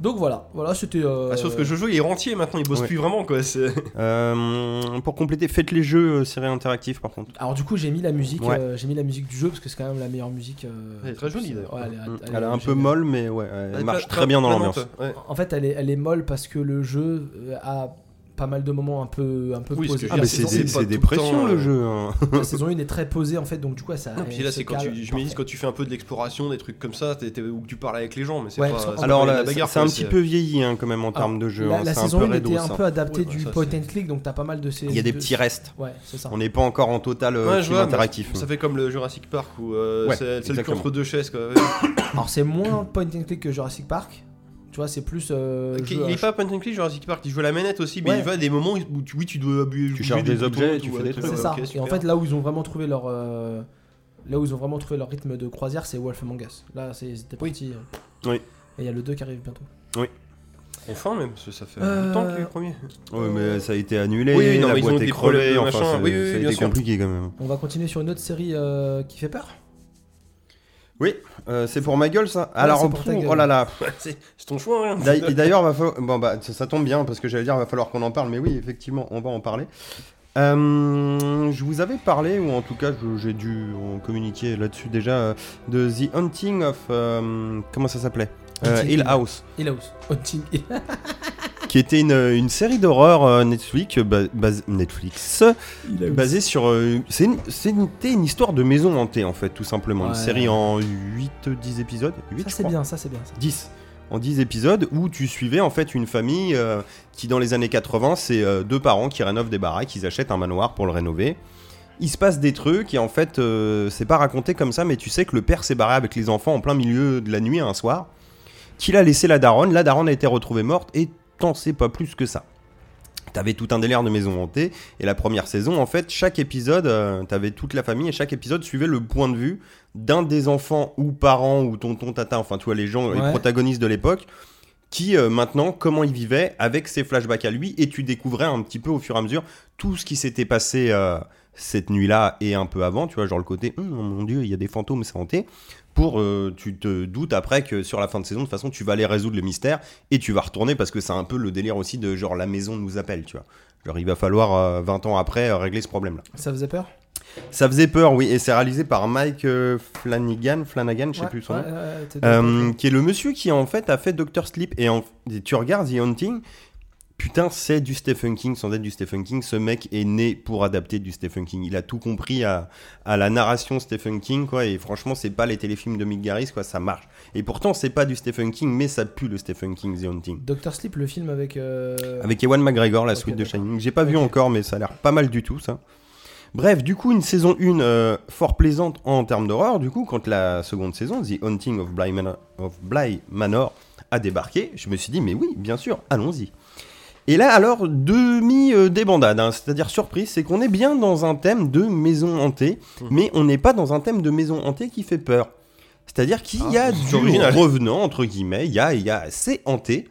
Speaker 1: Donc voilà, voilà, c'était. euh,
Speaker 3: Bah,
Speaker 2: Ah, sauf que Jojo il est rentier maintenant, il bosse
Speaker 3: Ouais.
Speaker 2: plus vraiment quoi. c'est-
Speaker 3: Euh, pour compléter, faites les jeux euh, séries interactives par contre.
Speaker 1: Alors du coup j'ai mis la musique,
Speaker 3: Ouais.
Speaker 1: euh, j'ai mis la musique du jeu parce que c'est quand même la meilleure musique. euh,
Speaker 2: Elle est très jolie,
Speaker 1: euh,
Speaker 2: d'ailleurs.
Speaker 1: ouais, elle, est-
Speaker 3: Mm.
Speaker 1: elle est
Speaker 3: Elle est un peu
Speaker 1: géniale.
Speaker 3: molle mais ouais,
Speaker 2: Ouais,
Speaker 3: elle marche
Speaker 2: Ah, pas-
Speaker 3: très
Speaker 2: pas-
Speaker 3: bien dans
Speaker 2: pas
Speaker 3: l'ambiance.
Speaker 2: lente, ouais.
Speaker 1: En fait elle est, elle est molle parce que le jeu euh, a pas mal de moments un peu un peu
Speaker 2: Oui, ce
Speaker 1: posés.
Speaker 2: que
Speaker 3: Ah bah
Speaker 2: C'est
Speaker 3: c'est
Speaker 2: pas
Speaker 3: des-
Speaker 2: tout
Speaker 3: *laughs* c'est
Speaker 2: le
Speaker 3: des
Speaker 2: temps,
Speaker 3: pressions
Speaker 2: euh,
Speaker 3: le jeu. hein.
Speaker 1: La saison 1 est très posée en fait donc du coup ça.
Speaker 2: Non, puis
Speaker 1: elle
Speaker 2: là,
Speaker 1: se
Speaker 2: c'est quand
Speaker 1: cale.
Speaker 2: tu, je me dis
Speaker 1: Parfait.
Speaker 2: quand tu fais un peu de l'exploration, des trucs comme ça, t'es- t'es- ou que tu parles avec les gens, mais c'est
Speaker 1: Ouais,
Speaker 2: pas.
Speaker 1: parce
Speaker 2: *laughs* c'est euh,
Speaker 1: que-
Speaker 2: pas
Speaker 3: Alors
Speaker 2: la
Speaker 3: là,
Speaker 2: bagarre,
Speaker 3: c'est
Speaker 2: quoi,
Speaker 3: un petit peu vieilli hein, quand même en
Speaker 1: Alors,
Speaker 3: termes de jeu.
Speaker 1: Ah, La,
Speaker 3: hein,
Speaker 1: la
Speaker 3: c'est un
Speaker 1: saison
Speaker 3: peu
Speaker 1: 1
Speaker 3: redos.
Speaker 1: était un
Speaker 3: hein.
Speaker 1: peu adaptée
Speaker 2: Ouais, bah,
Speaker 1: du
Speaker 2: ça,
Speaker 1: point
Speaker 2: c'est-
Speaker 1: and click donc t'as pas mal de ces.
Speaker 3: Il y a des
Speaker 1: de-
Speaker 3: petits restes.
Speaker 1: Ouais c'est ça.
Speaker 3: On n'est pas encore en total euh,
Speaker 2: Ouais, je
Speaker 3: film
Speaker 2: vois, mais
Speaker 3: interactif.
Speaker 2: Ça fait comme le Jurassic Park où euh,
Speaker 3: Ouais,
Speaker 2: c'est celle qui est
Speaker 3: exactement.
Speaker 2: entre deux chaises. Quoi.
Speaker 1: Alors c'est moins point and click que Jurassic Park. Tu vois c'est plus. euh,
Speaker 2: Ok,
Speaker 1: jeu à-
Speaker 2: il est pas point and click Jurassic Park, il joue à la manette aussi, mais
Speaker 1: Ouais.
Speaker 2: il va à des moments où tu, oui, tu dois abu- bouger
Speaker 3: charges des
Speaker 2: boutons,
Speaker 3: objets, tu fais des
Speaker 2: ouais,
Speaker 3: trucs.
Speaker 1: C'est
Speaker 2: ouais,
Speaker 1: ça.
Speaker 2: ok,
Speaker 1: et en
Speaker 2: super.
Speaker 1: fait, là où ils ont vraiment trouvé leur, euh, là où ils ont vraiment trouvé leur rythme de croisière, c'est Wolf Among Us. Là, c'est- c'était
Speaker 2: Oui.
Speaker 1: parti.
Speaker 3: Oui.
Speaker 1: euh. Et il y a le 2 qui arrive bientôt.
Speaker 2: Enfin, même, parce que ça fait
Speaker 1: Euh,
Speaker 2: longtemps qu'il est premier.
Speaker 3: Ouais, mais ça a été annulé,
Speaker 2: Oui, oui, non,
Speaker 3: la
Speaker 2: mais ils
Speaker 3: boîte
Speaker 2: ont
Speaker 3: est
Speaker 2: des
Speaker 3: crevée,
Speaker 2: problèmes,
Speaker 3: enfin,
Speaker 2: machin.
Speaker 3: ça-
Speaker 2: Oui, oui, oui,
Speaker 3: ça a
Speaker 2: bien
Speaker 3: été
Speaker 2: sûr.
Speaker 3: compliqué quand même.
Speaker 1: On va continuer sur une autre série euh, qui fait peur.
Speaker 3: Oui, Euh, c'est pour ma gueule ça Alors,
Speaker 1: c'est pour ta
Speaker 3: pfff,
Speaker 1: gueule.
Speaker 3: oh là là.
Speaker 2: c'est c'est ton choix, hein. *laughs*
Speaker 3: D'ail- Et d'ailleurs, va falloir- bon, bah, ça, ça tombe bien parce que j'allais dire, va falloir qu'on en parle, mais oui, effectivement, on va en parler. Euh, je vous avais parlé, ou en tout cas, je- j'ai dû en communiquer là-dessus déjà, euh, de The Hunting of. euh, comment ça s'appelait Euh,
Speaker 1: Hunting
Speaker 3: Hill
Speaker 1: Hill.
Speaker 3: House,
Speaker 1: Et *laughs* là où- Hunting Hill.
Speaker 3: qui était une, une série d'horreur euh, Netflix, euh, ba- bas- Netflix basée sur. euh, c'est une, c'est une- c'était une histoire de maison hantée en fait, tout simplement. Une
Speaker 1: Ouais.
Speaker 3: série en 8-10 épisodes. 8,
Speaker 1: Ça c'est bien, ça c'est bien. ça.
Speaker 3: 10 en 10 épisodes où tu suivais en fait une famille euh, qui dans les années 80 c'est euh, deux parents qui rénovent des baraques, ils achètent un manoir pour le rénover. Il se passe des trucs et en fait euh, c'est pas raconté comme ça mais tu sais que le père s'est barré avec les enfants en plein milieu de la nuit un soir, qu'il a laissé la daronne, la daronne a été retrouvée morte et t'en sais pas plus que ça. T'avais tout un délire de maison hantée et la première saison en fait chaque épisode euh, t'avais toute la famille et chaque épisode suivait le point de vue d'un des enfants ou parents ou tonton tata enfin tu vois les gens les
Speaker 1: Ouais.
Speaker 3: protagonistes de l'époque qui euh, maintenant comment il vivait avec ses flashbacks à lui et tu découvrais un petit peu au fur et à mesure tout ce qui s'était passé euh, cette nuit-là et un peu avant tu vois genre le côté Hum, mon dieu il y a des fantômes c'est hanté pour euh, tu te doutes après que sur la fin de saison de toute façon tu vas aller résoudre le mystère et tu vas retourner parce que c'est un peu le délire aussi de genre la maison nous appelle tu vois genre il va falloir euh, 20 ans après euh, régler ce problème là
Speaker 1: Ça faisait peur
Speaker 3: ça faisait peur, oui, et c'est réalisé par Mike euh, Flanagan, Flanagan, je sais
Speaker 1: Ouais,
Speaker 3: plus son
Speaker 1: ouais,
Speaker 3: nom,
Speaker 1: ouais, ouais, t'es-
Speaker 3: euh, qui est le monsieur qui en fait a fait Doctor Sleep. Et, en- et tu regardes The Haunting, putain, c'est du Stephen King, sans être du Stephen King, ce mec est né pour adapter du Stephen King. Il a tout compris à, à la narration Stephen King, quoi. Et franchement, c'est pas les téléfilms de Mick Garris, quoi, ça marche. Et pourtant, c'est pas du Stephen King, mais ça pue le Stephen King, The Haunting.
Speaker 1: Doctor Sleep, le film avec. euh,
Speaker 3: Avec Ewan McGregor, la
Speaker 1: Ok,
Speaker 3: suite de
Speaker 1: d'accord.
Speaker 3: Shining. J'ai pas vu
Speaker 1: Ok.
Speaker 3: encore, mais ça a l'air pas mal du tout, ça. Bref, du coup, une saison 1 fort plaisante en termes d'horreur. Du coup, quand la seconde saison, The Haunting of Bly Manor, of Bly Manor, a débarqué, je me suis dit, mais oui, bien sûr, allons-y. Et là, alors, demi-débandade, hein. c'est-à-dire surprise, c'est qu'on est bien dans un thème de maison hantée,
Speaker 2: Mhm.
Speaker 3: mais on n'est pas dans un thème de maison hantée qui fait peur. C'est-à-dire qu'il y a
Speaker 2: Ah,
Speaker 3: du
Speaker 2: c'est original.
Speaker 3: revenant, entre guillemets, il y a, il y a, c'est hanté,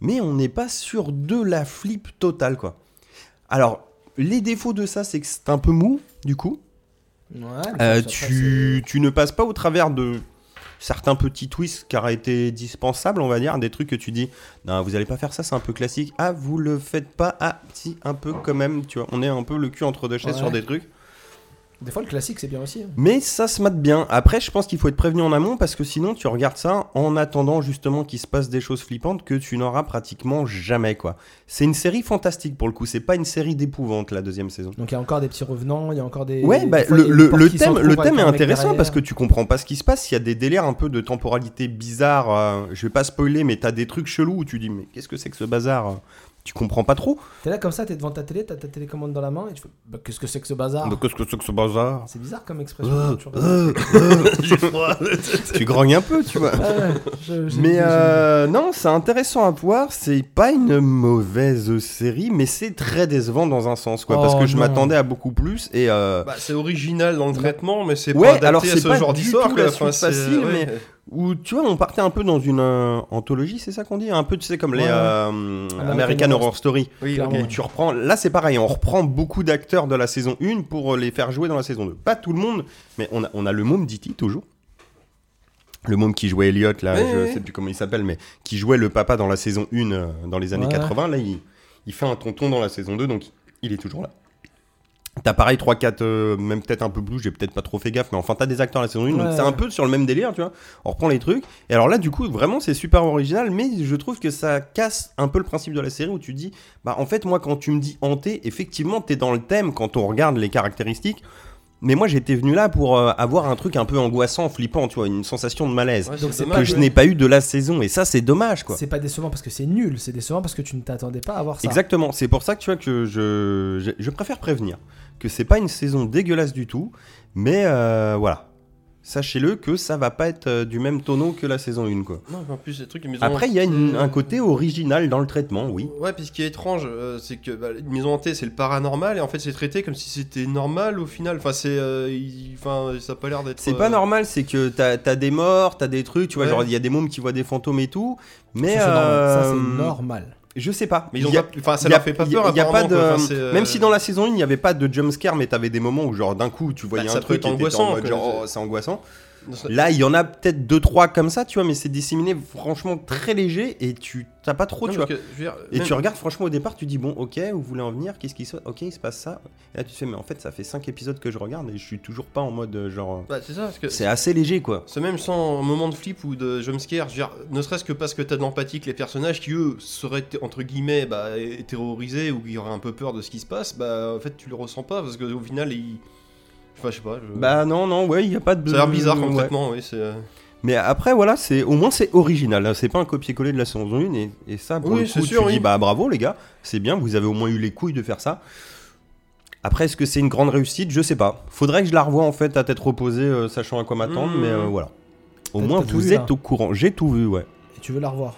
Speaker 3: mais on n'est pas sur de la flip totale, quoi. Alors, les défauts de ça, c'est que c'est un peu mou, du coup.
Speaker 1: Ouais,
Speaker 3: Euh,
Speaker 1: mais ça, euh, ça,
Speaker 3: tu, tu ne passes pas au travers de certains petits twists qui auraient été dispensables, on va dire, des trucs que tu dis, non, vous allez pas faire ça, c'est un peu classique. Ah, vous le faites pas. Ah, si, un peu quand même, tu vois. On est un peu le cul entre deux chaises
Speaker 1: Ouais.
Speaker 3: sur des trucs.
Speaker 1: c'est- Des fois, le classique, c'est bien aussi. hein.
Speaker 3: Mais ça se mate bien. Après, je pense qu'il faut être prévenu en amont parce que sinon, tu regardes ça en attendant justement qu'il se passe des choses flippantes que tu n'auras pratiquement jamais, quoi. C'est une série fantastique pour le coup. C'est pas une série d'épouvante, la deuxième saison.
Speaker 1: Donc, il y a encore des petits revenants, il y a encore des.
Speaker 3: Ouais,
Speaker 1: des
Speaker 3: bah,
Speaker 1: fois, il
Speaker 3: le,
Speaker 1: y a une
Speaker 3: le-
Speaker 1: porte
Speaker 3: le
Speaker 1: qui
Speaker 3: thème,
Speaker 1: s'entrouvre
Speaker 3: le
Speaker 1: avec
Speaker 3: thème est
Speaker 1: un mec
Speaker 3: intéressant
Speaker 1: derrière.
Speaker 3: parce que tu comprends pas ce qui se passe. Il y a des délires un peu de temporalité bizarre. euh, je vais pas spoiler, mais t'as des trucs chelous où tu dis mais qu'est-ce que c'est que ce bazar euh Tu comprends pas trop.
Speaker 1: T'es là comme ça, t'es devant ta télé, t'as ta télécommande dans la main et tu fais bah, Qu'est-ce que c'est que ce bazar
Speaker 3: Mais qu'est-ce que c'est que ce bazar
Speaker 1: C'est bizarre comme expression.
Speaker 3: Euh,
Speaker 1: tu regardes.
Speaker 3: euh,
Speaker 1: *laughs*
Speaker 3: euh. *laughs* Tu grognes un peu, tu vois.
Speaker 1: Ah ouais,
Speaker 3: *laughs*
Speaker 1: je- j'ai-
Speaker 3: Mais
Speaker 1: j'ai-
Speaker 3: euh, non, c'est intéressant à voir. C'est pas une mauvaise série, mais c'est très décevant dans un sens, quoi, parce
Speaker 1: Oh,
Speaker 3: que je
Speaker 1: non.
Speaker 3: m'attendais à beaucoup plus et. euh,
Speaker 2: Bah, c'est original dans le traitement, mais c'est
Speaker 3: Ouais,
Speaker 2: pas adapté
Speaker 3: alors
Speaker 2: à
Speaker 3: c'est
Speaker 2: ce
Speaker 3: pas
Speaker 2: genre
Speaker 3: du
Speaker 2: d'histoire.
Speaker 3: tout
Speaker 2: quoi.
Speaker 3: la
Speaker 2: Enfin,
Speaker 3: suite
Speaker 2: c'est-
Speaker 3: facile,
Speaker 2: ouais.
Speaker 3: où tu vois on partait un peu dans une euh, anthologie c'est ça qu'on dit un peu tu sais comme les
Speaker 1: Ouais, ouais.
Speaker 3: euh, American,
Speaker 1: American
Speaker 3: Horror,
Speaker 1: Horror
Speaker 3: Story
Speaker 2: Oui,
Speaker 1: Clairement.
Speaker 2: ok.
Speaker 3: où tu reprends là c'est pareil on reprend beaucoup d'acteurs de la saison 1 pour euh, les faire jouer dans la saison 2 pas tout le monde mais on a, on a le môme d'E.T. toujours le môme qui jouait Elliot là
Speaker 2: Ouais,
Speaker 3: je
Speaker 2: ouais.
Speaker 3: sais plus comment il s'appelle mais qui jouait le papa dans la saison 1 euh, dans les années
Speaker 1: Ouais.
Speaker 3: 80 là il, il fait un tonton dans la saison 2 donc il est toujours là T'as pareil 3-4, même peut-être un peu blue, j'ai peut-être pas trop fait gaffe, mais enfin t'as des acteurs à la saison 1, donc
Speaker 1: Ouais,
Speaker 3: c'est un
Speaker 1: ouais.
Speaker 3: peu sur le même délire, tu vois. On reprend les trucs. Et alors là, du coup, vraiment c'est super original, mais je trouve que ça casse un peu le principe de la série où tu dis, bah en fait, moi quand tu me dis hanté, effectivement t'es dans le thème quand on regarde les caractéristiques, mais moi j'étais venu là pour euh, avoir un truc un peu angoissant, flippant, tu vois, une sensation de malaise.
Speaker 2: Ouais,
Speaker 1: Donc,
Speaker 2: c'est
Speaker 1: c'est
Speaker 3: que
Speaker 2: dommage,
Speaker 3: je
Speaker 2: ouais.
Speaker 3: n'ai pas eu de la saison, et ça c'est dommage, quoi.
Speaker 1: C'est pas décevant parce que c'est nul, c'est décevant parce que tu ne t'attendais pas à voir ça.
Speaker 3: Exactement, c'est pour ça que tu vois que je, je, je préfère prévenir que c'est pas une saison dégueulasse du tout, mais euh, voilà. Sachez-le que ça va pas être euh, du même tonneau que la saison 1 quoi.
Speaker 2: Non, mais en plus, les trucs, les maisons
Speaker 3: Après il y a une-
Speaker 2: hantées,
Speaker 3: un côté original dans le traitement, oui.
Speaker 2: Ouais, puis ce qui est étrange, euh, c'est que bah, une maison hantée, c'est le paranormal, et en fait, c'est traité comme si c'était normal au final. Enfin, c'est, euh, il- enfin, ça a pas l'air d'être.
Speaker 3: C'est
Speaker 2: euh,
Speaker 3: pas normal, c'est que t'as as des morts, t'as des trucs, tu vois,
Speaker 2: Ouais.
Speaker 3: genre il y a des mômes qui voient des fantômes et tout,
Speaker 1: Ça,
Speaker 3: mais
Speaker 1: c'est normal. Ça,
Speaker 3: euh,
Speaker 1: c'est normal.
Speaker 3: Je sais pas.
Speaker 2: Mais ils ont
Speaker 3: Il y a-
Speaker 2: pas- enfin, ça
Speaker 3: il y a-
Speaker 2: leur fait pas
Speaker 3: il y a-
Speaker 2: peur.
Speaker 3: il y a pas
Speaker 2: apparemment,
Speaker 3: de,
Speaker 2: quoi. Enfin, c'est, euh,
Speaker 3: Même si dans la saison 1 il n'y avait pas de jumpscare, mais t'avais des moments où genre d'un coup tu voyais
Speaker 2: Bah,
Speaker 3: un
Speaker 2: ça peut
Speaker 3: truc
Speaker 2: être
Speaker 3: et t'étais en
Speaker 2: angoissant,
Speaker 3: mode
Speaker 2: quoi. Bah,
Speaker 3: genre, oh, c'est angoissant. Là, il y en a peut-être deux trois comme ça, tu vois, mais c'est disséminé franchement très léger et tu t'as pas trop, tu vois. Et tu regardes, franchement, au départ, tu dis bon, ok, vous voulez en venir Qu'est-ce qui se passe Ok, il se passe ça. Et là, tu te fais, mais en fait, ça fait 5 épisodes que je regarde et je suis toujours pas en mode euh, genre.
Speaker 2: bah, c'est ça, parce que
Speaker 3: C'est assez léger, quoi.
Speaker 2: C'est même sans un moment de flip ou de jumpscare, je veux dire, ne serait-ce que parce que t'as de l'empathie que les personnages qui eux seraient entre guillemets bah, terrorisés ou qui auraient un peu peur de ce qui se passe, bah en fait tu le ressens pas parce qu'au final ils. Enfin je sais pas, je-
Speaker 3: Bah non, non, ouais, il y a pas de.
Speaker 2: ça a l'air bizarre
Speaker 3: ouais.
Speaker 2: complètement, oui. c'est... euh,
Speaker 3: Mais après, voilà, c'est au moins c'est original. hein. C'est pas un copier-coller de la saison 1 et, et ça, pour
Speaker 2: Oui,
Speaker 3: le
Speaker 2: c'est
Speaker 3: coup,
Speaker 2: sûr,
Speaker 3: tu
Speaker 2: oui.
Speaker 3: dis bah bravo les gars, c'est bien, vous avez au moins eu les couilles de faire ça. Après, est-ce que c'est une grande réussite Je sais pas. Faudrait que je la revoie en fait à tête reposée, euh, sachant à quoi m'attendre,
Speaker 2: Mmh.
Speaker 3: mais euh, voilà. Au
Speaker 1: T'as-
Speaker 3: moins,
Speaker 1: t'as tout
Speaker 3: vous
Speaker 1: vu,
Speaker 3: êtes
Speaker 1: là.
Speaker 3: au courant. J'ai tout vu, ouais.
Speaker 1: Et tu veux la revoir.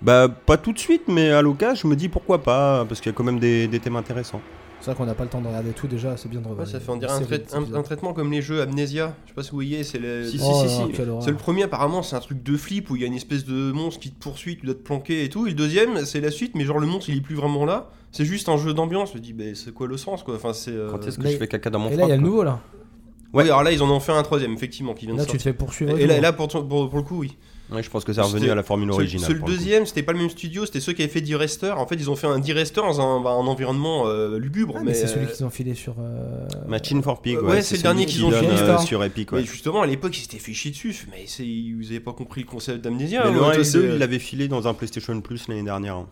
Speaker 3: Bah, pas tout de suite, mais à l'occasion, je me dis pourquoi pas, parce qu'il y a quand même des, des thèmes intéressants.
Speaker 1: C'est vrai qu'on n'a pas le temps de regarder tout déjà, c'est bien de
Speaker 2: Ouais,
Speaker 1: revoir.
Speaker 2: ça fait on dirait un, trai- un- un traitement comme les jeux Amnesia, je sais pas si vous voyez, c'est le...
Speaker 3: Si, si,
Speaker 1: Oh, là
Speaker 3: si,
Speaker 1: là,
Speaker 3: si.
Speaker 1: quelle horreur.
Speaker 2: C'est le premier, apparemment, c'est un truc de flip où il y a une espèce de monstre qui te poursuit, tu dois te planquer et tout. Et le deuxième, c'est la suite, mais genre le monstre il est plus vraiment là. C'est juste un jeu d'ambiance. Je me dis, bah, c'est quoi le sens quoi Enfin, c'est. euh,
Speaker 3: Quand est-ce que
Speaker 1: mais-
Speaker 3: je fais caca dans mon
Speaker 1: Et là, il y a
Speaker 3: froc,
Speaker 1: le
Speaker 3: quoi
Speaker 1: nouveau là.
Speaker 2: Ouais, alors là, ils en ont fait un troisième, effectivement, qui vient
Speaker 1: Là,
Speaker 2: de
Speaker 1: tu te
Speaker 2: sortir.
Speaker 1: fais poursuivre.
Speaker 2: Et là,
Speaker 1: tout,
Speaker 2: là, pour, ton- pour- pour le coup, oui.
Speaker 3: Ouais, je pense que c'est revenu
Speaker 2: C'était-
Speaker 3: à la formule
Speaker 2: Seul-
Speaker 3: originale.
Speaker 2: seul
Speaker 3: pour le coup.
Speaker 2: deuxième, c'était pas le même studio, c'était ceux qui avaient fait D-Rester. En fait, ils ont fait un D-Rester dans un, bah, un environnement euh, lugubre.
Speaker 1: hein. Ah, mais c'est celui
Speaker 2: euh,
Speaker 1: qu'ils ont filé sur. euh,
Speaker 3: Machine for Pig,
Speaker 2: Euh,
Speaker 3: ouais.
Speaker 2: ouais, c'est le
Speaker 3: celui
Speaker 2: dernier
Speaker 3: qui
Speaker 2: qu'ils ont
Speaker 3: donne,
Speaker 1: fait,
Speaker 3: euh,
Speaker 1: Star.
Speaker 3: sur Epic, ouais.
Speaker 2: Mais justement, à l'époque, ils s'étaient fait chier dessus. Mais c'est- vous avez pas compris le concept hein. d'amnésia.
Speaker 3: Mais
Speaker 2: ouais,
Speaker 3: le 1 et
Speaker 2: toi,
Speaker 3: le
Speaker 2: c'est-
Speaker 3: 2, il l'avait filé dans un PlayStation Plus l'année dernière. hein.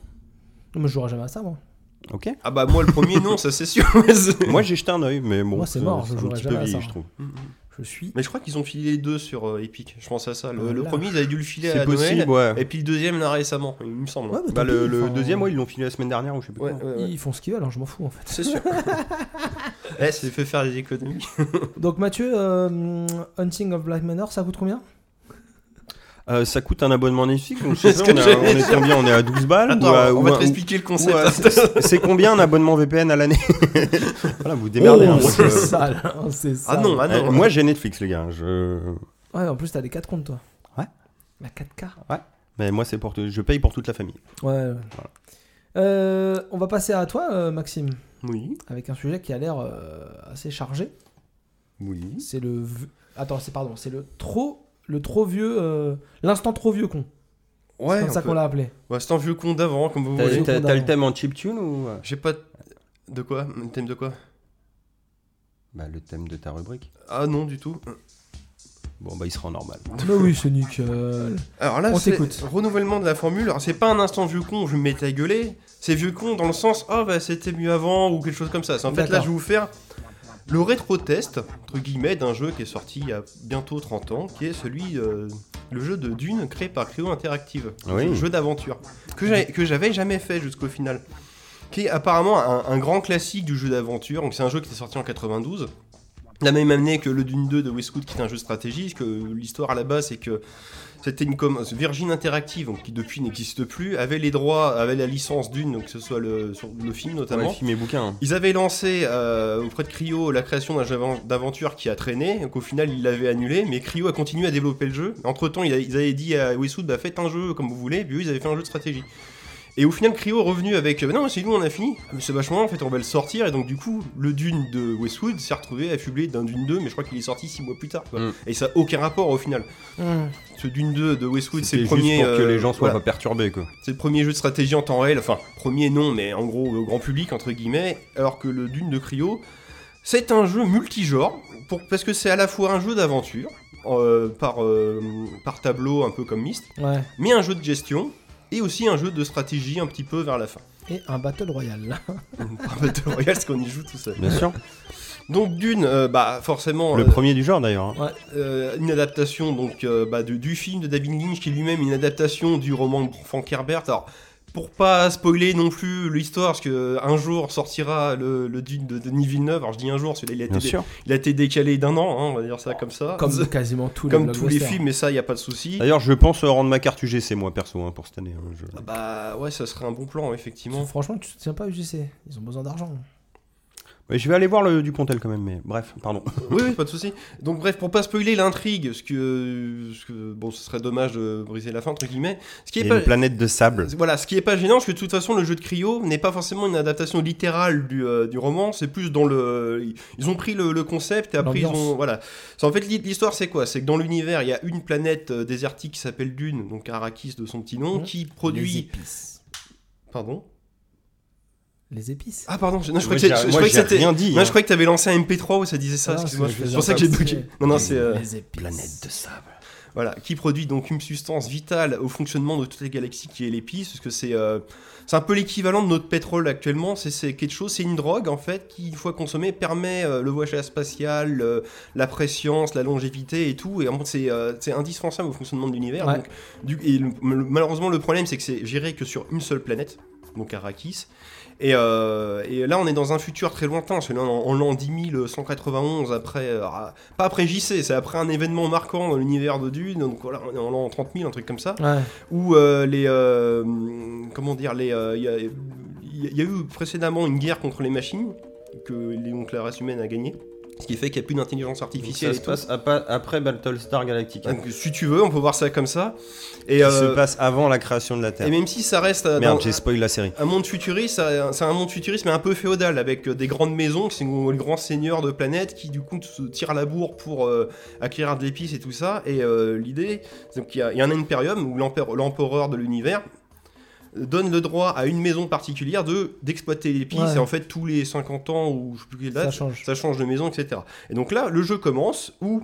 Speaker 1: Moi, je jouerai jamais à ça, moi.
Speaker 3: Ok
Speaker 2: Ah bah, moi, le premier, non, ça c'est sûr.
Speaker 3: *laughs* Moi j'ai jeté un oeil, mais bon.
Speaker 1: Moi, c'est mort, je
Speaker 3: un
Speaker 1: jouerai
Speaker 3: petit peu
Speaker 1: jamais à ça.
Speaker 3: vieilli, je trouve.
Speaker 1: Je suis.
Speaker 2: Mais je crois qu'ils ont filé les deux sur euh, Epic. Je pense à ça. Le, le
Speaker 1: Voilà.
Speaker 2: premier, ils avaient dû le filer à
Speaker 3: C'est possible,
Speaker 2: Noël.
Speaker 3: ouais.
Speaker 2: Et puis le deuxième, là, récemment, il me semble.
Speaker 1: Ouais, mais
Speaker 3: Bah,
Speaker 1: tant
Speaker 3: le
Speaker 1: pis,
Speaker 3: le
Speaker 1: enfin,
Speaker 3: deuxième, ouais, ils l'ont filé la semaine dernière, ou je sais plus.
Speaker 2: Ouais,
Speaker 3: quand.
Speaker 2: ouais, ouais.
Speaker 1: Ils font ce qu'ils veulent, hein, je m'en fous en fait.
Speaker 3: *laughs*
Speaker 2: C'est sûr. Eh, c'est fait faire des économies.
Speaker 1: Donc Mathieu, euh, Hunting of Black Manor, ça coûte combien
Speaker 3: Euh, ça coûte un abonnement Netflix, donc je sais
Speaker 2: C'est
Speaker 3: pas,
Speaker 2: ce
Speaker 3: on
Speaker 2: que
Speaker 3: est à- on
Speaker 2: j'allais
Speaker 3: est combien On est à 12 balles
Speaker 2: Attends,
Speaker 3: ou à-
Speaker 2: on
Speaker 3: ou
Speaker 2: va
Speaker 3: à-
Speaker 2: te réexpliquer le
Speaker 3: ou
Speaker 2: concept.
Speaker 3: à- c'est- C'est combien un abonnement VPN à l'année Voilà, vous démerdez. hein,
Speaker 1: Oh,
Speaker 3: moi,
Speaker 1: c'est
Speaker 3: je-
Speaker 1: ça, là, c'est ça.
Speaker 2: Ah non, ah
Speaker 3: Euh,
Speaker 2: non.
Speaker 3: Moi j'ai Netflix, les gars. Je...
Speaker 1: Ouais, en plus t'as les 4 comptes toi. Bah,
Speaker 3: Ouais.
Speaker 1: La 4K.
Speaker 3: Mais moi, c'est pour... je paye pour toute la famille.
Speaker 1: Ouais. ouais. Euh, on va passer à toi, euh, Maxime,
Speaker 3: Oui.
Speaker 1: avec un sujet qui a l'air euh, assez chargé.
Speaker 3: Oui.
Speaker 1: C'est le. v- Attends, c'est pardon, c'est le trop, le trop vieux, euh, l'instant trop vieux con.
Speaker 2: ouais,
Speaker 1: C'est comme
Speaker 2: on
Speaker 1: ça
Speaker 2: peut-
Speaker 1: qu'on l'a appelé.
Speaker 2: Ouais, c'est un vieux con d'avant, comme vous
Speaker 3: T'as
Speaker 1: Oui.
Speaker 2: voulez.
Speaker 3: t'as- t'as le thème en chiptune ou
Speaker 2: J'ai pas. De quoi Un thème de quoi
Speaker 3: Bah, le thème de ta rubrique.
Speaker 2: Ah non, du tout.
Speaker 3: Bon, bah, il sera en normal.
Speaker 1: Mais oui, c'est
Speaker 2: *laughs*
Speaker 1: nickel.
Speaker 2: Alors là,
Speaker 1: On
Speaker 2: c'est
Speaker 1: t'écoute.
Speaker 2: renouvellement de la formule. Alors, c'est pas un instant vieux con, je me mets à gueuler. C'est vieux con dans le sens, ah bah c'était mieux avant ou quelque chose comme ça. C'est en fait là,
Speaker 1: D'accord.
Speaker 2: je vais vous faire le rétro-test, entre guillemets, d'un jeu qui est sorti il y a bientôt 30 ans, qui est celui, euh, le jeu de Dune créé par Cryo Interactive.
Speaker 3: Oui.
Speaker 2: Un jeu d'aventure. Que j'avais- que j'avais jamais fait jusqu'au final. Qui est apparemment un, un grand classique du jeu d'aventure. Donc, c'est un jeu qui était sorti en 92. La même année que le Dune 2 de Westwood, qui est un jeu stratégique, que l'histoire à la base, c'est que c'était une com Virgin Interactive, donc qui depuis n'existe plus, avait les droits, avait la licence Dune, donc que ce soit le, sur le hein. film notamment.
Speaker 3: Ouais, film et bouquin.
Speaker 2: Ils avaient lancé euh, auprès de Cryo la création d'un jeu avan- d'aventure qui a traîné, donc au final ils l'avaient annulé, mais Cryo a continué à développer le jeu. Entre temps, ils a- ils avaient dit à Westwood, bah faites un jeu comme vous voulez, et puis eux, ils avaient fait un jeu de stratégie. Et au final, Cryo est revenu avec, euh, bah non, c'est nous, on a fini, Ah, mais c'est vachement, bien, en fait, on va le sortir, et donc du coup, le Dune de Westwood s'est retrouvé affublé d'un Dune 2, mais je crois qu'il est sorti 6 mois plus tard, quoi.
Speaker 3: Mm.
Speaker 2: Et ça n'a aucun rapport au final. Ce Dune 2 de Westwood, c'est
Speaker 3: C'était
Speaker 2: le
Speaker 3: juste
Speaker 2: premier.
Speaker 3: pour que
Speaker 2: euh,
Speaker 3: les gens soient
Speaker 2: voilà.
Speaker 3: pas perturbés, quoi.
Speaker 2: C'est le premier jeu de stratégie en temps réel, enfin premier non, mais en gros au grand public entre guillemets, alors que le Dune de Cryo, c'est un jeu multigenre, pour, parce que c'est à la fois un jeu d'aventure, euh, par, euh, par tableau un peu comme Myst,
Speaker 1: Ouais.
Speaker 2: mais un jeu de gestion, et aussi un jeu de stratégie un petit peu vers la fin. *laughs*
Speaker 1: Et un battle royal.
Speaker 2: Par Battle Royale, parce qu'on y joue tout seul. *laughs*
Speaker 3: Bien sûr.
Speaker 2: Donc Dune, euh, bah forcément...
Speaker 3: Le
Speaker 2: euh,
Speaker 3: premier du genre, d'ailleurs. hein.
Speaker 2: euh, une adaptation donc euh, bah, de- du film de David Lynch qui est lui-même une adaptation du roman de Frank Herbert. Alors pour pas spoiler non plus l'histoire, parce que euh, un jour sortira le, le Dune de Denis Villeneuve. Alors je dis un jour, celui-là il, a
Speaker 3: Bien
Speaker 2: été-
Speaker 3: sûr.
Speaker 2: il a été décalé d'un an, hein, on va dire ça comme ça.
Speaker 1: Comme quasiment tous les
Speaker 2: *laughs* Comme tous les
Speaker 1: blockbusters.
Speaker 2: films, mais ça il y a pas de souci.
Speaker 3: D'ailleurs, je pense euh, rendre ma carte UGC, moi, perso, hein, pour cette année. hein, je-
Speaker 2: Ah Bah ouais, ça serait un bon plan effectivement.
Speaker 1: Franchement, tu soutiens pas UGC. Ils ont besoin d'argent.
Speaker 3: Ouais, je vais aller voir le Dupontel quand même, mais bref, pardon.
Speaker 2: oui, oui, pas de souci. Donc bref, pour pas spoiler l'intrigue, ce que, ce que- bon, ce serait dommage de briser la fin entre guillemets. Ce qui
Speaker 3: Il
Speaker 2: est
Speaker 3: y a
Speaker 2: pas,
Speaker 3: une planète de sable.
Speaker 2: voilà, ce qui est pas gênant, parce que de toute façon, le jeu de Cryo n'est pas forcément une adaptation littérale du, euh, du roman. C'est plus dans le, ils ont pris le, le concept et après ils
Speaker 1: L'ambiance.
Speaker 2: ont, voilà. C'est en fait l'hi- l'histoire, c'est quoi C'est que dans l'univers, il y a une planète euh, désertique qui s'appelle Dune, donc Arrakis de son petit nom,
Speaker 3: Mmh.
Speaker 1: Ouais.
Speaker 2: qui
Speaker 1: Les
Speaker 2: produit,
Speaker 1: épices.
Speaker 2: pardon.
Speaker 1: Les épices
Speaker 2: Ah pardon, je, non, je crois
Speaker 3: Moi,
Speaker 2: que, c'est-
Speaker 3: j'ai-
Speaker 2: je
Speaker 3: moi,
Speaker 2: crois que
Speaker 3: j'ai
Speaker 2: c'était.
Speaker 3: rien dit.
Speaker 2: Non,
Speaker 3: hein.
Speaker 2: je croyais que t'avais lancé un MP3 où ça disait ça,
Speaker 1: Ah,
Speaker 2: excuse-moi,
Speaker 1: c'est-
Speaker 2: c'est pour ça que j'ai
Speaker 1: c'est-
Speaker 2: bugué. Non, non, c'est. euh,
Speaker 1: Les épices.
Speaker 3: Planète de sable.
Speaker 2: Voilà, qui produit donc une substance vitale au fonctionnement de toutes les galaxies qui est l'épice, parce que c'est euh, c'est un peu l'équivalent de notre pétrole actuellement, c'est- c'est quelque chose, c'est une drogue en fait, qui une fois consommée permet euh, le voyage spatial, le- la préscience, la longévité et tout, et en fait, c'est euh, c'est indispensable au fonctionnement de l'univers.
Speaker 1: Ouais.
Speaker 2: donc, du- Et le- le- malheureusement le problème c'est que c'est géré que sur une seule planète, donc Arrakis, et, euh, et là, on est dans un futur très lointain, c'est en, en l'an 10191, après, euh, pas après JC, c'est après un événement marquant dans l'univers de Dune, donc voilà, on est en l'an 30 000, un truc comme ça,
Speaker 1: Ouais.
Speaker 2: où euh, les. euh, comment dire les, euh, Il y a- il y, a eu précédemment une guerre contre les machines, que les- donc la race humaine a gagnée, ce qui fait qu'il n'y a plus d'intelligence artificielle
Speaker 4: Ça se
Speaker 2: et tout.
Speaker 4: passe à pa- après Battlestar Galactica.
Speaker 2: Donc, si tu veux, on peut voir ça comme ça. Et,
Speaker 3: Qui
Speaker 2: euh,
Speaker 3: se passe avant la création de la
Speaker 2: et
Speaker 3: Terre.
Speaker 2: même si ça reste. euh,
Speaker 3: Merde,
Speaker 2: dans-
Speaker 3: j'ai spoil la série.
Speaker 2: un monde futuriste, ça- c'est un monde futuriste mais un peu féodal avec euh, des grandes maisons, c'est le grand seigneur de planète qui du coup se tire la bourre pour euh, acquérir de l'épice et tout ça. Et euh, l'idée, c'est qu'il y, a- il y a un imperium où l'empereur l'empereur de l'univers euh, donne le droit à une maison particulière de d'exploiter l'épice
Speaker 1: Ouais.
Speaker 2: et en fait tous les 50 ans ou je sais plus quelle
Speaker 1: Ça
Speaker 2: date,
Speaker 1: change.
Speaker 2: ça change de maison, etc. Et donc là, le jeu commence où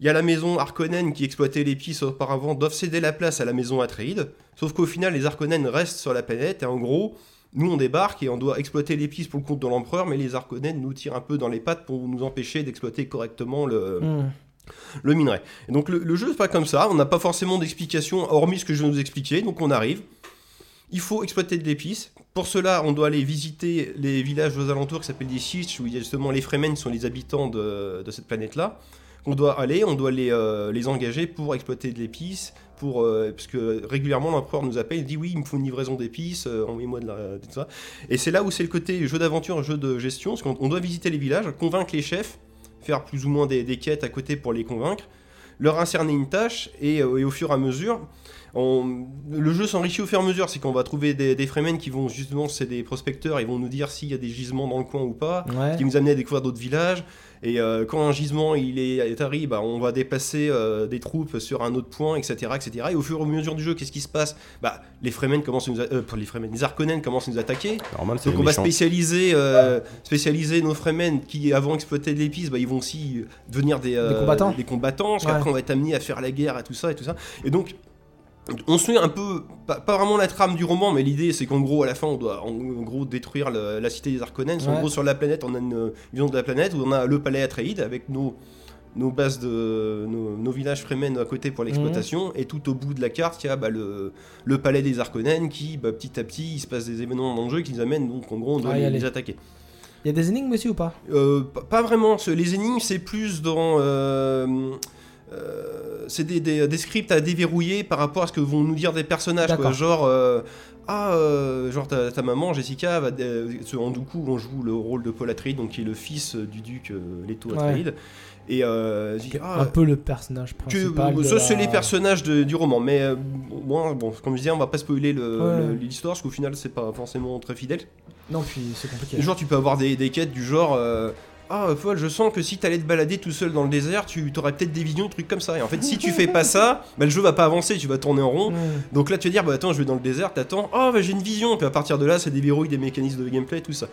Speaker 2: il y a la maison Harkonnen qui exploitait l'épice auparavant, doivent céder la place à la maison Atreide. Sauf qu'au final, les Harkonnen restent sur la planète et en gros, nous on débarque et on doit exploiter l'épice pour le compte de l'empereur, mais les Harkonnen nous tirent un peu dans les pattes pour nous empêcher d'exploiter correctement le,
Speaker 1: Hmm.
Speaker 2: le minerai. Et donc le, le jeu c'est pas comme ça, on n'a pas forcément d'explication hormis ce que je viens de vous expliquer, donc on arrive. Il faut exploiter de l'épice. Pour cela, on doit aller visiter les villages aux alentours qui s'appellent des Sitch, où il y a justement les Fremen qui sont les habitants de, de cette planète-là. On doit aller, on doit les, euh, les engager pour exploiter de l'épice, pour, euh, parce que régulièrement l'empereur nous appelle, il dit oui, il me faut une livraison d'épices, euh, envoyez-moi de la... de ça. Et c'est là où c'est le côté jeu d'aventure, jeu de gestion, parce qu'on on doit visiter les villages, convaincre les chefs, faire plus ou moins des- des quêtes à côté pour les convaincre leur incerner une tâche et, euh, et au fur et à mesure, on- le jeu s'enrichit au fur et à mesure. C'est qu'on va trouver des, des Fremen qui vont justement, c'est des prospecteurs, ils vont nous dire s'il y a des gisements dans le coin ou pas,
Speaker 1: Ouais.
Speaker 2: qui nous amenaient à découvrir d'autres villages. Et euh, quand un gisement il est, est arrivé, bah, on va déplacer euh, des troupes sur un autre point, etc., etc. Et au fur et à mesure du jeu, qu'est-ce qui se passe Bah les Fremen commencent à nous, a- euh, pour les Fremen, les Harkonnen commencent à nous attaquer.
Speaker 3: Normal, c'est
Speaker 2: Donc
Speaker 3: les
Speaker 2: on va
Speaker 3: méchants.
Speaker 2: spécialiser, euh, spécialiser nos Fremen qui avant exploitaient de l'épice, bah, ils vont aussi devenir des, euh,
Speaker 1: combattants.
Speaker 2: Des combattants parce
Speaker 1: Ouais.
Speaker 2: qu'après on va être amené à faire la guerre et tout ça et tout ça. Et donc on suit un peu, pas, pas vraiment la trame du roman, mais l'idée c'est qu'en gros à la fin on doit en, en gros détruire le- la cité des Arconen. En
Speaker 1: Ouais.
Speaker 2: gros sur la planète on a une vision de la planète où on a le palais Atreide avec nos nos bases de nos, nos villages Fremen à côté
Speaker 1: Mhm.
Speaker 2: pour l'exploitation et tout au bout de la carte il y a bah, le, le palais des Arconen qui bah, petit à petit il se passe des événements dans le jeu qui nous amènent donc en gros on doit
Speaker 1: Ah, y
Speaker 2: les,
Speaker 1: aller.
Speaker 2: les attaquer
Speaker 1: Il y a des énigmes aussi ou pas
Speaker 2: Euh, p- pas vraiment ce- les énigmes c'est plus dans euh, euh, c'est des, des- des scripts à déverrouiller par rapport à ce que vont nous dire des personnages quoi.
Speaker 1: D'accord.
Speaker 2: genre euh, ah euh, genre ta, ta maman Jessica va euh, ce- en du coup on joue le rôle de Paul Atreides donc qui est le fils du duc euh, Leto
Speaker 1: Ouais.
Speaker 2: Atreides et euh, je dis, ah,
Speaker 1: Un peu le personnage
Speaker 2: que-
Speaker 1: principal. de
Speaker 2: ça, c'est
Speaker 1: la-
Speaker 2: les personnages de- du roman, mais euh, moi, bon, comme je disais, on va pas spoiler le-
Speaker 1: Ouais.
Speaker 2: le- l'histoire, parce qu'au final, c'est pas forcément très fidèle.
Speaker 1: Non, puis c'est compliqué.
Speaker 2: Genre, tu peux avoir des, des quêtes du genre. euh, ah, Paul, je sens que si t'allais te balader tout seul dans le désert, tu aurais peut-être des visions, trucs comme ça. Et en fait, si tu fais pas ça, bah, le jeu va pas avancer, tu vas tourner en rond.
Speaker 1: Hmm.
Speaker 2: Donc là, tu vas dire, bah attends, je vais dans le désert, t'attends, oh, bah, j'ai une vision, puis à partir de là, ça déverrouille des mécanismes de gameplay, tout ça.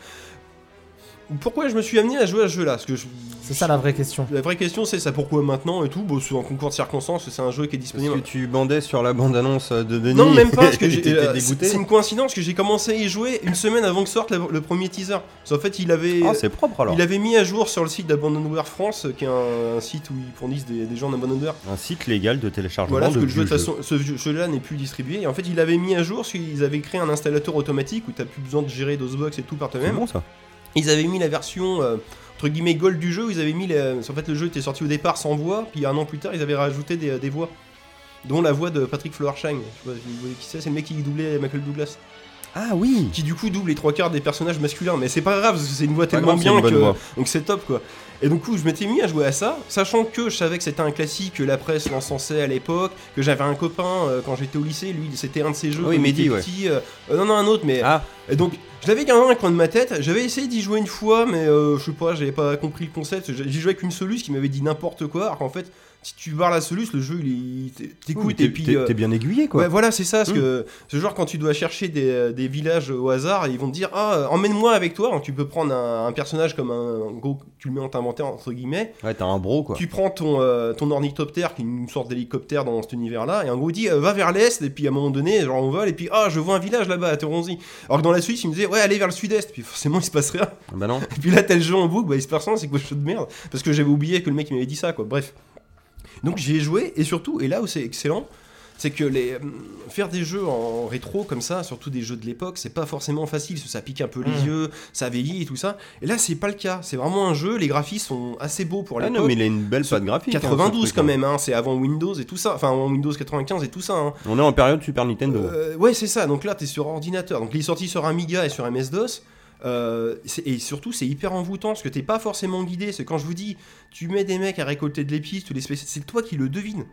Speaker 2: Pourquoi je me suis amené à jouer à ce jeu-là Parce que je-
Speaker 1: C'est ça la vraie question.
Speaker 2: la vraie question, c'est ça, pourquoi maintenant et tout Bon, c'est un concours de circonstances, c'est un jeu qui est
Speaker 3: Parce
Speaker 2: disponible.
Speaker 3: que tu bandais sur la bande-annonce de Denis.
Speaker 2: Non, même pas,
Speaker 3: *laughs*
Speaker 2: parce que
Speaker 3: et
Speaker 2: j'ai-
Speaker 3: t'étais
Speaker 2: euh,
Speaker 3: dégoûté.
Speaker 2: C'est une coïncidence parce que j'ai commencé à y jouer une semaine avant que sorte la- le premier teaser. Parce qu'en fait, il avait.
Speaker 3: Ah, c'est propre alors.
Speaker 2: euh, il avait mis à jour sur le site d'Abandonware France, qui est un, un site où ils fournissent des, des gens d'Abandonware.
Speaker 3: Un site légal de téléchargement
Speaker 2: Voilà, parce
Speaker 3: de
Speaker 2: que le jeu,
Speaker 3: vieux
Speaker 2: de toute façon, ce vieux- ce jeu-là n'est plus distribué. Et en fait, il avait mis à jour, parce qu'ils avaient créé un installateur automatique où t'as plus besoin de gérer Dosebox et tout par
Speaker 3: jeux. C'est
Speaker 2: toi-même.
Speaker 3: bon ça.
Speaker 2: Ils avaient mis la version euh, entre guillemets gold du jeu. Ils avaient mis les- en fait le jeu était sorti au départ sans voix, puis un an plus tard ils avaient rajouté des, des voix, dont la voix de Patrick Flowersheim. Je sais pas si vous voyez qui c'est, c'est le mec qui doublait Michael Douglas.
Speaker 3: Ah oui
Speaker 2: qui du coup double les trois quarts des personnages masculins. Mais c'est pas grave, parce que c'est une voix
Speaker 3: Pas
Speaker 2: tellement
Speaker 3: grave, c'est
Speaker 2: bien
Speaker 3: une bonne
Speaker 2: que
Speaker 3: voix.
Speaker 2: donc c'est top quoi. Et du coup, je m'étais mis à jouer à ça, sachant que je savais que c'était un classique, que la presse l'encensait à l'époque, que j'avais un copain euh, quand j'étais au lycée, lui c'était un de ses jeux.
Speaker 3: Ah oui,
Speaker 2: quand il
Speaker 3: Mehdi,
Speaker 2: était
Speaker 3: ouais.
Speaker 2: petit, euh, euh, non, non, un autre, mais.
Speaker 3: Ah.
Speaker 2: Et donc, je l'avais gardé dans un coin de ma tête, j'avais essayé d'y jouer une fois, mais euh, je sais pas, j'avais pas compris le concept. J'y jouais avec une Solus qui m'avait dit n'importe quoi, alors qu'en fait, si tu barres la Solus, le jeu il est.
Speaker 3: Oui,
Speaker 2: T'écoutes
Speaker 3: t'es-
Speaker 2: et puis.
Speaker 3: t'es
Speaker 2: euh,
Speaker 3: t'es bien aiguillé quoi.
Speaker 2: Ouais, voilà, c'est ça. Parce
Speaker 3: Mm.
Speaker 2: que ce genre, quand tu dois chercher des, euh, des villages au hasard, ils vont te dire Ah, euh, emmène-moi avec toi. Donc, tu peux prendre un, un personnage comme un. En gros, tu le mets en inventaire, entre guillemets.
Speaker 3: Ouais, t'as un bro quoi.
Speaker 2: Tu prends ton, euh, ton ornithoptère, qui est une sorte d'hélicoptère dans cet univers-là. Et en gros, il dit euh, Va vers l'est. Et puis, à un moment donné, genre, on vole. Et puis, Ah, je vois un village là-bas, à Toronzi. Alors que dans la Suisse, il me disait Ouais, allez vers le sud-est. Puis, forcément, il se passe rien.
Speaker 3: Ah Bah non.
Speaker 2: Et puis là, t'as le jeu en boucle, bah, il se passe rien, c'est quoi ce jeu de merde Parce que j'avais oublié que le mec il m'avait dit ça, quoi. Bref. Donc j'y ai joué, et surtout, et là où c'est excellent, c'est que les, hum, faire des jeux en rétro comme ça, surtout des jeux de l'époque, c'est pas forcément facile, parce que ça pique un peu les
Speaker 1: Mm.
Speaker 2: yeux, ça vieillit et tout ça. Et là, c'est pas le cas. C'est vraiment un jeu, les graphismes sont assez beaux pour
Speaker 3: Ah
Speaker 2: l'époque.
Speaker 3: non, mais il a une belle patte graphique. hein, ce
Speaker 2: 92
Speaker 3: truc,
Speaker 2: quand
Speaker 3: hein.
Speaker 2: même, hein, c'est avant Windows et tout ça, enfin avant Windows 95 et tout ça. hein.
Speaker 3: On est en période Super Nintendo.
Speaker 2: Euh, ouais, c'est ça. Donc là, t'es sur ordinateur. Donc il est sorti sur Amiga et sur MS-DOS. Euh, c'est- et surtout, c'est hyper envoûtant parce que t'es pas forcément guidé. C'est quand je vous dis, tu mets des mecs à récolter de l'épice, tu les spéc- c'est toi qui le devine.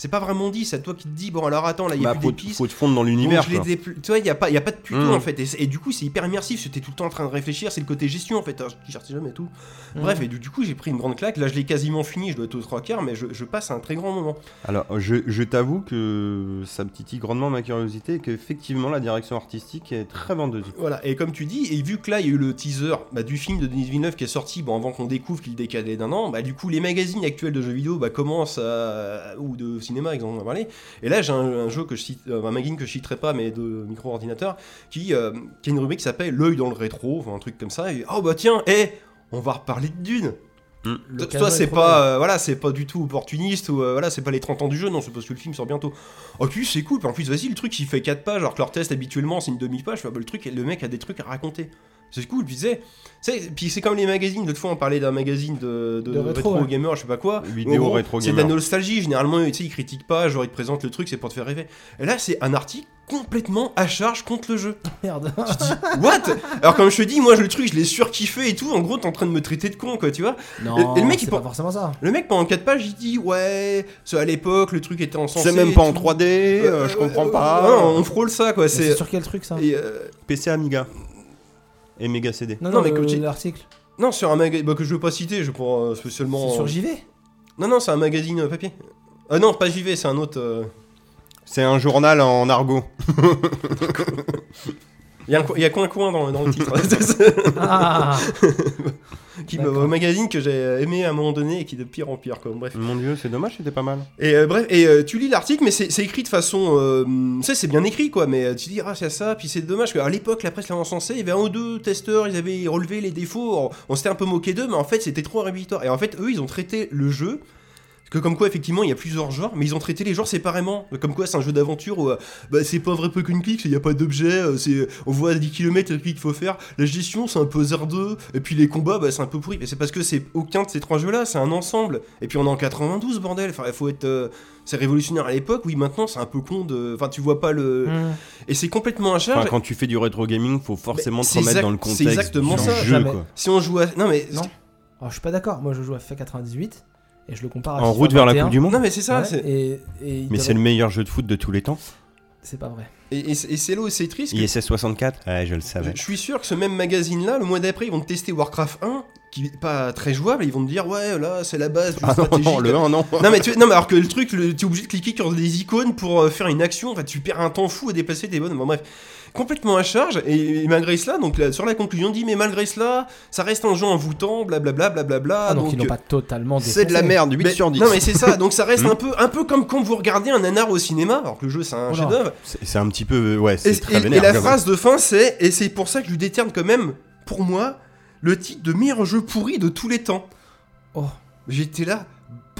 Speaker 2: C'est pas vraiment dit, c'est toi qui te dis, bon alors attends, là ah, il y a
Speaker 3: bah,
Speaker 2: plus
Speaker 3: faut,
Speaker 2: d'épices.
Speaker 3: faut te fondre dans
Speaker 2: Donc,
Speaker 3: l'univers
Speaker 2: je les
Speaker 3: quoi.
Speaker 2: dépl- Tu vois, il n'y a, pas- y a pas de tuto
Speaker 3: Mm.
Speaker 2: en fait. Et, c'est- et du coup, c'est hyper immersif. C'était tout le temps en train de réfléchir. C'est le côté gestion en fait. hein, Je cherchais jamais tout. Bref, et du, du coup, j'ai pris une grande claque. Là, je l'ai quasiment fini. Je dois être aux trois quarts, mais je, je passe un très grand moment.
Speaker 3: Alors, je, je t'avoue que ça me titille grandement ma curiosité et qu'effectivement la direction artistique est très vendeuse.
Speaker 2: Voilà, et comme tu dis, et vu que là il y a eu le teaser bah, du film de Denis Villeneuve qui est sorti bon, avant qu'on découvre qu'il décalait d'un an, bah, du coup les magazines actuels de jeux vidéo bah, commencent à. ou de cinéma, exemple, on va parler. Et là j'ai un, un jeu que je cite, euh, un magazine que je citerai pas, mais de micro-ordinateur, qui, euh, qui a une rubrique qui s'appelle L'œil dans le rétro, enfin, un truc comme ça, et oh bah tiens, hé on va reparler de Dune.
Speaker 1: Le
Speaker 2: Toi,
Speaker 1: cadre
Speaker 2: Toi,
Speaker 1: est
Speaker 2: c'est
Speaker 1: trop
Speaker 2: pas, euh, voilà, c'est pas du tout opportuniste ou euh, voilà, c'est pas les 30 ans du jeu, non, c'est parce que le film sort bientôt. Ok, c'est cool. puis En plus, vas-y, le truc il fait 4 pages, alors que leur test habituellement c'est une demi-page. enfin, bah, le truc, le mec a des trucs à raconter. C'est cool. Puis tu sais, tu sais, puis c'est comme les magazines. L'autre fois, on parlait d'un magazine de, de,
Speaker 1: De rétro,
Speaker 2: rétro,
Speaker 1: ouais.
Speaker 2: gamer, je sais pas quoi.
Speaker 3: Vidéo
Speaker 2: En gros,
Speaker 3: rétro
Speaker 2: Oh, C'est de la
Speaker 3: gamer.
Speaker 2: nostalgie. Généralement, tu sais, ils critiquent pas, genre ils te présentent le truc, c'est pour te faire rêver. Et là, c'est un article complètement à charge
Speaker 1: *laughs*
Speaker 2: contre le jeu.
Speaker 1: Merde.
Speaker 2: *laughs* Tu te dis, what Alors, comme je te dis, moi, le truc, je l'ai surkiffé et tout. En gros, t'es en train de me traiter de con, quoi, tu vois.
Speaker 1: Non,
Speaker 2: et le mec, il
Speaker 1: c'est
Speaker 2: pen-
Speaker 1: pas forcément ça.
Speaker 2: Le mec pendant 4 pages il dit ouais, ce- à l'époque le truc était encensé.
Speaker 3: C'est même pas
Speaker 2: et
Speaker 3: en
Speaker 2: tout. Euh,
Speaker 3: 3D, euh, je
Speaker 2: euh,
Speaker 3: comprends
Speaker 2: euh,
Speaker 3: pas.
Speaker 2: ouais, on frôle ça quoi.
Speaker 1: Mais C'est
Speaker 2: C'est
Speaker 1: sur quel truc ça
Speaker 2: et, euh,
Speaker 3: PC Amiga et Mega CD.
Speaker 1: Non,
Speaker 2: non,
Speaker 1: non,
Speaker 2: mais
Speaker 1: mais
Speaker 2: comme tu-
Speaker 1: l'article.
Speaker 2: non sur un magazine que je veux pas citer, je prends euh,
Speaker 1: C'est
Speaker 2: spécialement.
Speaker 1: sur JV
Speaker 2: *laughs* Non non c'est un magazine euh, papier. Ah non pas JV c'est un autre. euh,
Speaker 3: C'est un journal en argot.
Speaker 2: Il y a un co- il y a coin coin dans, dans le
Speaker 1: *laughs*
Speaker 2: titre.
Speaker 1: Ah
Speaker 2: qui, me-
Speaker 1: D'accord.
Speaker 2: un magazine que j'ai aimé à un moment donné et qui est de pire en pire quoi. Bref.
Speaker 3: Mon dieu, c'est dommage, c'était pas mal.
Speaker 2: Et euh, bref, et euh, tu lis l'article, mais c'est c'est écrit de façon, euh, tu sais, c'est bien écrit quoi, mais euh, tu dis ah c'est ça, puis c'est dommage qu'à l'époque la presse l'avait encensé, il y avait un ou deux testeurs, ils avaient relevé les défauts, on, on s'était un peu moqué d'eux, mais en fait c'était trop révélateur. Et en fait eux ils ont traité le jeu. Que comme quoi effectivement il y a plusieurs genres, mais ils ont traité les genres séparément. Comme quoi c'est un jeu d'aventure où euh, bah, c'est pas vrai peu qu'une clique, il n'y a pas d'objet, euh, c'est on voit à 10 km le clic qu'il faut faire, la gestion c'est un peu zardeux, et puis les combats bah, c'est un peu pourri. Mais c'est parce que c'est aucun de ces trois jeux là, c'est un ensemble. Et puis on est en 92 bordel, enfin il faut être... euh, c'est révolutionnaire à l'époque, oui maintenant c'est un peu con de... Enfin tu vois pas le...
Speaker 1: Hum.
Speaker 2: Et c'est complètement à charge.
Speaker 3: Enfin, quand tu fais du rétro gaming, faut forcément
Speaker 2: Mais
Speaker 3: te
Speaker 2: c'est
Speaker 3: remettre
Speaker 2: exact-
Speaker 3: dans le
Speaker 2: c'est
Speaker 3: contexte
Speaker 2: exactement
Speaker 3: du
Speaker 1: ça.
Speaker 3: jeu.
Speaker 1: Jamais.
Speaker 3: Quoi.
Speaker 2: Si on joue à... Non mais...
Speaker 1: Non. Alors, je suis pas d'accord. Moi, je joue à FIFA 98 et je le compare à
Speaker 2: Ah,
Speaker 3: En
Speaker 1: FIFA
Speaker 3: route vers la
Speaker 1: 21.
Speaker 3: Coupe du Monde.
Speaker 2: Non mais c'est ça,
Speaker 1: Ouais,
Speaker 2: c'est-
Speaker 1: et, et il
Speaker 3: Mais
Speaker 1: te-
Speaker 3: c'est le meilleur jeu de foot de tous les temps.
Speaker 1: c'est pas vrai.
Speaker 2: et, et c'est- et c'est là où c'est triste. que-
Speaker 3: ISS 64 Ah Ouais, je le savais.
Speaker 2: Je, je suis sûr que ce même magazine-là, le mois d'après, ils vont te tester Warcraft 1, qui est pas très jouable, et ils vont te dire ouais là c'est la base du
Speaker 3: Ah non,
Speaker 2: stratégique.
Speaker 3: le 1, non.
Speaker 2: Non mais, tu, non mais alors que le truc, le- tu es obligé de cliquer sur des icônes pour euh, faire une action, enfin, tu perds un temps fou à déplacer tes bonnes, bref, complètement à charge, et, et malgré cela, donc là, sur la conclusion, on dit mais malgré cela, ça reste un jeu envoûtant, blablabla, blablabla,
Speaker 1: Ah, donc, ils l'ont
Speaker 2: euh,
Speaker 1: pas totalement
Speaker 3: C'est de la
Speaker 1: défoncé.
Speaker 3: Ah, merde, 8
Speaker 2: mais-
Speaker 3: sur 10.
Speaker 2: Non mais c'est ça, donc ça reste
Speaker 3: Hmm.
Speaker 2: un peu, un peu comme quand vous regardez un nanar au cinéma, alors que le jeu c'est un
Speaker 1: Oh là.
Speaker 2: chef-d'œuvre,
Speaker 3: C'est c'est un petit peu. euh, Ouais,
Speaker 2: et,
Speaker 3: c'est très
Speaker 2: et- et
Speaker 3: vénère.
Speaker 2: la
Speaker 3: comme-
Speaker 2: phrase de fin, c'est et c'est pour ça que je lui déterne quand même, pour moi, le titre de meilleur jeu pourri de tous les temps.
Speaker 1: Oh.
Speaker 2: J'étais là,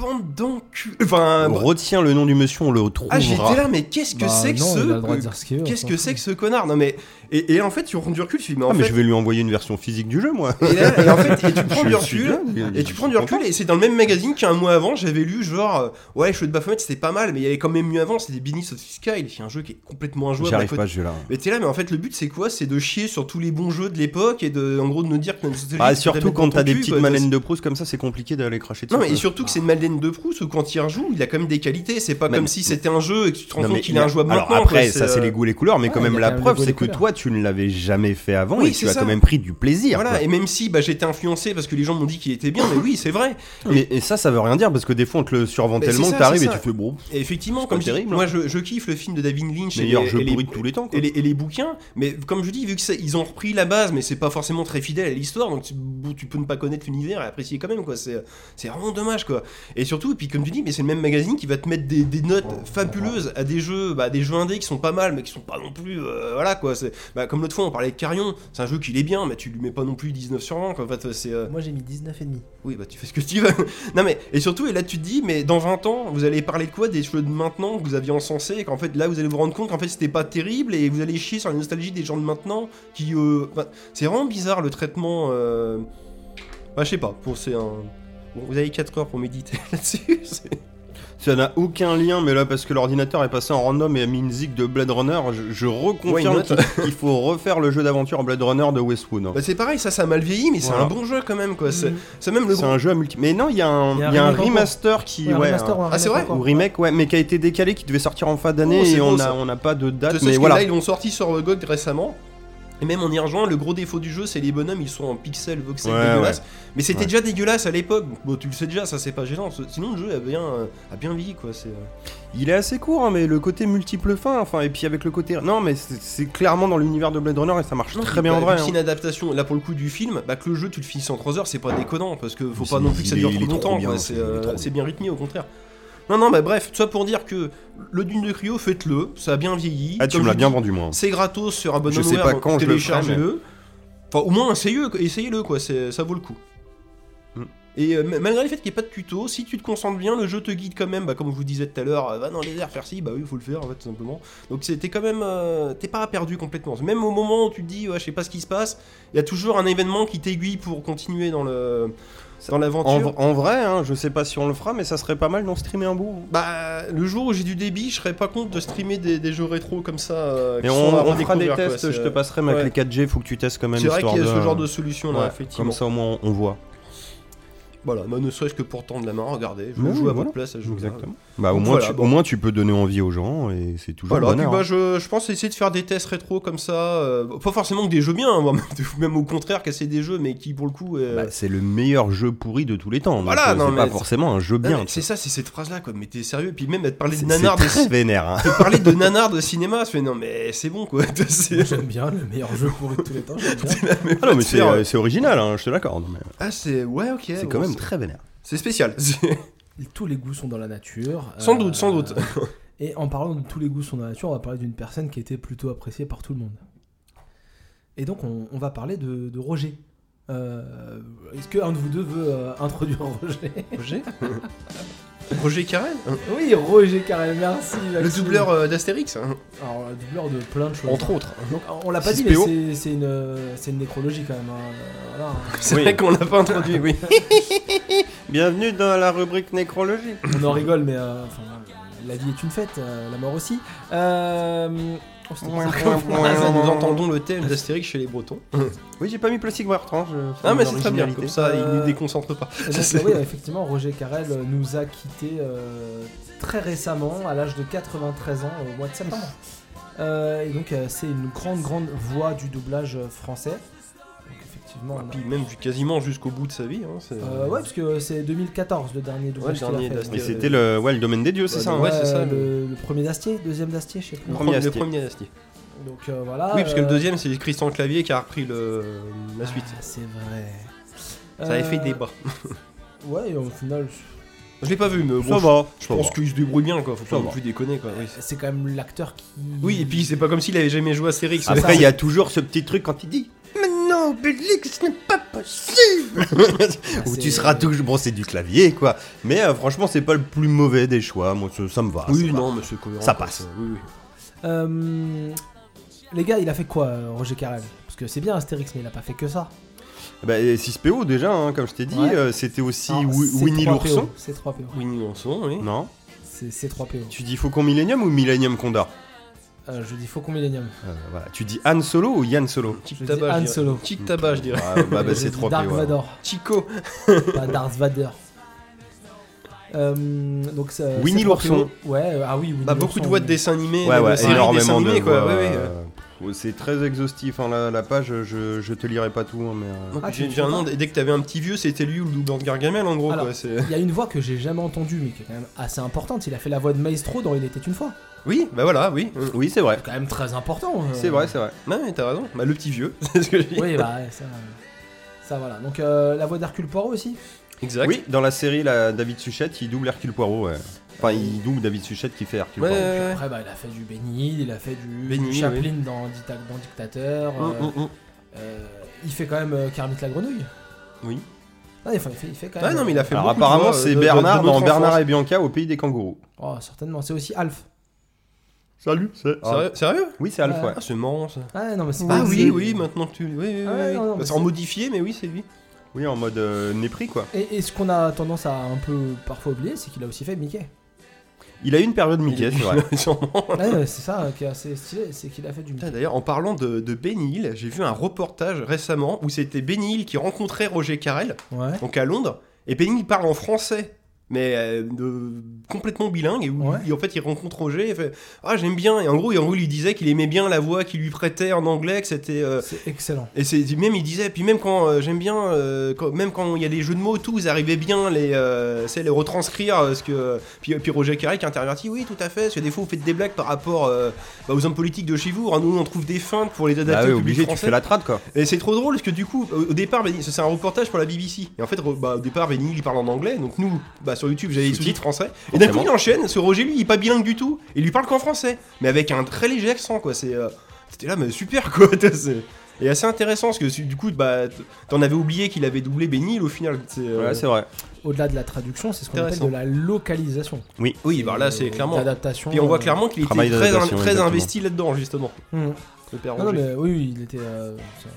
Speaker 2: bande d'enculés. Enfin, bra-
Speaker 3: Retiens le nom du monsieur, on le
Speaker 2: euh, ah, j'étais
Speaker 3: trouvera.
Speaker 2: là, mais qu'est-ce que
Speaker 1: Bah,
Speaker 2: c'est que
Speaker 1: non, il
Speaker 2: ce
Speaker 1: a le droit de dire ce qu'il veut,
Speaker 2: Qu'est-ce
Speaker 1: on
Speaker 2: que
Speaker 1: s'en
Speaker 2: c'est que
Speaker 1: fout.
Speaker 2: ce connard Non mais Et, et en fait, tu rends du recul, tu dis, mais en
Speaker 3: Ah, mais
Speaker 2: fait.
Speaker 3: je vais lui envoyer une version physique du jeu, moi.
Speaker 2: Et, là, et en fait, et tu prends
Speaker 3: *laughs* Je
Speaker 2: du
Speaker 3: suis
Speaker 2: recul,
Speaker 3: dingue.
Speaker 2: et tu prends du recul, et c'est dans le même magazine qu'un mois avant, j'avais lu genre, euh, ouais, Cheveux de Baphomet, c'était pas mal, mais il y avait quand même mieux avant, c'était Business of the Sky, c'est un jeu qui est complètement
Speaker 3: J'y
Speaker 2: injouable. à
Speaker 3: arrive
Speaker 2: côté.
Speaker 3: pas, je là.
Speaker 2: Mais t'es là, mais en fait, le but c'est quoi C'est de chier sur tous les bons jeux de l'époque et de, en gros, de nous dire que notre nostalgie,
Speaker 3: Ah,
Speaker 2: c'est de la
Speaker 3: surtout
Speaker 2: mettre
Speaker 3: quand
Speaker 2: dans ton
Speaker 3: t'as des
Speaker 2: cul,
Speaker 3: petites Ah.
Speaker 2: quoi.
Speaker 3: madeleines de Proust comme ça, c'est compliqué d'aller cracher dessus.
Speaker 2: Non, mais et
Speaker 3: quoi.
Speaker 2: surtout que c'est une Madeleine de Proust où quand il rejoue, il a quand même des qualités. C'est pas
Speaker 3: Mais-
Speaker 2: comme si c'était un jeu et que tu te rends
Speaker 3: Non, mais
Speaker 2: compte qu'il
Speaker 3: il
Speaker 2: est
Speaker 3: y a-
Speaker 2: injouable
Speaker 3: Alors
Speaker 2: maintenant,
Speaker 3: après,
Speaker 2: quoi,
Speaker 3: ça c'est
Speaker 2: euh,
Speaker 3: les goûts, les couleurs, mais
Speaker 1: Ouais,
Speaker 3: quand
Speaker 1: il y
Speaker 3: même
Speaker 1: a
Speaker 3: la
Speaker 1: quand même les
Speaker 3: preuve,
Speaker 1: goûts et
Speaker 3: c'est
Speaker 1: les
Speaker 3: que
Speaker 1: couleurs.
Speaker 3: toi tu ne l'avais jamais fait avant
Speaker 2: Oui,
Speaker 3: et tu
Speaker 2: c'est
Speaker 3: as
Speaker 2: ça.
Speaker 3: quand même pris du plaisir.
Speaker 2: Voilà,
Speaker 3: quoi.
Speaker 2: et même si bah, j'étais influencé parce que les gens m'ont dit qu'il était bien, mais oui, c'est vrai.
Speaker 3: Mais- et, ça, ça veut rien dire parce que des fois on te le survend
Speaker 2: Mais c'est
Speaker 3: tellement
Speaker 2: ça,
Speaker 3: que t'arrives
Speaker 2: c'est
Speaker 3: et
Speaker 2: ça.
Speaker 3: tu fais bon,
Speaker 2: Et effectivement,
Speaker 3: C'est
Speaker 2: comme
Speaker 3: pas
Speaker 2: je dis,
Speaker 3: terrible, hein.
Speaker 2: moi je, je kiffe le film de David Lynch et
Speaker 3: meilleur
Speaker 2: les-
Speaker 3: jeu
Speaker 2: et les-
Speaker 3: pourri de tous les temps. quoi.
Speaker 2: et les, et les bouquins, mais comme je dis, vu que ça- ils ont repris la base, mais c'est pas forcément très fidèle à l'histoire, donc tu, bon, tu peux ne pas connaître l'univers et apprécier quand même, quoi. C'est c'est vraiment dommage, quoi. Et surtout, et puis comme tu dis, mais c'est le même magazine qui va te mettre des, des notes fabuleuses à des jeux, bah, des jeux indés qui sont pas mal, mais qui sont pas non plus, euh, voilà, quoi. C'est- Bah, comme l'autre fois, on parlait de Carion, c'est un jeu qui est bien, mais tu lui mets pas non plus 19 sur 20, quoi. En fait, c'est euh,
Speaker 1: Moi j'ai mis 19,5.
Speaker 2: oui, bah tu fais ce que tu veux. *laughs* non mais et surtout et là tu te dis mais dans 20 ans, vous allez parler de quoi des cheveux de maintenant que vous aviez encensé et qu'en fait là vous allez vous rendre compte qu'en fait c'était pas terrible et vous allez chier sur la nostalgie des gens de maintenant qui euh, enfin, c'est vraiment bizarre le traitement euh... bah je sais pas, pour c'est un Bon, vous avez 4 heures pour méditer *laughs* là-dessus. c'est-
Speaker 3: Ça n'a aucun lien, mais là, parce que l'ordinateur est passé en random et a mis une zig de Blade Runner, je, je reconfirme
Speaker 2: Why not
Speaker 3: qu'il qu'il faut refaire le jeu d'aventure Blade Runner de Westwood. hein.
Speaker 2: Bah, c'est pareil, ça ça a mal vieilli mais c'est
Speaker 3: Voilà.
Speaker 2: un bon jeu quand même quoi. C'est
Speaker 1: Mhm.
Speaker 2: Bah, c'est même le
Speaker 3: C'est un jeu à multi. Mais non, il y a un, il y a un
Speaker 1: remake
Speaker 3: remaster qui.
Speaker 1: Ouais, un
Speaker 3: ouais,
Speaker 1: remaster
Speaker 3: un-
Speaker 1: ou un
Speaker 2: Ah, c'est
Speaker 1: remake
Speaker 2: vrai
Speaker 1: encore.
Speaker 3: ou remake, ouais, mais qui a été décalé, qui devait sortir en fin d'année
Speaker 2: Oh, c'est
Speaker 3: et
Speaker 2: beau,
Speaker 3: on
Speaker 2: ça.
Speaker 3: a- on n'a pas de
Speaker 2: Je
Speaker 3: date.
Speaker 2: sais
Speaker 3: Mais
Speaker 2: que
Speaker 3: voilà.
Speaker 2: là, ils l'ont sorti sur euh, GOG récemment. Et même en y rejoint, le gros défaut du jeu, c'est les bonhommes, ils sont en pixel voxel
Speaker 3: Ouais,
Speaker 2: dégueulasse. Mais c'était
Speaker 3: Ouais.
Speaker 2: déjà dégueulasse à l'époque. Bon, tu le sais déjà, ça c'est pas gênant. Ce- Sinon, le jeu a bien, euh, a bien vieilli quoi. C'est. euh.
Speaker 3: Il est assez court, hein, mais le côté multiple fin, enfin, et puis avec le côté. Non, mais c'est c'est clairement dans l'univers de Blade Runner et ça marche très bien en
Speaker 2: Bah,
Speaker 3: vrai.
Speaker 2: vu que C'est
Speaker 3: hein.
Speaker 2: une adaptation. Là pour le coup du film, bah que le jeu tu le finisses en 3 heures, c'est pas déconnant parce que faut
Speaker 3: Mais
Speaker 2: pas
Speaker 3: c'est-
Speaker 2: non plus que ça
Speaker 3: il est-
Speaker 2: dure
Speaker 3: il
Speaker 2: trop
Speaker 3: est trop
Speaker 2: longtemps.
Speaker 3: bien,
Speaker 2: quoi.
Speaker 3: c'est-
Speaker 2: C'est
Speaker 3: il est
Speaker 2: euh,
Speaker 3: trop bien.
Speaker 2: c'est bien rythmé au contraire. Non non, bah bref, tout ça pour dire que le Dune de Cryo, faites-le, ça a bien hein. vieilli.
Speaker 3: Ah, tu
Speaker 2: Comme
Speaker 3: me l'as
Speaker 2: je
Speaker 3: bien
Speaker 2: dis,
Speaker 3: vendu, moi.
Speaker 2: C'est gratos sur un
Speaker 3: Je sais pas
Speaker 2: donc
Speaker 3: quand je le ferai,
Speaker 2: téléchargez-le. Enfin, au moins, essayez-le, quoi. essayez-le, quoi, c'est- ça vaut le coup.
Speaker 3: Mm.
Speaker 2: Et euh, ma- malgré le fait qu'il n'y ait pas de tuto, si tu te concentres bien, le jeu te guide quand même, bah, comme je vous disais tout à l'heure, euh, va dans les airs, faire ci, bah oui, faut le faire, en fait, tout simplement. Donc c'est- t'es quand même... euh, t'es pas perdu complètement. Même au moment où tu te dis, ouais, je sais pas ce qui se passe, il y a toujours un événement qui t'aiguille pour continuer dans le
Speaker 3: Ça-
Speaker 2: dans
Speaker 3: En,
Speaker 2: l'aventure.
Speaker 3: v- en vrai, hein, je sais pas si on le fera, mais ça serait pas mal d'en streamer un bout. hein.
Speaker 2: Bah, le jour où j'ai du débit, je serais pas contre de streamer des, des jeux rétro comme ça. euh,
Speaker 3: Mais
Speaker 2: qui
Speaker 3: on,
Speaker 2: sont à
Speaker 3: on fera des
Speaker 2: redécouvrir, quoi,
Speaker 3: tests,
Speaker 2: c'est- euh,
Speaker 3: je te passerai ma
Speaker 2: ouais.
Speaker 3: clé 4G, faut que tu testes quand même.
Speaker 2: C'est vrai
Speaker 3: histoire
Speaker 2: qu'il y a ce genre de solution là,
Speaker 3: Ouais,
Speaker 2: effectivement.
Speaker 3: Comme ça au moins on- on voit.
Speaker 2: Voilà, mais ne serait-ce que pour tendre la main, regardez, je
Speaker 3: Oui,
Speaker 2: joue à
Speaker 3: voilà.
Speaker 2: votre place à jouer.
Speaker 3: Bah, au,
Speaker 2: Donc
Speaker 3: moins,
Speaker 2: voilà,
Speaker 3: tu,
Speaker 2: bon.
Speaker 3: au moins tu peux donner envie aux gens et c'est toujours
Speaker 2: Voilà,
Speaker 3: le
Speaker 2: puis
Speaker 3: bonheur.
Speaker 2: bah,
Speaker 3: hein.
Speaker 2: je, je pense essayer de faire des tests rétro comme ça, euh, pas forcément que des jeux bien, hein, moi, même- même au contraire casser des jeux, mais qui pour le coup... euh,
Speaker 3: Bah, c'est le meilleur jeu pourri de tous les temps. donc,
Speaker 2: Voilà,
Speaker 3: euh,
Speaker 2: non,
Speaker 3: c'est pas
Speaker 2: mais-
Speaker 3: forcément un jeu
Speaker 2: non,
Speaker 3: bien.
Speaker 2: mais c'est ça, c'est cette phrase-là, quoi, mais t'es sérieux, puis même à te parler de
Speaker 3: C'est
Speaker 2: nanar
Speaker 3: c'est
Speaker 2: de,
Speaker 3: très
Speaker 2: *laughs*
Speaker 3: vénère. hein.
Speaker 2: te parler de nanar de cinéma, je fais non mais c'est bon quoi, *laughs*
Speaker 1: Moi,
Speaker 2: c'est-
Speaker 1: J'aime bien le meilleur jeu pour tous les temps. j'aime bien.
Speaker 3: Ah non, mais c'est
Speaker 2: faire-
Speaker 3: euh, c'est original, hein, je te l'accorde. mais
Speaker 2: Ah c'est... Ouais ok,
Speaker 3: C'est
Speaker 2: bon,
Speaker 3: quand même très vénère.
Speaker 2: C'est spécial, *laughs* c'est-
Speaker 1: Tous les goûts sont dans la nature.
Speaker 2: sans
Speaker 1: Euh,
Speaker 2: doute, sans doute.
Speaker 1: *laughs* Et en parlant de tous les goûts sont dans la nature, on va parler d'une personne qui était plutôt appréciée par tout le monde. Et donc, on, on va parler de, de Roger. Euh, Est-ce qu'un de vous deux veut euh, introduire *laughs* Roger
Speaker 2: Roger Roger Carrel hein,
Speaker 1: Oui, Roger Carrel, merci.
Speaker 2: Le
Speaker 1: Maxime.
Speaker 2: doubleur euh, d'Astérix, hein,
Speaker 1: Alors, le doubleur de plein de choses.
Speaker 2: entre autres.
Speaker 1: Donc, on l'a pas dit, mais
Speaker 3: Cispeo.
Speaker 1: c'est- c'est une, c'est une nécrologie quand même. hein. Voilà.
Speaker 2: C'est
Speaker 3: Oui.
Speaker 2: vrai qu'on l'a pas introduit, oui.
Speaker 3: Bienvenue dans la rubrique nécrologie.
Speaker 1: On en rigole, mais euh, enfin, euh, la vie est une fête, euh, la mort aussi. Euh, oh, c'était bizarre.
Speaker 3: Ah,
Speaker 2: Là, nous entendons le thème d'Astérix chez les Bretons.
Speaker 3: Oui, j'ai pas mis Plastic Bertrand. je-
Speaker 2: Ah, mais
Speaker 3: une
Speaker 2: c'est très bien,
Speaker 3: originalité.
Speaker 2: comme ça il
Speaker 1: Euh,
Speaker 2: ne déconcentre pas.
Speaker 1: Et donc, euh, oui, effectivement, Roger Carrel euh, nous a quittés euh, très récemment, à l'âge de 93 ans, au mois de septembre. Euh, et donc, euh, c'est une grande, grande voix du doublage euh, français. Donc, effectivement, on a-
Speaker 2: Ah, Puis même ju- quasiment jusqu'au bout de sa vie. Hein, c'est-
Speaker 1: Euh, ouais, parce que c'est 2014 le dernier doublage
Speaker 2: Ouais, le
Speaker 1: qu'il a
Speaker 2: dernier
Speaker 1: fait.
Speaker 2: d'Astier. Euh,
Speaker 3: Mais c'était le, ouais, le domaine des dieux, c'est
Speaker 2: Ouais,
Speaker 3: ça. hein.
Speaker 2: ouais, c'est ça,
Speaker 1: Le, le premier d'Astier, deuxième d'Astier, je sais plus.
Speaker 2: le
Speaker 3: Premier
Speaker 2: premier, le
Speaker 3: Astier. Ah,
Speaker 2: premier Astier.
Speaker 1: Donc euh, voilà.
Speaker 2: oui, parce que le
Speaker 1: euh,
Speaker 2: deuxième, c'est Christian Clavier qui a repris le, la suite.
Speaker 1: ah, c'est vrai.
Speaker 2: Ça avait fait
Speaker 1: Euh,
Speaker 2: débat.
Speaker 1: Ouais, et au final,
Speaker 2: Je l'ai pas vu, mais
Speaker 3: Ça
Speaker 2: bon, je-
Speaker 3: va.
Speaker 2: je
Speaker 3: ça
Speaker 2: pense
Speaker 3: va.
Speaker 2: qu'il se débrouille bien, quoi. Faut
Speaker 3: Ça
Speaker 2: pas non
Speaker 3: va.
Speaker 2: plus déconner, quoi. Oui, c'est-
Speaker 1: c'est quand même l'acteur qui.
Speaker 2: Oui, et puis c'est pas comme s'il avait jamais joué à Astérix.
Speaker 1: Ah, ça-
Speaker 3: Après, il y a toujours ce petit truc quand il dit. Mais non, Obélix, ce n'est pas possible
Speaker 1: Ah,
Speaker 3: Où
Speaker 1: c'est-
Speaker 3: tu seras toujours. Bon, c'est du clavier, quoi. Mais euh, franchement, c'est pas le plus mauvais des choix. Moi, ça, ça me va.
Speaker 2: oui,
Speaker 3: ça va.
Speaker 2: non, mais c'est cohérent.
Speaker 3: Ça
Speaker 2: quoi,
Speaker 3: passe.
Speaker 2: c'est- oui, oui.
Speaker 1: Euh, Les gars, il a fait quoi, euh, Roger Carrel Parce que c'est bien Astérix, mais il a pas fait que ça.
Speaker 3: Bah, et 6PO déjà, hein, comme je t'ai dit,
Speaker 1: Ouais.
Speaker 3: euh, c'était aussi
Speaker 1: Alors,
Speaker 3: Wi-
Speaker 1: c'est
Speaker 3: Winnie
Speaker 1: 3PO,
Speaker 3: l'ourson.
Speaker 1: C'est 3 PO.
Speaker 2: Winnie l'ourson, oui.
Speaker 3: Non
Speaker 1: C'est c'est 3 PO.
Speaker 3: Tu dis Faucon Millennium ou Millennium Condor
Speaker 1: Euh, je dis Faucon Millennium.
Speaker 3: Euh, voilà. Tu dis Han Solo ou Yann Solo
Speaker 2: Tic
Speaker 1: Je dis
Speaker 2: tabac,
Speaker 1: Han
Speaker 2: je dirais.
Speaker 1: Solo.
Speaker 2: Tic tabac, je dirais.
Speaker 3: Ah, bah, bah,
Speaker 1: Je
Speaker 3: c'est
Speaker 1: dis
Speaker 3: 3
Speaker 1: Dark
Speaker 3: PO. alors.
Speaker 1: Vador,
Speaker 2: Chico.
Speaker 1: pas Darth Vader. Euh, donc ça-
Speaker 3: Winnie
Speaker 1: c'est 3PO.
Speaker 3: l'ourson.
Speaker 1: Ouais, euh, ah oui, Winnie
Speaker 2: Bah, beaucoup de
Speaker 1: l'ourson,
Speaker 2: voix de
Speaker 1: oui.
Speaker 2: dessins animés.
Speaker 3: Ouais,
Speaker 2: de
Speaker 3: ouais,
Speaker 2: séries dessins
Speaker 3: énormément de
Speaker 2: animés, quoi.
Speaker 3: voix,
Speaker 2: ouais, ouais.
Speaker 3: euh, ouais, C'est très exhaustif, hein, la, la page, je, je te lirai pas tout, hein, mais... euh,
Speaker 2: Donc,
Speaker 1: Ah,
Speaker 2: j'ai
Speaker 1: tu-
Speaker 2: j'ai
Speaker 1: tu
Speaker 2: un
Speaker 1: vois
Speaker 2: nom, dès que t'avais un petit vieux, c'était lui ou le double de Gargamel en gros.
Speaker 1: Alors,
Speaker 2: quoi, c'est-
Speaker 1: Il y a une voix que j'ai jamais entendue, mais qui est quand même assez importante. Il a fait la voix de Maestro dans Il était une fois.
Speaker 2: Oui, bah voilà, oui.
Speaker 3: Oui, c'est vrai.
Speaker 1: C'est quand même très important. euh.
Speaker 3: C'est vrai, c'est vrai.
Speaker 2: Non, mais t'as raison. Bah, le petit vieux, *laughs* c'est ce que je dis.
Speaker 1: Oui, bah ouais, ça, ça voilà. Donc euh, la voix d'Hercule Poirot aussi.
Speaker 2: Exact.
Speaker 3: Oui, dans la série, là, David Suchette, il double Hercule Poirot. ouais. Enfin, il double David Suchette qui fait Hercule
Speaker 2: Ouais,
Speaker 3: Poirot.
Speaker 2: ouais, ouais.
Speaker 1: Après, bah, il a fait du Benny Hill, il a fait du,
Speaker 2: Benny
Speaker 1: du
Speaker 2: Hill,
Speaker 1: Chaplin dans, Dita- dans Dictateur.
Speaker 2: Hum,
Speaker 1: euh,
Speaker 2: hum, hum.
Speaker 1: euh, il fait quand même euh, Kermit la grenouille.
Speaker 2: Oui.
Speaker 1: Ouais, enfin, il, fait, il fait quand
Speaker 2: Ah
Speaker 1: même.
Speaker 2: non, mais il a fait
Speaker 3: Alors
Speaker 2: beaucoup de
Speaker 3: apparemment
Speaker 2: voix, euh,
Speaker 3: c'est
Speaker 2: de- de-
Speaker 3: Bernard
Speaker 2: de
Speaker 3: dans
Speaker 2: notre
Speaker 3: Bernard
Speaker 2: enfance.
Speaker 3: et Bianca au pays des kangourous.
Speaker 1: Oh, certainement. C'est aussi Alf.
Speaker 3: Salut, c'est
Speaker 2: Sérieux- Sérieux
Speaker 3: Ah, Oui, c'est Alpha.
Speaker 1: Ouais.
Speaker 2: Ah, c'est marrant ça.
Speaker 1: Ah non, mais c'est
Speaker 2: Ah
Speaker 1: pas-
Speaker 2: oui,
Speaker 1: c'est-
Speaker 2: oui, maintenant que tu. Oui, oui, oui.
Speaker 1: Ah ouais,
Speaker 2: oui.
Speaker 1: non, non,
Speaker 2: Bah,
Speaker 1: mais
Speaker 2: c'est en
Speaker 1: c'est-
Speaker 2: modifié, mais oui, c'est lui.
Speaker 3: Oui, en mode euh, mépris quoi.
Speaker 1: Et, et ce qu'on a tendance à un peu parfois oublier, c'est qu'il a aussi fait
Speaker 2: *laughs*
Speaker 1: Mickey.
Speaker 3: Il Ah a eu une période Mickey,
Speaker 2: Il-
Speaker 3: c'est
Speaker 2: *laughs*
Speaker 3: *laughs* vrai.
Speaker 2: Sûrement.
Speaker 1: Ouais, c'est ça euh, qui est assez stylé, c'est qu'il a fait du Mickey.
Speaker 2: Putain, D'ailleurs, en parlant de, de Benny Hill, j'ai vu un reportage récemment où c'était Benny Hill qui rencontrait Roger Carrel,
Speaker 1: Ouais.
Speaker 2: donc à Londres, et Benny Hill parle en français, mais euh, de- complètement bilingue, et où
Speaker 1: Ouais.
Speaker 2: il- en fait il rencontre Roger et fait Ah, j'aime bien, et en gros, il, en gros, il lui disait qu'il aimait bien la voix qu'il lui prêtait en anglais, que c'était. euh,
Speaker 1: C'est excellent.
Speaker 2: et c'est même il disait puis même quand euh, j'aime bien euh, quand- même quand il y a les jeux de mots et tout ils arrivaient bien les euh, c'est les retranscrire euh, ce que puis, puis Roger Carré qui intervertit oui tout à fait parce que des fois vous faites des blagues par rapport euh, bah, aux hommes politiques de chez vous hein, nous on trouve des feintes pour les adapter
Speaker 3: Ah ouais,
Speaker 2: au public
Speaker 3: obligé, tu
Speaker 2: français
Speaker 3: fais la trad quoi.
Speaker 2: et c'est trop drôle parce que du coup au au départ Benny- c'est un reportage pour la BBC et en fait re- bah, au départ Benny il parle en anglais donc nous bah, sur YouTube j'avais les sous-titres français et d'un coup
Speaker 3: Forcément.
Speaker 2: il enchaîne ce Roger lui il est pas bilingue du tout il lui parle qu'en français mais avec un très léger accent quoi c'est euh, c'était là mais super quoi *laughs* t'as- c'est- et assez intéressant parce que c'est- du coup bah t- t'en avais oublié qu'il avait doublé Benny Hill, au final c'est euh,
Speaker 3: Ouais, c'est vrai.
Speaker 1: Au-delà de la traduction, c'est ce qu'on appelle
Speaker 2: Intéressant.
Speaker 1: de la localisation.
Speaker 2: oui bah là c'est
Speaker 1: Euh,
Speaker 2: clairement
Speaker 1: D'adaptation.
Speaker 2: puis on voit
Speaker 1: euh,
Speaker 2: clairement qu'il était
Speaker 3: Travail
Speaker 2: très,
Speaker 3: d'adaptation,
Speaker 2: très
Speaker 3: exactement.
Speaker 2: investi là-dedans justement
Speaker 1: hum.
Speaker 2: le père
Speaker 1: Non, non,
Speaker 2: Roger.
Speaker 1: mais oui, oui, il était. euh, ça-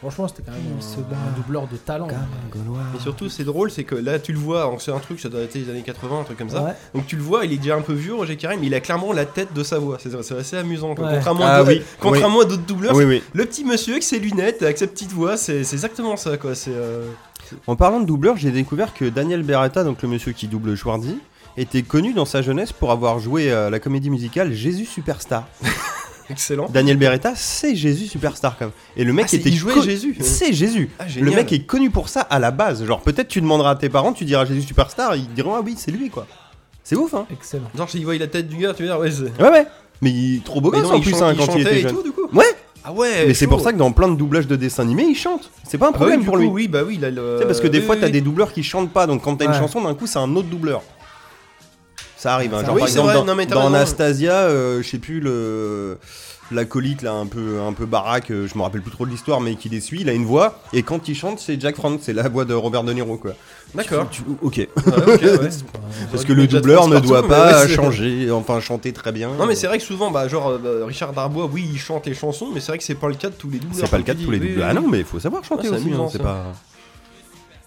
Speaker 1: Franchement, c'était quand même un, un doubleur de talent.
Speaker 2: et surtout c'est drôle c'est que là tu le vois donc, c'est un truc ça doit dater des années 80 un truc comme ça
Speaker 1: Ouais.
Speaker 2: Donc tu le vois, il est déjà un peu vieux, Roger Carré, mais il a clairement la tête de sa voix. C'est c'est assez amusant. quoi.
Speaker 1: Ouais.
Speaker 2: Contrairement,
Speaker 3: Ah
Speaker 2: à d'autres-
Speaker 3: oui,
Speaker 2: contrairement à d'autres doubleurs,
Speaker 3: Oui, oui.
Speaker 2: c'est- le petit monsieur avec ses lunettes, avec sa petite voix, c'est c'est exactement ça. quoi. C'est euh,
Speaker 3: En parlant de doubleur, j'ai découvert que Daniel Beretta, donc le monsieur qui double Schwarzy, était connu dans sa jeunesse pour avoir joué euh, la comédie musicale Jésus Superstar.
Speaker 2: excellent.
Speaker 3: Daniel Beretta, c'est Jésus Superstar quand même. Et le mec
Speaker 2: Ah, c'est-
Speaker 3: était
Speaker 2: il jouait
Speaker 3: co-
Speaker 2: Jésus.
Speaker 3: C'est Jésus.
Speaker 2: Ah,
Speaker 3: Le
Speaker 2: génial.
Speaker 3: mec est connu pour ça à la base. Genre, peut-être tu demanderas à tes parents, tu diras Jésus Superstar, ils diront Ah oui, c'est lui quoi. C'est ouf hein
Speaker 1: Excellent.
Speaker 2: Genre, s'il voit la tête du gars, tu veux dire, ouais, c'est.
Speaker 3: Ouais, ouais. Mais il trop beau
Speaker 2: Mais
Speaker 3: gosse
Speaker 2: non,
Speaker 3: en
Speaker 2: il
Speaker 3: plus
Speaker 2: chan-
Speaker 3: hein,
Speaker 2: il
Speaker 3: quand il
Speaker 2: chantait
Speaker 3: était
Speaker 2: et
Speaker 3: jeune.
Speaker 2: tout, du coup
Speaker 3: Ouais,
Speaker 2: Ah ouais
Speaker 3: mais c'est
Speaker 2: chaud.
Speaker 3: pour ça que dans plein de doublages de dessins animés, il chante. C'est pas un
Speaker 2: Ah bah oui,
Speaker 3: problème
Speaker 2: du
Speaker 3: pour
Speaker 2: coup,
Speaker 3: lui.
Speaker 2: Oui, bah oui, il a le-
Speaker 3: Tu sais, parce que des
Speaker 2: oui,
Speaker 3: fois,
Speaker 2: oui,
Speaker 3: t'as
Speaker 2: oui.
Speaker 3: des doubleurs qui chantent pas, donc quand t'as une
Speaker 1: Ouais.
Speaker 3: chanson, d'un coup, c'est un autre doubleur. Ça arrive, hein.
Speaker 1: Ça arrive.
Speaker 3: genre par
Speaker 1: Oui, c'est
Speaker 3: exemple
Speaker 2: vrai,
Speaker 3: dans,
Speaker 2: non, mais t'as
Speaker 3: dans
Speaker 2: raison.
Speaker 3: Anastasia, euh, je sais plus le l'acolyte là un peu un peu baraque, euh, je me rappelle plus trop de l'histoire, mais qui les suit, il a une voix et quand il chante, c'est Jack Frank, c'est la voix de Robert De Niro quoi. *laughs*
Speaker 2: D'accord. Ah
Speaker 3: Tu- tu- ok.
Speaker 2: Ouais, ok, ouais.
Speaker 3: Parce
Speaker 1: Mmh.
Speaker 2: Ouais,
Speaker 3: que le
Speaker 2: Jack
Speaker 3: doubleur ne
Speaker 2: Frost
Speaker 3: doit
Speaker 2: partout, mais
Speaker 3: pas
Speaker 2: ouais, c'est-
Speaker 3: changer, enfin chanter très bien.
Speaker 2: Non mais c'est vrai que souvent bah genre euh, Richard Darbois oui il chante les chansons mais c'est vrai que c'est pas le cas de tous les doubleurs.
Speaker 3: C'est pas le
Speaker 2: comme
Speaker 3: cas
Speaker 2: tu
Speaker 3: de tous les
Speaker 2: dis. Oui,
Speaker 3: doubleurs. Ah
Speaker 2: oui.
Speaker 3: non, mais il faut savoir chanter
Speaker 2: Ouais, c'est
Speaker 3: aussi. hein,
Speaker 2: amusant,
Speaker 3: c'est
Speaker 2: ça.
Speaker 3: pas.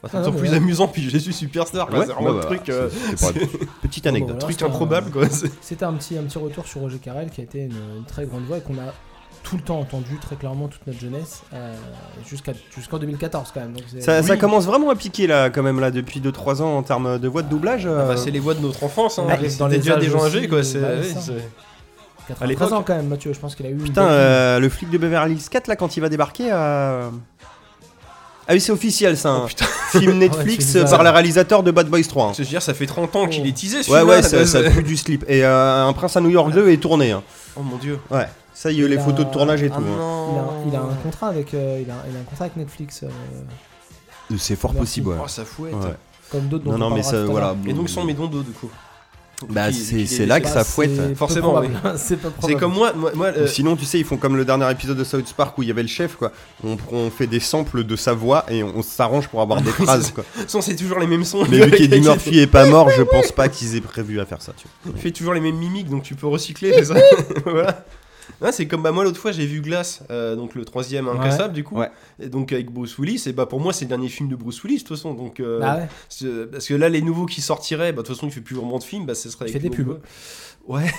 Speaker 2: Bah, c'est
Speaker 1: Ah,
Speaker 2: toujours
Speaker 1: non,
Speaker 2: plus
Speaker 1: mais-
Speaker 2: amusant puis Jésus superstar quoi,
Speaker 3: Ouais,
Speaker 2: c'est Ah, vraiment
Speaker 3: ouais,
Speaker 2: un
Speaker 3: bah,
Speaker 2: truc euh,
Speaker 3: c'est-
Speaker 2: *laughs*
Speaker 3: c'est pas- Petite anecdote.
Speaker 1: Bon,
Speaker 2: truc
Speaker 1: voilà,
Speaker 2: improbable quoi. c'est-
Speaker 1: C'était un petit, un petit retour sur Roger Carrel qui a été une, une très grande voix et qu'on a tout le temps entendu très clairement toute notre jeunesse euh, jusqu'à jusqu'en 2014 quand même. Donc c'est-
Speaker 3: Ça,
Speaker 1: Oui.
Speaker 3: ça commence vraiment à piquer là, quand même, là, depuis 2-3 ans en termes de voix de doublage.
Speaker 2: Ah
Speaker 3: euh,
Speaker 2: bah, c'est les voix de notre enfance, hein.
Speaker 1: Ouais,
Speaker 2: C'était
Speaker 1: dans les
Speaker 2: déjà des
Speaker 1: âges
Speaker 2: gens âgés,
Speaker 1: aussi,
Speaker 2: quoi. C'est,
Speaker 1: bah,
Speaker 2: ouais,
Speaker 1: ça.
Speaker 2: c'est-
Speaker 1: 93
Speaker 2: à
Speaker 1: ans quand même Mathieu, je pense qu'il a eu une
Speaker 3: Putain,
Speaker 1: bonne-
Speaker 3: euh, le flic de Beverly Hills 4, là, quand il va débarquer euh, Ah oui, c'est officiel
Speaker 2: Oh,
Speaker 3: ça. hein. *laughs*
Speaker 2: *laughs*
Speaker 3: Film
Speaker 1: Ouais,
Speaker 3: Netflix
Speaker 1: tu nous as-
Speaker 3: par le réalisateur de Bad Boys 3. hein.
Speaker 2: je veux dire, ça fait 30 ans qu'il est teasé,
Speaker 3: Ouais,
Speaker 2: celui-là.
Speaker 3: ouais,
Speaker 2: là,
Speaker 3: ça,
Speaker 2: quoi,
Speaker 3: ça
Speaker 2: c'est-
Speaker 3: pue du slip. Et euh, Un prince à New York 2 est tourné. hein.
Speaker 2: Oh mon dieu.
Speaker 3: Ouais. Ça y est, les
Speaker 1: Il a-
Speaker 3: photos de tournage et tout. hein.
Speaker 1: il, a,
Speaker 2: non.
Speaker 1: il a un contrat avec euh, il, a, il a un contrat avec Netflix euh,
Speaker 3: C'est fort
Speaker 1: Merci.
Speaker 3: possible, ouais.
Speaker 2: Oh, ça fouette.
Speaker 3: Ouais.
Speaker 1: comme d'autres dont
Speaker 3: Non,
Speaker 1: on
Speaker 3: non, mais
Speaker 1: parlera
Speaker 3: ça,
Speaker 1: tout à
Speaker 3: voilà.
Speaker 1: l'heure.
Speaker 2: Et donc, sans mes dons d'eau, du coup.
Speaker 3: Bah,
Speaker 2: Qui-
Speaker 3: c'est-
Speaker 2: qui-
Speaker 3: c'est là que
Speaker 1: Bah,
Speaker 3: ça
Speaker 1: c'est
Speaker 3: fouette.
Speaker 1: peu
Speaker 2: Forcément,
Speaker 1: probable. *laughs* c'est pas
Speaker 2: C'est
Speaker 1: probable.
Speaker 2: comme moi, moi, moi, euh,
Speaker 3: Ou Sinon, tu sais, ils font comme le dernier épisode de South Park où il y avait le chef, quoi. On, on fait des samples de sa voix et on, on s'arrange
Speaker 2: *laughs*
Speaker 3: pour avoir des phrases, quoi.
Speaker 2: sinon, c'est toujours les mêmes sons. *laughs*
Speaker 3: Mais vu qu'Eddie Murphy est pas mort, je pense pas qu'ils aient prévu à faire ça, tu vois.
Speaker 2: fait toujours les mêmes mimiques, donc tu peux recycler, c'est ça *laughs* Voilà. Ouais, c'est comme bah, moi l'autre fois j'ai vu Glass, euh, donc le troisième incassable du coup,
Speaker 3: Ouais.
Speaker 2: et donc avec Bruce Willis, et bah pour moi c'est le dernier film de Bruce Willis de toute façon, donc euh,
Speaker 1: Ah ouais.
Speaker 2: c'est- parce que là les nouveaux qui sortiraient, bah de toute façon il fait plus vraiment de films, bah ce serait.
Speaker 1: Il
Speaker 2: avec
Speaker 1: fait des
Speaker 2: Lobo.
Speaker 1: pubs.
Speaker 2: Ouais.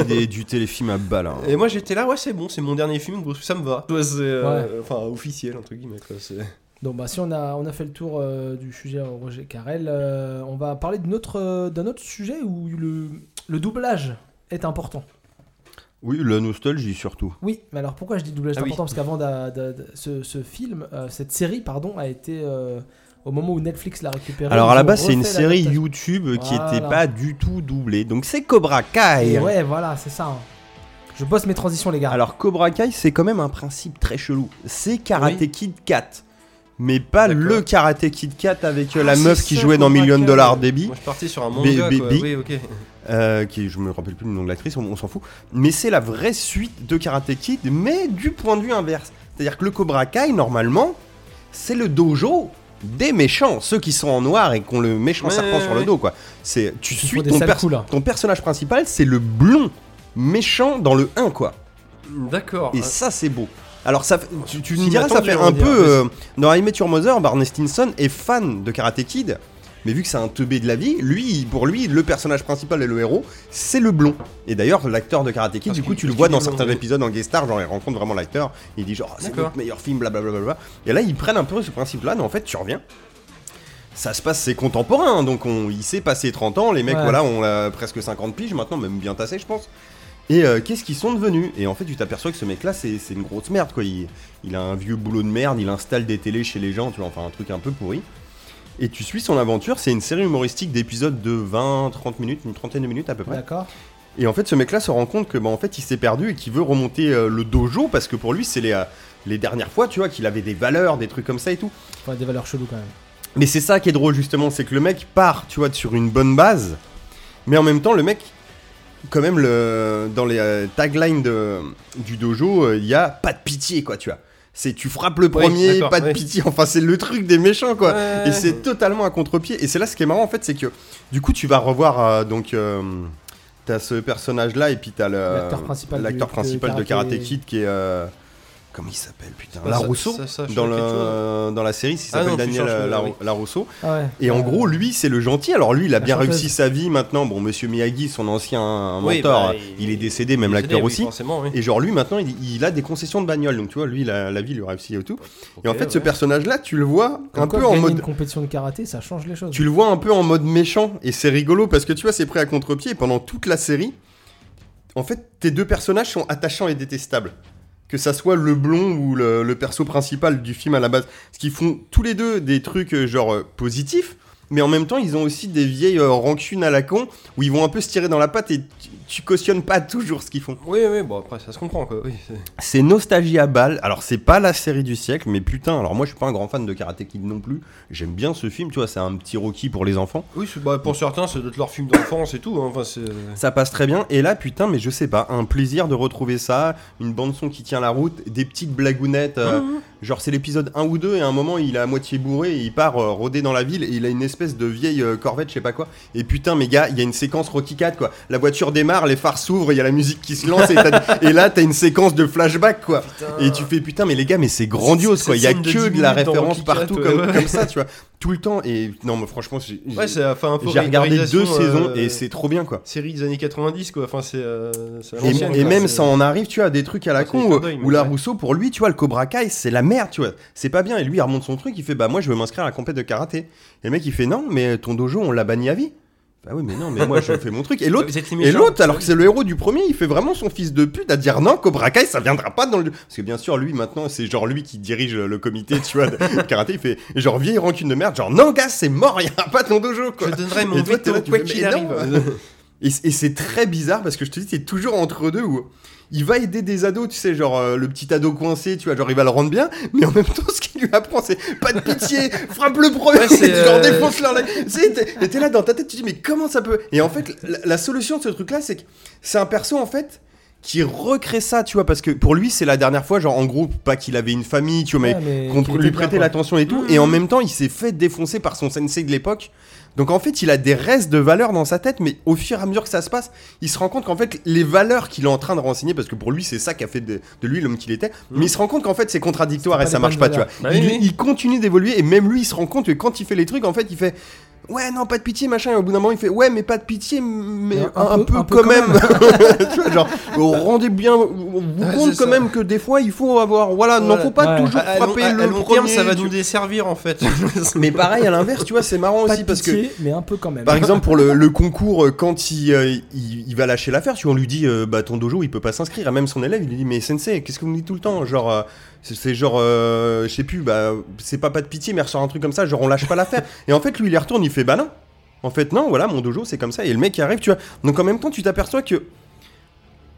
Speaker 3: Et des- du téléfilm à balles. hein.
Speaker 2: *laughs* Et moi j'étais là, ouais c'est bon, c'est mon dernier film, de Bruce Willis, ça me va. Ouais, c'est, euh, Enfin officiel entre guillemets. Quoi, c'est-
Speaker 1: Donc bah si on a on a fait le tour euh, du sujet euh, Roger Carrel, euh, on va parler d'une autre, euh, d'un autre sujet où le, le doublage est important.
Speaker 3: Oui, la nostalgie surtout.
Speaker 1: Oui, mais alors pourquoi je dis doublage
Speaker 2: Ah oui.
Speaker 1: important Parce qu'avant d'a- d'a- d'a- ce, ce film, euh, cette série pardon, a été euh, au moment où Netflix l'a récupérée.
Speaker 3: Alors
Speaker 1: ils
Speaker 3: à la
Speaker 1: ont
Speaker 3: base, c'est une
Speaker 1: refait
Speaker 3: série
Speaker 1: l'adaptation.
Speaker 3: YouTube qui
Speaker 1: Voilà.
Speaker 3: n'était pas du tout doublée. Donc c'est Cobra Kai.
Speaker 1: Et ouais, voilà, c'est ça. hein. Je bosse mes transitions, les gars.
Speaker 3: Alors Cobra Kai, c'est quand même un principe très chelou. C'est Karate Kid 4. Mais pas
Speaker 2: D'accord.
Speaker 3: le Karate Kid 4 avec euh,
Speaker 2: Ah,
Speaker 3: la
Speaker 2: c'est
Speaker 3: meuf qui
Speaker 2: ça,
Speaker 3: jouait dans
Speaker 2: Cobra
Speaker 3: Million
Speaker 2: Kai.
Speaker 3: Dollar Baby,
Speaker 2: Moi je partais sur un
Speaker 3: B-
Speaker 2: manga.
Speaker 3: B-
Speaker 2: quoi.
Speaker 3: B.
Speaker 2: Oui, ok.
Speaker 3: euh, qui je me rappelle plus le nom de l'actrice, on, on s'en fout. Mais c'est la vraie suite de Karate Kid, mais du point de vue inverse. C'est-à-dire que le Cobra Kai, normalement, c'est le dojo des méchants, ceux qui sont en noir et qui ont le méchant
Speaker 2: Ouais,
Speaker 3: serpent
Speaker 2: ouais,
Speaker 3: sur le
Speaker 2: ouais.
Speaker 3: dos, quoi. C'est tu
Speaker 1: Ils font
Speaker 3: suis
Speaker 1: des
Speaker 3: ton,
Speaker 1: sales
Speaker 3: pers-
Speaker 1: coups, là.
Speaker 3: ton personnage principal, c'est le blond méchant dans le 1, quoi.
Speaker 2: D'accord. Oh,
Speaker 3: Et
Speaker 2: Ah,
Speaker 3: ça, c'est beau. Alors, ça, fait- tu, tu me
Speaker 2: Si
Speaker 3: diras, ça
Speaker 2: m'attends,
Speaker 3: fait
Speaker 2: tu vas
Speaker 3: un
Speaker 2: me dire,
Speaker 3: peu.
Speaker 2: mais
Speaker 3: euh, dans I Met Your Mother, Barney Stinson est fan de Karate Kid, mais vu que c'est un teubé de la vie, lui, pour lui, le personnage principal et le héros, c'est le blond. Et d'ailleurs, l'acteur de Karate Kid,
Speaker 2: Parce
Speaker 3: du coup,
Speaker 2: qu'il-
Speaker 3: tu le
Speaker 2: parce
Speaker 3: vois
Speaker 2: qu'il
Speaker 3: dans
Speaker 2: est blond,
Speaker 3: certains
Speaker 2: oui.
Speaker 3: épisodes en guest star, genre, il rencontre vraiment l'acteur, il dit genre, Ah, c'est
Speaker 2: D'accord.
Speaker 3: notre meilleur film, blablabla. Et là, ils prennent un peu ce principe-là, mais en fait, tu reviens. Ça se passe, c'est contemporain, hein, donc on, il s'est passé 30 ans, les mecs,
Speaker 1: Ouais.
Speaker 3: voilà, on a presque 50 piges maintenant, même bien tassé, je pense. Et euh, qu'est-ce qu'ils sont devenus Et en fait, tu t'aperçois que ce mec-là, c'est c'est une grosse merde, quoi. Il, il a un vieux boulot de merde, il installe des télés chez les gens, tu vois, enfin un truc un peu pourri. Et tu suis son aventure, c'est une série humoristique d'épisodes de 20-30 minutes, une trentaine de minutes à peu près.
Speaker 1: D'accord.
Speaker 3: Et en fait, ce mec-là se rend compte que, bah, en fait, il s'est perdu et qu'il veut remonter euh, le dojo parce que pour lui, c'est les, euh, les dernières fois, tu vois, qu'il avait des valeurs, des trucs comme ça et tout.
Speaker 1: Enfin, des valeurs cheloues quand même.
Speaker 3: Mais c'est ça qui est drôle justement, c'est que le mec part, tu vois, sur une bonne base, mais en même temps, le mec, quand même, le, dans les euh, taglines de- du dojo, euh, il y a pas de pitié, quoi, tu vois. C'est tu frappes le
Speaker 2: Oui,
Speaker 3: premier,
Speaker 2: d'accord,
Speaker 3: pas de
Speaker 2: oui.
Speaker 3: pitié, enfin c'est le truc des méchants, quoi.
Speaker 2: Ouais.
Speaker 3: Et c'est totalement à contre-pied. Et c'est là ce qui est marrant en fait, c'est que du coup tu vas revoir euh, donc euh, t'as ce personnage là et puis t'as le-
Speaker 1: L'acteur principal du-
Speaker 3: Euh, l'acteur
Speaker 1: de
Speaker 3: principal de
Speaker 1: Karate-
Speaker 3: Karate Kid qui est euh, comment il s'appelle putain
Speaker 2: Ah,
Speaker 3: La
Speaker 2: ça-
Speaker 3: Rousseau
Speaker 2: ça- ça, je
Speaker 3: dans
Speaker 2: sais quelque chose.
Speaker 3: le dans la série, il
Speaker 2: Ah non,
Speaker 3: s'appelle
Speaker 2: tu
Speaker 3: Daniel
Speaker 2: changes,
Speaker 3: euh,
Speaker 2: euh,
Speaker 3: La-
Speaker 2: oui.
Speaker 3: La Rousseau.
Speaker 1: Ah ouais.
Speaker 3: Et en
Speaker 1: Euh,
Speaker 3: gros, lui, c'est le gentil. Alors lui, il a
Speaker 1: La
Speaker 3: bien
Speaker 1: chanteuse.
Speaker 3: réussi sa vie maintenant. Bon, Monsieur Miyagi, son ancien mentor,
Speaker 2: Oui, bah,
Speaker 3: il, est décédé, même
Speaker 2: il est
Speaker 3: l'acteur
Speaker 2: décédé, oui,
Speaker 3: aussi.
Speaker 2: forcément, oui.
Speaker 3: Et genre lui, maintenant, il, il a des concessions de bagnole. Donc tu vois, lui, la, la vie lui réussit et tout.
Speaker 2: Bah,
Speaker 3: et en
Speaker 2: Ok,
Speaker 3: fait, ce
Speaker 2: ouais.
Speaker 3: personnage-là, tu le vois
Speaker 1: comme
Speaker 3: un
Speaker 1: quoi,
Speaker 3: peu en
Speaker 1: gagner
Speaker 3: mode
Speaker 1: une compétition de karaté, ça change les choses.
Speaker 3: tu le vois un peu en mode méchant et c'est rigolo parce que tu vois, c'est pris à contre-pied et pendant toute la série, en fait, tes deux personnages sont attachants et détestables. Que ça soit le blond ou le, le perso principal du film à la base. Parce qu'ils font tous les deux des trucs euh, genre euh, positifs, mais en même temps, ils ont aussi des vieilles euh, rancunes à la con où ils vont un peu se tirer dans la patte et tu, tu cautionnes pas *laughs* toujours ce qu'ils font.
Speaker 2: Oui, oui, bon après ça se comprend quoi. Oui, c'est-
Speaker 3: C'est nostalgie à balle. Alors, c'est pas la série du siècle, mais putain, alors moi, je suis pas un grand fan de Karate Kid non plus. J'aime bien ce film, tu vois, c'est un petit Rocky pour les enfants.
Speaker 2: oui c'est- bah, pour certains, ça doit être leur film d'enfance et tout. hein, Enfin, c'est...
Speaker 3: Ça passe très bien. Et là, putain, mais je sais pas, un plaisir de retrouver ça, une bande son qui tient la route, des petites blagounettes. euh, Genre, c'est l'épisode 1 ou 2, et à un moment, il est à moitié bourré, et il part euh, rôder dans la ville, et il a une espèce de vieille euh, corvette, je sais pas quoi. Et putain, mes gars, il y a une séquence Rocky 4, quoi. La voiture démarre, les phares s'ouvrent, il y a la musique qui se lance, et, t'as- et là, t'as une séquence de flashback, quoi. Et tu fais putain, mais les gars, mais c'est grandiose
Speaker 2: Cette
Speaker 3: quoi. Il y a
Speaker 2: scène de
Speaker 3: que
Speaker 2: 10
Speaker 3: de la
Speaker 2: minutes dans
Speaker 3: référence
Speaker 2: Rocky
Speaker 3: partout
Speaker 2: Cat, ouais,
Speaker 3: comme,
Speaker 2: ouais. *laughs*
Speaker 3: comme ça, tu vois. Tout le temps. Et non, mais franchement, j'ai j'ai-
Speaker 2: Ouais, c'est enfin un peu
Speaker 3: j'ai regardé deux
Speaker 2: réalisation,
Speaker 3: saisons
Speaker 2: euh,
Speaker 3: et c'est trop bien quoi.
Speaker 2: série des années 90 quoi. Enfin, c'est. euh, c'est à
Speaker 3: Et,
Speaker 2: l'ancienne,
Speaker 3: et
Speaker 2: quoi,
Speaker 3: même
Speaker 2: c'est-
Speaker 3: ça en arrive, tu vois, à des trucs à la
Speaker 2: Ouais,
Speaker 3: con
Speaker 2: c'est
Speaker 3: où,
Speaker 2: des clins d'œil,
Speaker 3: où
Speaker 2: mais
Speaker 3: la
Speaker 2: ouais.
Speaker 3: Rousseau, pour lui, tu vois, le Cobra Kai, c'est la merde, tu vois. C'est pas bien. Et lui, il remonte son truc, il fait, bah moi, je veux m'inscrire à la compète de karaté. Et le mec, il fait, non, mais ton dojo, on l'a banni à vie. Bah oui, mais non, mais moi, je fais mon truc.
Speaker 2: *laughs*
Speaker 3: Et l'autre,
Speaker 2: Vous êtes les
Speaker 3: et
Speaker 2: méchants.
Speaker 3: l'autre, alors que c'est le héros du premier, il fait vraiment son fils de pute à dire non, Cobra Kai, ça viendra pas dans le. Parce que bien sûr, lui, maintenant, c'est genre lui qui dirige le comité, tu vois, de *laughs* karaté. Il fait genre vieille rancune de merde, genre non, gars, c'est mort, *laughs* il aura pas ton dojo, quoi.
Speaker 2: Je donnerai mon
Speaker 3: *laughs* Et toi,
Speaker 2: veto
Speaker 3: t'es là, tu
Speaker 2: quoi
Speaker 3: fais,
Speaker 2: qu'il
Speaker 3: mais
Speaker 2: arrive.
Speaker 3: non. *laughs* Et, c- et c'est très bizarre parce que je te dis, c'est toujours entre deux où il va aider des ados, tu sais, genre euh, le petit ado coincé, tu vois, genre il va le rendre bien, mais en même temps, ce qu'il lui apprend, c'est pas de pitié, frappe le premier,
Speaker 2: Ouais, c'est,
Speaker 3: *laughs* genre
Speaker 2: euh,
Speaker 3: défonce leur la- Tu sais, t'es- Et t'es là dans ta tête, tu dis, mais comment ça peut. Et en fait, la, la solution de ce truc-là, c'est que c'est un perso, en fait, qui recrée ça, tu vois, parce que pour lui, c'est la dernière fois, genre en gros, pas qu'il avait une famille, tu vois, mais
Speaker 1: Ouais, mais
Speaker 3: qu'on
Speaker 1: qu'il
Speaker 3: lui
Speaker 1: était bien,
Speaker 3: prêtait
Speaker 1: quoi.
Speaker 3: l'attention et tout, et en même temps, il s'est fait défoncer par son sensei de l'époque. Donc en fait, il a des restes de valeurs dans sa tête, mais au fur et à mesure que ça se passe, il se rend compte qu'en fait, les valeurs qu'il est en train de renseigner, parce que pour lui, c'est ça qui a fait de, de lui l'homme qu'il était, mais il se rend compte qu'en fait, c'est contradictoire
Speaker 1: C'est
Speaker 3: et
Speaker 1: pas
Speaker 3: ça
Speaker 1: des
Speaker 3: marche
Speaker 1: bonnes
Speaker 3: pas, tu vois.
Speaker 1: valeurs.
Speaker 4: Bah
Speaker 3: il,
Speaker 4: oui, oui.
Speaker 3: il continue d'évoluer, et même lui, il se rend compte que quand il fait les trucs, en fait, il fait. Ouais, non, pas de pitié, machin. Et au bout d'un moment, il fait Ouais, mais pas de pitié, mais
Speaker 1: Mais
Speaker 3: un, un peu, quand même. *laughs* tu vois, genre, rendez bien vous
Speaker 2: Ouais,
Speaker 3: compte
Speaker 2: c'est
Speaker 3: quand
Speaker 2: ça.
Speaker 3: même que des fois, il faut avoir. Voilà, non,
Speaker 2: Voilà.
Speaker 3: Ah, faut pas
Speaker 1: Ouais.
Speaker 3: toujours
Speaker 2: À- à long-
Speaker 3: frapper
Speaker 2: à-
Speaker 3: le
Speaker 2: à long
Speaker 3: premier,
Speaker 2: terme, ça va
Speaker 3: tu
Speaker 2: nous desservir en fait.
Speaker 3: *laughs*
Speaker 2: *laughs*
Speaker 3: mais pareil, à l'inverse, tu vois, c'est marrant
Speaker 1: Pas
Speaker 3: aussi
Speaker 1: de
Speaker 3: parce que.
Speaker 1: pitié, mais un peu quand même.
Speaker 3: Par exemple, pour *laughs* le, le concours, euh, quand il, euh, il, il va lâcher l'affaire, tu vois, on lui dit, euh, bah ton dojo, il peut pas s'inscrire. Et même son élève, il lui dit, mais sensei, qu'est-ce que vous me dites tout le temps Genre, euh, c'est- c'est genre, euh, je sais plus, bah c'est pas pas de pitié, mais ressort un truc comme ça, genre on lâche pas *laughs* l'affaire. Et en fait, lui, il les retourne, il fait, bah non. En fait, non, voilà, mon dojo, c'est comme ça. Et le mec, il arrive, tu vois. Donc en même temps, tu t'aperçois que.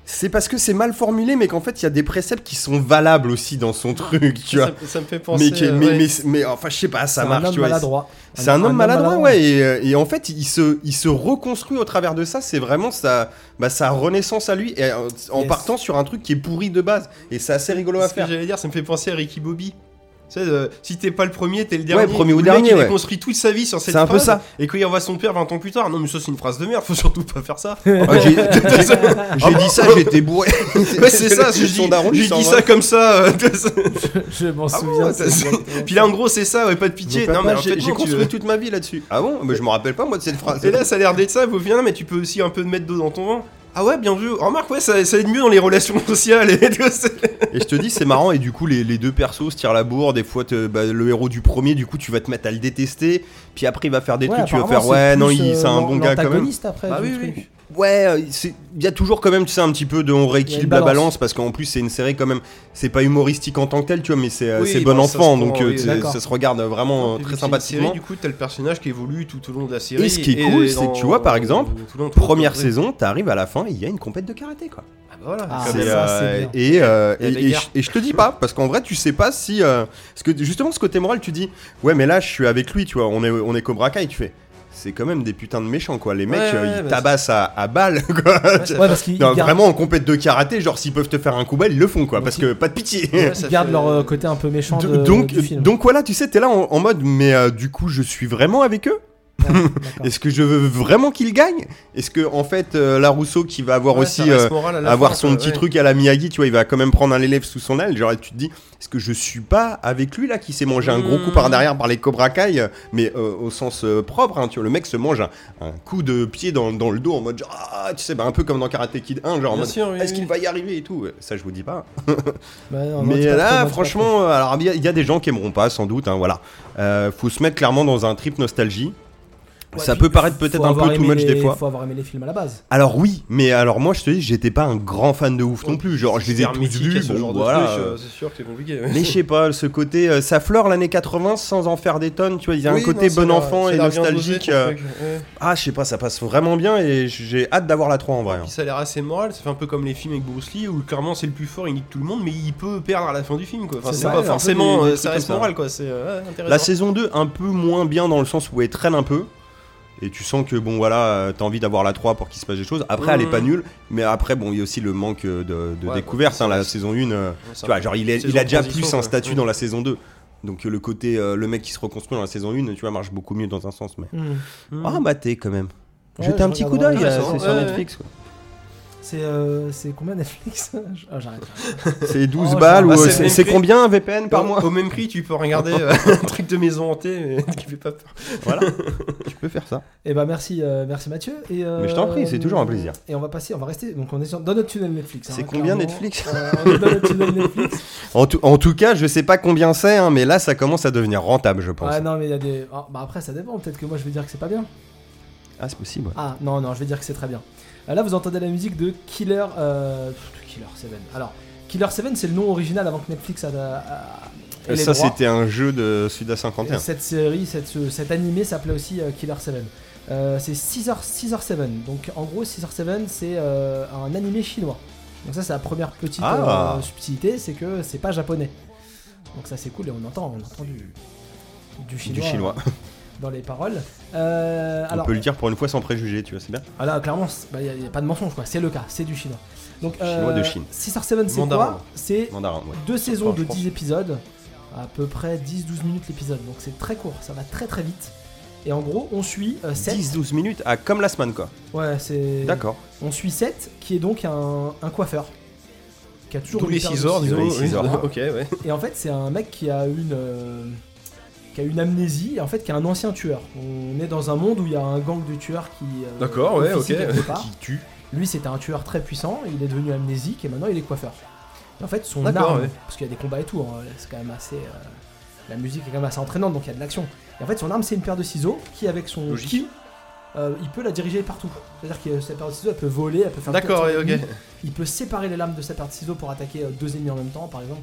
Speaker 3: C'est parce que c'est mal formulé, mais qu'en fait, il y a des préceptes qui sont valables aussi dans son truc, tu vois.
Speaker 2: ça, ça me fait penser.
Speaker 3: Mais, qui-
Speaker 2: euh,
Speaker 3: mais,
Speaker 2: ouais.
Speaker 3: mais, mais enfin, je sais pas,
Speaker 1: *laughs*
Speaker 3: ça
Speaker 1: C'est
Speaker 3: marche,
Speaker 1: un homme
Speaker 3: tu vois.
Speaker 1: maladroit.
Speaker 3: C'est un, homme maladroit, ouais, et, euh, et en fait, il se, il se reconstruit au travers de ça, c'est vraiment sa, bah, sa renaissance à lui, et, euh, en
Speaker 1: Yes.
Speaker 3: partant sur un truc qui est pourri de base, et c'est assez rigolo à
Speaker 2: Ce que
Speaker 3: faire.
Speaker 2: j'allais dire, ça me fait penser à Ricky Bobby. Tu sais, euh, si t'es pas le premier, t'es le dernier.
Speaker 3: premier ou
Speaker 2: le
Speaker 3: dernier,
Speaker 2: Mec, il a
Speaker 3: ouais.
Speaker 2: construit toute sa vie sur cette
Speaker 3: C'est un peu
Speaker 2: phrase,
Speaker 3: ça.
Speaker 2: Et quand il envoie son père 20 ans plus tard, non, mais ça c'est une phrase de merde, faut surtout pas faire
Speaker 3: *laughs*
Speaker 2: ça.
Speaker 3: Ah, J'ai j'ai dit ça, j'étais bourré.
Speaker 2: *laughs* Ouais, c'est ça, je
Speaker 3: Son hein.
Speaker 2: dis,
Speaker 3: daron,
Speaker 2: je
Speaker 3: il
Speaker 2: dis
Speaker 3: s'en va.
Speaker 2: ça comme ça. euh, *laughs*
Speaker 1: *laughs* Je m'en
Speaker 2: Ah bon,
Speaker 1: souviens.
Speaker 2: ça,
Speaker 1: c'est
Speaker 2: c'est-
Speaker 1: exactement
Speaker 2: Puis là, en gros, c'est ça, ouais, pas de pitié.
Speaker 3: Mon
Speaker 2: Non,
Speaker 3: papa,
Speaker 2: mais en fait,
Speaker 3: j'ai j'ai
Speaker 2: non, tu-
Speaker 3: construit toute ma vie là-dessus. Ah bon Mais je me rappelle pas moi de cette phrase.
Speaker 2: Et là, ça a l'air d'être ça, vous bien, mais tu peux aussi un peu de mettre d'eau dans ton vin. Ah ouais, bien vu. Remarque, ouais, ça, ça aide mieux dans les relations sociales. Et tout, c'est-
Speaker 3: Et je te dis, c'est marrant, et du coup, les, les deux persos se tirent la bourre. Des fois, te- bah, le héros du premier, du coup, tu vas te mettre à le détester. Puis après, il va faire des
Speaker 1: Ouais,
Speaker 3: trucs, tu vas
Speaker 1: apparemment,
Speaker 3: faire ouais, non,
Speaker 1: plus,
Speaker 3: il- c'est
Speaker 1: euh,
Speaker 3: un bon gars quand même.
Speaker 1: l'antagoniste après.
Speaker 2: Bah
Speaker 1: du
Speaker 2: oui,
Speaker 1: truc.
Speaker 3: Ouais, euh, c'est- il y a toujours quand même, tu sais, un petit peu de on
Speaker 1: Il y
Speaker 3: rééquilibre
Speaker 1: a
Speaker 3: la
Speaker 1: une balance.
Speaker 3: balance parce qu'en plus, c'est une série quand même, c'est pas humoristique en tant que tel, tu vois, mais c'est euh,
Speaker 2: Oui,
Speaker 3: c'est
Speaker 2: bah,
Speaker 3: bon
Speaker 2: ça
Speaker 3: enfant,
Speaker 2: se
Speaker 3: donc
Speaker 2: prend,
Speaker 3: euh,
Speaker 2: oui,
Speaker 3: c'est-
Speaker 1: d'accord.
Speaker 3: ça se regarde euh, vraiment euh,
Speaker 2: Vu que c'est
Speaker 3: très
Speaker 2: une
Speaker 3: sympathiquement.
Speaker 2: série, du coup, t'as le personnage qui évolue tout au long de la série.
Speaker 3: Et ce qui est cool, c'est que tu vois, par exemple,
Speaker 2: tout le long-
Speaker 3: Première
Speaker 2: tout le-
Speaker 3: saison, t'arrives à la fin, il y a une compète de karaté, quoi.
Speaker 2: Ah, bah voilà.
Speaker 1: Ah,
Speaker 2: Comme
Speaker 3: C'est,
Speaker 1: ouais,
Speaker 2: ça.
Speaker 1: ça, c'est
Speaker 3: euh,
Speaker 1: bien.
Speaker 3: et, euh,
Speaker 2: Et
Speaker 3: et-
Speaker 2: la
Speaker 3: et
Speaker 2: guerre.
Speaker 3: je- et je te dis pas, parce qu'en vrai, tu sais pas si. euh, parce que justement, ce côté moral, tu dis, ouais, mais là, je suis avec lui, tu vois, on est, on est Cobra Kai, tu fais. C'est quand même des putains de méchants, quoi. Les mecs,
Speaker 2: Ouais,
Speaker 3: euh,
Speaker 2: ouais,
Speaker 3: ils
Speaker 2: bah,
Speaker 3: tabassent à, à balles, *laughs* quoi.
Speaker 2: Ouais, ça
Speaker 1: Ouais, parce qu'ils
Speaker 3: Non,
Speaker 1: gardent-
Speaker 3: Vraiment, en compète de karaté, genre, s'ils peuvent te faire un coup bas, ils le font, quoi.
Speaker 1: Donc,
Speaker 3: Parce
Speaker 1: ils-
Speaker 3: que pas de pitié.
Speaker 2: Ouais,
Speaker 3: *laughs*
Speaker 1: ils
Speaker 2: ça
Speaker 1: gardent
Speaker 2: fait-
Speaker 1: leur euh, côté un peu méchant
Speaker 3: Do-
Speaker 1: de,
Speaker 3: donc,
Speaker 1: du film.
Speaker 3: donc voilà, tu sais, t'es là en, en mode, mais euh, du coup, je suis vraiment avec eux
Speaker 1: Ouais,
Speaker 3: *laughs*
Speaker 1: d'accord.
Speaker 3: Est-ce que je veux vraiment qu'ils gagnent Est-ce que, en fait, euh, la Rousseau qui va avoir
Speaker 2: Ouais,
Speaker 3: aussi.
Speaker 2: ça reste
Speaker 3: euh,
Speaker 2: moral à la
Speaker 3: avoir
Speaker 2: fin,
Speaker 3: son
Speaker 2: quoi,
Speaker 3: petit
Speaker 2: ouais.
Speaker 3: truc à la Miyagi, tu vois, il va quand même prendre un élève sous son aile. Genre, et tu te dis, est-ce que je suis pas avec lui là qui s'est mangé un gros coup
Speaker 1: Hmm.
Speaker 3: par derrière par les Cobra Kai, euh, mais euh, au sens euh, propre, hein, tu vois, le mec se mange un, un coup de pied dans, dans le dos en mode, genre, ah, tu sais, bah, un peu comme dans Karate Kid 1, genre en
Speaker 2: Bien
Speaker 3: mode,
Speaker 2: sûr, oui,
Speaker 3: est-ce
Speaker 2: oui.
Speaker 3: qu'il va y arriver et tout Ça, je vous dis pas.
Speaker 1: Bah, non, non,
Speaker 3: mais
Speaker 1: tu vas trop,
Speaker 3: là,
Speaker 1: non, tu vas trop.
Speaker 3: franchement, euh, alors il y a- il y, a des gens qui aimeront pas, sans doute, hein, voilà. Euh, faut se mettre clairement dans un trip nostalgie.
Speaker 1: Ouais,
Speaker 3: ça
Speaker 1: puis
Speaker 3: peut paraître
Speaker 1: faut
Speaker 3: peut-être un
Speaker 1: avoir
Speaker 3: peu too
Speaker 1: aimé
Speaker 3: much
Speaker 1: les-
Speaker 3: des fois.
Speaker 1: Faut avoir aimé les films à la base.
Speaker 3: Alors oui, mais alors moi je te dis, j'étais pas un grand fan de ouf non plus. Genre je les ai
Speaker 2: Super
Speaker 3: tous
Speaker 2: mythique à
Speaker 3: vus,
Speaker 2: ce
Speaker 3: bon,
Speaker 2: genre de
Speaker 3: voilà.
Speaker 2: truc,
Speaker 3: euh,
Speaker 2: euh, C'est sûr que c'est compliqué. ouais.
Speaker 3: *laughs* mais je sais pas, ce côté, euh, ça fleure l'année 80 sans en faire des tonnes, tu vois, il y a
Speaker 2: Oui,
Speaker 3: un côté
Speaker 2: non,
Speaker 3: bon
Speaker 2: ça a-
Speaker 3: enfant
Speaker 2: ça
Speaker 3: et
Speaker 2: a l'air bien
Speaker 3: nostalgique.
Speaker 2: dosé,
Speaker 3: euh,
Speaker 2: ton truc, ouais.
Speaker 3: ah, je sais pas, ça passe vraiment bien et j'ai hâte d'avoir la 3 en vrai. hein.
Speaker 2: Puis ça a l'air assez moral, ça fait un peu comme les films avec Bruce Lee où clairement c'est le plus fort, il nique tout le monde, mais il peut perdre à la fin du film quoi. Enfin,
Speaker 1: C'est
Speaker 2: c'est
Speaker 1: ça,
Speaker 2: pas
Speaker 1: ouais,
Speaker 2: forcément,
Speaker 3: un peu des- des
Speaker 2: euh, ça
Speaker 3: trucs
Speaker 2: reste
Speaker 3: comme ça.
Speaker 2: moral quoi, c'est euh, ouais, intéressant.
Speaker 3: La saison 2, un peu moins bien dans le sens où elle traîne un peu. Et tu sens que, bon, voilà, euh, t'as envie d'avoir la 3 pour qu'il se passe des choses. Après, elle est
Speaker 2: Mhm.
Speaker 3: pas nulle, mais après, bon, il y a aussi le manque euh, de, de
Speaker 2: Ouais,
Speaker 3: découverte.
Speaker 2: bah,
Speaker 3: hein, la
Speaker 2: c'est-
Speaker 3: saison 1, euh,
Speaker 2: Ouais, ça-
Speaker 3: Tu vois, genre, il, est-
Speaker 2: saison
Speaker 3: il a déjà
Speaker 2: transition,
Speaker 3: plus un
Speaker 2: quoi.
Speaker 3: statut
Speaker 2: Ouais.
Speaker 3: dans la saison 2. Donc, euh, le côté, euh, le mec qui se reconstruit dans la saison 1, tu vois, marche beaucoup mieux dans un sens. Mais...
Speaker 2: Hmm.
Speaker 3: Ah, maté quand même.
Speaker 1: Ouais,
Speaker 3: Jetez
Speaker 1: je
Speaker 3: un petit coup
Speaker 1: regarderai.
Speaker 3: d'œil, euh,
Speaker 2: Ouais,
Speaker 3: c'est sur
Speaker 2: ouais.
Speaker 3: Netflix. quoi.
Speaker 1: C'est euh, c'est combien Netflix *laughs* Ah, J'arrête.
Speaker 3: C'est 12
Speaker 1: Oh,
Speaker 3: balles
Speaker 1: je-
Speaker 3: ou
Speaker 2: Ah,
Speaker 3: euh,
Speaker 2: c'est Oh.
Speaker 3: c'est
Speaker 2: même
Speaker 3: c'est
Speaker 2: prix.
Speaker 3: combien un VPN par
Speaker 2: Au- *laughs*
Speaker 3: mois
Speaker 2: Au même prix, tu peux regarder
Speaker 3: *laughs*
Speaker 2: euh, un truc de maison hantée mais *laughs* qui fait pas peur.
Speaker 3: Voilà, tu peux faire ça.
Speaker 1: Et bah merci, euh, merci Mathieu. Et, euh,
Speaker 3: Mais je t'en prie, c'est toujours un plaisir.
Speaker 1: Et on va passer, on va rester. Donc on est sur- dans notre tunnel Netflix.
Speaker 3: C'est
Speaker 1: hein,
Speaker 3: combien
Speaker 1: clairement.
Speaker 3: Netflix
Speaker 1: Euh, On est dans notre tunnel
Speaker 3: *laughs*
Speaker 1: Netflix.
Speaker 3: En tout, en tout cas, je sais pas combien c'est, hein, mais là, ça commence à devenir rentable, je pense.
Speaker 1: Ah non mais il y a des. ah, bah après ça dépend. Peut-être que moi je vais dire que c'est pas bien.
Speaker 3: Ah, c'est possible. ouais.
Speaker 1: Ah non non, je vais dire que c'est très bien. Euh, Là vous entendez la musique de Killer, euh, pff, de Killer Seven. Alors Killer Seven c'est le nom original avant que Netflix a. a- ait les
Speaker 3: Euh, ça,
Speaker 1: droits.
Speaker 3: c'était un jeu de Suda
Speaker 1: Et
Speaker 3: 51.
Speaker 1: Cette série, cette, ce- cet animé s'appelait aussi euh, Killer 7. Euh, c'est 6h, 7 Donc en gros, 6h7, c'est euh, un animé chinois. Donc ça, c'est la première petite
Speaker 3: Ah.
Speaker 1: euh, subtilité, c'est que c'est pas japonais. Donc ça, c'est cool et on entend, on entend du, du chinois,
Speaker 3: Du chinois.
Speaker 1: euh, dans les paroles. Euh,
Speaker 3: On
Speaker 1: alors,
Speaker 3: peut le dire pour une fois sans préjugé, tu vois, c'est bien.
Speaker 1: bah, ah là, clairement, il n'y a, y a pas de mensonge, quoi. C'est le cas, c'est du chinois. Donc,
Speaker 3: Chinois de Chine.
Speaker 1: Six or Seven, c'est
Speaker 2: Mandarin.
Speaker 1: quoi C'est
Speaker 3: Mandarin, ouais.
Speaker 1: deux saisons
Speaker 2: Enfin, je
Speaker 1: de
Speaker 2: pense.
Speaker 1: 10 épisodes, à peu près 10-12 minutes l'épisode. Donc c'est très court, ça va très très vite. Et en gros, on suit 7.
Speaker 3: 10-12 minutes, ah, comme la semaine quoi.
Speaker 1: Ouais, c'est.
Speaker 3: D'accord.
Speaker 1: On suit 7, qui est donc un, un coiffeur. Qui a toujours
Speaker 2: Tous
Speaker 1: une
Speaker 2: les
Speaker 1: paire de
Speaker 2: 6 heures,
Speaker 1: ciseaux.
Speaker 2: disons.
Speaker 3: les
Speaker 2: oui.
Speaker 3: six heures.
Speaker 2: ok, ouais.
Speaker 1: Et en fait, c'est un mec qui a une. euh, qui a une amnésie, et en fait, qui est un ancien tueur. On est dans un monde où il y a un gang de tueurs qui. euh,
Speaker 2: D'accord, ouais,
Speaker 1: officie
Speaker 2: ok.
Speaker 1: quelque
Speaker 3: Ah.
Speaker 1: part.
Speaker 2: Qui tue.
Speaker 1: Lui, c'était un tueur très puissant, il est devenu amnésique et maintenant il est coiffeur. Et en fait, son
Speaker 2: D'accord,
Speaker 1: arme,
Speaker 2: ouais.
Speaker 1: parce qu'il y a des combats et tout, hein, c'est quand même assez. euh, la musique est quand même assez entraînante, donc il y a de l'action. Et en fait, son arme, c'est une paire de ciseaux qui, avec son
Speaker 2: Logique.
Speaker 1: ki, euh, il peut la diriger partout. C'est-à-dire que cette paire de ciseaux, elle peut voler, elle peut faire.
Speaker 2: D'accord,
Speaker 1: tour
Speaker 2: ouais,
Speaker 1: sur
Speaker 2: ok.
Speaker 1: l'ennemi. Il peut séparer les lames de sa paire de ciseaux pour attaquer euh, deux ennemis en même temps, par exemple.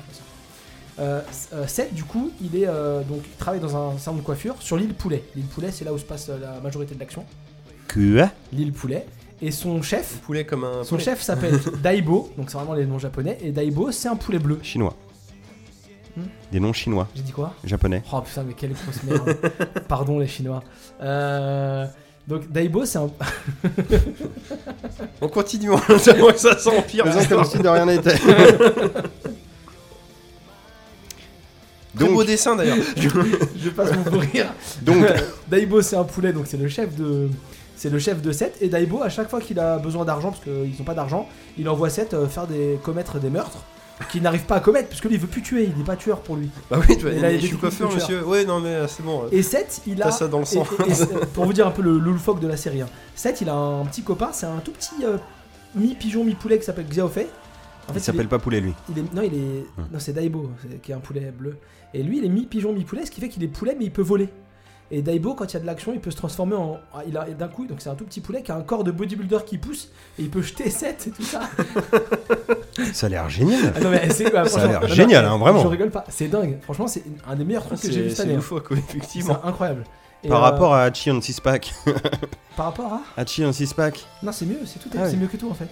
Speaker 1: Euh, euh, Seth, du coup, il est euh, donc il travaille dans un salon de coiffure sur l'île Poulet. L'île Poulet, c'est là où se passe euh, la majorité de l'action.
Speaker 3: Que
Speaker 1: L'île Poulet. Et son chef,
Speaker 2: Poulet comme un.
Speaker 1: son
Speaker 2: poulet.
Speaker 1: chef
Speaker 2: *laughs*
Speaker 1: s'appelle Daibo, donc c'est vraiment les noms japonais, et Daibo c'est un poulet bleu.
Speaker 3: Chinois.
Speaker 1: Hmm.
Speaker 3: Des noms chinois,
Speaker 1: J'ai dit quoi
Speaker 3: japonais.
Speaker 1: Oh putain, mais quelle grosse
Speaker 2: *laughs*
Speaker 1: merde. Pardon les Chinois. Euh, donc Daibo c'est un. *laughs*
Speaker 2: En continuant, *laughs* tellement que ça s'empire.
Speaker 3: de rien n'était.
Speaker 2: Très beau
Speaker 3: *laughs* donc,
Speaker 2: dessin
Speaker 3: *laughs*
Speaker 2: d'ailleurs. *laughs*
Speaker 1: Je passe mon rire.
Speaker 3: donc,
Speaker 1: *laughs* Daibo c'est un poulet, donc c'est le chef de. C'est le chef de Seth, et Daibo à chaque fois qu'il a besoin d'argent, parce qu'ils n'ont pas d'argent, il envoie Seth euh, faire des... commettre des meurtres qu'il n'arrive pas à commettre, parce que lui il veut plus tuer, il n'est pas tueur pour lui.
Speaker 2: bah oui, tu vas
Speaker 1: Mais là, il y a
Speaker 2: je
Speaker 1: des
Speaker 2: suis
Speaker 1: trucs
Speaker 2: coiffeur,
Speaker 1: de tueur.
Speaker 2: monsieur. Ouais, non, mais euh, c'est bon. euh,
Speaker 1: Et Seth, il a.
Speaker 2: T'as ça dans le
Speaker 1: Et-
Speaker 2: sang.
Speaker 1: et- et- pour vous dire un peu le, le loufoque de la série, hein. Seth il a un petit copain, c'est un tout petit euh, mi-pigeon, mi-poulet qui s'appelle Xiaofei. En fait,
Speaker 3: il s'appelle pas poulet lui.
Speaker 1: il est, non, il est, non, c'est Daibo c'est- qui est un poulet bleu. Et lui, il est mi-pigeon, mi-poulet, ce qui fait qu'il est poulet, mais il peut voler. Et Daibo, quand il y a de l'action, il peut se transformer en. ah, Il a et d'un coup, donc c'est un tout petit poulet qui a un corps de bodybuilder qui pousse et il peut jeter 7 et tout ça.
Speaker 3: Ça a l'air génial.
Speaker 1: Ah non, mais c'est. *laughs* bah,
Speaker 3: Ça
Speaker 1: franchement,
Speaker 3: a l'air
Speaker 1: non, non,
Speaker 3: génial, hein, vraiment.
Speaker 1: Je rigole pas, c'est dingue. Franchement, c'est un des meilleurs trucs que j'ai vu cette
Speaker 2: C'est c'est
Speaker 1: année. hein.
Speaker 2: loufoque, quoi,
Speaker 1: C'est
Speaker 2: effectivement.
Speaker 1: incroyable. Et,
Speaker 3: Par
Speaker 1: euh,
Speaker 3: rapport à Hachi en 6-pack.
Speaker 1: Par rapport à.
Speaker 3: Hachi en 6-pack.
Speaker 1: Non, c'est mieux, c'est tout,
Speaker 3: Ah
Speaker 1: c'est
Speaker 3: oui.
Speaker 1: mieux que tout en fait.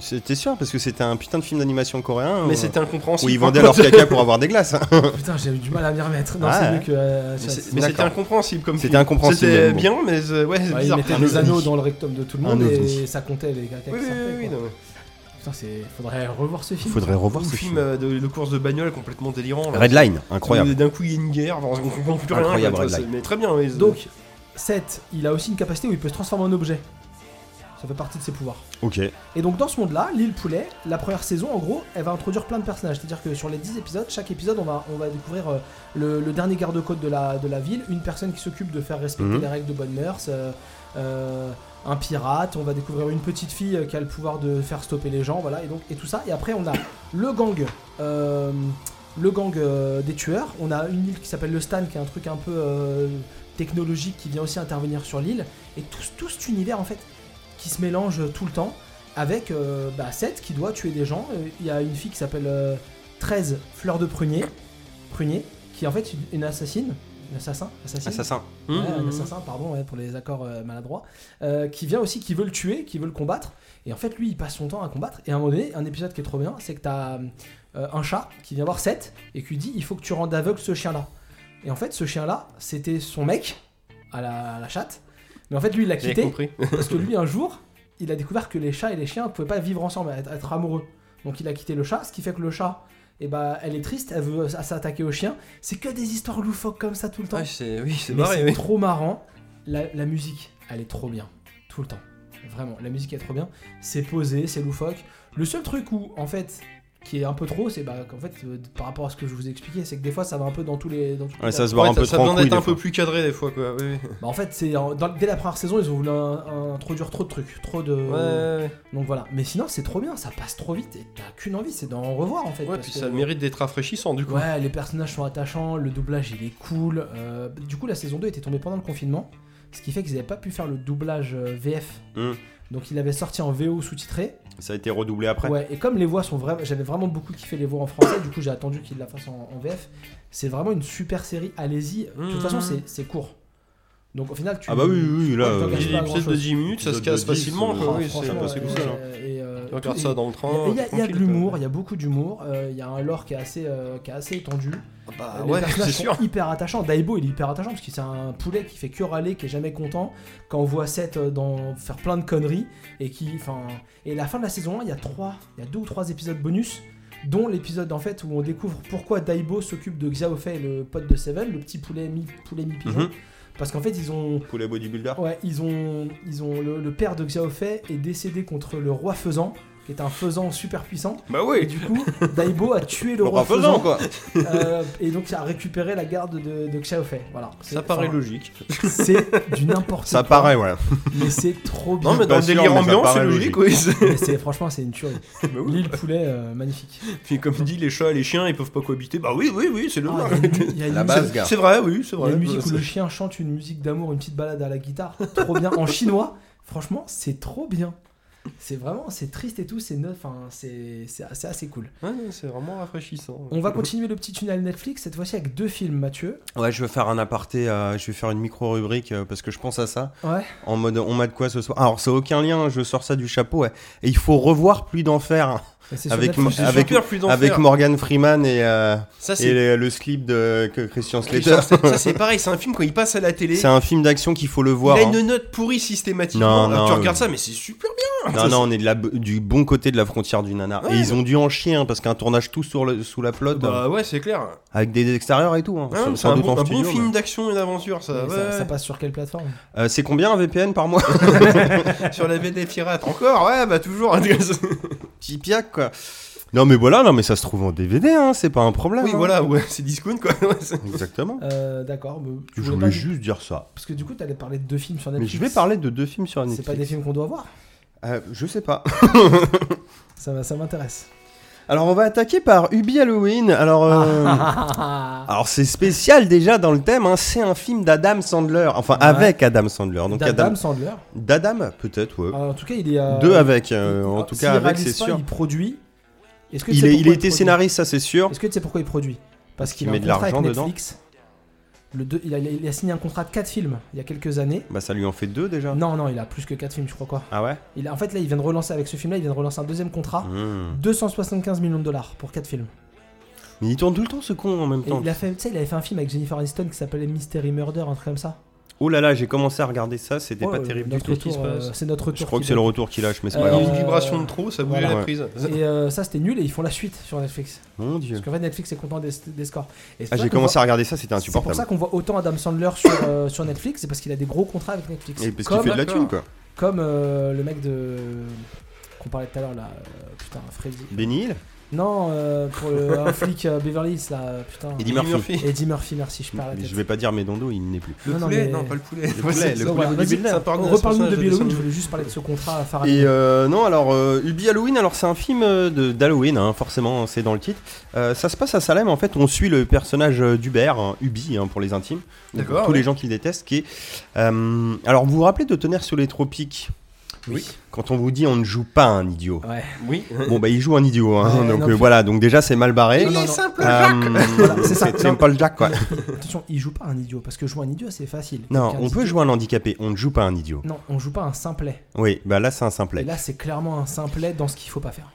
Speaker 3: C'était sûr parce que c'était un putain de film d'animation coréen.
Speaker 2: Mais
Speaker 3: où-
Speaker 2: c'était incompréhensible.
Speaker 3: Où ils vendaient leur caca pour avoir des glaces. hein.
Speaker 1: Putain, j'ai eu du mal à m'y remettre. Non,
Speaker 3: Ah
Speaker 1: c'est
Speaker 3: ouais.
Speaker 1: mieux que. euh,
Speaker 2: Mais
Speaker 1: ça,
Speaker 2: c'est-
Speaker 1: c'est-
Speaker 2: mais c'était
Speaker 3: D'accord.
Speaker 2: incompréhensible comme
Speaker 3: C'était
Speaker 2: film.
Speaker 3: incompréhensible,
Speaker 2: C'était
Speaker 3: le mot.
Speaker 2: bien, mais euh, ouais, c'est
Speaker 1: Ouais, ils
Speaker 2: bizarre.
Speaker 1: mettaient
Speaker 3: Un
Speaker 1: des
Speaker 3: ovni.
Speaker 1: anneaux dans le rectum de tout le
Speaker 3: Un
Speaker 1: monde et
Speaker 3: ovni.
Speaker 1: ça comptait les caca qui
Speaker 2: Oui, oui,
Speaker 1: sortaient,
Speaker 2: oui, oui,
Speaker 1: quoi.
Speaker 2: non, mais-
Speaker 1: Putain, c'est... faudrait revoir ce film.
Speaker 3: Faudrait revoir
Speaker 2: Ou
Speaker 3: ce
Speaker 2: le *laughs* film
Speaker 3: film.
Speaker 2: euh, de, de course de bagnole complètement délirant. là.
Speaker 3: Redline,
Speaker 2: Où
Speaker 3: incroyable.
Speaker 2: D'un coup, il y a une guerre, enfin, on comprend plus rien.
Speaker 3: Incroyable,
Speaker 2: quoi, tu vois,
Speaker 3: Redline.
Speaker 2: c'est- mais très bien. mais-
Speaker 1: Donc, Seth, il a aussi une capacité où il peut se transformer en objet. Ça fait partie de ses pouvoirs.
Speaker 3: Ok.
Speaker 1: Et donc, dans ce monde-là, l'île Poulet, la première saison, en gros, elle va introduire plein de personnages. C'est-à-dire que sur les 10 épisodes, chaque épisode, on va, on va découvrir euh, le, le dernier garde-côte de la, de la ville, une personne qui s'occupe de faire respecter
Speaker 3: Mhm.
Speaker 1: les règles de bonne mœurs. euh, euh, un pirate, on va découvrir une petite fille euh, qui a le pouvoir de faire stopper les gens, voilà, et donc et tout ça. Et après, on a le gang, euh, le gang euh, des tueurs. On a une île qui s'appelle le Stan, qui est un truc un peu euh, technologique qui vient aussi intervenir sur l'île. Et tout, tout cet univers en fait qui se mélange tout le temps avec euh, bah, Seth qui doit tuer des gens. Euh, Il y a une fille qui s'appelle euh, 13 Fleur de Prunier, Prunier, qui est en fait une, une assassine, une assassin, assassine.
Speaker 3: Assassin.
Speaker 2: Hum,
Speaker 1: Ouais,
Speaker 2: hum,
Speaker 1: un
Speaker 2: hum.
Speaker 1: assassin, pardon, ouais, pour les accords euh, maladroits, Euh, qui vient aussi, qui veut le tuer, qui veut le combattre. Et en fait, lui, il passe son temps à combattre. Et à un moment donné, un épisode qui est trop bien, c'est que t'as euh, un chat qui vient voir Seth et qui lui dit il faut que tu rendes aveugle ce chien-là. Et en fait, ce chien-là, c'était son mec à la, à la chatte. Mais en fait, lui, il l'a
Speaker 2: J'ai
Speaker 1: quitté
Speaker 2: compris.
Speaker 1: parce que lui, un jour, il a découvert que les chats et les chiens ne pouvaient pas vivre ensemble, être, être amoureux. Donc il a quitté le chat, ce qui fait que le chat, eh ben, elle est triste, elle veut s'attaquer au chien. C'est que des histoires loufoques comme ça tout le temps.
Speaker 2: Ah, c'est- Oui, c'est
Speaker 1: Mais
Speaker 2: barré, oui.
Speaker 1: trop marrant. La, la musique, elle est trop bien. Tout le temps. Vraiment, la musique est trop bien. C'est posé, c'est loufoque. Le seul truc où, en fait, qui est un peu trop, c'est bah, qu'en fait, euh, par rapport à ce que je vous ai expliqué, c'est que des fois, ça va un peu dans tous les. Dans tous les
Speaker 3: Ouais, ça
Speaker 1: cas.
Speaker 3: se voit
Speaker 2: Ouais,
Speaker 3: un peu
Speaker 2: ça
Speaker 3: trop en
Speaker 2: vient
Speaker 3: couille.
Speaker 2: d'être un
Speaker 3: des
Speaker 2: peu
Speaker 3: fois.
Speaker 2: plus cadré des fois, quoi. oui, oui.
Speaker 1: Bah, en fait, c'est en- dans- dès la première saison, ils ont voulu un- un- introduire trop de trucs, trop de.
Speaker 2: Ouais, ouais,
Speaker 1: Donc voilà. Mais sinon, c'est trop bien, ça passe trop vite et t'as qu'une envie, c'est d'en revoir en fait.
Speaker 2: ouais. Ouais,
Speaker 1: parce
Speaker 2: puis
Speaker 1: que-
Speaker 2: ça a le mérite d'être rafraîchissant, du coup.
Speaker 1: Ouais, les personnages sont attachants, le doublage il est cool. Euh, du coup, la saison 2 était tombée pendant le confinement, ce qui fait qu'ils n'avaient pas pu faire le doublage euh, VF.
Speaker 2: Hum.
Speaker 3: Hmm.
Speaker 1: Donc, il l'avaient sorti en VO sous-titré.
Speaker 3: Ça a été redoublé après.
Speaker 1: Ouais, et comme les voix sont vraies, j'avais vraiment beaucoup kiffé les voix en français, du coup, j'ai attendu qu'ils la
Speaker 2: Hum.
Speaker 1: fassent en, en VF. C'est vraiment une super série, allez-y. De toute façon, c'est c'est court. Donc au final, tu.
Speaker 3: Ah bah oui, oui, oui, là.
Speaker 1: Ouais,
Speaker 3: euh,
Speaker 1: t'engages
Speaker 2: Il y a
Speaker 1: pas
Speaker 2: des épisodes de
Speaker 1: grand-chose.
Speaker 2: 10 minutes, ça se
Speaker 3: Épisode
Speaker 2: casse
Speaker 3: de 10,
Speaker 2: facilement.
Speaker 3: euh,
Speaker 2: quoi, oui,
Speaker 1: Franchement,
Speaker 2: c'est
Speaker 3: franchement,
Speaker 2: passé
Speaker 1: ouais,
Speaker 2: comme ça. là.
Speaker 1: et, et, euh,
Speaker 2: Tu regardes
Speaker 1: tout-
Speaker 2: ça dans le train.
Speaker 1: Il y a- il y, a de
Speaker 2: tranquille,
Speaker 1: l'humour, il y a beaucoup d'humour, euh, il y a un lore qui est assez, euh, qui est assez étendu.
Speaker 2: quoi. Ah
Speaker 1: Euh,
Speaker 2: bah
Speaker 1: les
Speaker 2: ouais, c'est
Speaker 1: personnages sont
Speaker 2: sûr.
Speaker 1: hyper attachants. Daibo, il est hyper attachant parce que c'est un poulet qui fait que râler, qui est jamais content. Quand on voit Seth euh, dans... faire plein de conneries et qui, enfin, et la fin de la saison 1, il y a trois, il y a deux ou trois épisodes bonus, dont l'épisode en fait où on découvre pourquoi Daibo s'occupe de Xiaofei, le pote de Seven, le petit poulet mi poulet mi pigeon,
Speaker 3: Mhm.
Speaker 1: parce qu'en fait ils ont
Speaker 3: Poulet bodybuilder.
Speaker 1: Ouais, ils ont, ils ont le, le père de Xiaofei est décédé contre le roi faisan, qui est un faisan super puissant.
Speaker 3: Bah
Speaker 1: Et
Speaker 3: oui
Speaker 1: du coup, Daibo a tué le,
Speaker 3: Le roi faisant, bah, quoi
Speaker 1: euh, et donc a récupéré la garde de, de Xiaofei. Voilà.
Speaker 2: Ça paraît
Speaker 1: le
Speaker 2: logique.
Speaker 1: C'est du n'importe
Speaker 3: Ça
Speaker 1: quoi.
Speaker 3: paraît, ouais.
Speaker 1: Mais c'est trop bien.
Speaker 2: Non, mais dans
Speaker 3: Pas
Speaker 2: le
Speaker 3: sûr,
Speaker 2: délire
Speaker 3: Bah, mais ça
Speaker 2: ambiant, c'est
Speaker 3: paraît
Speaker 2: logique,
Speaker 3: logique.
Speaker 2: oui. c'est-
Speaker 1: Mais c'est- franchement, c'est une
Speaker 2: *laughs*
Speaker 1: tuerie.
Speaker 2: Bah oui.
Speaker 1: L'île poulet, euh, magnifique.
Speaker 2: Puis comme dit, les chats et les chiens, ils peuvent pas cohabiter. Bah oui, oui, oui, c'est le
Speaker 1: Ah, il y a une- il y a une
Speaker 3: La
Speaker 1: musique-
Speaker 3: base, gars.
Speaker 2: *laughs* C'est vrai, oui, c'est
Speaker 1: il y a
Speaker 2: vrai.
Speaker 1: une musique où
Speaker 2: C'est-
Speaker 1: le chien chante une musique d'amour, une petite balade à la guitare, trop bien, en chinois. Franchement, c'est trop bien. C'est vraiment, c'est triste et tout, c'est neuf, enfin, c'est c'est assez, assez cool.
Speaker 2: Ouais, c'est vraiment rafraîchissant.
Speaker 1: On va continuer le petit tunnel Netflix, cette fois-ci avec deux films, Mathieu.
Speaker 3: Ouais, je vais faire un aparté, euh, je vais faire une micro-rubrique euh, parce que je pense à ça.
Speaker 1: Ouais.
Speaker 3: En mode, on m'a de quoi ce soir Alors, c'est aucun lien, hein, je sors ça du chapeau. ouais. Et il faut revoir Pluie d'enfer
Speaker 1: Et c'est sur
Speaker 3: avec,
Speaker 1: Netflix.
Speaker 3: Mo- avec,
Speaker 2: super plus d'enfer.
Speaker 3: avec Morgan Freeman et, euh,
Speaker 2: ça
Speaker 3: et
Speaker 2: c'est
Speaker 3: le, le slip de que Christian Slater.
Speaker 2: Richard, c'est- ça c'est pareil, c'est un film quand il passe à la télé.
Speaker 3: C'est un film d'action qu'il faut le
Speaker 2: Il
Speaker 3: voir.
Speaker 2: a
Speaker 3: hein.
Speaker 2: une note pourrie systématiquement.
Speaker 3: Non,
Speaker 2: Alors, tu
Speaker 3: non,
Speaker 2: regardes
Speaker 3: oui.
Speaker 2: ça, mais c'est super bien.
Speaker 3: Non,
Speaker 2: Ça,
Speaker 3: non, on est de la, du bon côté de la frontière du nana.
Speaker 2: Ouais.
Speaker 3: Et ils ont dû en chier hein, parce qu'un tournage tout sur le, sous la
Speaker 2: c'est-
Speaker 3: pelote, euh,
Speaker 2: Bah ouais, c'est clair.
Speaker 3: avec des extérieurs et tout. hein.
Speaker 2: Hein,
Speaker 3: Sans-
Speaker 2: c'est
Speaker 3: sans
Speaker 2: un,
Speaker 3: doute
Speaker 2: bon,
Speaker 3: en
Speaker 2: un bon
Speaker 3: studio,
Speaker 2: film
Speaker 3: mais-
Speaker 2: d'action et d'aventure, ça.
Speaker 1: Mais
Speaker 2: ouais. *laughs*
Speaker 1: ça, ça passe sur quelle plateforme
Speaker 3: Euh, c'est combien un VPN par mois
Speaker 2: Sur la baie des pirates, encore Ouais, bah toujours. *laughs* oui,
Speaker 3: Petit piac, quoi. Non, mais voilà, non, mais ça se trouve en DVD, hein, c'est pas un problème. hein.
Speaker 2: voilà, ouais, *laughs* c'est Discount quoi. Ouais, c'est-
Speaker 3: Exactement.
Speaker 1: Euh, D'accord, mais tu
Speaker 3: Je
Speaker 1: voulais pas
Speaker 3: voulais juste dire ça.
Speaker 1: Parce que du coup, t'allais parler de deux films sur
Speaker 3: Mais
Speaker 1: Netflix.
Speaker 3: je vais parler de deux films sur
Speaker 1: C'est
Speaker 3: Netflix.
Speaker 1: pas des films qu'on doit voir.
Speaker 3: Euh, je sais pas. *laughs*
Speaker 1: Ça, m'a- ça m'intéresse.
Speaker 3: Alors, on va attaquer par Ubi Halloween. Alors, euh,
Speaker 1: *laughs*
Speaker 3: Alors c'est spécial déjà dans le thème, hein. c'est un film d'Adam Sandler, enfin
Speaker 1: Ouais.
Speaker 3: avec Adam Sandler. Donc
Speaker 1: D'Adam
Speaker 3: Adam,
Speaker 1: Sandler.
Speaker 3: d'Adam peut-être, ouais.
Speaker 1: Alors, en tout cas, il est. euh,
Speaker 3: deux avec, euh,
Speaker 1: il-
Speaker 3: en
Speaker 1: alors,
Speaker 3: tout
Speaker 1: s'il
Speaker 3: cas avec
Speaker 1: réalise
Speaker 3: c'est
Speaker 1: pas,
Speaker 3: sûr.
Speaker 1: Il produit. Est-ce que tu
Speaker 3: Il,
Speaker 1: sais
Speaker 3: est,
Speaker 1: pourquoi
Speaker 3: il était
Speaker 1: produit
Speaker 3: scénariste, ça c'est sûr.
Speaker 1: Est-ce que tu sais pourquoi il produit Parce qu'il a
Speaker 3: met
Speaker 1: un
Speaker 3: de
Speaker 1: contrat avec
Speaker 3: l'argent dedans.
Speaker 1: Netflix. Le deux- il, a, il a signé un contrat de 4 films il y a quelques années.
Speaker 3: Bah ça lui en fait deux déjà.
Speaker 1: Non, non, il a plus que 4 films, je crois quoi.
Speaker 3: Ah ouais
Speaker 1: Il a- en fait, là, il vient de relancer avec ce film-là, il vient de relancer un deuxième contrat.
Speaker 3: Hmm.
Speaker 1: 275 millions de dollars pour 4 films.
Speaker 3: Mais il tourne tout le temps ce con en même
Speaker 1: Et
Speaker 3: temps.
Speaker 1: il, a fait, tu sais, il avait fait un film avec Jennifer Aniston qui s'appelait Mystery Murder, un truc comme ça.
Speaker 3: Oh là là, j'ai commencé à regarder ça, c'était
Speaker 1: Ouais,
Speaker 3: pas
Speaker 1: euh,
Speaker 3: terrible du
Speaker 1: notre
Speaker 3: tout.
Speaker 2: ce qui
Speaker 1: retour,
Speaker 2: se
Speaker 1: euh,
Speaker 2: passe.
Speaker 1: C'est notre tour.
Speaker 3: Je crois que c'est le retour qu'il lâche, mais c'est
Speaker 1: Euh,
Speaker 3: pas
Speaker 2: Il y a
Speaker 3: grave.
Speaker 2: une vibration de trop, ça bougeait
Speaker 1: voilà.
Speaker 2: la prise.
Speaker 1: Et euh, ça, c'était nul et ils font la suite sur Netflix.
Speaker 3: Mon dieu.
Speaker 1: Parce qu'en fait, Netflix est content des, des scores. Et c'est
Speaker 3: Ah
Speaker 1: pour ça
Speaker 3: j'ai
Speaker 1: qu'on
Speaker 3: commencé à regarder ça, c'était
Speaker 1: voit- C'est pour
Speaker 3: insupportable.
Speaker 1: ça qu'on voit autant Adam Sandler sur, euh, sur Netflix, c'est parce qu'il a des gros contrats avec Netflix.
Speaker 3: Et parce qu'il
Speaker 1: comme
Speaker 3: fait de la
Speaker 2: D'accord.
Speaker 3: thune quoi.
Speaker 1: comme, euh, le mec de. qu'on parlait tout à l'heure là. euh, putain, Freddy.
Speaker 3: Benny Hill
Speaker 1: Non, euh, pour
Speaker 3: *laughs*
Speaker 1: le un flic euh, Beverly Hills là. euh, Putain.
Speaker 2: *laughs* Eddie
Speaker 3: Eddie Murphy.
Speaker 2: Murphy.
Speaker 1: Eddie Murphy, merci, je perds la
Speaker 3: Mais
Speaker 1: tête.
Speaker 3: Je vais pas dire Médondo, il n'est plus.
Speaker 2: Le
Speaker 1: Non, non,
Speaker 2: poulet,
Speaker 1: mais-
Speaker 2: non, pas le poulet.
Speaker 3: Le poulet, le
Speaker 1: Ça, voilà, vas-y,
Speaker 2: bodybuilder, ça parle d'un
Speaker 1: Reparle-nous de
Speaker 2: personnage
Speaker 1: Bill
Speaker 2: de
Speaker 1: Halloween, je
Speaker 2: Sam-
Speaker 1: voulais juste parler de ce contrat à
Speaker 3: Et
Speaker 1: Faraday.
Speaker 3: euh, non, alors euh, Ubi Halloween, alors c'est un film euh, de- d'Halloween, hein, forcément, c'est dans le titre. Euh, ça se passe à Salem, en fait, on suit le personnage euh, d'Hubert, hein, Ubi hein, pour les intimes, ou pour
Speaker 2: D'accord,
Speaker 3: tous
Speaker 2: ouais.
Speaker 3: les gens qu'il déteste. Qui est, euh, alors vous vous rappelez de Tonnerre sur les Tropiques
Speaker 2: Oui.
Speaker 3: Quand on vous dit on ne joue pas un idiot.
Speaker 1: Ouais.
Speaker 2: Oui. *laughs*
Speaker 3: Bon, bah il joue un idiot, hein,
Speaker 1: Ouais,
Speaker 3: donc
Speaker 1: non,
Speaker 3: euh,
Speaker 1: puis-
Speaker 3: voilà, donc déjà c'est mal barré.
Speaker 1: Non, non, non.
Speaker 2: simple
Speaker 3: Euh, *laughs*
Speaker 1: c'est ça.
Speaker 3: c'est pas le
Speaker 1: *laughs*
Speaker 3: Jack quoi.
Speaker 1: Attention, il joue pas un idiot, parce que jouer un idiot c'est facile.
Speaker 3: Non,
Speaker 1: Quelqu'un
Speaker 3: on
Speaker 1: dit-
Speaker 3: peut jouer un handicapé, on ne joue pas un idiot.
Speaker 1: Non, on joue pas un simplet.
Speaker 3: Oui, bah là c'est un simplet.
Speaker 1: Et là, c'est clairement un simplet dans ce qu'il faut pas faire.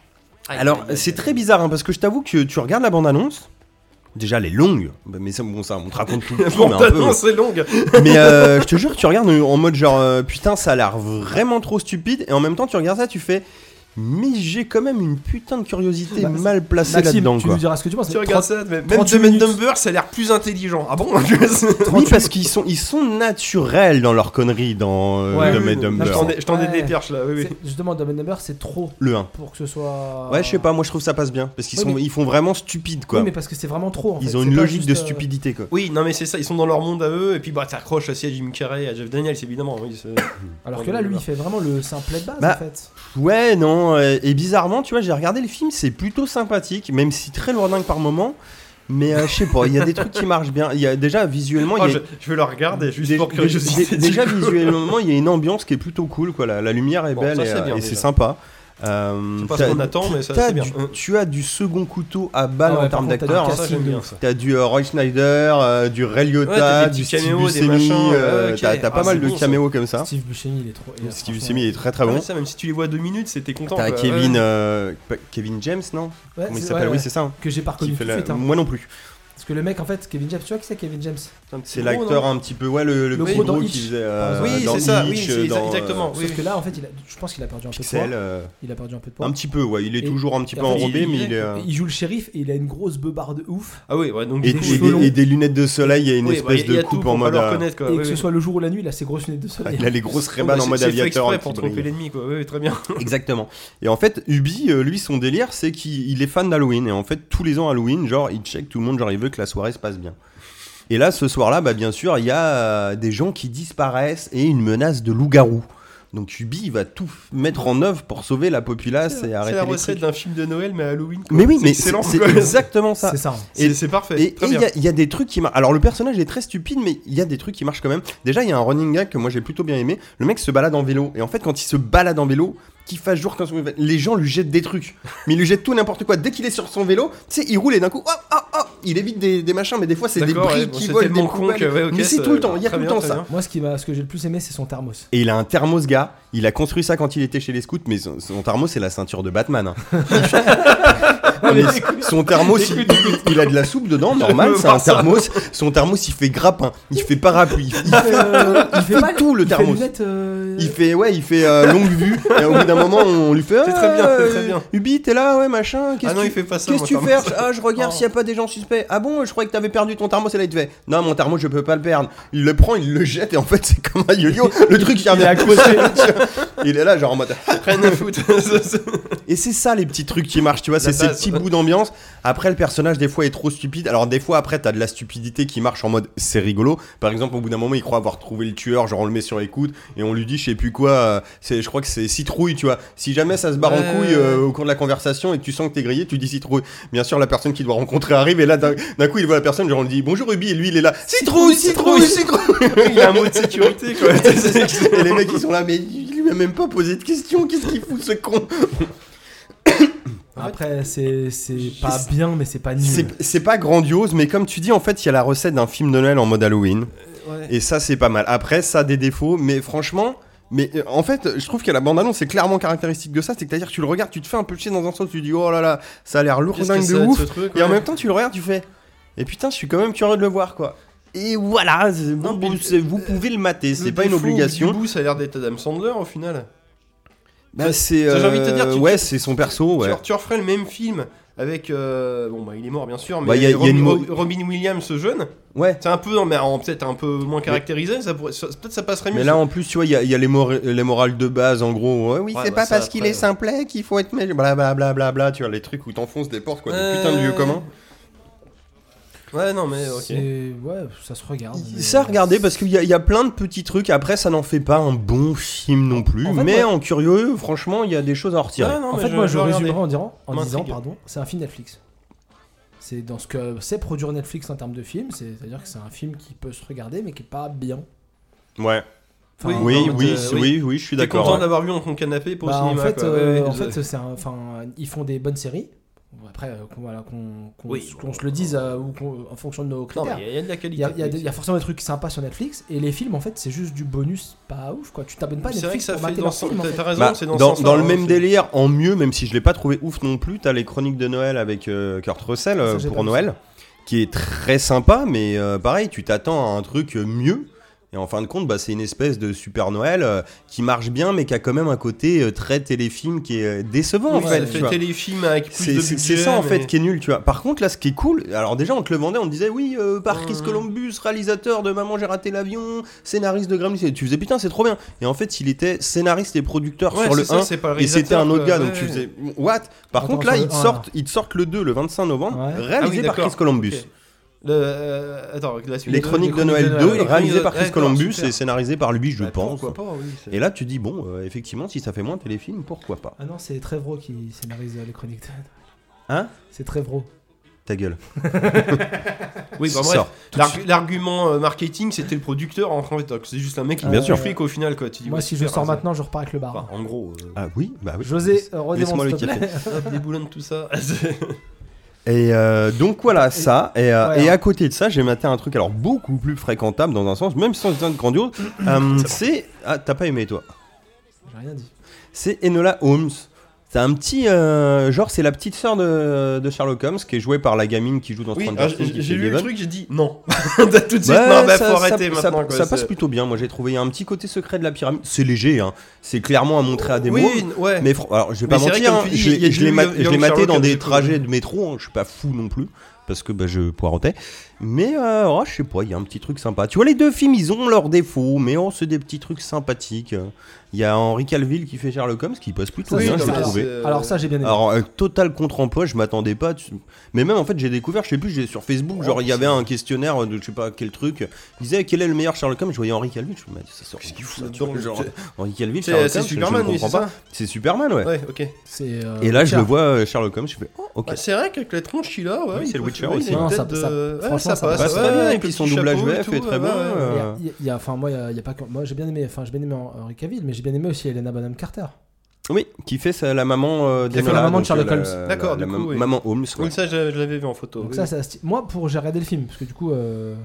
Speaker 3: Alors, c'est très bizarre hein, parce que je t'avoue que tu regardes la bande-annonce. Déjà, elle est longue. Bah, mais ça, bon, ça, on te raconte
Speaker 1: *laughs*
Speaker 3: tout le film, un peu. hein.
Speaker 2: Bande-annonce c'est longue.
Speaker 3: Mais euh, je te jure, tu regardes en mode genre euh, putain, ça a l'air vraiment trop stupide. Et en même temps, tu regardes ça, tu fais. Mais j'ai quand même une putain de curiosité
Speaker 1: Bah,
Speaker 3: mal placée
Speaker 1: Maxime,
Speaker 3: là-dedans
Speaker 1: tu
Speaker 3: quoi.
Speaker 1: nous diras ce que tu penses.
Speaker 2: Tu
Speaker 1: mais
Speaker 2: regardes
Speaker 1: 30
Speaker 2: ça, mais même
Speaker 1: 38
Speaker 2: The Man
Speaker 1: minutes.
Speaker 2: Dumber, ça a l'air plus intelligent. Ah bon
Speaker 3: *laughs* Oui, parce qu'ils sont, ils sont naturels dans leurs conneries dans euh,
Speaker 1: Ouais,
Speaker 3: Dumb
Speaker 1: oui,
Speaker 3: and
Speaker 1: oui.
Speaker 3: Dumber.
Speaker 2: Je t'en ai- je t'en ai
Speaker 1: Ouais.
Speaker 2: des perches là. Oui, oui.
Speaker 1: c'est- Justement, Dumb and Dumber, c'est trop
Speaker 3: Le 1.
Speaker 1: pour que ce soit.
Speaker 3: Ouais, je sais pas, moi je trouve ça passe bien. Parce qu'ils
Speaker 1: Oui,
Speaker 3: sont,
Speaker 1: mais-
Speaker 3: ils font vraiment stupide quoi.
Speaker 1: Oui, mais parce que c'est vraiment trop. en
Speaker 3: ils
Speaker 1: fait.
Speaker 3: ont
Speaker 1: C'est
Speaker 3: une
Speaker 1: pas
Speaker 3: logique de
Speaker 1: juste, euh,
Speaker 3: stupidité quoi.
Speaker 2: Oui, non mais c'est ça, ils sont dans leur monde à eux, et puis bah t'accroches aussi à Jim Carrey, à Jeff Daniels évidemment. Oui,
Speaker 3: *laughs*
Speaker 2: c'est-
Speaker 1: Alors que là, lui, il fait vraiment le simplet de base
Speaker 3: Bah,
Speaker 1: en fait.
Speaker 3: Ouais, non, euh, et bizarrement, tu vois, j'ai regardé le film, c'est plutôt sympathique, même si très lourdingue par moment. Mais euh, je sais pas, il y a des trucs qui marchent bien. Il y a déjà visuellement,
Speaker 2: *laughs* Oh,
Speaker 3: il y
Speaker 2: je,
Speaker 3: a,
Speaker 2: je vais le regarder juste
Speaker 3: dé-
Speaker 2: pour
Speaker 3: dé-
Speaker 2: curiosité. *laughs*
Speaker 3: dé- déjà visuellement, il y a une ambiance qui est plutôt cool. Quoi, la, la lumière est
Speaker 2: Bon,
Speaker 3: belle
Speaker 2: ça,
Speaker 3: et,
Speaker 2: c'est
Speaker 3: euh,
Speaker 2: bien,
Speaker 3: et c'est
Speaker 2: déjà.
Speaker 3: sympa. Euh,
Speaker 2: C'est pas
Speaker 3: t'as-
Speaker 2: ce qu'on attend, mais ça,
Speaker 3: t'as
Speaker 2: c'est bien.
Speaker 3: du-
Speaker 2: Mm.
Speaker 3: Tu as du second couteau à
Speaker 1: Ah
Speaker 3: balle
Speaker 1: ouais, par
Speaker 3: en termes
Speaker 1: contre, t'as du
Speaker 3: d'acteurs.
Speaker 1: casting
Speaker 2: Ça, j'aime bien ça.
Speaker 3: T'as du euh, Roy Snyder, euh, du Ray
Speaker 2: Ouais, t'as
Speaker 3: Liotta,
Speaker 2: des
Speaker 3: du
Speaker 2: petits
Speaker 3: Steve
Speaker 2: caméos, des
Speaker 3: Buscemi,
Speaker 2: machins,
Speaker 3: euh,
Speaker 2: ouais, ok.
Speaker 3: t'as t'as pas
Speaker 2: Ah,
Speaker 3: mal
Speaker 2: c'est
Speaker 3: de
Speaker 2: bon, ça.
Speaker 3: caméos comme ça.
Speaker 1: Steve Buscemi, il est trop. et, euh,
Speaker 3: hein. Steve
Speaker 1: franchement,
Speaker 3: Buscemi est très très
Speaker 2: Ouais,
Speaker 3: Ah bon.
Speaker 2: ça, même si tu les vois deux minutes, c'est- t'es content.
Speaker 3: T'as
Speaker 2: quoi.
Speaker 3: Kevin,
Speaker 2: Ouais.
Speaker 3: euh, pas- Kevin James, non
Speaker 1: ouais,
Speaker 3: Comment il
Speaker 1: c'est-
Speaker 3: s'appelle
Speaker 1: ouais,
Speaker 3: Oui,
Speaker 1: ouais.
Speaker 3: c'est ça. hein,
Speaker 1: Que j'ai pas
Speaker 3: qui
Speaker 1: reconnu tout
Speaker 3: fait
Speaker 1: de
Speaker 3: la-
Speaker 1: suite. hein.
Speaker 3: Moi non plus.
Speaker 1: Parce que le mec, en fait, Kevin James, tu vois qui c'est Kevin James
Speaker 2: C'est un petit
Speaker 3: euh,
Speaker 2: hein.
Speaker 3: C'est
Speaker 2: gros,
Speaker 3: l'acteur
Speaker 2: non
Speaker 3: un petit peu, ouais, le, le
Speaker 1: Le
Speaker 3: petit
Speaker 1: gros dans Ah
Speaker 3: gros
Speaker 1: Hitch.
Speaker 3: qui faisait. euh,
Speaker 2: Oui,
Speaker 3: dans
Speaker 2: c'est ça,
Speaker 3: Hitch,
Speaker 2: oui, c'est
Speaker 3: dans, euh,
Speaker 2: exactement. Oui,
Speaker 1: Sauf que là, en fait, il a- je pense qu'il a perdu un peu de
Speaker 3: Pixel,
Speaker 1: poids.
Speaker 3: euh,
Speaker 1: Il a perdu un peu de poids.
Speaker 3: un petit peu, ouais. Il est
Speaker 1: Et-
Speaker 3: toujours un petit
Speaker 1: et
Speaker 3: peu
Speaker 1: en fait,
Speaker 3: enrobé,
Speaker 2: il-
Speaker 3: mais il est. euh,
Speaker 1: Et Il joue le shérif et il a une grosse beubarde de ouf.
Speaker 2: Ah oui, ouais, donc
Speaker 3: Et,
Speaker 2: du coup,
Speaker 3: et
Speaker 2: cheveux longs.
Speaker 3: des, et des lunettes de soleil et une
Speaker 2: Oui, bah, il
Speaker 3: espèce
Speaker 2: y a
Speaker 3: de
Speaker 2: tout
Speaker 3: coupe
Speaker 2: pour
Speaker 3: en
Speaker 2: pas
Speaker 3: mode.
Speaker 2: leur
Speaker 3: euh,
Speaker 2: connaître, quoi.
Speaker 1: et
Speaker 2: Oui,
Speaker 1: que ce
Speaker 2: oui.
Speaker 1: soit le jour ou la nuit, il a ses grosses lunettes de soleil. hein.
Speaker 3: Il a les grosses
Speaker 2: Oh,
Speaker 3: rébanes
Speaker 2: bah,
Speaker 3: en mode
Speaker 2: c'est- c'est fait
Speaker 3: aviateur.
Speaker 2: exprès
Speaker 3: qui
Speaker 2: pour
Speaker 3: brillent.
Speaker 2: tromper l'ennemi, quoi. Oui, très bien.
Speaker 3: Exactement. Et en fait, Ubi, euh, lui, son délire, c'est qu'il il est fan d'Halloween. Et en fait, tous les ans, Halloween, genre, il check tout le monde, genre, il veut que la soirée se passe bien. Et là, ce soir-là, bah, bien sûr, il y a euh, des gens qui disparaissent et une menace de loup-garou. Donc Ubi, il va tout f- mettre en œuvre pour sauver la populace et
Speaker 2: C'est
Speaker 3: arrêter
Speaker 2: la
Speaker 3: les
Speaker 2: recette
Speaker 3: trucs.
Speaker 2: d'un film de Noël, mais Halloween. quoi.
Speaker 3: Mais oui,
Speaker 2: C'est
Speaker 3: mais c'est
Speaker 2: excellent,
Speaker 3: c'est
Speaker 2: quoi.
Speaker 3: exactement ça.
Speaker 1: C'est ça. hein.
Speaker 2: C'est c'est parfait.
Speaker 3: Et
Speaker 2: très
Speaker 3: et il
Speaker 2: bien.
Speaker 3: y, a- il y a des trucs qui marchent. Alors le personnage est très stupide, mais il y a des trucs qui marchent quand même. Déjà, il y a un running gag que moi j'ai plutôt bien aimé. Le mec se balade en vélo. Et en fait, quand il se balade en vélo, qu'il fasse jour, quand les gens lui jettent
Speaker 2: *laughs*
Speaker 3: des trucs. Mais ils lui jettent tout n'importe quoi. Dès qu'il est sur son vélo, tu sais, il roule et d'un coup, hop, hop, hop, il évite des, des machins, mais des fois c'est des
Speaker 2: D'accord,
Speaker 3: briques
Speaker 2: ouais, bon,
Speaker 3: qui
Speaker 2: c'est
Speaker 3: volent, des
Speaker 2: tellement con
Speaker 3: poubelles.
Speaker 2: que, ouais, ok,
Speaker 3: mais c'est
Speaker 2: ça-
Speaker 3: tout le temps, il y a
Speaker 2: très
Speaker 3: tout le
Speaker 2: bien,
Speaker 3: temps
Speaker 2: très
Speaker 3: ça.
Speaker 2: bien.
Speaker 1: Moi, ce, qui m'a- ce que j'ai le plus aimé, c'est son thermos.
Speaker 3: Et il a un thermos, gars. Il a construit ça quand il était chez les scouts, mais son, son thermos, c'est la ceinture de Batman. hein.
Speaker 2: *laughs*
Speaker 3: Non, mais son thermos, il, il a de la soupe dedans, normal,
Speaker 2: veux
Speaker 3: c'est un
Speaker 2: voir ça.
Speaker 3: thermos. Son thermos, il fait grappin, il fait parapluie, *laughs* il fait,
Speaker 1: Euh, il fait
Speaker 3: il fait
Speaker 1: mal.
Speaker 3: tout le
Speaker 1: il fait
Speaker 3: thermos.
Speaker 1: lunettes, euh,
Speaker 3: Il fait, ouais, il fait euh, longue vue. Et au bout d'un moment, on lui fait.
Speaker 2: C'est
Speaker 3: ah,
Speaker 2: très bien, c'est très
Speaker 3: euh,
Speaker 2: bien.
Speaker 3: Ubi, t'es là, ouais, machin. Qu'est-ce
Speaker 2: Ah
Speaker 3: que
Speaker 2: non,
Speaker 3: tu
Speaker 2: il fait pas ça. Oh.
Speaker 3: Qu'est-ce que
Speaker 2: moi,
Speaker 3: tu
Speaker 2: par
Speaker 3: fais
Speaker 2: contre. *laughs*
Speaker 3: Ah, je regarde s'il n'y a pas des gens suspects. Ah bon, je croyais que t'avais perdu ton thermos. Et là, il te fait Non, mon thermos, je peux pas le perdre. Il le prend, il le jette, et en fait, *laughs* c'est comme un yo-yo. Le truc
Speaker 2: *laughs*
Speaker 3: qui revient à *laughs* Il est là, genre en mode.
Speaker 2: Rien à foutre. Ça, ça-
Speaker 3: Et c'est ça les petits trucs qui marchent, tu vois, c'est ces
Speaker 2: base.
Speaker 3: petits bouts d'ambiance. Après, le personnage, des fois, est trop stupide. Alors, des fois, après, t'as de la stupidité qui marche en mode c'est rigolo. Par exemple, au bout d'un moment, il croit avoir trouvé le tueur, genre on le met sur écoute et on lui dit, je sais plus quoi, euh, c'est, je crois que c'est citrouille, tu vois. Si jamais ça se barre en
Speaker 2: Ouais, ouais,
Speaker 3: couille euh,
Speaker 2: ouais.
Speaker 3: au cours de la conversation et que tu sens que t'es grillé, tu dis citrouille. Bien sûr, la personne qu'il doit rencontrer arrive et là, d'un, d'un coup, il voit la personne, genre on lui dit bonjour Ruby et lui, il est là, citrouille, citrouille, citrouille.
Speaker 2: Il a un mot de sécurité, quoi.
Speaker 3: *laughs* et les mecs, ils sont là, mais il lui a même pas posé de questions, qu'est-ce qu'il fout ce con
Speaker 1: Après, c'est c'est pas bien, mais c'est pas nul.
Speaker 3: C'est- C'est pas grandiose, mais comme tu dis, en fait, il y a la recette d'un film de Noël en mode Halloween.
Speaker 2: Euh, Ouais.
Speaker 3: Et ça, c'est pas mal. Après, ça a des défauts, mais franchement. Mais euh, en fait, je trouve que la bande-annonce est clairement caractéristique de ça. C'est que à dire que tu le regardes, tu te fais un peu chier dans un sens, tu dis oh là là, ça a l'air
Speaker 2: Qu'est-ce que
Speaker 3: lourdingue de
Speaker 2: c'est,
Speaker 3: ouf.
Speaker 2: ce truc,
Speaker 3: Et en
Speaker 2: ouais.
Speaker 3: même temps, tu le regardes, tu fais et putain, je suis quand même curieux de le voir quoi. Et voilà, c'est- vous,
Speaker 2: Non, mais le-
Speaker 3: c'est- vous pouvez le mater,
Speaker 2: Le
Speaker 3: c'est pas une
Speaker 2: défaut
Speaker 3: obligation.
Speaker 2: Du bout, ça a l'air d'être Adam Sandler au final.
Speaker 3: Bah, c'est
Speaker 2: ça, j'ai envie de te dire,
Speaker 3: euh,
Speaker 2: tu-
Speaker 3: ouais, c'est son perso.
Speaker 2: Tu,
Speaker 3: Ouais.
Speaker 2: re- tu referais le même film avec. euh, bon, bah, il est mort, bien sûr, mais
Speaker 3: Bah, il y a- il y a
Speaker 2: Robin,
Speaker 3: une mo-
Speaker 2: Robin Williams, ce jeune.
Speaker 3: ouais.
Speaker 2: C'est un peu. non, mais en- peut-être un peu moins caractérisé. Ça pourrait, ça- peut-être ça passerait mieux.
Speaker 3: Mais là, en plus, tu vois, il y a, il y a les, mor- les morales de base, en gros. Ouais, oui,
Speaker 2: Ouais,
Speaker 3: c'est
Speaker 2: bah
Speaker 3: pas
Speaker 2: ça,
Speaker 3: parce qu'il
Speaker 2: après,
Speaker 3: est simplet qu'il faut être méchant. Blablabla, bla, bla, tu vois, les trucs où t'enfonces des portes, quoi. Des
Speaker 2: Ouais.
Speaker 3: putains de lieux communs.
Speaker 2: Ouais, non, mais ok.
Speaker 1: C'est- Ouais, ça se regarde. mais-
Speaker 3: Ça, regardez, parce qu'il y, a- il y a plein de petits trucs. Après, ça n'en fait pas un bon film non plus.
Speaker 1: En fait,
Speaker 3: mais
Speaker 1: ouais.
Speaker 3: en curieux, franchement, il y a des choses à retirer.
Speaker 2: non,
Speaker 1: En
Speaker 2: mais
Speaker 1: fait, moi, je
Speaker 2: vais regarder.
Speaker 1: résumerai en, dirant- en
Speaker 2: M'intrigue.
Speaker 1: disant, pardon, c'est un film Netflix. C'est dans ce que c'est produire Netflix en termes de film, c'est- c'est-à-dire que c'est un film qui peut se regarder mais qui est pas bien.
Speaker 3: ouais.
Speaker 1: Enfin,
Speaker 3: oui,
Speaker 2: non, mais
Speaker 3: oui,
Speaker 2: t'es-
Speaker 3: c'est-
Speaker 2: oui.
Speaker 3: oui, oui, je suis
Speaker 2: T'es
Speaker 3: d'accord.
Speaker 2: content
Speaker 3: ouais.
Speaker 2: d'avoir vu en ton canapé pour
Speaker 1: bah,
Speaker 2: au cinéma.
Speaker 1: en fait,
Speaker 2: quoi.
Speaker 1: euh,
Speaker 2: Ouais, ouais,
Speaker 1: en
Speaker 2: je-
Speaker 1: fait, c'est un- enfin, ils font des bonnes séries. Bon, Après, euh, qu'on voilà, qu'on- qu'on-
Speaker 2: Oui,
Speaker 1: qu'on se le dise euh, ou qu'on- en fonction de nos
Speaker 2: Non,
Speaker 1: critères.
Speaker 2: mais il y, a- il y a de la
Speaker 1: Il
Speaker 2: qualité.
Speaker 1: y, a, il y a des- il y a forcément des trucs sympas sur Netflix et les films en fait c'est juste du bonus pas ouf quoi. Tu t'abonnes pas à
Speaker 2: C'est vrai que
Speaker 1: Netflix
Speaker 2: ça
Speaker 1: pour
Speaker 2: fait
Speaker 1: mater
Speaker 2: dans
Speaker 1: leurs
Speaker 2: son.
Speaker 1: films. en
Speaker 2: T'as
Speaker 1: fait.
Speaker 2: t'as raison,
Speaker 3: Bah,
Speaker 2: c'est
Speaker 3: dans,
Speaker 2: dans, hein. ce sens-là,
Speaker 3: dans le
Speaker 2: ouais,
Speaker 3: même
Speaker 2: c'est-
Speaker 3: délire, en mieux, même si je l'ai pas trouvé ouf non plus, t'as les chroniques de Noël avec euh, Kurt Russell euh,
Speaker 1: Ça, j'ai pas
Speaker 3: pour
Speaker 1: vu
Speaker 3: Noël, qui est très sympa, mais euh, pareil, tu t'attends à un truc euh, mieux. Et en fin de compte, bah, c'est une espèce de super Noël euh, qui marche bien, mais qui a quand même un côté euh, très téléfilm qui est euh, décevant en
Speaker 2: Oui,
Speaker 3: fait.
Speaker 2: ça
Speaker 3: tu
Speaker 2: fait
Speaker 3: vois.
Speaker 2: téléfilm avec plus
Speaker 3: C'est
Speaker 2: de
Speaker 3: c'est-
Speaker 2: budget,
Speaker 3: c'est ça en
Speaker 2: mais-
Speaker 3: fait qui est nul, tu vois. Par contre, là, ce qui est cool, alors déjà, on te le vendait, on te disait, oui, euh, par Chris
Speaker 2: Ouais.
Speaker 3: Columbus, réalisateur de Maman, j'ai raté l'avion, scénariste de Gremlins, et tu faisais putain, c'est trop bien. Et en fait, il était scénariste et producteur
Speaker 2: Ouais,
Speaker 3: sur le
Speaker 2: c'est ça,
Speaker 3: 1,
Speaker 2: c'est pas le
Speaker 3: et c'était un autre
Speaker 2: réalisateur,
Speaker 3: gars, donc
Speaker 2: ouais,
Speaker 3: tu
Speaker 2: ouais.
Speaker 3: faisais what Par
Speaker 1: Attends,
Speaker 3: contre, là,
Speaker 1: sur le
Speaker 3: ils te
Speaker 1: un,
Speaker 3: sortent, ils te sortent le 2, le 25 novembre,
Speaker 1: Ouais.
Speaker 2: Ah oui,
Speaker 3: réalisé par
Speaker 2: d'accord,
Speaker 3: Chris Colombus.
Speaker 2: ok. Le, euh, attends, la suite
Speaker 3: Les
Speaker 2: de-
Speaker 3: Chroniques de
Speaker 1: Chroniques
Speaker 3: Noël
Speaker 1: de
Speaker 3: 2,
Speaker 1: Noël,
Speaker 2: ouais.
Speaker 3: réalisé par
Speaker 2: Ouais,
Speaker 3: Chris
Speaker 2: d'accord,
Speaker 3: Columbus
Speaker 2: super.
Speaker 3: et scénarisé par lui, je
Speaker 2: Bah,
Speaker 3: pense.
Speaker 2: Pourquoi pas, oui. c'est-
Speaker 3: Et là, tu dis, bon, euh, effectivement, si ça fait moins téléfilm, pourquoi pas
Speaker 1: Ah non c'est Trevro qui scénarise euh, les chroniques.
Speaker 3: Hein
Speaker 1: C'est Trevro.
Speaker 3: Ta gueule.
Speaker 2: Oui, bah, bref,
Speaker 3: Sors.
Speaker 2: l'argu- l'argument euh, marketing, c'était le producteur. En fait, donc, c'est juste un mec qui
Speaker 1: Bien
Speaker 2: vend
Speaker 1: sûr.
Speaker 2: du fric au final. Quoi. Tu dis,
Speaker 1: Moi,
Speaker 2: ouais,
Speaker 1: si je
Speaker 2: super,
Speaker 1: sors
Speaker 2: ça.
Speaker 1: maintenant, je repars avec le bar.
Speaker 2: Enfin, en gros, euh,
Speaker 3: Ah oui, bah oui.
Speaker 1: José, euh, redémonte,
Speaker 3: Laisse-moi
Speaker 1: s'il
Speaker 3: le
Speaker 1: te plaît.
Speaker 2: hop, déboulonne tout ça.
Speaker 3: Et euh, donc voilà ça. Et, euh,
Speaker 1: Ouais,
Speaker 3: et
Speaker 1: hein.
Speaker 3: à côté de ça, j'ai maté un truc alors beaucoup plus fréquentable dans un sens, même sans être grandiose. Euh, c'est ah t'as pas aimé toi.
Speaker 1: J'ai rien dit.
Speaker 3: C'est Enola Holmes. C'est un petit euh, genre c'est la petite sœur de, de Sherlock Holmes qui est jouée par la gamine qui joue dans
Speaker 2: oui,
Speaker 3: Stranger
Speaker 2: ah,
Speaker 3: Things.
Speaker 2: j'ai
Speaker 3: qui
Speaker 2: j'ai
Speaker 3: fait
Speaker 2: lu le
Speaker 3: Devon.
Speaker 2: truc, j'ai dit non. Tout de suite,
Speaker 3: Ouais,
Speaker 2: non, bah,
Speaker 3: ça-
Speaker 2: faut
Speaker 3: ça-
Speaker 2: arrêter
Speaker 3: ça-
Speaker 2: maintenant. quoi,
Speaker 3: ça passe
Speaker 2: c'est-
Speaker 3: plutôt bien. Moi, j'ai trouvé il y a un petit côté secret de la pyramide. C'est léger, hein. C'est clairement à montrer à des mots.
Speaker 2: Oui, ouais.
Speaker 3: Mais fr- alors, je vais pas
Speaker 2: Mais c'est vrai,
Speaker 3: mentir,
Speaker 2: comme
Speaker 3: hein,
Speaker 2: tu dis,
Speaker 3: je
Speaker 2: il y a
Speaker 3: l'ai- je
Speaker 2: du
Speaker 3: l'ai mat-
Speaker 2: Young
Speaker 3: je l'ai maté
Speaker 2: Sherlock
Speaker 3: dans
Speaker 2: que
Speaker 3: des
Speaker 2: j'ai
Speaker 3: trajets de métro, hein, je suis pas fou non plus, parce que bah, je poireautais. Mais euh, oh, je sais pas, il y a un petit truc sympa. Tu vois, les deux films, ils ont leurs défauts, mais oh, c'est des petits trucs sympathiques. Il y a Henri Calville qui fait Sherlock Holmes, qui passe
Speaker 1: Ça,
Speaker 3: plutôt bien,
Speaker 1: c'est
Speaker 3: je l'ai
Speaker 1: pas mal.
Speaker 3: trouvé.
Speaker 2: Euh,
Speaker 1: Alors, ça, j'ai bien aimé.
Speaker 3: Alors, euh, total contre-emploi, je m'attendais pas. tu- Mais même en fait, j'ai découvert, je sais plus, j'ai- sur Facebook, genre il y avait un questionnaire de je sais pas quel truc. Il disait quel est le meilleur Sherlock Holmes Je voyais Henri Calville, je me disais, ça sort
Speaker 2: Qu'est-ce
Speaker 3: du
Speaker 2: qu'il
Speaker 3: cul,
Speaker 2: fout
Speaker 3: ça, tu
Speaker 2: là-dedans,
Speaker 3: vois, genre,
Speaker 2: tu-
Speaker 3: Henri Calville,
Speaker 2: C'est
Speaker 3: Sherlock
Speaker 2: c'est
Speaker 3: Holmes, je- je ne
Speaker 2: Superman, lui,
Speaker 3: comprends
Speaker 2: c'est
Speaker 3: pas.
Speaker 2: ça
Speaker 3: C'est Superman, ouais.
Speaker 2: Ouais, ok.
Speaker 1: C'est, euh,
Speaker 3: Et là, je
Speaker 1: Witcher.
Speaker 3: le vois euh, Sherlock Holmes, je fais oh, ok.
Speaker 2: Bah, c'est vrai qu'avec la tronche qu'il a, ouais,
Speaker 3: Oui,
Speaker 2: il
Speaker 3: c'est le
Speaker 2: peut-
Speaker 3: Witcher
Speaker 2: ouais, il
Speaker 3: aussi.
Speaker 2: a une
Speaker 1: Non,
Speaker 2: tête
Speaker 1: ça-
Speaker 2: de-
Speaker 1: ça-
Speaker 2: ouais,
Speaker 1: franchement, ça
Speaker 2: passe,
Speaker 1: passe
Speaker 2: ouais,
Speaker 1: très bien,
Speaker 2: avec
Speaker 3: et puis
Speaker 2: le
Speaker 3: son
Speaker 2: petit
Speaker 3: doublage
Speaker 2: chapeau et
Speaker 3: VF est
Speaker 2: tout,
Speaker 3: très
Speaker 2: ouais,
Speaker 3: bon,
Speaker 2: ouais.
Speaker 3: euh,
Speaker 1: Il y a- il y a- il y a- Enfin, moi, il y a- il y a pas que- Moi, j'ai bien aimé. Enfin, j'ai bien aimé Henry Cavill, mais j'ai bien aimé aussi Elena Bonham Carter.
Speaker 3: Oui, qui fait sa- la maman euh,
Speaker 1: fait
Speaker 3: d'Enola,
Speaker 1: la maman de
Speaker 3: donc,
Speaker 1: Sherlock
Speaker 3: euh, la-
Speaker 1: Holmes.
Speaker 3: la-
Speaker 2: D'accord,
Speaker 3: la
Speaker 2: du
Speaker 3: mam-
Speaker 2: coup, oui.
Speaker 3: maman Holmes. ouais.
Speaker 2: Oui, ça, je je l'avais vu en photo.
Speaker 1: Donc
Speaker 2: oui.
Speaker 1: ça, c'est la sti- Moi, pour j'ai regardé le film, parce que du coup, euh,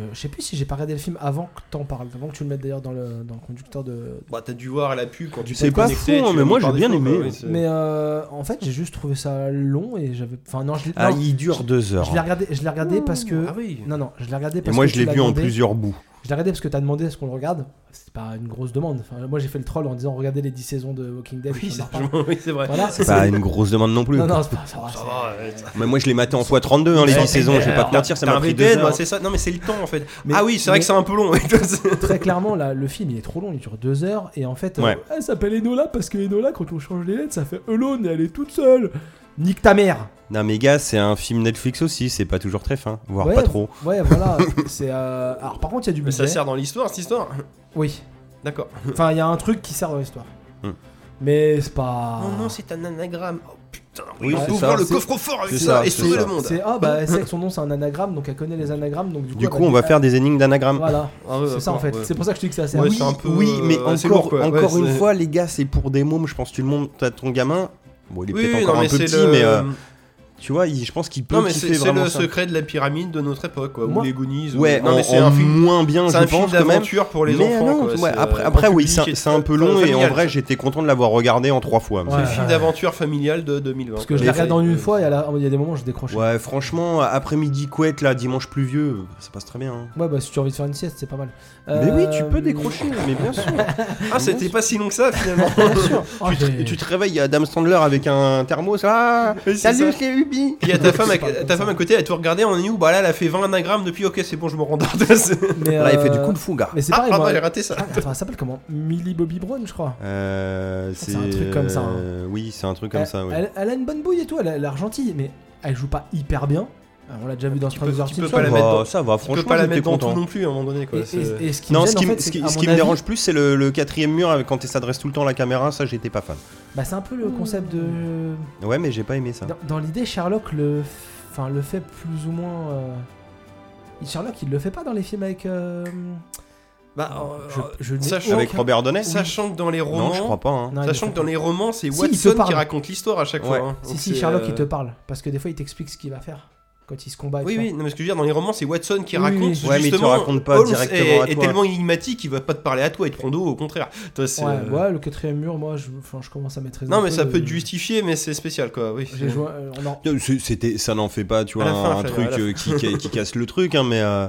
Speaker 1: euh, je sais plus si j'ai pas regardé le film avant que t'en parles, avant que tu le mettes d'ailleurs dans le, dans le conducteur de.
Speaker 2: Bah, t'as dû voir à la pub quand tu
Speaker 3: C'est
Speaker 2: t'es
Speaker 3: pas
Speaker 2: connecté, tu
Speaker 3: fou, hein,
Speaker 2: l'as
Speaker 3: mais
Speaker 2: mis
Speaker 3: moi,
Speaker 2: par
Speaker 3: j'ai bien
Speaker 2: défaut,
Speaker 3: aimé.
Speaker 2: ouais, c'est-
Speaker 1: Mais euh, en fait, j'ai juste trouvé ça long et j'avais. Enfin non, je l'ai.
Speaker 3: Ah,
Speaker 1: non,
Speaker 3: il dure deux
Speaker 1: je
Speaker 3: heures. hein.
Speaker 1: l'ai regardé. Je l'ai regardé parce que.
Speaker 2: Ah oui.
Speaker 1: Non non, je l'ai regardé
Speaker 3: Et
Speaker 1: parce
Speaker 3: moi,
Speaker 1: que
Speaker 3: je
Speaker 1: tu
Speaker 3: l'ai
Speaker 1: l'as
Speaker 3: vu en
Speaker 1: demandé.
Speaker 3: plusieurs bouts.
Speaker 1: Je l'ai regardé parce que t'as demandé à ce qu'on le regarde. C'est pas une grosse demande. Enfin, moi, j'ai fait le troll en disant regardez les 10 saisons de Walking Dead.
Speaker 2: *laughs*
Speaker 1: et
Speaker 2: Oui,
Speaker 1: puis on en
Speaker 2: ça-
Speaker 1: reparle.
Speaker 2: oui, c'est vrai.
Speaker 1: Voilà.
Speaker 3: C'est pas une grosse demande non plus.
Speaker 1: Non non, c'est pas ça. va,
Speaker 2: Ça
Speaker 1: c'est-
Speaker 2: va, ouais, ça-
Speaker 3: Mais moi, je l'ai maté en x32 hein, les
Speaker 2: Ouais,
Speaker 3: 10 saisons, je vais pas te
Speaker 2: t'as-
Speaker 3: mentir, ça
Speaker 2: t'as
Speaker 3: m'a
Speaker 2: un
Speaker 3: pris deux
Speaker 2: VPN,
Speaker 3: heures.
Speaker 2: ouais, c'est ça. Non, mais c'est le temps en fait.
Speaker 1: Mais-
Speaker 2: ah oui, *laughs* c'est vrai
Speaker 1: mais-
Speaker 2: que c'est un peu long.
Speaker 1: Très clairement, là, le film il est trop long, il dure deux heures, et en fait, euh,
Speaker 3: Ouais.
Speaker 1: elle s'appelle Enola parce que Enola, quand on change les lettres, ça fait Elone et elle est toute seule. Nique ta mère
Speaker 3: Non, mais gars, c'est un film Netflix aussi, c'est pas toujours très fin, voire
Speaker 1: Ouais.
Speaker 3: pas trop.
Speaker 1: Ouais,
Speaker 3: *laughs*
Speaker 1: voilà. c'est euh, Alors, par contre, il y a du
Speaker 2: mais
Speaker 1: budget.
Speaker 2: ça sert dans l'histoire, cette histoire.
Speaker 1: Oui.
Speaker 2: D'accord.
Speaker 1: Enfin, il y a un truc qui sert dans l'histoire.
Speaker 3: Hmm.
Speaker 1: Mais c'est pas.
Speaker 2: Non, non, c'est un anagramme. Oh putain,
Speaker 3: Oui,
Speaker 2: on
Speaker 3: c'est
Speaker 2: peut
Speaker 3: ça,
Speaker 2: ouvrir le
Speaker 1: c'est-
Speaker 2: coffre-fort avec
Speaker 3: c'est
Speaker 2: ça
Speaker 3: ça,
Speaker 2: et
Speaker 3: c'est
Speaker 2: sauver
Speaker 3: ça.
Speaker 2: le monde.
Speaker 1: C'est ah bah elle
Speaker 3: *laughs*
Speaker 1: sait que son nom c'est un anagramme donc elle connaît les anagrammes donc du coup.
Speaker 3: Du
Speaker 1: elle
Speaker 3: coup,
Speaker 1: va-
Speaker 3: on va faire des énigmes d'anagrammes.
Speaker 1: Voilà,
Speaker 2: Ah ouais,
Speaker 1: c'est ça en
Speaker 2: d'accord,
Speaker 1: fait.
Speaker 2: ouais.
Speaker 1: C'est pour ça que je te dis que ça sert.
Speaker 2: Ouais,
Speaker 3: oui,
Speaker 2: c'est un peu,
Speaker 3: oui, mais
Speaker 2: euh, c'est
Speaker 3: encore,
Speaker 2: lourd, quoi.
Speaker 3: encore
Speaker 2: Ouais,
Speaker 3: une
Speaker 2: c'est-
Speaker 3: fois, les gars, c'est pour des mômes. Je pense que tu le montres à ton gamin. Bon, il est
Speaker 2: Oui,
Speaker 3: peut-être
Speaker 2: oui,
Speaker 3: encore
Speaker 2: non,
Speaker 3: un
Speaker 2: mais
Speaker 3: peu
Speaker 2: c'est
Speaker 3: petit,
Speaker 2: le.
Speaker 3: mais euh, tu vois, il- je pense qu'il peut
Speaker 2: Non, mais
Speaker 3: kiffer
Speaker 2: c'est c'est
Speaker 3: vraiment
Speaker 2: le
Speaker 3: ça.
Speaker 2: secret de la pyramide de notre époque, quoi. Ou
Speaker 1: Moi-
Speaker 2: les Goonies. ou-
Speaker 3: Ouais,
Speaker 2: non,
Speaker 3: en,
Speaker 2: mais c'est
Speaker 3: en
Speaker 2: un film.
Speaker 3: moins bien,
Speaker 2: C'est
Speaker 3: je
Speaker 2: un film
Speaker 3: pense quand même.
Speaker 2: d'aventure pour les
Speaker 3: Mais
Speaker 2: enfants.
Speaker 3: non,
Speaker 2: quoi,
Speaker 3: ouais,
Speaker 2: c'est, euh,
Speaker 3: après,
Speaker 2: grand
Speaker 3: après oui,
Speaker 2: public
Speaker 3: c'est
Speaker 2: et
Speaker 3: un- c'est un peu
Speaker 2: très
Speaker 3: long et en
Speaker 2: familial,
Speaker 3: vrai,
Speaker 2: ça.
Speaker 3: j'étais content de l'avoir regardé en trois fois. mais-
Speaker 1: Ouais.
Speaker 2: C'est le film d'aventure familiale de 2020.
Speaker 1: Parce que je l'ai
Speaker 3: Mais-
Speaker 1: regardé en une fois et à la- il y a des moments où je décrochais.
Speaker 3: Ouais, franchement, après-midi couette là, dimanche pluvieux, ça passe très bien. hein.
Speaker 1: Ouais, bah si tu as envie de faire une sieste c'est pas mal.
Speaker 3: Mais oui, tu
Speaker 1: Euh, *laughs*
Speaker 3: peux décrocher, mais bien sûr.
Speaker 2: Ah, c'était pas si long que ça finalement.
Speaker 1: Bien sûr. Oh,
Speaker 3: tu, te,
Speaker 1: j'ai-
Speaker 3: tu te réveilles, il y a Adam Sandler avec un thermos. Ah,
Speaker 2: *laughs* Oui, c'est
Speaker 3: salut,
Speaker 2: ça.
Speaker 3: c'est Ubi.
Speaker 2: Il y
Speaker 1: *laughs*
Speaker 2: a ta femme, à,
Speaker 1: parle comme
Speaker 2: ta
Speaker 1: ça.
Speaker 2: femme à côté, elle te regardait en nous. Bah là, elle a fait 20 anagrammes depuis. Ok, c'est bon, je me rends *laughs*
Speaker 1: Mais,
Speaker 3: Là, il fait du
Speaker 1: euh,
Speaker 3: kung fu, gars.
Speaker 1: Mais c'est
Speaker 2: Ah,
Speaker 1: pareil,
Speaker 2: pardon,
Speaker 1: moi.
Speaker 2: j'ai raté ça.
Speaker 1: Ah, Attends, elle s'appelle comment Millie Bobby Brown, je crois.
Speaker 3: Euh, c'est
Speaker 1: un truc comme ça, hein.
Speaker 3: euh, Oui, c'est un truc comme
Speaker 1: elle,
Speaker 3: ça. oui.
Speaker 1: elle, elle a une bonne bouille et tout, elle a elle a l'air gentille, mais elle joue pas hyper bien. Alors, on l'a déjà vu dans
Speaker 2: Tu peux-
Speaker 1: Stranger
Speaker 2: tu
Speaker 1: Things.
Speaker 2: peux pas la
Speaker 1: ça.
Speaker 3: Ça
Speaker 2: mettre
Speaker 3: va,
Speaker 2: dans-
Speaker 3: ça va,
Speaker 2: Tu peux
Speaker 3: franchement,
Speaker 2: pas la
Speaker 3: j'étais
Speaker 2: mettre dans tout
Speaker 3: content.
Speaker 2: non plus à un moment donné. Quoi.
Speaker 1: Et,
Speaker 2: c'est-
Speaker 1: et- et ce qui me
Speaker 3: Non,
Speaker 1: gêne,
Speaker 3: ce qui,
Speaker 1: en
Speaker 3: me-
Speaker 1: fait,
Speaker 3: ce
Speaker 1: c'est
Speaker 3: qui-
Speaker 1: qu'à
Speaker 3: ce
Speaker 1: mon
Speaker 3: qui me
Speaker 1: avis,
Speaker 3: dérange plus, c'est le, le quatrième mur avec quand il s'adresse tout le temps à la caméra. Ça, j'étais pas fan.
Speaker 1: Bah, c'est un peu le
Speaker 3: Ah.
Speaker 1: concept de.
Speaker 3: Ouais, mais j'ai pas aimé ça.
Speaker 1: Dans, dans l'idée, Sherlock le, f- enfin, le fait plus ou moins. euh, Sherlock, il le fait pas dans les films avec. euh,
Speaker 2: Bah, euh,
Speaker 1: je, je n'ai
Speaker 2: sachant-
Speaker 1: aucun-
Speaker 3: Avec Robert Downey
Speaker 2: Sachant que dans les romans.
Speaker 3: Non, je crois pas. hein.
Speaker 1: Non, il
Speaker 2: Sachant
Speaker 1: le
Speaker 2: que dans
Speaker 1: fait
Speaker 2: les romans, c'est
Speaker 1: Si, il te
Speaker 2: Watson qui
Speaker 1: parle.
Speaker 2: raconte l'histoire à chaque
Speaker 3: Ouais.
Speaker 2: fois. hein.
Speaker 1: pas. Si,
Speaker 2: Donc
Speaker 1: si,
Speaker 2: c'est,
Speaker 1: Sherlock,
Speaker 2: euh,
Speaker 1: il te parle. Parce que des fois, il t'explique ce qu'il va faire quand il se combat. et
Speaker 2: Oui,
Speaker 1: tout.
Speaker 2: oui, non, mais ce que je veux dire, dans les romans, c'est Watson qui
Speaker 1: Oui,
Speaker 2: raconte.
Speaker 1: oui.
Speaker 2: justement,
Speaker 3: Ouais, mais il te raconte pas
Speaker 2: Holmes
Speaker 3: directement à
Speaker 2: est, est
Speaker 3: toi.
Speaker 2: tellement énigmatique, il va pas te parler à toi, il te prend d'eau, au contraire. Toi, c'est,
Speaker 1: Ouais,
Speaker 2: euh,
Speaker 1: ouais, le quatrième mur, moi, je, enfin, je commence à maîtriser. un
Speaker 2: Non, mais ça
Speaker 1: le-
Speaker 2: peut te justifier, mais c'est spécial, quoi. Oui.
Speaker 1: J'ai joué. euh, on en-
Speaker 3: Euh, c'est- C'était, ça n'en fait pas, tu
Speaker 2: À
Speaker 3: vois,
Speaker 2: la fin,
Speaker 3: un
Speaker 2: fallait-
Speaker 3: truc
Speaker 2: à la
Speaker 3: euh, qui, qui- qui casse le truc, hein, mais euh,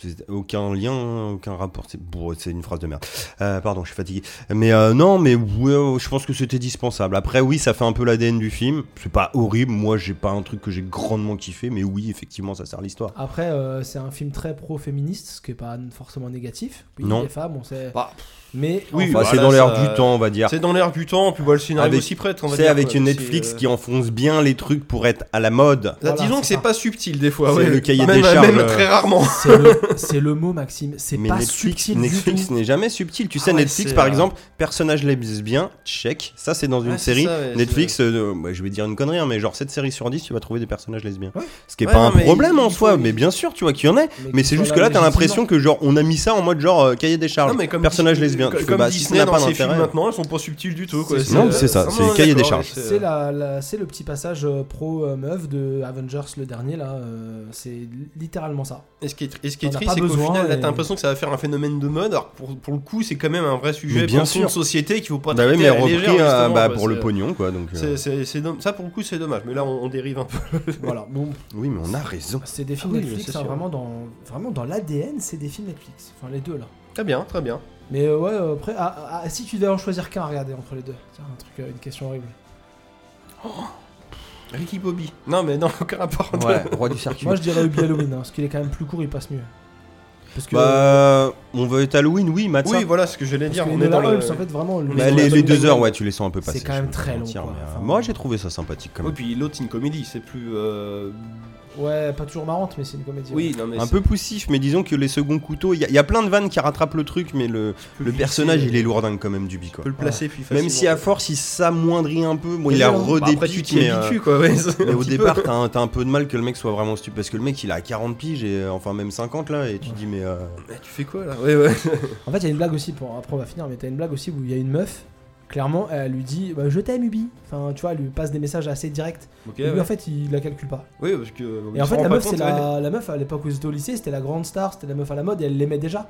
Speaker 3: c'est- aucun lien, hein, aucun rapport. C'est, bon, c'est une phrase de merde. Euh, pardon, je suis fatigué. Mais euh, non, mais ouais, ouais, je pense que c'était dispensable. Après, oui, ça fait un peu l'ADN du film. C'est pas horrible. Moi, j'ai pas un truc que j'ai grandement kiffé, mais oui, effectivement, ça sert l'histoire.
Speaker 1: Après, euh, c'est un film très pro-féministe, ce qui est pas forcément négatif. Oui,
Speaker 3: Non.
Speaker 1: Les femmes, on sait.
Speaker 2: Bah,
Speaker 1: Mais enfin,
Speaker 2: Oui,
Speaker 3: Bah,
Speaker 2: voilà,
Speaker 3: c'est dans l'air
Speaker 2: ça-
Speaker 3: du temps, on va dire.
Speaker 2: C'est dans l'air du temps, puis voilà, le scénario
Speaker 3: Avec-
Speaker 2: aussi prête. on va
Speaker 3: C'est
Speaker 2: dire,
Speaker 3: avec
Speaker 2: quoi.
Speaker 3: une
Speaker 2: C'est,
Speaker 3: Netflix
Speaker 2: euh,
Speaker 3: qui enfonce bien les trucs pour être à la mode.
Speaker 2: Là,
Speaker 1: Voilà,
Speaker 2: disons
Speaker 1: c'est
Speaker 2: que c'est
Speaker 1: ça.
Speaker 2: pas subtil des fois.
Speaker 3: C'est
Speaker 2: ouais.
Speaker 3: le cahier
Speaker 2: même,
Speaker 3: des charges,
Speaker 2: Même
Speaker 3: euh,
Speaker 2: très rarement.
Speaker 1: c'est le, *laughs* c'est le mot, Maxime. C'est
Speaker 3: Mais
Speaker 1: pas
Speaker 3: Netflix,
Speaker 1: subtil du
Speaker 3: Netflix
Speaker 1: tout.
Speaker 3: n'est jamais subtil. Tu
Speaker 2: Ah
Speaker 3: sais,
Speaker 2: ouais,
Speaker 3: Netflix,
Speaker 2: c'est,
Speaker 3: par
Speaker 2: euh,
Speaker 3: exemple, personnage lesbien, check. Ça, c'est dans une
Speaker 2: Ouais, c'est
Speaker 3: série.
Speaker 2: ça, ouais,
Speaker 3: Netflix, euh, bah, je vais dire une connerie, hein, mais genre 7 séries sur 10, tu vas trouver des personnages lesbiens.
Speaker 1: Ouais.
Speaker 3: Ce qui est
Speaker 2: Ouais,
Speaker 3: pas
Speaker 2: non,
Speaker 3: un
Speaker 2: mais
Speaker 3: problème
Speaker 2: il-
Speaker 3: en
Speaker 2: il
Speaker 3: soi,
Speaker 2: faut-
Speaker 3: mais bien sûr, tu vois qu'il y en a. Mais c'est
Speaker 1: qui
Speaker 3: juste
Speaker 1: sont
Speaker 3: que là, t'as
Speaker 1: légitimement.
Speaker 3: l'impression que genre on a mis ça en mode genre euh, cahier des charges,
Speaker 2: Non, mais comme
Speaker 3: personnage
Speaker 2: Dis-
Speaker 3: lesbien.
Speaker 2: co-
Speaker 3: Tu fais,
Speaker 2: Comme
Speaker 3: bah, si ça
Speaker 2: Disney
Speaker 3: n'a
Speaker 2: dans
Speaker 3: pas
Speaker 2: ses films
Speaker 3: d'intérêt.
Speaker 2: maintenant, ils sont pas subtils du tout. quoi.
Speaker 1: C'est-
Speaker 3: Non,
Speaker 2: euh,
Speaker 3: c'est ça,
Speaker 2: ah,
Speaker 3: c'est euh,
Speaker 2: non,
Speaker 3: cahier des
Speaker 2: d'accord,
Speaker 3: charges.
Speaker 1: C'est la, la- c'est le petit passage euh, pro euh, meuf de Avengers le dernier là. euh, c'est littéralement
Speaker 3: *laughs*
Speaker 1: ça.
Speaker 2: Et ce qui est, et ce qui est
Speaker 1: T'en as
Speaker 2: triste,
Speaker 1: pas
Speaker 2: c'est qu'au
Speaker 1: besoin,
Speaker 2: final, là,
Speaker 1: et-
Speaker 2: t'as l'impression que ça va faire un phénomène de mode. Alors, pour, pour le coup, c'est quand même un vrai
Speaker 3: Mais
Speaker 2: sujet
Speaker 3: bien
Speaker 2: bien sûr.
Speaker 3: sûr.
Speaker 2: de société qu'il faut pas
Speaker 3: Bah oui,
Speaker 2: traiter
Speaker 3: mais
Speaker 2: à la
Speaker 3: repris
Speaker 2: légère,
Speaker 3: euh,
Speaker 2: justement,
Speaker 3: bah,
Speaker 2: quoi.
Speaker 3: pour le
Speaker 2: C'est-
Speaker 3: pognon, quoi. Donc, euh,
Speaker 2: c'est- c'est- c'est domm- Ça, pour le coup, c'est dommage. Mais là, on, on dérive un peu. *laughs*
Speaker 1: Voilà. Bon,
Speaker 3: Oui, mais on a raison.
Speaker 1: c'est des films
Speaker 2: oui, c'est
Speaker 1: Netflix. hein,
Speaker 2: sûr.
Speaker 1: vraiment dans, vraiment dans l'ADN, c'est des films Netflix. Enfin les deux là.
Speaker 2: Très bien, très bien.
Speaker 1: Mais euh, ouais, euh, après, ah, ah, si tu devais en choisir qu'un, regardez entre les deux. Tiens, un truc, euh, une question horrible.
Speaker 2: Ricky Bobby. Non, mais non, *laughs* aucun rapport.
Speaker 4: Ouais, roi du circuit.
Speaker 1: Moi, je dirais Ubi Halloween, hein, parce qu'il est quand même plus court, il passe mieux. Parce que, euh,
Speaker 3: Bah, on veut être Halloween, oui, Matt.
Speaker 2: Oui, voilà ce que j'allais
Speaker 1: parce
Speaker 2: dire.
Speaker 1: que
Speaker 2: On
Speaker 1: Enola
Speaker 2: est dans le.
Speaker 1: Holmes, en fait, vraiment. le-
Speaker 2: Bah,
Speaker 1: le-
Speaker 3: les,
Speaker 1: le- le-
Speaker 3: les deux heures, ouais, tu les sens un peu passer.
Speaker 1: quand même
Speaker 3: je vais pas
Speaker 1: très
Speaker 3: te
Speaker 1: long,
Speaker 3: mentir,
Speaker 1: quoi.
Speaker 3: mais, euh,
Speaker 1: Enfin,
Speaker 3: Moi, j'ai trouvé ça sympathique quand
Speaker 2: Oui,
Speaker 3: même.
Speaker 2: Oh, puis l'autre, c'est une comédie. C'est plus. euh,
Speaker 1: Ouais, pas toujours marrante, mais c'est une comédie.
Speaker 2: Oui, non, mais.
Speaker 3: Un
Speaker 2: c'est
Speaker 3: peu poussif, mais disons que les seconds couteaux, il y, a- il y a plein de vannes qui rattrapent le truc, mais le,
Speaker 2: plus
Speaker 3: le
Speaker 2: glissé,
Speaker 3: personnage,
Speaker 2: euh,
Speaker 3: il est lourdingue quand même, Duby,
Speaker 2: On
Speaker 3: quoi.
Speaker 2: peut le placer puis
Speaker 3: Même si à
Speaker 2: facilement,
Speaker 3: force, il s'amoindrit un peu, bon, il
Speaker 1: Mais
Speaker 3: a
Speaker 1: non,
Speaker 2: quoi. Bah, Après, tu
Speaker 3: redépite,
Speaker 2: t'y
Speaker 3: mais, euh,
Speaker 2: habitues, quoi. ouais, c'est *laughs* un
Speaker 3: mais au
Speaker 2: petit peu.
Speaker 3: départ, t'as un, t'as un peu de mal que le mec soit vraiment stupide, parce que le mec, il a 40 piges, et euh, enfin même 50 là, et tu te dis, mais... euh,
Speaker 2: Mais Tu fais quoi, là Ouais, ouais.
Speaker 1: En fait, il y a une blague aussi, pour... après on va finir, mais t'as une blague aussi où il y a une meuf, clairement, elle lui dit bah, Je t'aime, Ubi. Enfin, tu vois, elle lui passe des messages assez directs.
Speaker 2: Ok,
Speaker 1: Et lui,
Speaker 2: ouais.
Speaker 1: en fait, il la calcule pas.
Speaker 2: Oui, parce que.
Speaker 1: Et
Speaker 2: on
Speaker 1: en
Speaker 2: se
Speaker 1: fait,
Speaker 2: rend
Speaker 1: la
Speaker 2: pas
Speaker 1: meuf, c'est
Speaker 2: compte, ouais.
Speaker 1: la... la meuf à l'époque où ils étaient au lycée, c'était la grande star, c'était la meuf à la mode et elle l'aimait déjà.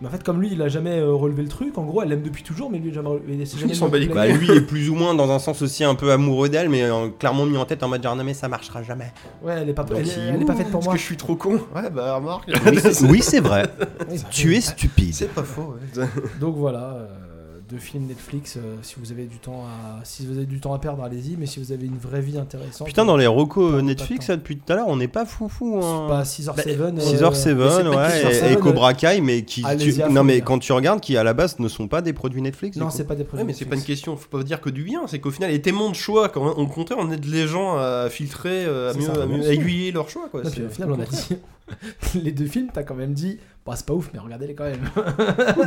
Speaker 1: Mais en fait, comme lui, il a jamais euh, relevé le truc, en gros, elle l'aime depuis toujours, mais lui, il a jamais. il
Speaker 2: *laughs*
Speaker 1: s'est jamais
Speaker 2: s'en bat les
Speaker 1: plaint.
Speaker 3: Bah lui il est plus ou moins dans un sens aussi un peu amoureux d'elle mais euh, clairement mis en tête en mode genre non mais ça marchera jamais.
Speaker 1: Ouais, elle est pas, elle,
Speaker 3: Donc, il-
Speaker 1: elle est pas faite pour
Speaker 2: Bah, Parce
Speaker 1: moi.
Speaker 2: que je suis trop con. Ouais, bah *laughs* remarque.
Speaker 3: *laughs* Oui c'est vrai,
Speaker 1: Oui, bah,
Speaker 3: tu es stupide.
Speaker 2: C'est pas faux, ouais.
Speaker 1: Donc voilà, euh, deux films Netflix. euh, si vous avez du temps à, si vous avez du temps à perdre, allez-y. Mais si vous avez une vraie vie intéressante,
Speaker 3: Putain dans les recos euh,
Speaker 1: Pas
Speaker 3: Netflix
Speaker 1: tant.
Speaker 3: là, depuis tout à l'heure on n'est pas foufou hein.
Speaker 1: pas
Speaker 2: Bah,
Speaker 1: 6h7.
Speaker 3: 6h7
Speaker 2: mais c'est pas
Speaker 3: ouais,
Speaker 2: que
Speaker 1: 6h7,
Speaker 3: et- et, Cobra Kai mais qui
Speaker 1: allez-y
Speaker 3: tu-
Speaker 1: à
Speaker 3: non
Speaker 1: fond,
Speaker 3: mais
Speaker 1: les
Speaker 3: quand tu regardes qui à la base ne sont pas des produits Netflix. du
Speaker 1: Non,
Speaker 3: coup.
Speaker 1: c'est pas des produits
Speaker 2: mais c'est pas une
Speaker 1: Netflix.
Speaker 2: question, faut pas dire que du bien, c'est qu'au final, il y a tellement de choix, quand on comptait, on aide les gens à filtrer, euh, à
Speaker 1: C'est
Speaker 2: mieux,
Speaker 1: ça,
Speaker 2: à
Speaker 1: bien
Speaker 2: mieux
Speaker 1: sûr.
Speaker 2: aiguiller leurs choix, quoi.
Speaker 1: Non,
Speaker 2: c'est-
Speaker 1: puis au final, on a dit *laughs* les deux films. T'as quand même dit, bah c'est pas ouf, mais regardez-les quand même.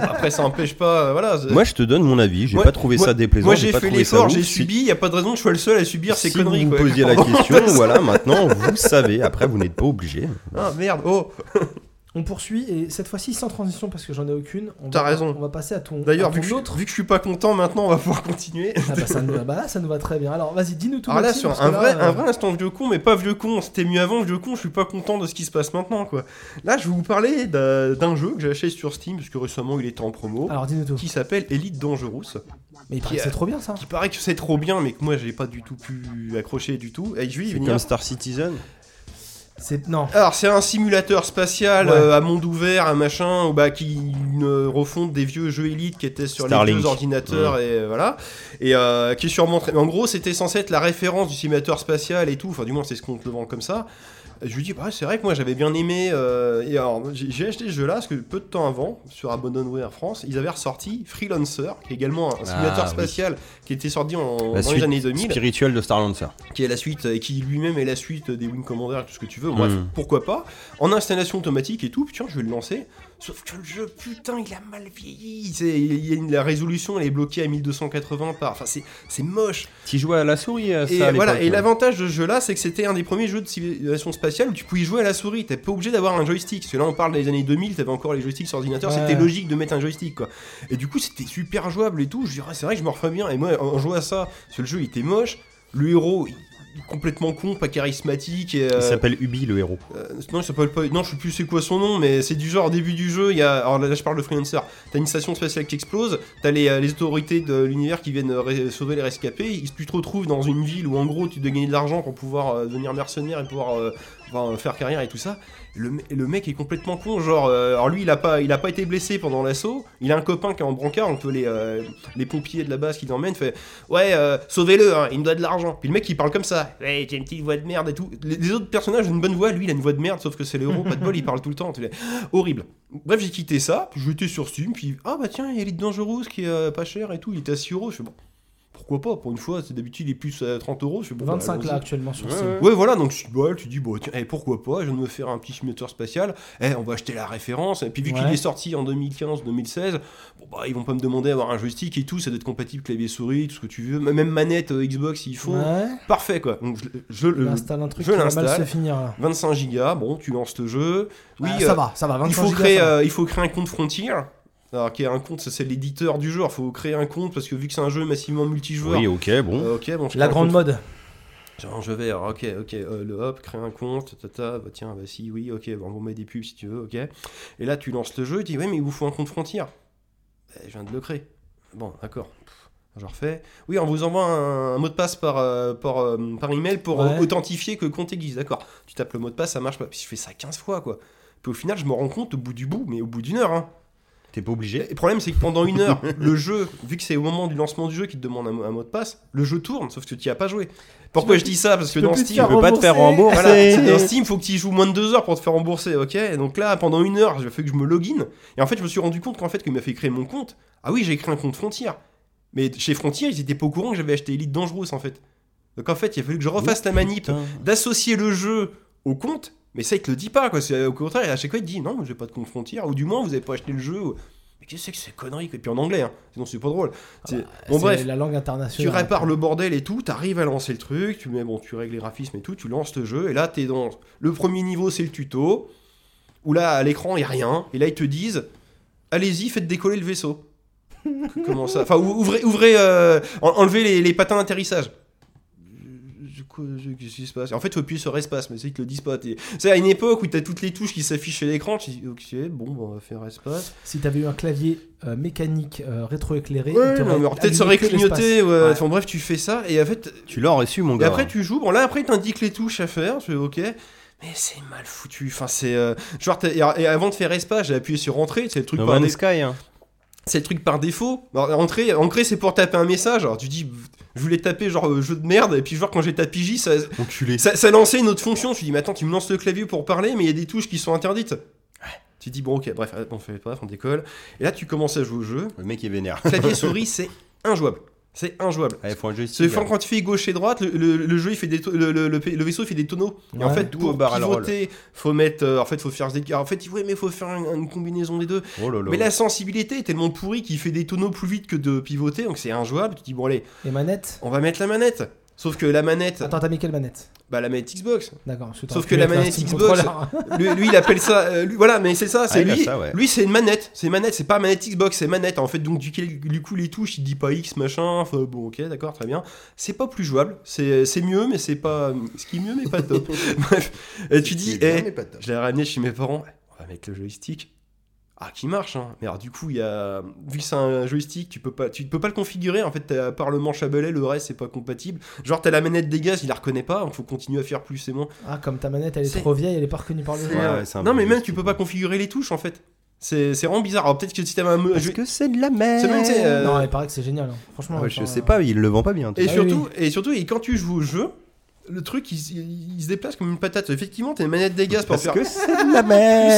Speaker 2: Après, ça empêche pas, euh, voilà. c'est-
Speaker 3: Moi je te donne mon avis, j'ai
Speaker 2: Moi-
Speaker 3: pas trouvé
Speaker 2: moi-
Speaker 3: ça déplaisant.
Speaker 2: moi, j'ai
Speaker 3: pas
Speaker 2: fait
Speaker 3: trouvé ça
Speaker 2: l'effort,
Speaker 3: ouf.
Speaker 2: j'ai
Speaker 3: Si-
Speaker 2: subi, il y a pas de raison que je sois le seul à subir ces
Speaker 3: Si
Speaker 2: conneries,
Speaker 3: vous
Speaker 2: quoi.
Speaker 3: me posiez *laughs* la question, voilà maintenant vous savez, après vous n'êtes pas *laughs* obligé.
Speaker 2: Ah merde, oh
Speaker 1: On poursuit et cette fois-ci sans transition parce que j'en ai aucune. On
Speaker 2: T'as
Speaker 1: va,
Speaker 2: raison.
Speaker 1: On va passer à ton.
Speaker 2: D'ailleurs,
Speaker 1: à ton
Speaker 2: vu, que je-
Speaker 1: autre.
Speaker 2: vu que je suis pas content, maintenant, on va pouvoir continuer.
Speaker 1: Ah bah, ça nous, ah bah là, ça nous va très bien. Alors vas-y, dis-nous tout.
Speaker 2: Alors là,
Speaker 1: Maxime,
Speaker 2: sur
Speaker 1: parce
Speaker 2: un
Speaker 1: que là,
Speaker 2: vrai,
Speaker 1: euh,
Speaker 2: un vrai instant vieux con, mais pas vieux con, c'était mieux avant, vieux con, je suis pas content de ce qui se passe maintenant, quoi. Là, je vais vous parler d'un d'un jeu que j'ai acheté sur Steam, parce que récemment, il était en promo,
Speaker 1: euh, Alors dis-nous tout.
Speaker 2: qui s'appelle Elite Dangerous,
Speaker 1: Mais il paraît que
Speaker 2: qui,
Speaker 1: c'est
Speaker 2: euh,
Speaker 1: trop bien ça.
Speaker 2: qui paraît que c'est trop bien, mais que moi, j'ai pas du tout pu accrocher du tout. Et je vais y
Speaker 3: C'est
Speaker 2: venir.
Speaker 3: comme Star Citizen.
Speaker 1: C'est non.
Speaker 2: Alors, c'est un simulateur spatial
Speaker 1: Ouais.
Speaker 2: euh, à monde ouvert, un machin, où, bah, qui euh, refonde des vieux jeux élites qui étaient sur
Speaker 3: Starlink.
Speaker 2: les vieux ordinateurs, et euh, voilà. Et euh, qui est sûrement très- En gros, c'était censé être la référence du simulateur spatial et tout, enfin, du moins, c'est ce qu'on te le vend comme ça. Je lui dis, bah, c'est vrai que moi j'avais bien aimé. euh, et alors, j'ai j'ai acheté ce jeu-là parce que peu de temps avant, sur Abandonware France, ils avaient ressorti Freelancer, qui est également un simulateur
Speaker 3: Ah oui.
Speaker 2: spatial qui était sorti en,
Speaker 3: La
Speaker 2: dans les
Speaker 3: suite
Speaker 2: années 2000
Speaker 3: spirituelle de Star Lancer.
Speaker 2: qui est la suite et qui lui-même est la suite des Wing Commander, tout ce que tu veux, bref,
Speaker 3: Mm.
Speaker 2: pourquoi pas, en installation automatique et tout, tiens, je vais le lancer, sauf que le jeu, putain, il a mal vieilli, c'est- il y a une- la résolution, elle est bloquée à 1280 par, enfin, c'est c'est moche.
Speaker 3: Tu jouais à la souris, euh, ça,
Speaker 2: Et
Speaker 3: à
Speaker 2: voilà,
Speaker 3: l'époque,
Speaker 2: et
Speaker 3: ouais.
Speaker 2: l'avantage de ce jeu-là, c'est que c'était un des premiers jeux de civilisation spatiale où tu pouvais y jouer à la souris, t'es pas obligé d'avoir un joystick, parce que là, on parle des années 2000, t'avais encore les joysticks sur ordinateur,
Speaker 1: Ouais.
Speaker 2: c'était logique de mettre un joystick, quoi. Et du coup, c'était super jouable et tout. Je dirais, c'est vrai que je me refais bien. Et moi, en en jouant à ça, parce que le jeu il était moche, le héros il- il est complètement con, pas charismatique. Et, euh,
Speaker 3: Il s'appelle Ubi le héros.
Speaker 2: euh, non, il s'appelle pas. Non, je sais plus c'est quoi son nom, mais c'est du genre au début du jeu. Il y a, alors là, je parle de freelancer. T'as une station spatiale qui explose. T'as les, euh, les autorités de l'univers qui viennent euh, ré- sauver les rescapés. Ils- Tu te retrouves dans une ville où en gros tu dois gagner de l'argent pour pouvoir euh, devenir mercenaire et pouvoir euh, enfin, faire carrière et tout ça. Le, me- le mec est complètement con. Genre, euh, alors lui, il a pas, il a pas été blessé pendant l'assaut. Il a un copain qui est en brancard. Donc les, euh, les pompiers de la base qui l'emmènent fait ouais, euh, sauvez-le. hein, il me doit de l'argent. Puis le mec il parle comme ça. ça. Ouais, j'ai une petite voix de merde et tout. Les, les autres personnages ont une bonne voix, lui il a une voix de merde, sauf que c'est l'héros, pas de bol, il parle tout le temps. tu sais. *gasps* Horrible. Bref, j'ai quitté ça, puis j'étais sur Steam, puis ah bah tiens, il y a Elite Dangerous qui est euh, pas cher et tout, il était à 6 euros. Je fais bon, pourquoi pas, pour une fois, c'est d'habitude il est plus à 30 euros. Je fais bon, bah,
Speaker 1: 25 là
Speaker 2: allons-y.
Speaker 1: actuellement sur
Speaker 3: Ouais,
Speaker 1: Steam.
Speaker 3: ouais.
Speaker 2: Ouais, voilà, donc tu, ouais, tu dis, bon, tiens, eh, pourquoi pas, je viens de me faire un petit simulateur spatial, eh, on va acheter la référence, et puis vu qu'il
Speaker 1: Ouais.
Speaker 2: est sorti en 2015-2016, bon, bah, ils vont pas me demander d'avoir un joystick et tout, ça doit être compatible clavier-souris, tout ce que tu veux, même manette euh, Xbox il faut,
Speaker 1: Ouais,
Speaker 2: parfait quoi. Donc je, je
Speaker 1: il
Speaker 2: le.
Speaker 1: installe un truc
Speaker 2: Euh, je
Speaker 1: qui va mal
Speaker 2: l'installe.
Speaker 1: se finir là.
Speaker 2: 25 gigas, bon, tu lances le jeu. Oui,
Speaker 1: Ah,
Speaker 2: euh,
Speaker 1: ça va, ça va. 25
Speaker 2: il faut,
Speaker 1: gigas,
Speaker 2: créer,
Speaker 1: ça va.
Speaker 2: euh, il faut créer un compte Frontier. Alors, qui est un compte, ça, c'est l'éditeur du jeu. Il faut créer un compte parce que vu que c'est un jeu massivement multijoueur.
Speaker 3: Oui, ok, bon.
Speaker 2: euh, ok, bon, je crée
Speaker 1: La
Speaker 2: un
Speaker 1: grande
Speaker 2: compte.
Speaker 1: mode.
Speaker 2: Genre, je vais, alors, ok, ok, euh, le hop, crée un compte, tata, bah tiens, bah si, oui, ok, bah, on vous met des pubs si tu veux, ok. Et là, tu lances le jeu, tu dis, ouais, mais il vous faut un compte frontière. Bah, je viens de le créer. Bon, d'accord. Pff, Je refais. Oui, on vous envoie un, un mot de passe par, euh, par, euh, par email pour euh,
Speaker 1: Ouais.
Speaker 2: authentifier que le compte existe, d'accord. Tu tapes le mot de passe, ça marche pas. Puis je fais ça 15 fois, quoi. Puis au final, je me rends compte au bout du bout, mais au bout d'une heure, hein.
Speaker 3: T'es pas obligé.
Speaker 2: Et Le problème, c'est que pendant une heure, le jeu, vu que c'est au moment du lancement du jeu qu'il te demande un, mot- un mot de passe, le jeu tourne, sauf que tu n'y as pas joué. Pourquoi je dis ça Parce que
Speaker 1: peux
Speaker 2: dans
Speaker 1: plus te
Speaker 2: Steam,
Speaker 1: faire
Speaker 3: Tu peux pas te faire
Speaker 1: rembourser.
Speaker 3: rembourser.
Speaker 2: voilà, c'est- dans Steam, faut que tu y joues moins de deux heures pour te faire rembourser, ok Et Donc là, pendant une heure, j'ai fait que je me login. Et en fait, je me suis rendu compte qu'en fait, qu'il m'a fait créer mon compte. Ah oui, j'ai créé un compte Frontier. Mais chez Frontier, ils étaient pas au courant que j'avais acheté Elite Dangerous, en fait. Donc en fait, il a fallu que je refasse la manip d'associer le jeu au compte, mais ça, il te le dit pas, quoi. C'est, au contraire, à chaque fois, il te dit non, j'ai pas de compte frontière, ou du moins, vous avez pas acheté le jeu. ou- Mais qu'est-ce que c'est que ces conneries, quoi. Et puis en anglais, hein. sinon c'est pas drôle. C'est- bon,
Speaker 1: Ah, C'est
Speaker 2: bref,
Speaker 1: La langue
Speaker 2: tu
Speaker 1: internationale.
Speaker 2: répares le bordel et tout, t'arrives à lancer le truc, tu mets, bon, tu règles les graphismes et tout, tu lances le jeu, et là, t'es dans. Le premier niveau, c'est le tuto, où là, à l'écran, il y a rien, et là, ils te disent allez-y, faites décoller le *laughs* vaisseau. Comment ça Enfin, ou- ouvrez, ouvrez euh, en- enlevez les, les patins d'atterrissage. Je- je- quoi- je- Qu'est-ce qui se passe En fait, faut appuyer sur espace, mais c'est qu'ils te le disent pas. t'es- C'est à une époque où t'as toutes les touches qui s'affichent sur l'écran, tu dis ok, bon, bah, on va faire espace.
Speaker 1: Si t'avais eu un clavier euh, mécanique euh, rétroéclairé, il
Speaker 2: Ouais,
Speaker 1: t'aurait
Speaker 2: non, mais alors, peut-être
Speaker 1: allumé
Speaker 2: ça aurait
Speaker 1: que l'espace.
Speaker 2: clignoté. ouais.
Speaker 1: Ouais.
Speaker 2: Enfin bref, tu fais ça, et en fait,
Speaker 3: Tu l'aurais su, mon
Speaker 2: et
Speaker 3: gars.
Speaker 2: après, tu joues. Bon, là, après, il t'indique les touches à faire. Je fais OK. Mais c'est mal foutu. Enfin, c'est. euh, Genre, t'as- et et avant de faire espace, j'ai appuyé sur entrée. C'est le truc
Speaker 3: No
Speaker 2: par,
Speaker 3: Man's
Speaker 2: dé-
Speaker 3: Sky, hein.
Speaker 2: c'est le truc par défaut. Alors, entrée, entrée c'est pour taper un message. Alors, tu dis. Je voulais taper genre euh, jeu de merde. Et puis, genre, quand j'ai tapé J, ça,
Speaker 3: Enculé.
Speaker 2: ça, ça lançait une autre fonction. Je me dis, mais attends, tu me lances le clavier pour parler, mais il y a des touches qui sont interdites. Ouais. Tu dis, bon, ok, bref, on fait bref, on décolle. Et là, tu commences à jouer au jeu.
Speaker 3: Le mec
Speaker 2: *laughs*
Speaker 3: est vénère.
Speaker 2: Clavier souris, c'est injouable. C'est injouable.
Speaker 3: Allez, faut un
Speaker 2: C'est
Speaker 3: joystick.
Speaker 2: fort quand tu fais gauche et droite, le, le- le jeu il fait des to- le, le- le- le vaisseau il fait des tonneaux. Et en
Speaker 1: Ouais.
Speaker 2: fait,
Speaker 3: Tout
Speaker 2: pour
Speaker 3: au barrel roll.
Speaker 2: pivoter, faut mettre, euh, en fait, faut faire des, alors, en fait, ouais, mais faut faire une, une combinaison des deux.
Speaker 3: Oh là là.
Speaker 2: Mais la sensibilité est tellement pourrie qu'il fait des tonneaux plus vite que de pivoter, donc c'est injouable. Tu te dis bon allez,
Speaker 1: Et manette
Speaker 2: on va mettre la manette. Sauf que la manette,
Speaker 1: Attends, t'as mis quelle manette
Speaker 2: bah la manette Xbox.
Speaker 1: D'accord. parce
Speaker 2: Sauf
Speaker 1: t'aurais
Speaker 2: que
Speaker 1: pu
Speaker 2: la
Speaker 1: mettre un
Speaker 2: manette
Speaker 1: Steam
Speaker 2: Xbox- *laughs*
Speaker 1: Controller.
Speaker 2: lui, lui, il appelle ça, euh, lui- voilà, mais c'est ça, c'est
Speaker 3: Ah, il a
Speaker 2: lui.
Speaker 3: ça, ouais.
Speaker 2: Lui c'est une manette, c'est une manette, c'est pas manette Xbox, c'est manette en fait. Donc du, du coup les touches, il dit pas X machin. Enfin, bon ok, d'accord, très bien. C'est pas plus jouable, c'est c'est mieux, mais c'est pas ce qui est mieux, mais pas top. Bref, et tu dis, eh, je l'ai ramené chez mes parents. On va mettre le joystick. Ah, qui marche, hein. Mais alors, du coup, il y a... vu que c'est un joystick, tu peux pas, tu peux pas le configurer. En fait, t'as- à part le manche à balai, le reste, c'est pas compatible. Genre, t'as la manette des gaz, il la reconnaît pas. hein. Faut continuer à faire plus et moins.
Speaker 1: Ah, comme ta manette, elle est,
Speaker 2: C'est-
Speaker 1: trop vieille, elle est pas reconnue par le
Speaker 2: C'est,
Speaker 1: jeu.
Speaker 3: Ouais,
Speaker 2: euh,
Speaker 3: ouais, c'est un
Speaker 2: non,
Speaker 3: peu
Speaker 2: mais même,
Speaker 3: juste,
Speaker 2: tu peux pas configurer les touches, en fait. C'est c'est vraiment bizarre. Alors, peut-être que si t'avais un. mo-
Speaker 3: Parce
Speaker 2: jeu-
Speaker 3: que c'est de la merde.
Speaker 2: C'est même, tu sais, euh,
Speaker 1: Non, il paraît que c'est génial. hein. Franchement,
Speaker 3: Ah ouais,
Speaker 1: enfin,
Speaker 3: je sais pas, il le vend pas bien.
Speaker 2: Et
Speaker 1: Ah
Speaker 2: surtout, et surtout, et quand tu joues au jeu, le truc, il, s- il- il se déplace comme une patate. Effectivement, t'as une manette des gaz pour
Speaker 3: Parce
Speaker 2: faire.
Speaker 3: que c'est de la
Speaker 2: plus et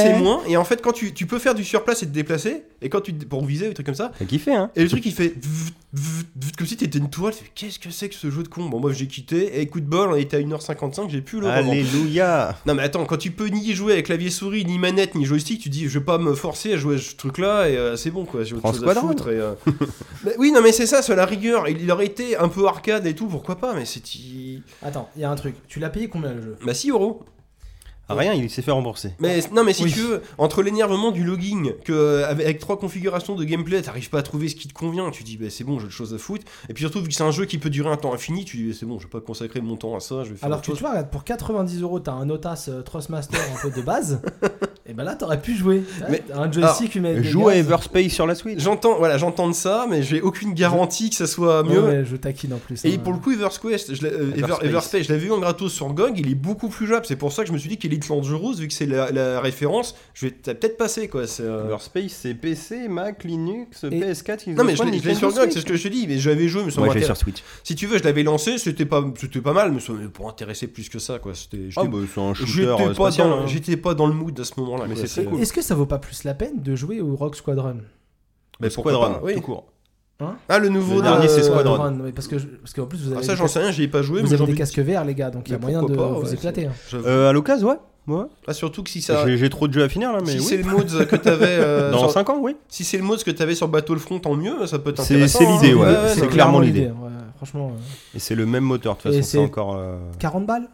Speaker 3: merde.
Speaker 2: moins. Et en fait, quand tu, tu peux faire du surplace et te déplacer, et quand tu pour viser ou des trucs comme ça,
Speaker 3: T'as kiffé, hein
Speaker 2: et le truc il fait vvvt, vvvt, vvvt, comme si t'étais une toile. tu fais, Qu'est-ce que c'est que ce jeu de con Bon, moi j'ai quitté. Et coup de bol, on était à 1h55, j'ai plus le. revendre.
Speaker 3: Alléluia.
Speaker 2: Non mais attends, quand tu peux ni jouer avec clavier souris, ni manette, ni joystick, tu dis je vais pas me forcer à jouer à ce truc là et euh, c'est bon quoi, j'ai autre
Speaker 3: Prends
Speaker 2: chose à
Speaker 3: Squadron.
Speaker 2: foutre. Et, euh, *laughs* bah oui non mais c'est ça, c'est la rigueur, il, il aurait été un peu arcade et tout, pourquoi pas, mais c'est... il-
Speaker 1: euh, Attends, il y a un truc. Tu l'as payé combien le jeu
Speaker 2: Bah 6 euros
Speaker 3: Ah, Rien, il s'est fait rembourser.
Speaker 2: Mais non, mais si
Speaker 1: Oui.
Speaker 2: tu veux, entre l'énervement du logging, que euh, avec, avec trois configurations de gameplay, t'arrives pas à trouver ce qui te convient, tu dis bah, c'est bon, j'ai autre chose à foutre. Et puis surtout vu que c'est un jeu qui peut durer un temps infini, tu dis bah, c'est bon, je vais pas consacrer mon temps à ça, je vais faire
Speaker 1: Alors que
Speaker 2: autre
Speaker 1: tu
Speaker 2: chose.
Speaker 1: vois, regarde, pour 90 euros, t'as un OTAS euh, Trustmaster un peu de base. Et ben là, t'aurais pu jouer.
Speaker 2: Mais-
Speaker 1: un joystick, une manette de
Speaker 3: Joue à
Speaker 1: gaz.
Speaker 3: Everspace sur la Switch.
Speaker 2: J'entends, voilà, j'entends de ça, mais j'ai aucune garantie que ça soit
Speaker 1: Ouais,
Speaker 2: mieux.
Speaker 1: mais je taquine en plus.
Speaker 2: Et
Speaker 1: hein.
Speaker 2: pour le coup, Ever's Quest, je l'ai- euh, Ever-
Speaker 3: Everspace.
Speaker 2: Everspace, je l'avais vu en gratos sur GOG, il est beaucoup plus jouable. C'est pour ça que je me suis dit qu'Elite Dangerous, vu que c'est la, la référence, je vais t'as peut-être passer quoi. c'est, euh,
Speaker 4: Everspace, c'est PC, Mac, Linux, PS4, ils
Speaker 2: Non, mais je
Speaker 4: reprennent
Speaker 2: l'ai je l'ai
Speaker 4: Nintendo
Speaker 2: sur GOG, c'est
Speaker 4: Switch.
Speaker 2: ce que je te dis, mais j'avais joué, mais ça
Speaker 3: Moi, je l'ai
Speaker 2: m'intéresse-
Speaker 3: sur Switch.
Speaker 2: Si tu veux, je l'avais lancé, c'était pas, c'était pas mal, mais ça m'avait pas intéressé plus que ça quoi. C'était, j'étais-
Speaker 3: Ah, bah, c'est un
Speaker 2: j'étais
Speaker 3: shooter euh,
Speaker 2: pas
Speaker 3: spatial,
Speaker 2: dans-
Speaker 3: hein.
Speaker 2: j'étais pas dans le mood à ce moment-là.
Speaker 4: Mais
Speaker 2: quoi,
Speaker 4: c'est très cool.
Speaker 1: Est-ce que ça vaut pas plus la peine de jouer au Rock Squadron
Speaker 2: Mais pourquoi
Speaker 3: Bah, Squadron,
Speaker 2: pas, oui.
Speaker 3: hein, tout court.
Speaker 2: Ah, le nouveau
Speaker 3: Le dernier, c'est
Speaker 2: euh,
Speaker 3: Squadron.
Speaker 1: oui, parce que je- parce qu'en plus vous avez
Speaker 2: Ah, ça,
Speaker 1: des
Speaker 2: j'en sais rien, j'y ai pas joué,
Speaker 1: Vous
Speaker 2: mais j'ai
Speaker 1: avez des
Speaker 2: envie de-
Speaker 1: casques verts, les gars, donc il y a
Speaker 2: Mais
Speaker 1: moyen de
Speaker 2: pourquoi pas,
Speaker 1: vous
Speaker 2: ouais,
Speaker 1: éclater. hein.
Speaker 2: j'avoue.
Speaker 3: Euh, à l'occasion, ouais. ouais.
Speaker 2: Ah, surtout que si ça.
Speaker 3: J'ai- J'ai trop de jeux à finir là, mais
Speaker 2: si
Speaker 3: oui.
Speaker 2: c'est le mood que t'avais euh,
Speaker 3: Dans
Speaker 2: sur-
Speaker 3: 5 ans, oui.
Speaker 2: Si c'est le mode que t'avais sur Battlefront, tant mieux, ça peut être
Speaker 3: C'est-
Speaker 2: intéressant.
Speaker 3: c'est l'idée,
Speaker 2: hein.
Speaker 3: ouais, c'est
Speaker 2: non,
Speaker 3: clair. clairement l'idée.
Speaker 1: ouais, franchement, euh,
Speaker 3: Et c'est le même moteur, de toute
Speaker 1: Et
Speaker 3: façon,
Speaker 1: c'est-
Speaker 3: c'est encore. euh,
Speaker 1: 40 balles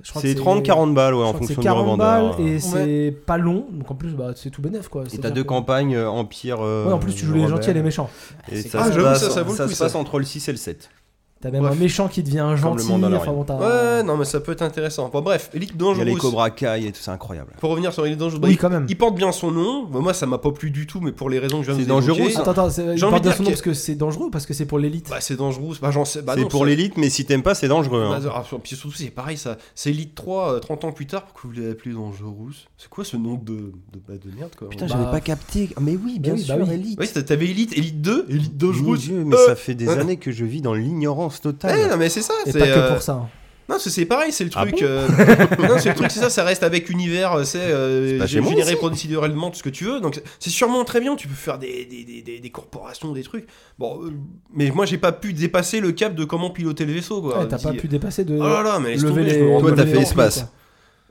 Speaker 1: Je crois que
Speaker 3: C'est 30-40 balles, ouais,
Speaker 1: je
Speaker 3: en
Speaker 1: crois que c'est
Speaker 3: fonction du
Speaker 1: 40
Speaker 3: revendeur.
Speaker 1: balles et
Speaker 3: euh.
Speaker 1: c'est pas long, donc en plus bah, c'est tout bénef quoi.
Speaker 3: Et
Speaker 1: C'est-à-dire
Speaker 3: t'as deux
Speaker 1: que-
Speaker 3: campagnes, euh, Empire. euh,
Speaker 1: Ouais, en plus tu joues les gentils et les
Speaker 3: Rebelle.
Speaker 1: méchants.
Speaker 3: Et
Speaker 1: C'est
Speaker 3: ça,
Speaker 1: clair.
Speaker 2: Ah,
Speaker 3: se
Speaker 2: j'avoue,
Speaker 3: passe,
Speaker 2: ça, ça vaut le coup,
Speaker 3: se
Speaker 2: ça.
Speaker 3: passe entre le 6 et le 7.
Speaker 1: T'as même
Speaker 2: Ouais.
Speaker 1: un méchant qui devient un
Speaker 3: Comme le
Speaker 1: gentil.
Speaker 3: Mandalorian.
Speaker 1: enfin, bon, t'as-
Speaker 2: Ouais, non, mais ça peut être intéressant. Bon, bref, Elite
Speaker 3: Il y a les
Speaker 2: Dangerous.
Speaker 3: Cobra Kai et tout, c'est incroyable.
Speaker 2: Pour revenir sur Elite Dangerous, bah,
Speaker 1: Oui,
Speaker 2: il-
Speaker 1: quand même.
Speaker 2: il porte bien son nom. Bah, moi, ça m'a pas plu du tout, mais pour les raisons que je viens de
Speaker 3: C'est
Speaker 2: vous évoquer-
Speaker 3: dangereux, ça.
Speaker 1: Attends, attends, c'est-
Speaker 2: J'ai
Speaker 1: il
Speaker 2: envie
Speaker 1: parle
Speaker 2: de
Speaker 1: de
Speaker 2: dire
Speaker 1: son nom
Speaker 2: que-
Speaker 1: parce que c'est dangereux ou parce que c'est pour l'élite
Speaker 2: Bah, c'est dangereux. Bah, j'en sais. Bah,
Speaker 3: c'est
Speaker 2: non,
Speaker 3: pour
Speaker 2: ça-
Speaker 3: l'élite, mais si t'aimes pas, c'est dangereux. hein.
Speaker 2: Bah, ah, sur- puis surtout, c'est pareil, ça. C'est Elite 3, euh, 30 ans plus tard, pourquoi vous l'avez appelé Dangerous C'est quoi ce nom de, de, bah, de merde, quoi
Speaker 3: Putain,
Speaker 1: bah,
Speaker 3: j'avais pas capté. Ah, Mais oui, bien
Speaker 1: oui, bah
Speaker 3: sûr,
Speaker 1: oui.
Speaker 3: l'élite.
Speaker 2: Oui, t'avais Elite, Elite 2, Elite
Speaker 3: Mon
Speaker 2: Dangerous.
Speaker 3: Dieu, mais
Speaker 2: Euh,
Speaker 3: ça fait des
Speaker 2: euh.
Speaker 3: années que je vis dans l'ignorance
Speaker 2: Ouais,
Speaker 3: totale.
Speaker 2: non, mais c'est ça.
Speaker 1: Et
Speaker 2: c'est,
Speaker 1: pas que
Speaker 2: euh,
Speaker 1: pour ça. hein.
Speaker 2: Non, c'est c'est pareil, c'est le
Speaker 3: Ah
Speaker 2: truc.
Speaker 3: bon
Speaker 2: euh,
Speaker 3: *laughs*
Speaker 2: non, c'est le truc, c'est ça, ça reste avec univers, euh, c'est euh,
Speaker 3: pas
Speaker 2: gé-
Speaker 3: chez moi,
Speaker 2: généré
Speaker 3: ça.
Speaker 2: procéduralement tout ce que tu veux. Donc c'est sûrement très bien, tu peux faire des, des, des- des- des corporations, des trucs. Bon, euh, mais moi j'ai pas pu dépasser le cap de comment piloter le vaisseau, quoi.
Speaker 1: Ouais, T'as pas
Speaker 2: bah, Dis-
Speaker 1: pu dépasser de
Speaker 2: Oh là là, mais laisse
Speaker 1: lever
Speaker 2: tomber, je
Speaker 1: les.
Speaker 2: me rends
Speaker 3: Toi,
Speaker 2: compte.
Speaker 3: t'as
Speaker 1: lever
Speaker 3: fait
Speaker 1: les
Speaker 3: espace.
Speaker 1: rampes,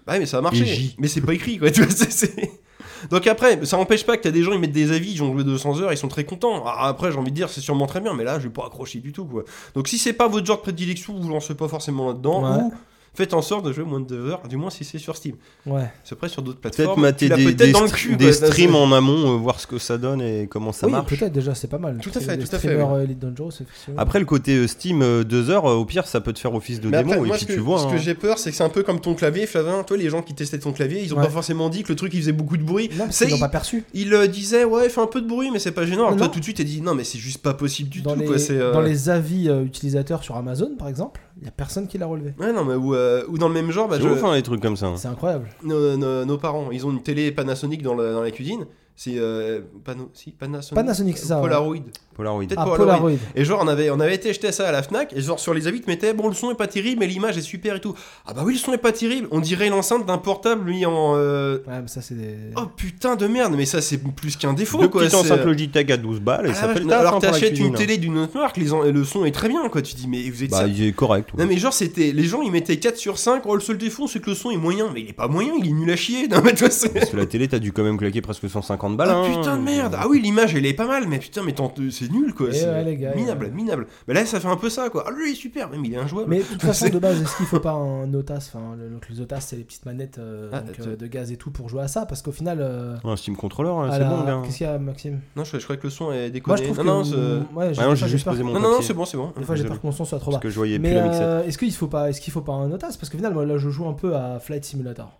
Speaker 2: Ouais, mais ça a marché.
Speaker 3: Et J.
Speaker 2: Mais c'est pas écrit, quoi. Tu vois, c'est- c'est- *laughs* Donc après, ça empêche pas que t'as des gens, ils mettent des avis, ils ont joué 200 heures, ils sont très contents. Alors après, j'ai envie de dire, c'est sûrement très bien, mais là, je vais pas accrocher du tout, quoi. Donc si c'est pas votre genre de prédilection, vous vous lancez pas forcément là-dedans,
Speaker 1: Ouais.
Speaker 2: ou faites en sorte de jouer moins de 2 heures, du moins si c'est sur Steam.
Speaker 1: quoi. Ouais.
Speaker 2: C'est après sur d'autres plateformes.
Speaker 3: Peut-être mater
Speaker 2: tu l'as
Speaker 3: des,
Speaker 2: peut-être
Speaker 3: des
Speaker 2: dans le
Speaker 3: stre-
Speaker 2: cul,
Speaker 3: des
Speaker 2: quoi.
Speaker 3: streams en amont, euh, voir ce que ça donne et comment ça
Speaker 1: oui,
Speaker 3: marche.
Speaker 1: peut-être déjà, c'est pas mal.
Speaker 2: Tout à
Speaker 1: Les-
Speaker 2: fait,
Speaker 1: les
Speaker 2: tout à fait, Ah,
Speaker 1: streamers,
Speaker 2: oui.
Speaker 1: euh, Elite Dangerous, effectivement.
Speaker 3: Après, le côté euh, Steam 2 heures, euh, au pire, ça peut te faire office de
Speaker 2: Mais
Speaker 3: démo.
Speaker 2: après,
Speaker 3: et
Speaker 2: moi,
Speaker 3: puis
Speaker 2: ce que,
Speaker 3: tu vois.
Speaker 2: ce que
Speaker 3: hein.
Speaker 2: j'ai peur, c'est que c'est un peu comme ton clavier, Flavin. Toi, les gens qui testaient ton clavier, ils ont
Speaker 1: Ouais.
Speaker 2: pas forcément dit que le truc il faisait beaucoup de bruit.
Speaker 1: Non, parce
Speaker 2: C'est-
Speaker 1: qu'ils l'ont pas perçu.
Speaker 2: Il euh, disait ouais, il fait un peu de bruit, mais c'est pas gênant. Alors
Speaker 1: Non,
Speaker 2: toi,
Speaker 1: non.
Speaker 2: tout de suite, t'as dit non, mais c'est juste pas possible du
Speaker 1: Dans,
Speaker 2: tout.
Speaker 1: les,
Speaker 2: quoi, c'est, euh,
Speaker 1: dans les avis euh, utilisateurs sur Amazon, par exemple, il y a personne qui l'a relevé.
Speaker 2: Ouais, non, mais ou, euh, ou dans le même genre, bah,
Speaker 3: C'est
Speaker 2: je-
Speaker 3: ouf, hein, les trucs comme ça. hein.
Speaker 1: C'est incroyable.
Speaker 2: nos, nos- nos parents, ils ont une télé Panasonic dans la, dans la cuisine. C'est euh, Pano- si, Panasonic.
Speaker 1: Panasonic, c'est ça, ouais.
Speaker 2: Polaroid.
Speaker 3: Polaroid.
Speaker 2: Peut-être
Speaker 1: Ah,
Speaker 2: Polaroid.
Speaker 1: Polaroid.
Speaker 2: Et genre, on avait, on avait été acheter ça à la Fnac, et genre, sur les avis, ils te mettaient, bon, le son est pas terrible, mais l'image est super et tout. Ah bah oui, le son est pas terrible, on dirait l'enceinte d'un portable mis en. euh,
Speaker 1: Ouais, mais ça, c'est des.
Speaker 2: Oh putain de merde, mais ça, c'est plus qu'un défaut,
Speaker 3: Deux
Speaker 2: quoi.
Speaker 3: petites
Speaker 2: c'est- euh,
Speaker 3: enceintes Logitech à 12 balles et
Speaker 2: Ah,
Speaker 3: ça
Speaker 2: ouais,
Speaker 3: fait le taf, hein,
Speaker 2: alors
Speaker 3: pour la
Speaker 2: t'achètes une
Speaker 3: cuisine, hein.
Speaker 2: télé d'une autre marque, les en- le son est très bien, quoi. Tu dis, mais vous êtes
Speaker 3: Bah,
Speaker 2: sérieux
Speaker 3: il est correct. ouais.
Speaker 2: Non mais genre c'était les gens ils mettaient 4 sur 5 oh le seul défaut c'est que le son est moyen mais il est pas moyen il est nul à chier non mais toi c'est
Speaker 3: Parce que la télé, t'as dû quand même claquer presque 150 balles.
Speaker 2: Ah
Speaker 3: hein.
Speaker 2: putain de merde Ah oui l'image elle est pas mal mais putain mais tant- c'est nul quoi
Speaker 1: Eh
Speaker 2: c'est
Speaker 1: ouais, les gars,
Speaker 2: minable
Speaker 1: ouais.
Speaker 2: minable mais là ça fait un peu ça quoi ah lui il est super même il est injouable
Speaker 1: Mais de toute
Speaker 3: *laughs*
Speaker 1: façon, de base, est-ce qu'il faut pas un OTAS Enfin, le, donc, les OTAS, c'est les petites manettes euh,
Speaker 2: Ah,
Speaker 1: donc,
Speaker 2: tu-
Speaker 1: euh, de gaz et tout pour jouer à ça, parce qu'au final. euh,
Speaker 3: Un Steam Controller,
Speaker 1: à
Speaker 3: hein, c'est
Speaker 1: la-
Speaker 3: bon, gars.
Speaker 1: Qu'est-ce qu'il y a, Maxime
Speaker 2: non je, je crois que le son est
Speaker 1: Moi,
Speaker 2: déconné
Speaker 1: je trouve
Speaker 2: non,
Speaker 1: que.
Speaker 2: non, c'est-
Speaker 1: ouais, j'ai-
Speaker 3: Ah non,
Speaker 1: j'ai
Speaker 3: j'ai juste
Speaker 1: peur-
Speaker 3: posé mon
Speaker 2: non non non
Speaker 3: papier,
Speaker 2: c'est bon c'est bon
Speaker 1: Des fois, j'ai
Speaker 3: Désolé.
Speaker 1: peur que mon son soit trop bas.
Speaker 3: Parce que je voyais plus
Speaker 1: Mais
Speaker 3: la mixette.
Speaker 1: euh, est-ce qu'il faut pas, est-ce qu'il faut pas un OTAS Parce que au final, moi, là, je joue un peu à Flight Simulator.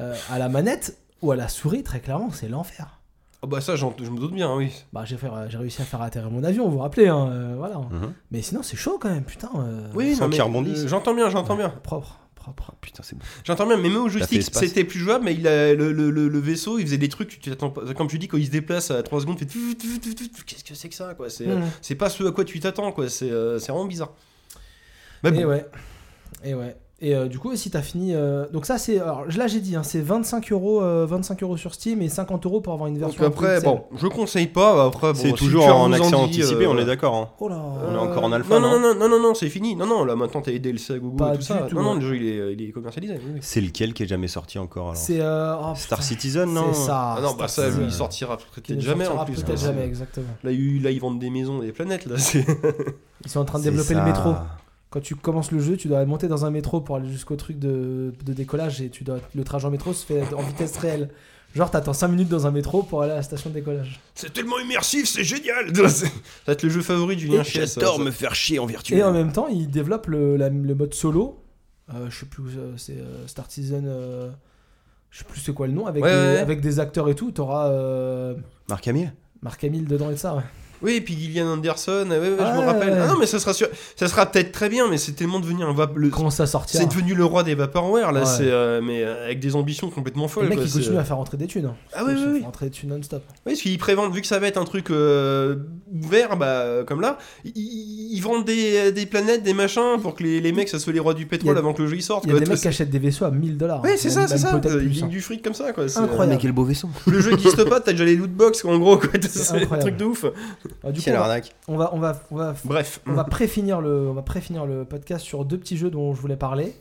Speaker 1: Euh, à la manette ou à la souris, très clairement, c'est l'enfer.
Speaker 2: Ah bah ça j'en- je me doute bien hein, oui
Speaker 1: Bah, j'ai, fait- j'ai réussi à faire atterrir mon avion, vous vous rappelez, hein, euh, voilà.
Speaker 3: Mhm.
Speaker 1: Mais sinon, c'est chaud quand même, putain. euh,
Speaker 2: oui
Speaker 3: sans
Speaker 2: non, mais,
Speaker 3: qu'il rebondisse.
Speaker 2: euh, j'entends bien j'entends bien
Speaker 1: Propre, propre.
Speaker 3: Putain, c'est bon.
Speaker 2: j'entends bien mais même au
Speaker 3: fait
Speaker 2: joystick
Speaker 3: espace.
Speaker 2: c'était plus jouable mais il a- le, le- le- le vaisseau il faisait des trucs tu t'attends pas comme tu dis quand il se déplace à 3 secondes tu fais tout, tout, tout, tout, tout, qu'est-ce que c'est que ça quoi c'est euh,
Speaker 1: Mhm.
Speaker 2: c'est pas ce à quoi tu t'attends quoi c'est euh, c'est vraiment bizarre mais
Speaker 1: Et
Speaker 2: bon
Speaker 1: ouais. Et ouais. Et euh, du coup, si t'as fini. euh, Donc, ça, c'est. Alors, là, j'ai dit, hein, c'est 25 euros, euh, 25 euros sur Steam et 50 euros pour avoir une
Speaker 2: donc
Speaker 1: version.
Speaker 2: après
Speaker 1: XXL.
Speaker 2: bon je conseille pas après bon,
Speaker 3: c'est
Speaker 2: si
Speaker 3: toujours
Speaker 2: Arthur
Speaker 3: en
Speaker 2: vous
Speaker 3: accès
Speaker 2: dit,
Speaker 3: anticipé,
Speaker 2: euh,
Speaker 3: on est d'accord. hein.
Speaker 1: Oh là.
Speaker 3: On est encore en alpha,
Speaker 2: Non, non,
Speaker 3: non
Speaker 2: non, non, non, non, c'est fini. Non, non, là maintenant t'as aidé le à Gogo
Speaker 1: Pas
Speaker 2: et tout
Speaker 1: du
Speaker 2: ça.
Speaker 1: tout,
Speaker 2: non, non,
Speaker 1: ouais.
Speaker 2: le jeu il est, il est commercialisé. oui, oui.
Speaker 3: C'est lequel qui est jamais sorti encore alors
Speaker 1: C'est. euh, oh,
Speaker 3: Star
Speaker 1: putain,
Speaker 3: Citizen,
Speaker 1: C'est
Speaker 3: non
Speaker 1: ça.
Speaker 2: Ah, non, bah ça,
Speaker 1: Star
Speaker 2: lui,
Speaker 1: Citizen.
Speaker 2: il sortira
Speaker 1: Qui ne
Speaker 2: peut-être jamais
Speaker 1: sortira
Speaker 2: en plus.
Speaker 1: Peut-être
Speaker 3: hein.
Speaker 1: jamais, exactement.
Speaker 2: Là, il- là, ils vendent des maisons et des planètes là. *laughs* c'est-
Speaker 1: Ils sont en train de
Speaker 3: C'est
Speaker 1: développer
Speaker 3: ça.
Speaker 1: le métro. Quand tu commences le jeu, tu dois monter dans un métro pour aller jusqu'au truc de, de décollage et tu dois, le trajet en métro se fait en vitesse réelle. Genre, t'attends 5 minutes dans un métro pour aller à la station de décollage.
Speaker 2: C'est tellement immersif, c'est génial. C'est- ça va être le jeu favori de Julien Chies.
Speaker 3: J'adore me faire chier en virtuel.
Speaker 1: Et en même temps, ils développent le, la- le mode solo. Euh, je sais plus où ça- c'est euh, Star Citizen. euh, je sais plus c'est quoi le nom, avec,
Speaker 2: Ouais,
Speaker 1: des,
Speaker 2: ouais, ouais.
Speaker 1: avec des acteurs et tout, t'auras euh,
Speaker 3: Marc Hamill
Speaker 1: Marc Hamill dedans et ça. ouais.
Speaker 2: Oui, et puis Gillian Anderson, ouais, ouais, ouais,
Speaker 1: Ah,
Speaker 2: je me rappelle.
Speaker 1: ouais.
Speaker 2: Ah non, mais ça sera, sûr- ça sera peut-être très bien, mais c'est tellement devenu un vap- le-
Speaker 1: Quand ça sortira.
Speaker 2: C'est devenu le roi des Vaporware, là,
Speaker 1: Ouais.
Speaker 2: c'est, euh, mais euh, avec des ambitions complètement folles.
Speaker 1: Le mec
Speaker 2: quoi,
Speaker 1: il
Speaker 2: c'est,
Speaker 1: continue
Speaker 2: euh,
Speaker 1: à faire rentrer des thunes. hein.
Speaker 2: Ah oui,
Speaker 1: Il
Speaker 2: oui,
Speaker 1: fait
Speaker 2: oui.
Speaker 1: Rentrer des thunes non-stop.
Speaker 2: Oui, parce qu'ils prévendent, vu que ça va être un truc euh, ouvert, bah, euh, comme là, ils, ils vendent des, des planètes, des machins, pour que les, les mecs, ça soit les rois du
Speaker 1: Il
Speaker 2: pétrole
Speaker 1: y a-
Speaker 2: avant que le jeu y sorte.
Speaker 1: Il y a
Speaker 2: quoi.
Speaker 1: des mecs qui achètent des vaisseaux à 1000 dollars. hein.
Speaker 2: Ouais, c'est ça, c'est ça. euh,
Speaker 1: Peut-être
Speaker 2: Ils
Speaker 1: plus.
Speaker 2: gagnent
Speaker 1: hein.
Speaker 2: du fric comme ça, quoi. c'est- euh,
Speaker 1: Incroyable.
Speaker 3: Mais quel beau vaisseau
Speaker 2: Le jeu n'existe pas, t'as déjà les lootbox, en gros, quoi. C'est un
Speaker 1: incroyable.
Speaker 2: truc de ouf.
Speaker 1: Alors, du coup,
Speaker 3: Quelle
Speaker 1: on va-
Speaker 3: arnaque
Speaker 1: on va, on va, on va
Speaker 2: Bref.
Speaker 1: On va préfinir le, on va préfinir le podcast sur deux petits jeux dont je voulais parler.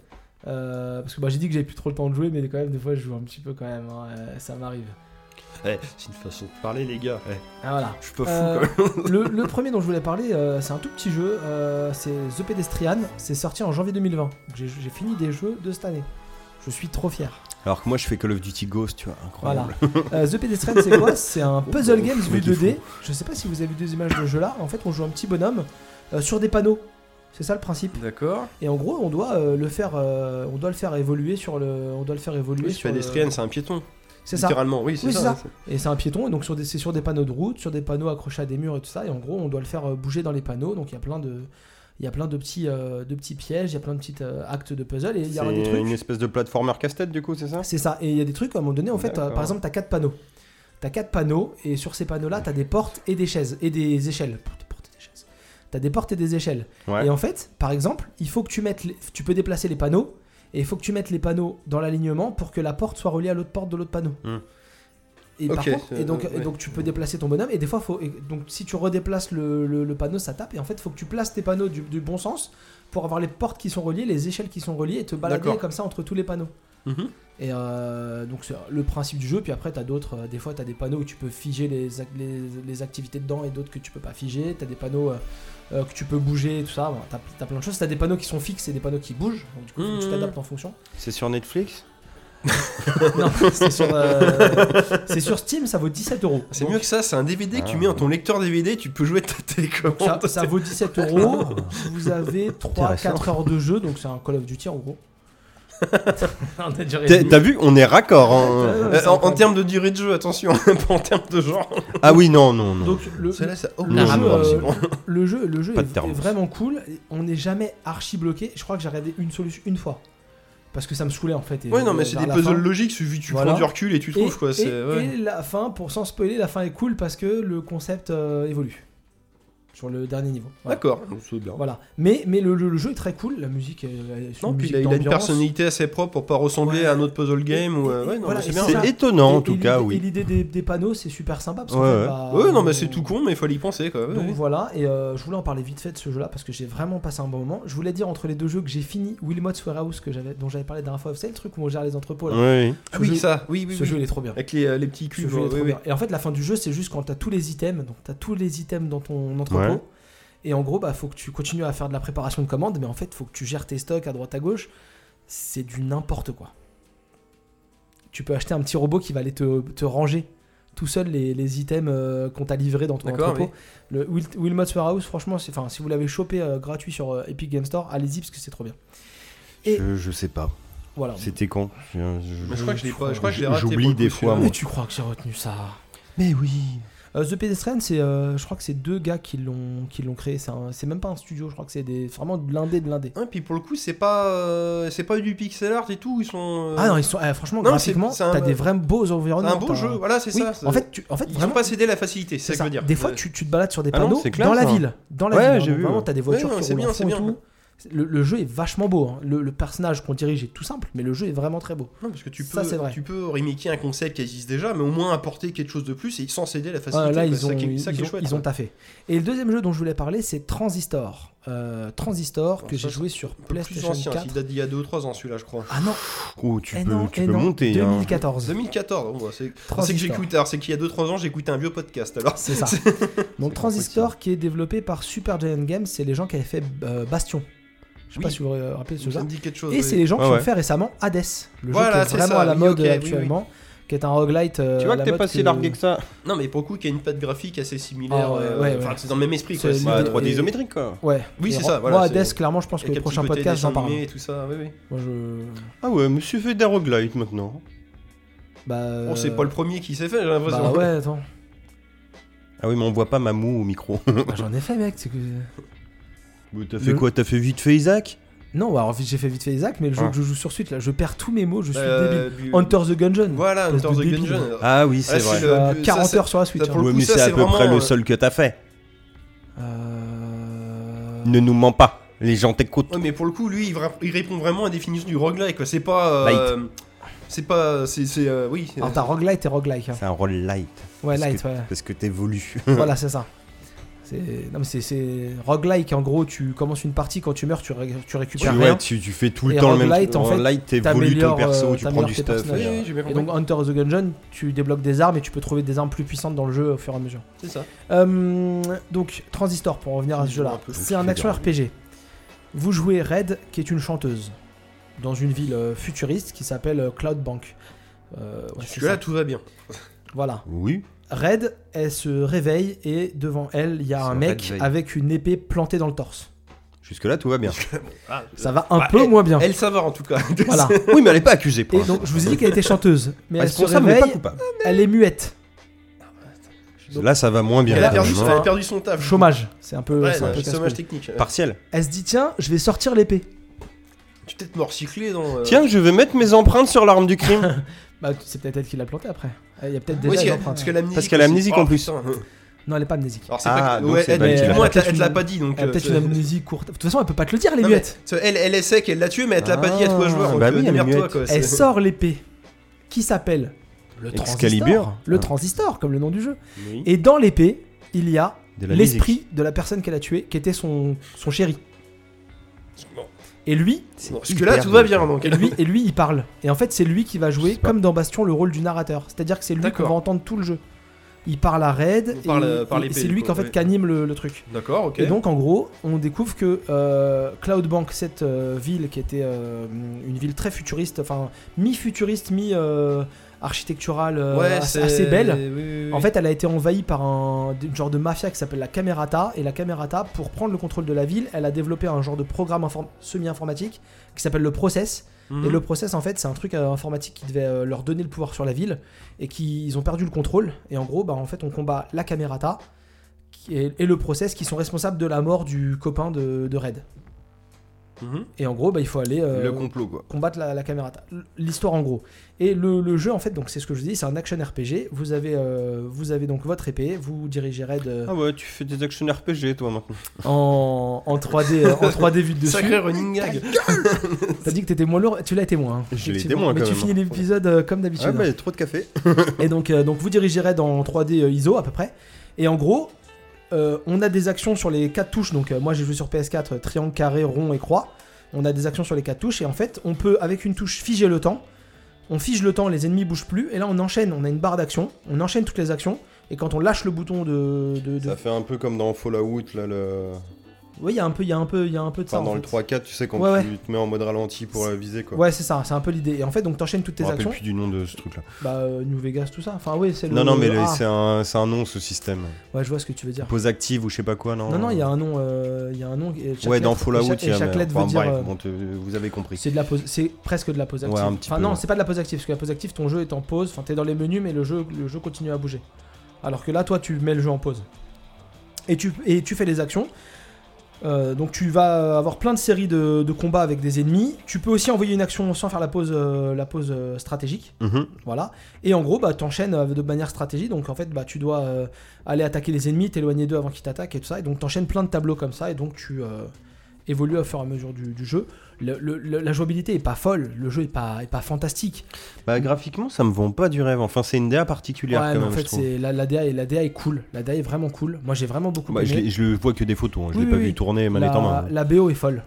Speaker 1: Euh, parce que bah, j'ai dit que j'avais plus trop le temps de jouer, mais quand même, des fois, je joue un petit peu quand même. hein, euh, ça m'arrive.
Speaker 2: Eh, c'est une façon de parler, les gars. Eh,
Speaker 1: Ah, voilà.
Speaker 2: je suis pas fou,
Speaker 1: Euh,
Speaker 2: quoi.
Speaker 1: le, le premier dont je voulais parler, euh, c'est un tout petit jeu. euh, c'est The Pedestrian. C'est sorti en janvier 2020. Donc, J'ai j'ai fini des jeux de cette année. Je suis trop fier.
Speaker 3: Alors que moi je fais Call of Duty Ghost, tu vois,
Speaker 1: Voilà.
Speaker 3: incroyable.
Speaker 1: Euh, The Pedestrian, c'est quoi C'est un puzzle game vue
Speaker 3: mec est
Speaker 1: 2D. Je sais pas si vous avez vu des images de ce jeu là. En fait, on joue un petit bonhomme euh, sur des panneaux. C'est ça le principe.
Speaker 2: D'accord.
Speaker 1: Et en gros, on doit euh, le faire, euh, on doit le faire évoluer sur le, on doit le faire évoluer
Speaker 2: Oui,
Speaker 1: sur. le-
Speaker 2: pedestrian, c'est un piéton.
Speaker 1: C'est ça.
Speaker 2: Littéralement, oui, c'est
Speaker 1: Oui, c'est
Speaker 2: ça.
Speaker 1: ça. Et c'est un piéton, et donc sur des, c'est sur des panneaux de route, sur des panneaux accrochés à des murs et tout ça. Et en gros, on doit le faire euh, bouger dans les panneaux. Donc il y a plein de, il y a plein de petits, euh, de petits pièges, il y a plein de petits euh, actes de puzzle. Et il y aura des
Speaker 4: C'est
Speaker 1: trucs.
Speaker 4: une espèce de platformer casse-tête, du coup, c'est ça
Speaker 1: C'est ça. Et il y a des trucs, à un moment donné, en fait, euh,
Speaker 4: D'accord.
Speaker 1: par exemple, t'as quatre panneaux. T'as quatre panneaux, et sur ces panneaux-là, t'as des portes et des chaises, et des échelles. Portes, portes et des chaises. T'as des portes et des échelles.
Speaker 3: Ouais.
Speaker 1: Et en fait, par exemple, il faut que tu mettes, les- tu peux déplacer les panneaux, et il faut que tu mettes les panneaux dans l'alignement pour que la porte soit reliée à l'autre porte de l'autre panneau.
Speaker 3: Hmm.
Speaker 1: Et, par
Speaker 2: Ok,
Speaker 1: contre- et donc,
Speaker 2: euh,
Speaker 1: et donc tu peux déplacer ton bonhomme et des fois faut et donc si tu redéplaces le, le- le panneau ça tape et en fait faut que tu places tes panneaux du, du bon sens pour avoir les portes qui sont reliées les échelles qui sont reliées et te balader
Speaker 2: D'accord.
Speaker 1: comme ça entre tous les panneaux
Speaker 2: Mhm.
Speaker 1: et euh, donc c'est le principe du jeu, puis après t'as d'autres, euh, des fois t'as des panneaux où tu peux figer les, ac- les, les activités dedans et d'autres que tu peux pas figer, t'as des panneaux euh, euh, que tu peux bouger, tout ça, Bon, t'as t'as plein de choses, t'as des panneaux qui sont fixes et des panneaux qui bougent, donc du coup faut que tu
Speaker 2: Mhm.
Speaker 1: t'adaptes en fonction. *laughs*
Speaker 4: C'est sur Netflix
Speaker 1: non, c'est sur, euh, c'est sur Steam, ça vaut 17 euros.
Speaker 2: C'est mieux que ça, c'est un DVD que tu
Speaker 4: Ah.
Speaker 2: mets dans ton lecteur DVD, tu peux jouer de ta
Speaker 1: Ça,
Speaker 2: télécommande.
Speaker 1: ça vaut 17
Speaker 2: Ah.
Speaker 1: euros,
Speaker 2: *laughs*
Speaker 1: vous avez
Speaker 3: Intéressant.
Speaker 1: 3-4 heures de jeu, donc c'est un Call of Duty en gros. *laughs* On a déjà
Speaker 3: T'as t'as vu, on est raccord. hein.
Speaker 1: Ouais, ouais.
Speaker 2: Euh,
Speaker 1: c'est
Speaker 2: en- en,
Speaker 1: incroyable.
Speaker 2: termes de durée de jeu, attention, *laughs* pas en termes de genre.
Speaker 3: Ah oui, non, non, non.
Speaker 1: Donc le,
Speaker 2: Celle-là, ça
Speaker 1: Le
Speaker 3: Non,
Speaker 1: jeu,
Speaker 3: non,
Speaker 1: euh,
Speaker 3: absolument.
Speaker 1: le jeu, le jeu
Speaker 3: Pas
Speaker 1: est,
Speaker 3: de terme.
Speaker 1: est vraiment cool. Et On n'est jamais archi bloqué. Je crois que j'ai regardé une solution une fois parce que ça me saoulait en fait. et euh,
Speaker 2: Ouais, non,
Speaker 1: vers
Speaker 2: mais c'est des
Speaker 1: la
Speaker 2: puzzles
Speaker 1: fin.
Speaker 2: logiques, suffit que tu
Speaker 1: Voilà.
Speaker 2: prends du recul et tu trouves,
Speaker 1: et,
Speaker 2: quoi. c'est-
Speaker 1: et-
Speaker 2: ouais.
Speaker 1: et la fin, pour sans spoiler, la fin est cool parce que le concept euh, évolue sur le dernier niveau. Voilà.
Speaker 2: D'accord. C'est bien.
Speaker 1: Voilà. Mais, mais le, le- le jeu est très cool. La musique. euh, c'est
Speaker 2: Non,
Speaker 1: une
Speaker 2: puis
Speaker 1: musique
Speaker 2: il a, il a une
Speaker 1: d'ambiance.
Speaker 2: personnalité assez propre pour pas ressembler
Speaker 1: Ouais.
Speaker 2: à un autre puzzle game. ou, euh,
Speaker 1: Et-
Speaker 2: ouais, non,
Speaker 1: voilà,
Speaker 2: mais c'est
Speaker 1: et
Speaker 2: bien.
Speaker 1: c'est ça.
Speaker 3: C'est étonnant en
Speaker 1: Et-
Speaker 3: tout
Speaker 1: et
Speaker 3: cas,
Speaker 1: l'idée- Et
Speaker 3: oui.
Speaker 1: l'idée des, des panneaux, c'est super sympa. Parce qu'en
Speaker 3: Ouais,
Speaker 1: fait,
Speaker 3: ouais.
Speaker 1: bah,
Speaker 2: Ouais, non, mais c'est
Speaker 1: on-
Speaker 2: tout con, mais il fallait y penser, quoi. ouais,
Speaker 1: Donc
Speaker 2: ouais.
Speaker 1: voilà, et euh, je voulais en parler vite fait de ce jeu-là parce que j'ai vraiment passé un bon moment. Je voulais dire entre les deux jeux que j'ai fini Wilmot's Warehouse que j'avais, dont j'avais parlé la dernière fois, c'est le truc où on gère les entrepôts là.
Speaker 3: Oui,
Speaker 2: Ah
Speaker 1: Ce
Speaker 2: oui,
Speaker 1: jeu-
Speaker 2: ça. Oui, oui,
Speaker 1: ce
Speaker 2: oui.
Speaker 1: jeu il est trop bien.
Speaker 2: Avec les, euh, les petits
Speaker 1: Ce
Speaker 2: cubes.
Speaker 1: jeu, il est
Speaker 2: ouais,
Speaker 1: trop
Speaker 2: ouais.
Speaker 1: bien. Et en fait, la fin du jeu, c'est juste quand t'as tous les items, donc t'as tous les items dans ton entrepôt.
Speaker 3: Ouais.
Speaker 1: Et en gros, bah faut que tu continues à faire de la préparation de commandes, mais en fait, faut que tu gères tes stocks à droite à gauche. C'est du n'importe quoi. Tu peux acheter un petit robot qui va aller te, te ranger tout seul les, les items euh, qu'on t'a livrés dans ton
Speaker 2: D'accord,
Speaker 1: entrepôt. Le Wil- Wilmot's Warehouse, franchement, c'est- enfin, si vous l'avez chopé euh, gratuit sur euh, Epic Game Store, allez-y parce que c'est trop bien. Et-
Speaker 3: oui. Je, je sais pas.
Speaker 1: Voilà.
Speaker 3: C'était quand Je- je-
Speaker 2: Mais je crois que je l'ai pas- je crois que je l'ai raté.
Speaker 3: J'oublie
Speaker 2: pour le
Speaker 3: des
Speaker 2: coup,
Speaker 3: fois,
Speaker 2: celui-là.
Speaker 1: Mais
Speaker 3: moi.
Speaker 1: tu crois que j'ai retenu ça
Speaker 3: Mais oui.
Speaker 1: Euh, The Pedestrian, c'est, euh, je crois que c'est deux gars qui l'ont, qui l'ont créé. C'est, un- c'est même pas un studio, je crois que c'est des, vraiment de l'indé de l'indé.
Speaker 2: Hein, puis pour le coup, c'est pas, euh, c'est pas du pixel art et tout. Ils sont. euh,
Speaker 1: Ah non, ils sont, eh, franchement,
Speaker 2: Non,
Speaker 1: graphiquement,
Speaker 2: c'est- c'est un-
Speaker 1: t'as des vrais beaux
Speaker 2: c'est
Speaker 1: environnements.
Speaker 2: un beau
Speaker 1: t'as-
Speaker 2: jeu. Voilà, c'est
Speaker 1: Oui,
Speaker 2: ça.
Speaker 1: en fait, tu, en fait,
Speaker 2: ils
Speaker 1: vraiment,
Speaker 2: ont pas cédé à la facilité, c'est ça que je veux dire.
Speaker 1: Des fois,
Speaker 2: Ouais.
Speaker 1: tu, tu te balades sur des
Speaker 4: Ah non,
Speaker 1: panneaux
Speaker 4: c'est
Speaker 1: dans
Speaker 4: classe,
Speaker 1: la
Speaker 4: hein.
Speaker 1: ville. Dans la
Speaker 4: Ouais,
Speaker 1: ville, hein,
Speaker 4: j'ai
Speaker 1: donc
Speaker 4: vu,
Speaker 1: Vraiment,
Speaker 4: ouais.
Speaker 1: t'as des voitures
Speaker 2: Ouais, non,
Speaker 1: qui
Speaker 2: c'est
Speaker 1: roulent en
Speaker 2: bien, c'est
Speaker 1: fond et
Speaker 2: bien.
Speaker 1: tout. Le, le jeu est vachement beau. hein. Le, le personnage qu'on dirige est tout simple, mais le jeu est vraiment très beau.
Speaker 2: Non, parce que tu
Speaker 1: Ça,
Speaker 2: peux,
Speaker 1: c'est vrai.
Speaker 2: tu peux remaker un concept qui existe déjà, mais au moins apporter quelque chose de plus et sans céder à la facilité.
Speaker 1: Ouais, Ah, là,
Speaker 2: quoi.
Speaker 1: ils
Speaker 2: C'est
Speaker 1: ont,
Speaker 2: ça qui est-
Speaker 1: ils,
Speaker 2: ça qui est
Speaker 1: ont,
Speaker 2: chouette, hein.
Speaker 1: ils ont
Speaker 2: ouais.
Speaker 1: taffé. Et le deuxième jeu dont je voulais parler, c'est Transistor. Euh, Transistor,
Speaker 2: Alors,
Speaker 1: que
Speaker 2: ça,
Speaker 1: j'ai
Speaker 2: c'est
Speaker 1: joué sur
Speaker 2: Un peu plus
Speaker 1: PlayStation
Speaker 2: ancien,
Speaker 1: 4.
Speaker 2: il date d'il y a 2-3 ans celui-là, je crois.
Speaker 1: Ah non,
Speaker 3: Oh, tu
Speaker 1: eh
Speaker 3: peux,
Speaker 1: non,
Speaker 3: tu
Speaker 1: eh
Speaker 3: peux
Speaker 1: non,
Speaker 3: monter. hein.
Speaker 1: 2014.
Speaker 2: 2014, bon, bah, c'est
Speaker 1: Transistor.
Speaker 2: c'est que j'écoute, alors c'est qu'il y a 2-3 ans j'écoutais un vieux podcast alors.
Speaker 1: C'est
Speaker 2: *laughs*
Speaker 1: ça. Donc Transistor qui est développé par Supergiant Games, c'est les gens qui avaient fait euh, Bastion. Je sais pas
Speaker 2: Oui.
Speaker 1: si vous vous euh, rappelez de ce jeu.
Speaker 2: Ça me dit quelque chose.
Speaker 1: Et
Speaker 2: oui.
Speaker 1: c'est les gens qui
Speaker 3: Ouais,
Speaker 1: ont
Speaker 3: ouais.
Speaker 1: fait récemment Hades, le
Speaker 2: Voilà,
Speaker 1: jeu qui
Speaker 2: c'est
Speaker 1: est vraiment
Speaker 2: ça,
Speaker 1: à la
Speaker 2: oui,
Speaker 1: mode euh,
Speaker 2: ok, oui,
Speaker 1: actuellement, qui est un roguelite. euh,
Speaker 4: Tu vois
Speaker 1: à
Speaker 4: que
Speaker 1: la
Speaker 4: t'es
Speaker 1: mode
Speaker 4: pas si largué que ça.
Speaker 2: Non mais pour le coup qui a une patte graphique assez similaire,
Speaker 1: Ah, ouais,
Speaker 2: euh,
Speaker 1: ouais,
Speaker 2: enfin
Speaker 1: ouais.
Speaker 2: c'est dans le même esprit
Speaker 1: C'est
Speaker 2: quoi.
Speaker 1: le
Speaker 2: c'est,
Speaker 1: même
Speaker 4: Bah,
Speaker 2: euh,
Speaker 4: 3D
Speaker 1: Et-
Speaker 4: isométrique, quoi.
Speaker 1: Ouais. Et
Speaker 2: Oui, c'est
Speaker 1: ro-
Speaker 2: ça, voilà,
Speaker 1: moi,
Speaker 2: c'est-
Speaker 1: Hades, clairement, je pense que
Speaker 2: avec
Speaker 1: le
Speaker 2: un petit
Speaker 1: prochain
Speaker 2: côté
Speaker 1: podcast, j'en
Speaker 2: dessin
Speaker 1: parle.
Speaker 2: animé et tout ça, oui, oui.
Speaker 1: Moi, je...
Speaker 3: Ah ouais, monsieur fait des roguelites maintenant.
Speaker 1: Bah. euh,
Speaker 2: Oh, c'est pas le premier qui s'est fait, j'ai l'impression.
Speaker 1: Bah ouais, attends.
Speaker 3: Ah oui, mais on voit pas Mamou
Speaker 1: *laughs*
Speaker 3: au micro.
Speaker 1: Bah, J'en ai fait, mec. c'est que-
Speaker 3: Mais T'as
Speaker 1: Le-
Speaker 3: fait quoi T'as fait vite fait Isaac
Speaker 1: Non, bah, alors j'ai fait vite fait Isaac, mais le jeu
Speaker 3: Ah.
Speaker 1: que je joue sur suite, là, je perds tous mes mots, je suis
Speaker 2: Euh,
Speaker 1: débile.
Speaker 2: du-
Speaker 1: Hunter the Gungeon.
Speaker 2: Voilà,
Speaker 1: espèce
Speaker 2: Hunter
Speaker 1: de
Speaker 2: the
Speaker 1: débile.
Speaker 2: Gungeon.
Speaker 3: Ah oui, c'est
Speaker 2: Ah,
Speaker 3: vrai.
Speaker 2: c'est
Speaker 1: Je suis à
Speaker 2: le-
Speaker 1: 40
Speaker 2: ça, ça-
Speaker 1: heures sur la hein. suite.
Speaker 2: ça pour le
Speaker 3: Ouais,
Speaker 2: coup,
Speaker 3: mais
Speaker 2: ça,
Speaker 3: c'est à
Speaker 2: c'est
Speaker 3: peu près
Speaker 2: vraiment,
Speaker 3: le
Speaker 2: euh,
Speaker 3: seul que t'as fait.
Speaker 1: Euh...
Speaker 3: Ne nous mens pas, les gens t'écoutent.
Speaker 2: Ouais, mais pour le coup, lui, il, vra- il répond vraiment à la définition du roguelike, quoi. C'est pas. euh, c'est pas. C'est. c'est, euh, oui.
Speaker 1: Alors t'as roguelite et roguelike. hein.
Speaker 3: C'est un rôle light,
Speaker 1: Ouais,
Speaker 3: parce
Speaker 1: light, ouais.
Speaker 3: parce que t'évolues.
Speaker 1: voilà, c'est ça. C'est- Non, mais c'est- c'est roguelike. En gros, tu commences une partie, quand tu meurs, tu, ré- tu
Speaker 3: tu,
Speaker 1: récupères
Speaker 3: ouais,
Speaker 1: rien.
Speaker 3: tu, tu fais tout
Speaker 1: Et
Speaker 3: le temps le même
Speaker 1: roguelite, en fait,
Speaker 3: light, t'évolues ton
Speaker 1: t'améliores, euh,
Speaker 3: perso, tu prends
Speaker 1: t'améliores
Speaker 3: du
Speaker 1: tes
Speaker 3: stuff.
Speaker 2: Oui,
Speaker 1: personnages.
Speaker 3: et-
Speaker 2: oui, j'ai bien
Speaker 1: Et
Speaker 2: compris.
Speaker 1: donc, Hunter the Gungeon, tu débloques des armes et tu peux trouver des armes plus puissantes dans le jeu au fur et à mesure.
Speaker 2: C'est ça.
Speaker 1: Euh, donc, Transistor, pour en revenir à ce jeu-là, c'est un action RPG. Vous jouez Red, qui est une chanteuse, dans une ville euh, futuriste qui s'appelle euh, Cloud Bank. Euh, ouais, c'est
Speaker 2: Jusque-là,
Speaker 1: ça.
Speaker 2: tout va bien.
Speaker 1: Voilà.
Speaker 3: Euh, Oui,
Speaker 1: Red, elle se réveille et devant elle, il y a
Speaker 3: C'est
Speaker 1: un
Speaker 3: un
Speaker 1: mec
Speaker 3: Red Veil.
Speaker 1: avec une épée plantée dans le torse.
Speaker 3: jusque-là tout va bien.
Speaker 2: Ah,
Speaker 1: Ça va un
Speaker 2: Bah,
Speaker 1: peu
Speaker 2: elle-
Speaker 1: moins bien.
Speaker 2: Elle, ça va en tout cas.
Speaker 1: Voilà.
Speaker 3: oui, mais elle est pas accusée Bah, pour
Speaker 1: Et donc, je vous ai dit qu'elle était chanteuse, mais elle se
Speaker 3: responsable, mais pas
Speaker 1: réveille,
Speaker 3: coupable.
Speaker 1: elle est muette. Donc,
Speaker 3: Là, ça va moins bien.
Speaker 2: Elle a
Speaker 1: Là,
Speaker 2: perdu,
Speaker 1: vraiment.
Speaker 2: son- elle a perdu son taf.
Speaker 1: Chômage, c'est un peu.
Speaker 2: Ouais,
Speaker 1: c'est un peu
Speaker 2: c'est
Speaker 1: casse-couille.
Speaker 2: chômage technique.
Speaker 3: Partiel.
Speaker 1: Elle se dit tiens, je vais sortir l'épée.
Speaker 2: Tu es peut-être mort cyclé dans. euh,
Speaker 3: Tiens, je vais mettre mes empreintes sur l'arme du crime.
Speaker 1: Bah, c'est peut-être elle qui l'a planté après. Il y a peut-être
Speaker 2: oui,
Speaker 1: déjà
Speaker 2: parce
Speaker 1: une
Speaker 2: qu'elle-
Speaker 1: empreinte.
Speaker 2: parce qu'elle a amnésique.
Speaker 3: Parce qu'elle a
Speaker 2: aussi.
Speaker 3: amnésique, en plus.
Speaker 2: putain.
Speaker 1: Non, elle est pas amnésique.
Speaker 2: Alors, c'est
Speaker 3: Ah,
Speaker 2: pas.
Speaker 3: donc
Speaker 2: ouais,
Speaker 3: c'est
Speaker 2: elle,
Speaker 3: pas elle qui
Speaker 2: du
Speaker 3: l'a
Speaker 2: moins,
Speaker 1: fait.
Speaker 2: elle, elle te l'a pas dit donc.
Speaker 1: Elle a
Speaker 2: euh,
Speaker 1: peut-être
Speaker 2: c'est-
Speaker 1: une amnésie courte. De toute façon, elle peut pas te le dire, elle est
Speaker 2: Non, mais-
Speaker 1: muette.
Speaker 2: c'est- Elle, elle sait qu'elle l'a tué, mais elle te l'a pas dit à toi,
Speaker 3: Ah,
Speaker 2: joueur.
Speaker 3: bah
Speaker 2: donc,
Speaker 3: oui,
Speaker 2: euh,
Speaker 3: elle est
Speaker 2: démerde-toi,
Speaker 3: muette.
Speaker 2: quoi, c'est-
Speaker 1: Elle sort l'épée qui s'appelle le
Speaker 3: Excalibur.
Speaker 1: transistor. Le
Speaker 3: Ah.
Speaker 1: transistor, comme le nom du jeu. Et dans l'épée, il y a
Speaker 3: De la
Speaker 1: l'esprit de la personne qu'elle a tuée, qui était son, son chéri.
Speaker 2: Bon,
Speaker 1: Et lui,
Speaker 2: bon, Jusque-là, tout va bien donc.
Speaker 1: et
Speaker 2: *laughs*
Speaker 1: lui, et lui, il parle. Et en fait, c'est lui qui va jouer,
Speaker 3: sais pas.
Speaker 1: comme dans Bastion, le rôle du narrateur. C'est-à-dire que c'est lui qu'on
Speaker 2: D'accord.
Speaker 1: va entendre tout le jeu. Il parle à Red,
Speaker 2: On parle,
Speaker 1: et-
Speaker 2: euh, par
Speaker 1: et
Speaker 2: l'épée,
Speaker 1: c'est lui
Speaker 2: quoi,
Speaker 1: qu'en fait
Speaker 2: ouais.
Speaker 1: qu'anime le- le truc.
Speaker 2: D'accord, ok.
Speaker 1: Et donc en gros, on découvre que euh, Cloudbank, cette euh, ville qui était euh, une ville très futuriste, enfin mi-futuriste, mi-architecturale,
Speaker 2: c'est-
Speaker 1: euh, assez belle,
Speaker 2: oui, oui, oui.
Speaker 1: en fait, elle a été envahie par un une genre de mafia qui s'appelle la Camerata. Et la Camerata, pour prendre le contrôle de la ville, elle a développé un genre de programme inform- semi-informatique qui s'appelle le Process.
Speaker 2: Mhm.
Speaker 1: Et le Process, en fait, c'est un truc euh, informatique qui devait euh, leur donner le pouvoir sur la ville. Et qui, ils ont perdu le contrôle. Et en gros, bah, en fait, on combat la Camerata qui- et, et le Process qui sont responsables de la mort du copain de, de Red.
Speaker 2: Mhm.
Speaker 1: Et en gros, bah, il faut aller. euh,
Speaker 3: Le complot, quoi.
Speaker 1: combattre la, la camerata. L- L'histoire en gros. Et le, le jeu en fait, donc c'est ce que je vous dis, c'est un action RPG. Vous avez, euh, vous avez donc votre épée, vous dirigez Raid euh,
Speaker 4: Ah ouais, tu fais des actions RPG toi maintenant.
Speaker 1: en, en 3D, euh, en 3D vue de dessus.
Speaker 2: Sacré running gag.
Speaker 1: T'as dit que t'étais moins lourd, tu l'as été moins. hein,
Speaker 3: Je l'ai été
Speaker 1: effectivement.
Speaker 3: moins,
Speaker 1: Mais
Speaker 3: quand
Speaker 1: tu
Speaker 3: même.
Speaker 1: finis l'épisode euh, comme d'habitude.
Speaker 3: Ah, bah, trop de café.
Speaker 1: Et donc, euh, donc vous dirigez Raid en 3D euh, ISO à peu près. Et en gros, euh, on a des actions sur les quatre touches. Donc euh, moi j'ai joué sur PS4, euh, triangle, carré, rond et croix. On a des actions sur les quatre touches. Et en fait, on peut avec une touche figer le temps. On fige le temps, les ennemis bougent plus. Et là on enchaîne, on a une barre d'action. On enchaîne toutes les actions. Et quand on lâche le bouton de... de, de-
Speaker 3: Ça fait un peu comme dans Fallout, là, le...
Speaker 1: Oui, il y a un peu, il y a un peu, il y a un peu de ça.
Speaker 3: enfin,
Speaker 1: en
Speaker 3: dans
Speaker 1: fait.
Speaker 3: le 3-4, tu sais, quand
Speaker 1: Ouais,
Speaker 3: tu te mets en mode ralenti pour euh, viser, quoi.
Speaker 1: Ouais, c'est ça, c'est un peu l'idée. Et en fait, donc t'enchaînes toutes tes
Speaker 3: Je me rappelle
Speaker 1: actions.
Speaker 3: plus du nom de ce truc-là.
Speaker 1: Bah, euh, New Vegas, tout ça. Enfin, oui, c'est le.
Speaker 3: Non, non, mais le-
Speaker 1: Ah,
Speaker 3: c'est un, c'est un nom, ce système.
Speaker 1: Ouais, je vois ce que tu veux dire.
Speaker 3: Pose active ou je sais pas quoi, non
Speaker 1: Non, non, il y a un nom. euh, Il y a un nom. et chaque
Speaker 3: Ouais, dans
Speaker 1: lettre- et
Speaker 3: Fallout,
Speaker 1: chaque-
Speaker 3: il
Speaker 1: et
Speaker 3: y a...
Speaker 1: chaque
Speaker 3: mais-
Speaker 1: lettre
Speaker 3: enfin,
Speaker 1: veut dire.
Speaker 3: bref,
Speaker 1: euh,
Speaker 3: bon, te- vous avez compris.
Speaker 1: C'est de la pause, c'est presque de la pause
Speaker 3: Ouais,
Speaker 1: active.
Speaker 3: un petit
Speaker 1: enfin
Speaker 3: peu,
Speaker 1: non,
Speaker 3: ouais.
Speaker 1: c'est pas de la pause active parce que la pause active, ton jeu est en pause. Enfin, t'es dans les menus, mais le jeu, le jeu continue à bouger. Alors que là, toi, tu mets le jeu en pause et tu et tu fais les actions. Euh, donc tu vas avoir plein de séries de, de combats avec des ennemis. Tu peux aussi envoyer une action sans faire la pause, euh, la pause euh, stratégique.
Speaker 3: Mhm.
Speaker 1: Voilà. Et en gros, bah, t'enchaînes euh, de manière stratégique. Donc, en fait, bah, tu dois euh, aller attaquer les ennemis, t'éloigner d'eux avant qu'ils t'attaquent et tout ça. Et donc, t'enchaînes plein de tableaux comme ça. Et donc, tu euh, évolues au fur et à mesure du, du jeu. Le- le- le- la jouabilité est pas folle. Le jeu est pas, est pas fantastique.
Speaker 3: Bah, graphiquement, ça me vend pas du rêve. Enfin, c'est une DA particulière,
Speaker 1: Ouais,
Speaker 3: quand
Speaker 1: mais
Speaker 3: même,
Speaker 1: en
Speaker 3: je
Speaker 1: fait,
Speaker 3: trouve.
Speaker 1: c'est la, la DA est, la DA est cool. La DA est vraiment cool. Moi, j'ai vraiment beaucoup
Speaker 3: Bah, je,
Speaker 1: aimé.
Speaker 3: l'ai- je le vois que des photos, hein. je
Speaker 1: Oui,
Speaker 3: l'ai pas
Speaker 1: oui, oui.
Speaker 3: vu tourner manette en
Speaker 1: La,
Speaker 3: main.
Speaker 1: la BO est folle.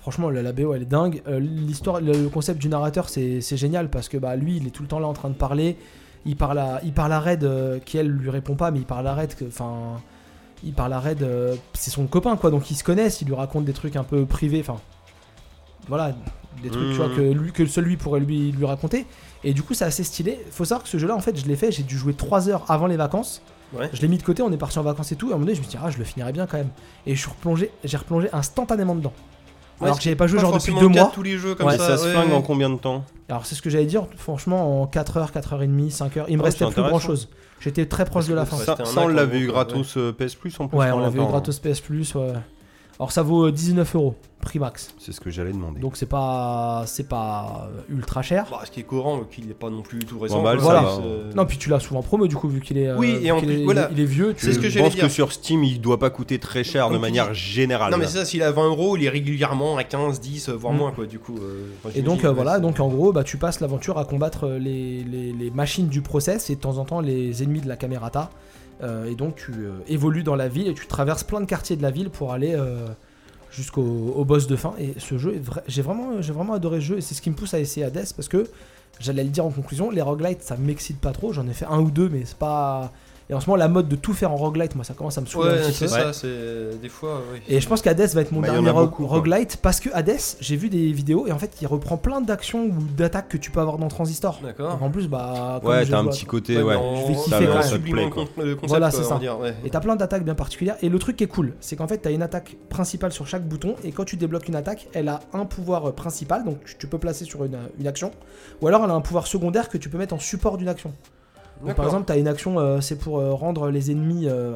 Speaker 1: Franchement, la, la BO elle est dingue. Euh, L'histoire, le, le concept du narrateur c'est c'est génial parce que bah lui il est tout le temps là en train de parler. Il parle à, il parle à Red euh, qui elle lui répond pas, mais il parle à Red que, enfin, il parle à Red. euh, c'est son copain quoi, donc ils se connaissent. Il lui raconte des trucs un peu privés, enfin, voilà, des trucs tu vois
Speaker 3: Mhm.
Speaker 1: que lui, que seul lui pourrait lui lui raconter. Et du coup c'est assez stylé. Faut savoir que ce jeu-là en fait je l'ai fait, j'ai dû jouer 3 heures avant les vacances.
Speaker 2: Ouais.
Speaker 1: Je l'ai mis de côté, on est parti en vacances et tout. Et à un moment donné je me dis ah je le finirai bien quand même et je suis replongé, j'ai replongé instantanément dedans. alors que j'avais pas joué
Speaker 2: Pas
Speaker 1: genre depuis
Speaker 2: forcément
Speaker 1: deux
Speaker 2: le cas de
Speaker 1: mois.
Speaker 2: tous les jeux comme
Speaker 1: Ouais,
Speaker 2: ça.
Speaker 4: ça se
Speaker 2: ouais,
Speaker 4: flingue
Speaker 2: ouais.
Speaker 4: en combien de temps
Speaker 1: Alors c'est ce que j'allais dire, franchement en 4h, 4h30, 5h, il me
Speaker 4: Ouais,
Speaker 1: restait
Speaker 4: c'est
Speaker 1: plus grand
Speaker 4: intéressant.
Speaker 1: chose. J'étais très proche de la fin.
Speaker 2: Ouais,
Speaker 4: Ça,
Speaker 2: c'était un
Speaker 4: ça, on
Speaker 2: hack,
Speaker 4: l'avait
Speaker 2: en
Speaker 4: eu
Speaker 2: gros,
Speaker 4: gratos euh, PS Plus en plus.
Speaker 1: Ouais,
Speaker 4: pendant
Speaker 1: on l'avait eu
Speaker 4: longtemps.
Speaker 1: gratos PS Plus. ouais. Alors ça vaut euh, 19 euros, prix max.
Speaker 3: C'est ce que j'allais demander.
Speaker 1: Donc c'est pas c'est pas euh, ultra cher.
Speaker 2: Bah, ce qui est courant, euh, qu'il n'est pas non plus tout récent.
Speaker 3: mal,
Speaker 2: quoi.
Speaker 1: ça
Speaker 2: Voilà.
Speaker 3: va.
Speaker 2: Euh,
Speaker 1: Non, puis tu l'as souvent promo du coup vu qu'il est euh,
Speaker 2: Oui,
Speaker 1: vu
Speaker 2: et en
Speaker 1: qu'il
Speaker 2: plus,
Speaker 1: est-
Speaker 2: voilà.
Speaker 1: il est vieux, tu
Speaker 2: C'est ce que
Speaker 3: je
Speaker 2: j'allais
Speaker 3: pense
Speaker 2: dire.
Speaker 3: que sur Steam, il doit pas coûter très cher
Speaker 2: Comme
Speaker 3: de
Speaker 2: tu
Speaker 3: manière
Speaker 2: dis.
Speaker 3: générale.
Speaker 2: Non, mais c'est ça, s'il est à 20 euros, il est régulièrement à 15, 10, voire
Speaker 1: Mm.
Speaker 2: moins, quoi, du coup. euh, enfin,
Speaker 1: Et
Speaker 2: j'imagine,
Speaker 1: donc euh,
Speaker 2: ouais,
Speaker 1: voilà,
Speaker 2: c'est-
Speaker 1: donc en gros, bah, tu passes l'aventure à combattre euh, les, les- les machines du process et de temps en temps les ennemis de la camerata. Euh, et donc tu euh, évolues dans la ville et tu traverses plein de quartiers de la ville pour aller euh, jusqu'au au boss de fin. Et ce jeu, est vra- j'ai vraiment, euh, j'ai vraiment adoré ce jeu et c'est ce qui me pousse à essayer Hades parce que j'allais le dire en conclusion, les roguelites ça m'excite pas trop, j'en ai fait un ou deux mais c'est pas... Et en ce moment la mode de tout faire en roguelite, moi ça commence à me saouler un
Speaker 2: Ouais,
Speaker 1: petit
Speaker 2: c'est
Speaker 1: peu.
Speaker 2: ça, c'est. Des fois, ouais.
Speaker 1: Et je pense qu'Hades va être mon
Speaker 3: Bah, y en
Speaker 1: dernier
Speaker 3: a
Speaker 1: ro-
Speaker 3: beaucoup, quoi.
Speaker 1: roguelite parce que Hades, j'ai vu des vidéos et en fait il reprend plein d'actions ou d'attaques que tu peux avoir dans Transistor.
Speaker 2: D'accord.
Speaker 1: Donc, en plus, bah. comme
Speaker 3: Ouais,
Speaker 1: je
Speaker 3: t'as un
Speaker 1: vois-
Speaker 3: petit côté,
Speaker 2: mais
Speaker 3: ouais.
Speaker 1: je vais
Speaker 2: on-
Speaker 1: kiffer
Speaker 2: on
Speaker 1: quand même.
Speaker 2: sublime
Speaker 3: Ça te plaît,
Speaker 2: le con- le concept,
Speaker 1: Voilà, c'est
Speaker 2: quoi, on
Speaker 1: ça.
Speaker 2: va dire, ouais.
Speaker 1: Et t'as plein d'attaques bien particulières. Et le truc qui est cool, c'est qu'en fait t'as une attaque principale sur chaque bouton. Et quand tu débloques une attaque, elle a un pouvoir euh, principal, donc tu- tu peux placer sur une, euh, une action. Ou alors elle a un pouvoir secondaire que tu peux mettre en support d'une action. Donc, par
Speaker 2: D'accord.
Speaker 1: exemple, t'as une action, euh, c'est pour euh, rendre les ennemis, euh,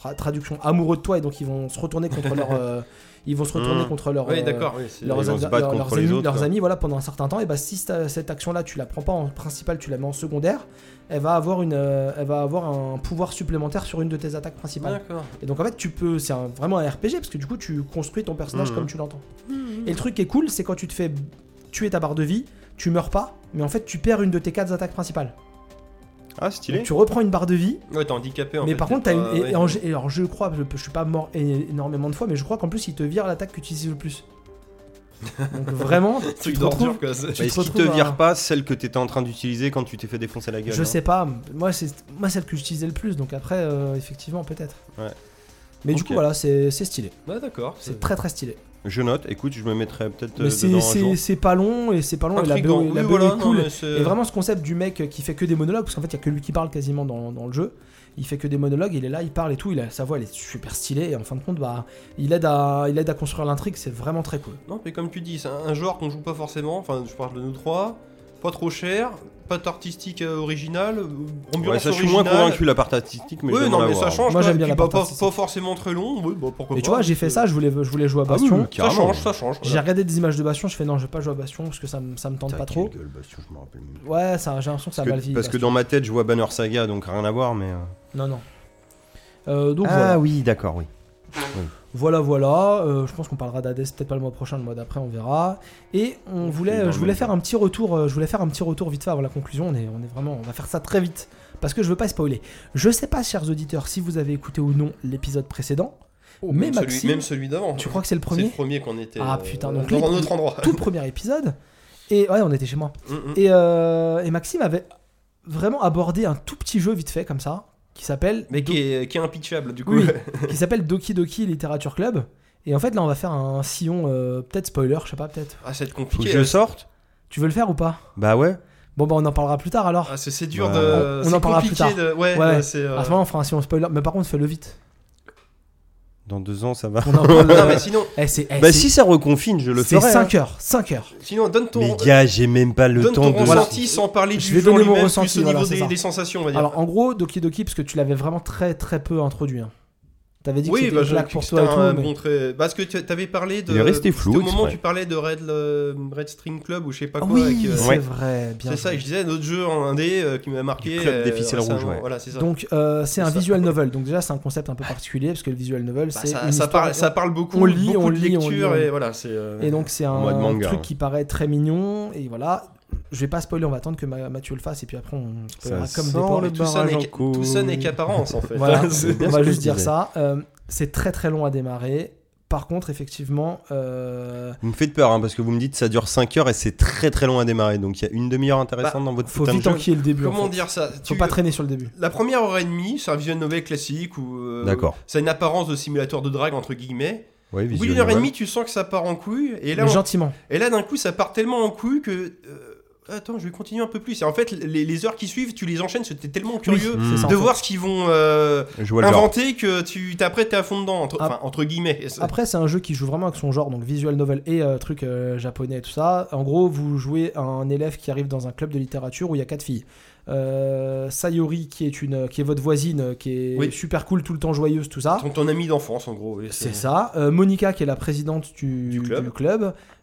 Speaker 1: tra- traduction, amoureux de toi. Et donc ils vont se retourner contre leur.
Speaker 2: *laughs*
Speaker 1: euh, ils vont se retourner
Speaker 3: Hmm.
Speaker 1: contre leur.
Speaker 2: Mmh. Ouais,
Speaker 1: euh,
Speaker 2: d'accord. ouais, c'est-
Speaker 1: leurs,
Speaker 3: Ils vont se
Speaker 1: adver-
Speaker 3: battre
Speaker 1: leurs-
Speaker 3: contre
Speaker 1: leurs
Speaker 3: les
Speaker 1: amis,
Speaker 3: autres,
Speaker 1: leurs
Speaker 3: quoi.
Speaker 1: amis, voilà, pendant un certain temps, et bah si t'as- cette action-là, tu la prends pas en principale, tu la mets en secondaire, elle va avoir une, euh, elle va avoir un pouvoir supplémentaire sur une de tes attaques principales.
Speaker 2: D'accord.
Speaker 1: Et donc en fait, tu peux, c'est un- vraiment un RPG parce que du coup, tu construis ton personnage
Speaker 3: Mhm.
Speaker 1: comme tu l'entends. Et le truc qui est cool, c'est quand tu te fais tuer ta barre de vie, tu meurs pas, mais en fait, tu perds une de tes quatre attaques principales.
Speaker 3: Ah,
Speaker 1: Donc,
Speaker 3: stylé.
Speaker 1: tu reprends une barre de vie,
Speaker 2: Ouais, t'es handicapé en
Speaker 1: mais
Speaker 2: fait,
Speaker 1: par
Speaker 2: t'es
Speaker 1: contre, t'as
Speaker 2: pas-
Speaker 1: une. et-
Speaker 2: ouais.
Speaker 1: et en gé- et alors, je crois, je, je suis pas mort é- énormément de fois, mais je crois qu'en plus, il te vire l'attaque que tu utilises le
Speaker 3: *laughs*
Speaker 1: plus. Donc vraiment, tu
Speaker 2: Truc
Speaker 1: te
Speaker 2: d'ordure,
Speaker 1: retrouves
Speaker 2: quoi, c'est-
Speaker 1: tu
Speaker 3: Mais
Speaker 1: te
Speaker 3: est-ce qu'il te
Speaker 1: retrouves à-
Speaker 3: vire pas celle que t'étais en train d'utiliser quand tu t'es fait défoncer la gueule
Speaker 1: Je
Speaker 3: non
Speaker 1: sais pas, moi c'est moi celle que j'utilisais le plus, donc après euh, effectivement peut-être.
Speaker 3: Ouais.
Speaker 1: Mais du
Speaker 3: Ok. Euh,
Speaker 1: coup voilà, c'est c'est stylé,
Speaker 2: Ouais, d'accord.
Speaker 1: c'est très très stylé.
Speaker 3: Je note, écoute, je me mettrai peut-être
Speaker 1: Mais
Speaker 3: euh,
Speaker 1: c'est-
Speaker 3: dedans un jour.
Speaker 1: c'est c'est pas long et c'est pas long et la
Speaker 2: Intriguant.
Speaker 1: BO, la
Speaker 2: Oui,
Speaker 1: BO
Speaker 2: voilà,
Speaker 1: est
Speaker 2: non,
Speaker 1: cool.
Speaker 2: mais c'est-
Speaker 1: et vraiment ce concept du mec qui fait que des monologues, parce qu'en fait il y a que lui qui parle quasiment dans, dans le jeu. Il fait que des monologues, il est là, il parle et tout, il a, sa voix elle est super stylée et en fin de compte bah il aide à il aide à construire l'intrigue, c'est vraiment très cool.
Speaker 2: Non, mais comme tu dis, c'est un un genre qu'on joue pas forcément. Enfin, je parle de nous trois. Pas trop cher, pas artistique euh, originale, euh, ambiance
Speaker 3: Ouais, ça, je suis moins
Speaker 2: originale.
Speaker 3: convaincu la part artistique, mais je
Speaker 2: Oui,
Speaker 3: vais
Speaker 2: non,
Speaker 3: m'en
Speaker 2: mais ça
Speaker 3: avoir.
Speaker 2: change.
Speaker 1: Moi,
Speaker 2: quoi,
Speaker 1: j'aime
Speaker 2: et
Speaker 1: bien
Speaker 2: puis
Speaker 1: la
Speaker 2: pas,
Speaker 1: part
Speaker 2: pas,
Speaker 1: artistique.
Speaker 2: pas forcément très long. Oui, bah, pourquoi
Speaker 1: Mais tu
Speaker 2: pas,
Speaker 1: vois, j'ai fait
Speaker 2: parce
Speaker 1: ça, je voulais je voulais jouer à
Speaker 3: Ah oui,
Speaker 1: Bastion.
Speaker 3: oui,
Speaker 2: que- Ça
Speaker 3: carrément.
Speaker 2: change, ça change.
Speaker 1: j'ai regardé des images de Bastion, je fais non, je vais pas jouer à Bastion parce que ça me ça me tente
Speaker 3: Putain,
Speaker 1: pas trop.
Speaker 3: quelle gueule, Bastion, je me rappelle même.
Speaker 1: Ouais, ça j'ai l'impression que ça
Speaker 3: Parce
Speaker 1: va
Speaker 3: que-
Speaker 1: le vivre.
Speaker 3: parce que dans ma tête, je vois Banner Saga, donc rien à voir, mais. euh,
Speaker 1: Non, non. Euh, donc
Speaker 3: Ah oui, d'accord, oui.
Speaker 1: voilà, voilà, voilà. Euh, je pense qu'on parlera d'Hades peut-être pas le mois prochain, le mois d'après, on verra. Et on
Speaker 3: est
Speaker 1: voulait,
Speaker 3: dans
Speaker 1: euh,
Speaker 3: le
Speaker 1: je voulais
Speaker 3: même
Speaker 1: faire un petit retour, euh, je voulais faire un petit retour vite fait avant la conclusion. On est, on est vraiment, on va faire ça très vite parce que je veux pas spoiler. Je sais pas, chers auditeurs, si vous avez écouté ou non l'épisode précédent. mais
Speaker 2: Oh, même celui-
Speaker 1: Maxime,
Speaker 2: même celui d'avant.
Speaker 1: tu crois que c'est le
Speaker 2: C'est
Speaker 1: premier
Speaker 2: le premier qu'on était.
Speaker 1: Ah,
Speaker 2: euh,
Speaker 1: putain, donc
Speaker 2: dans
Speaker 1: les-
Speaker 2: un autre endroit.
Speaker 1: Tout premier épisode. Et ouais, on était chez moi.
Speaker 2: *laughs* Mm, mm.
Speaker 1: Et, euh, et Maxime avait vraiment abordé un tout petit jeu vite fait comme ça qui s'appelle
Speaker 2: Mais
Speaker 1: Do-
Speaker 2: qui est, qui est impitchable du coup.
Speaker 1: Oui, *laughs* qui s'appelle Doki Doki Literature Club. Et en fait, là, on va faire un sillon, euh, peut-être spoiler, je sais pas, peut-être.
Speaker 2: *laughs* Ah, c'est
Speaker 3: Faut que
Speaker 2: compliqué.
Speaker 3: je sorte
Speaker 1: Tu veux le faire ou pas
Speaker 3: Bah ouais.
Speaker 1: Bon, bah, on en parlera plus tard alors.
Speaker 2: Ah, c'est c'est dur
Speaker 3: Bah,
Speaker 2: de.
Speaker 1: on- on en
Speaker 2: c'est
Speaker 1: parlera plus
Speaker 2: compliqué
Speaker 1: tard.
Speaker 2: de- Ouais,
Speaker 1: Ouais,
Speaker 2: ouais,
Speaker 1: ouais.
Speaker 2: c'est. euh,
Speaker 1: À ce moment, on fera un sillon spoiler, mais par contre, fais-le
Speaker 2: *laughs*
Speaker 1: vite.
Speaker 3: Dans deux ans, ça va.
Speaker 1: On en parle.
Speaker 2: Non, mais sinon,
Speaker 1: Eh, c'est. eh,
Speaker 3: *laughs* Bah
Speaker 1: bah, c'est-
Speaker 3: si ça reconfine, je le
Speaker 1: C'est
Speaker 2: hein.
Speaker 3: ferai. hein.
Speaker 1: 5 heures, 5 heures.
Speaker 2: sinon donne ton.
Speaker 3: Mais gars, j'ai même pas le
Speaker 2: Donne
Speaker 3: temps
Speaker 2: ton
Speaker 3: de.
Speaker 2: ressenti sans parler
Speaker 1: Je
Speaker 2: du
Speaker 1: vais
Speaker 2: jeu en
Speaker 1: donner mon
Speaker 2: lui-même,
Speaker 1: ressenti,
Speaker 2: plus au
Speaker 1: voilà,
Speaker 2: niveau
Speaker 1: c'est
Speaker 2: des,
Speaker 1: ça.
Speaker 2: des sensations, on va dire.
Speaker 1: Alors, en gros, Doki Doki, parce que tu l'avais vraiment très très peu introduit. hein. T'avais dit que
Speaker 2: oui,
Speaker 1: c'était
Speaker 2: bah,
Speaker 1: une
Speaker 2: je
Speaker 1: blague
Speaker 2: que
Speaker 1: pour
Speaker 2: c'était
Speaker 1: toi et tout.
Speaker 2: un
Speaker 1: mais-
Speaker 2: bon trait- Parce que tu avais parlé de.
Speaker 3: Il est resté flou,
Speaker 2: c'était Au moment où
Speaker 3: exprès.
Speaker 2: tu parlais de Red, le- Red String Club ou je sais pas quoi. avec,
Speaker 1: Ah Oui,
Speaker 2: euh,
Speaker 1: c'est
Speaker 3: Ouais.
Speaker 1: vrai, bien.
Speaker 2: c'est ça,
Speaker 1: joué.
Speaker 2: et je disais, un autre jeu en indé euh, qui m'a marqué.
Speaker 3: Du club des
Speaker 2: euh,
Speaker 3: ficelles
Speaker 2: récemment.
Speaker 3: rouges, ouais.
Speaker 2: Voilà, c'est ça.
Speaker 1: Donc, euh, c'est un
Speaker 2: C'est ça.
Speaker 1: visual novel. Donc, déjà, c'est un concept un peu particulier, parce que le visual novel,
Speaker 2: Bah,
Speaker 1: c'est.
Speaker 2: ça,
Speaker 1: une
Speaker 2: ça
Speaker 1: histoire-
Speaker 2: parle, ça parle beaucoup,
Speaker 1: on lit,
Speaker 2: beaucoup
Speaker 1: on
Speaker 2: de
Speaker 1: lit, on lit,
Speaker 2: lecture
Speaker 1: on lit.
Speaker 2: et voilà. c'est, euh,
Speaker 1: Et donc c'est un
Speaker 3: En mode manga,
Speaker 1: truc
Speaker 3: hein.
Speaker 1: qui paraît très mignon et voilà. Je vais pas spoiler, on va attendre que Ma- Mathieu le fasse et puis après on spoilera
Speaker 3: Ça
Speaker 1: comme des
Speaker 3: sent
Speaker 1: porcs.
Speaker 3: le
Speaker 2: tout ça
Speaker 3: barrage
Speaker 2: n'est
Speaker 3: en
Speaker 2: qu'à- tout ça n'est
Speaker 3: couille.
Speaker 2: qu'apparence en fait.
Speaker 1: Voilà,
Speaker 2: C'est-
Speaker 1: on
Speaker 3: ce
Speaker 1: va
Speaker 3: que je
Speaker 1: juste dire
Speaker 3: disais.
Speaker 1: ça. Euh, c'est très très long à démarrer. Par contre, effectivement, euh,
Speaker 3: Vous me faites peur hein, parce que vous me dites ça dure 5 heures et c'est très très long à démarrer. Donc il y a une demi-heure intéressante dans votre
Speaker 1: faut
Speaker 3: putain de
Speaker 1: vite
Speaker 3: jeu.
Speaker 1: enquiller le début. en
Speaker 2: *laughs* Comment
Speaker 1: fait.
Speaker 2: dire ça
Speaker 1: Faut
Speaker 2: Tu-
Speaker 1: pas traîner sur le début.
Speaker 2: La première heure et demie, c'est un visual novel classique où euh,
Speaker 3: D'accord.
Speaker 2: ça a une apparence de simulateur de drague entre guillemets.
Speaker 3: Ouais,
Speaker 2: Au bout d'une
Speaker 3: visuellement,
Speaker 2: heure et
Speaker 3: ouais.
Speaker 2: demie, tu sens que ça part en couille et là,
Speaker 1: Mais
Speaker 2: on-
Speaker 1: gentiment.
Speaker 2: et là d'un coup, ça part tellement en couille que euh, Attends, je vais continuer un peu plus. Et en fait, les, les heures qui suivent, tu les enchaînes, parce que t'es tellement
Speaker 1: Oui,
Speaker 2: curieux
Speaker 3: Hmm.
Speaker 1: c'est ça, en
Speaker 2: de
Speaker 1: fait.
Speaker 2: voir ce qu'ils vont euh,
Speaker 3: Je vois le genre.
Speaker 2: inventer que tu t'apprêtes à fond dedans, entre,
Speaker 1: Ah.
Speaker 2: enfin, entre guillemets. Et ça-
Speaker 1: Après, c'est un jeu qui joue vraiment avec son genre, donc visual novel et euh, truc euh, japonais et tout ça. En gros, vous jouez un élève qui arrive dans un club de littérature où il y a quatre filles. Euh, Sayori, qui est, une, qui est votre voisine, euh, qui est
Speaker 2: Oui.
Speaker 1: super cool, tout le temps joyeuse, tout ça.
Speaker 2: Ton, ton ami d'enfance, en gros. et
Speaker 1: C'est ça. Euh, Monica, qui est la présidente du,
Speaker 2: Du club.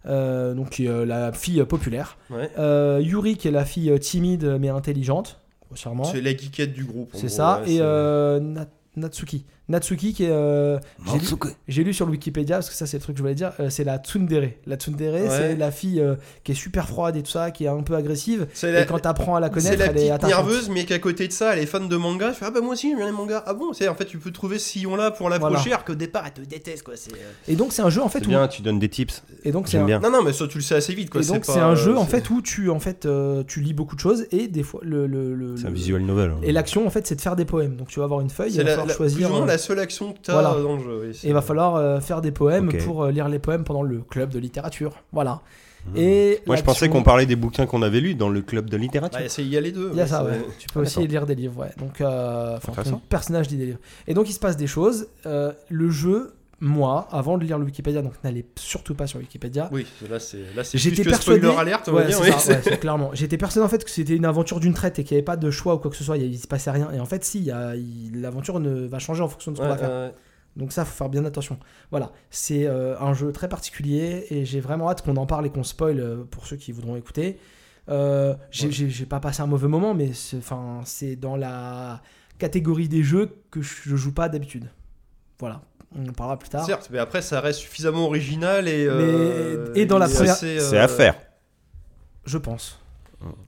Speaker 1: euh, donc qui est euh, la fille euh, populaire.
Speaker 2: Ouais.
Speaker 1: Euh, Yuri, qui est la fille euh, timide mais intelligente, grossièrement.
Speaker 2: C'est la geekette du groupe. en
Speaker 1: C'est
Speaker 2: gros,
Speaker 1: ça.
Speaker 2: ouais,
Speaker 1: et
Speaker 2: c'est-
Speaker 1: euh, Na- Natsuki. Natsuki qui est... euh, j'ai lu- J'ai lu sur le Wikipédia, parce que ça c'est le truc que je voulais dire, euh, c'est la tsundere. La tsundere,
Speaker 2: Ouais.
Speaker 1: c'est la fille euh, qui est super froide et tout ça, qui est un peu agressive.
Speaker 2: C'est
Speaker 1: et
Speaker 2: la,
Speaker 1: quand t'apprends à la
Speaker 2: c'est
Speaker 1: connaître,
Speaker 2: la
Speaker 1: elle est
Speaker 2: petite
Speaker 1: attachante.
Speaker 2: nerveuse, mais qu'à côté de ça, elle est fan de manga. Je fais, ah bah moi aussi, j'aime bien les mangas. Ah bon, c'est en fait, tu peux trouver ce sillon-là pour l'approcher, alors qu'au départ, elle te déteste, quoi. c'est, euh,
Speaker 1: Et donc c'est un jeu en fait
Speaker 3: C'est
Speaker 1: où...
Speaker 3: bien, tu donnes des tips.
Speaker 1: Et donc c'est
Speaker 3: J'aime
Speaker 1: un-
Speaker 3: bien.
Speaker 2: Non, non, mais ça, tu le sais assez vite, quoi.
Speaker 1: et donc
Speaker 2: pas,
Speaker 1: c'est un
Speaker 2: euh,
Speaker 1: jeu en
Speaker 2: c'est-
Speaker 1: fait où tu en fait euh, tu lis beaucoup de choses et des fois le, le- le-
Speaker 3: C'est un
Speaker 1: le-
Speaker 3: visual novel. hein.
Speaker 1: et l'action en fait c'est de faire des poèmes donc tu vas avoir une feuille et
Speaker 2: C'est
Speaker 1: il va
Speaker 2: la,
Speaker 1: falloir
Speaker 2: la- plus
Speaker 1: choisir
Speaker 2: ou moins
Speaker 1: euh,
Speaker 2: la seule action que t'as
Speaker 1: voilà.
Speaker 2: euh, dans le jeu. oui, c'est-
Speaker 1: et il va falloir euh, faire des poèmes
Speaker 3: Ok.
Speaker 1: pour euh, lire les poèmes pendant le club de littérature voilà et
Speaker 3: Mmh. Moi, je pensais
Speaker 1: l'action-
Speaker 3: qu'on parlait des bouquins qu'on avait lus dans le club de littérature.
Speaker 2: Ouais, c'est- Il y a les deux.
Speaker 1: Il y a
Speaker 2: ouais,
Speaker 1: ça,
Speaker 2: Euh, c'est- Ah,
Speaker 1: ouais. Tu peux aussi
Speaker 3: d'accord.
Speaker 1: lire des livres, ouais. Donc, euh, enfin,
Speaker 3: Intéressant.
Speaker 1: ton personnage lit des livres. Et donc, il se passe des choses. Euh, le jeu, moi, avant de lire le Wikipédia, donc n'allez surtout pas sur Wikipédia.
Speaker 2: Oui, là c'est là c'est
Speaker 1: J'étais
Speaker 2: plus que
Speaker 1: persuadé-
Speaker 2: spoiler alerte, on va
Speaker 1: Ouais,
Speaker 2: dire.
Speaker 1: c'est
Speaker 2: oui,
Speaker 1: ça,
Speaker 2: *laughs* c'est-
Speaker 1: ouais, c'est clairement. J'étais persuadé en fait que c'était une aventure d'une traite et qu'il n'y avait pas de choix ou quoi que ce soit, il ne se passait rien. Et en fait, si, il y a- il- l'aventure ne va changer en fonction de ce qu'on va
Speaker 2: Ouais,
Speaker 1: faire.
Speaker 2: euh,
Speaker 1: Donc ça, faut faire bien attention. Voilà, c'est euh, un jeu très particulier et j'ai vraiment hâte qu'on en parle et qu'on spoil euh, pour ceux qui voudront écouter. Euh, j'ai-
Speaker 2: Ouais.
Speaker 1: J'ai j'ai pas passé un mauvais moment, mais c'est 'fin, c'est dans la catégorie des jeux que je, je joue pas d'habitude. Voilà, on en parlera plus tard.
Speaker 2: Certes, mais après ça reste suffisamment original et euh,
Speaker 1: Mais- et dans la
Speaker 2: et
Speaker 1: première-
Speaker 2: assez,
Speaker 3: C'est
Speaker 2: euh,
Speaker 3: à faire.
Speaker 1: Je pense.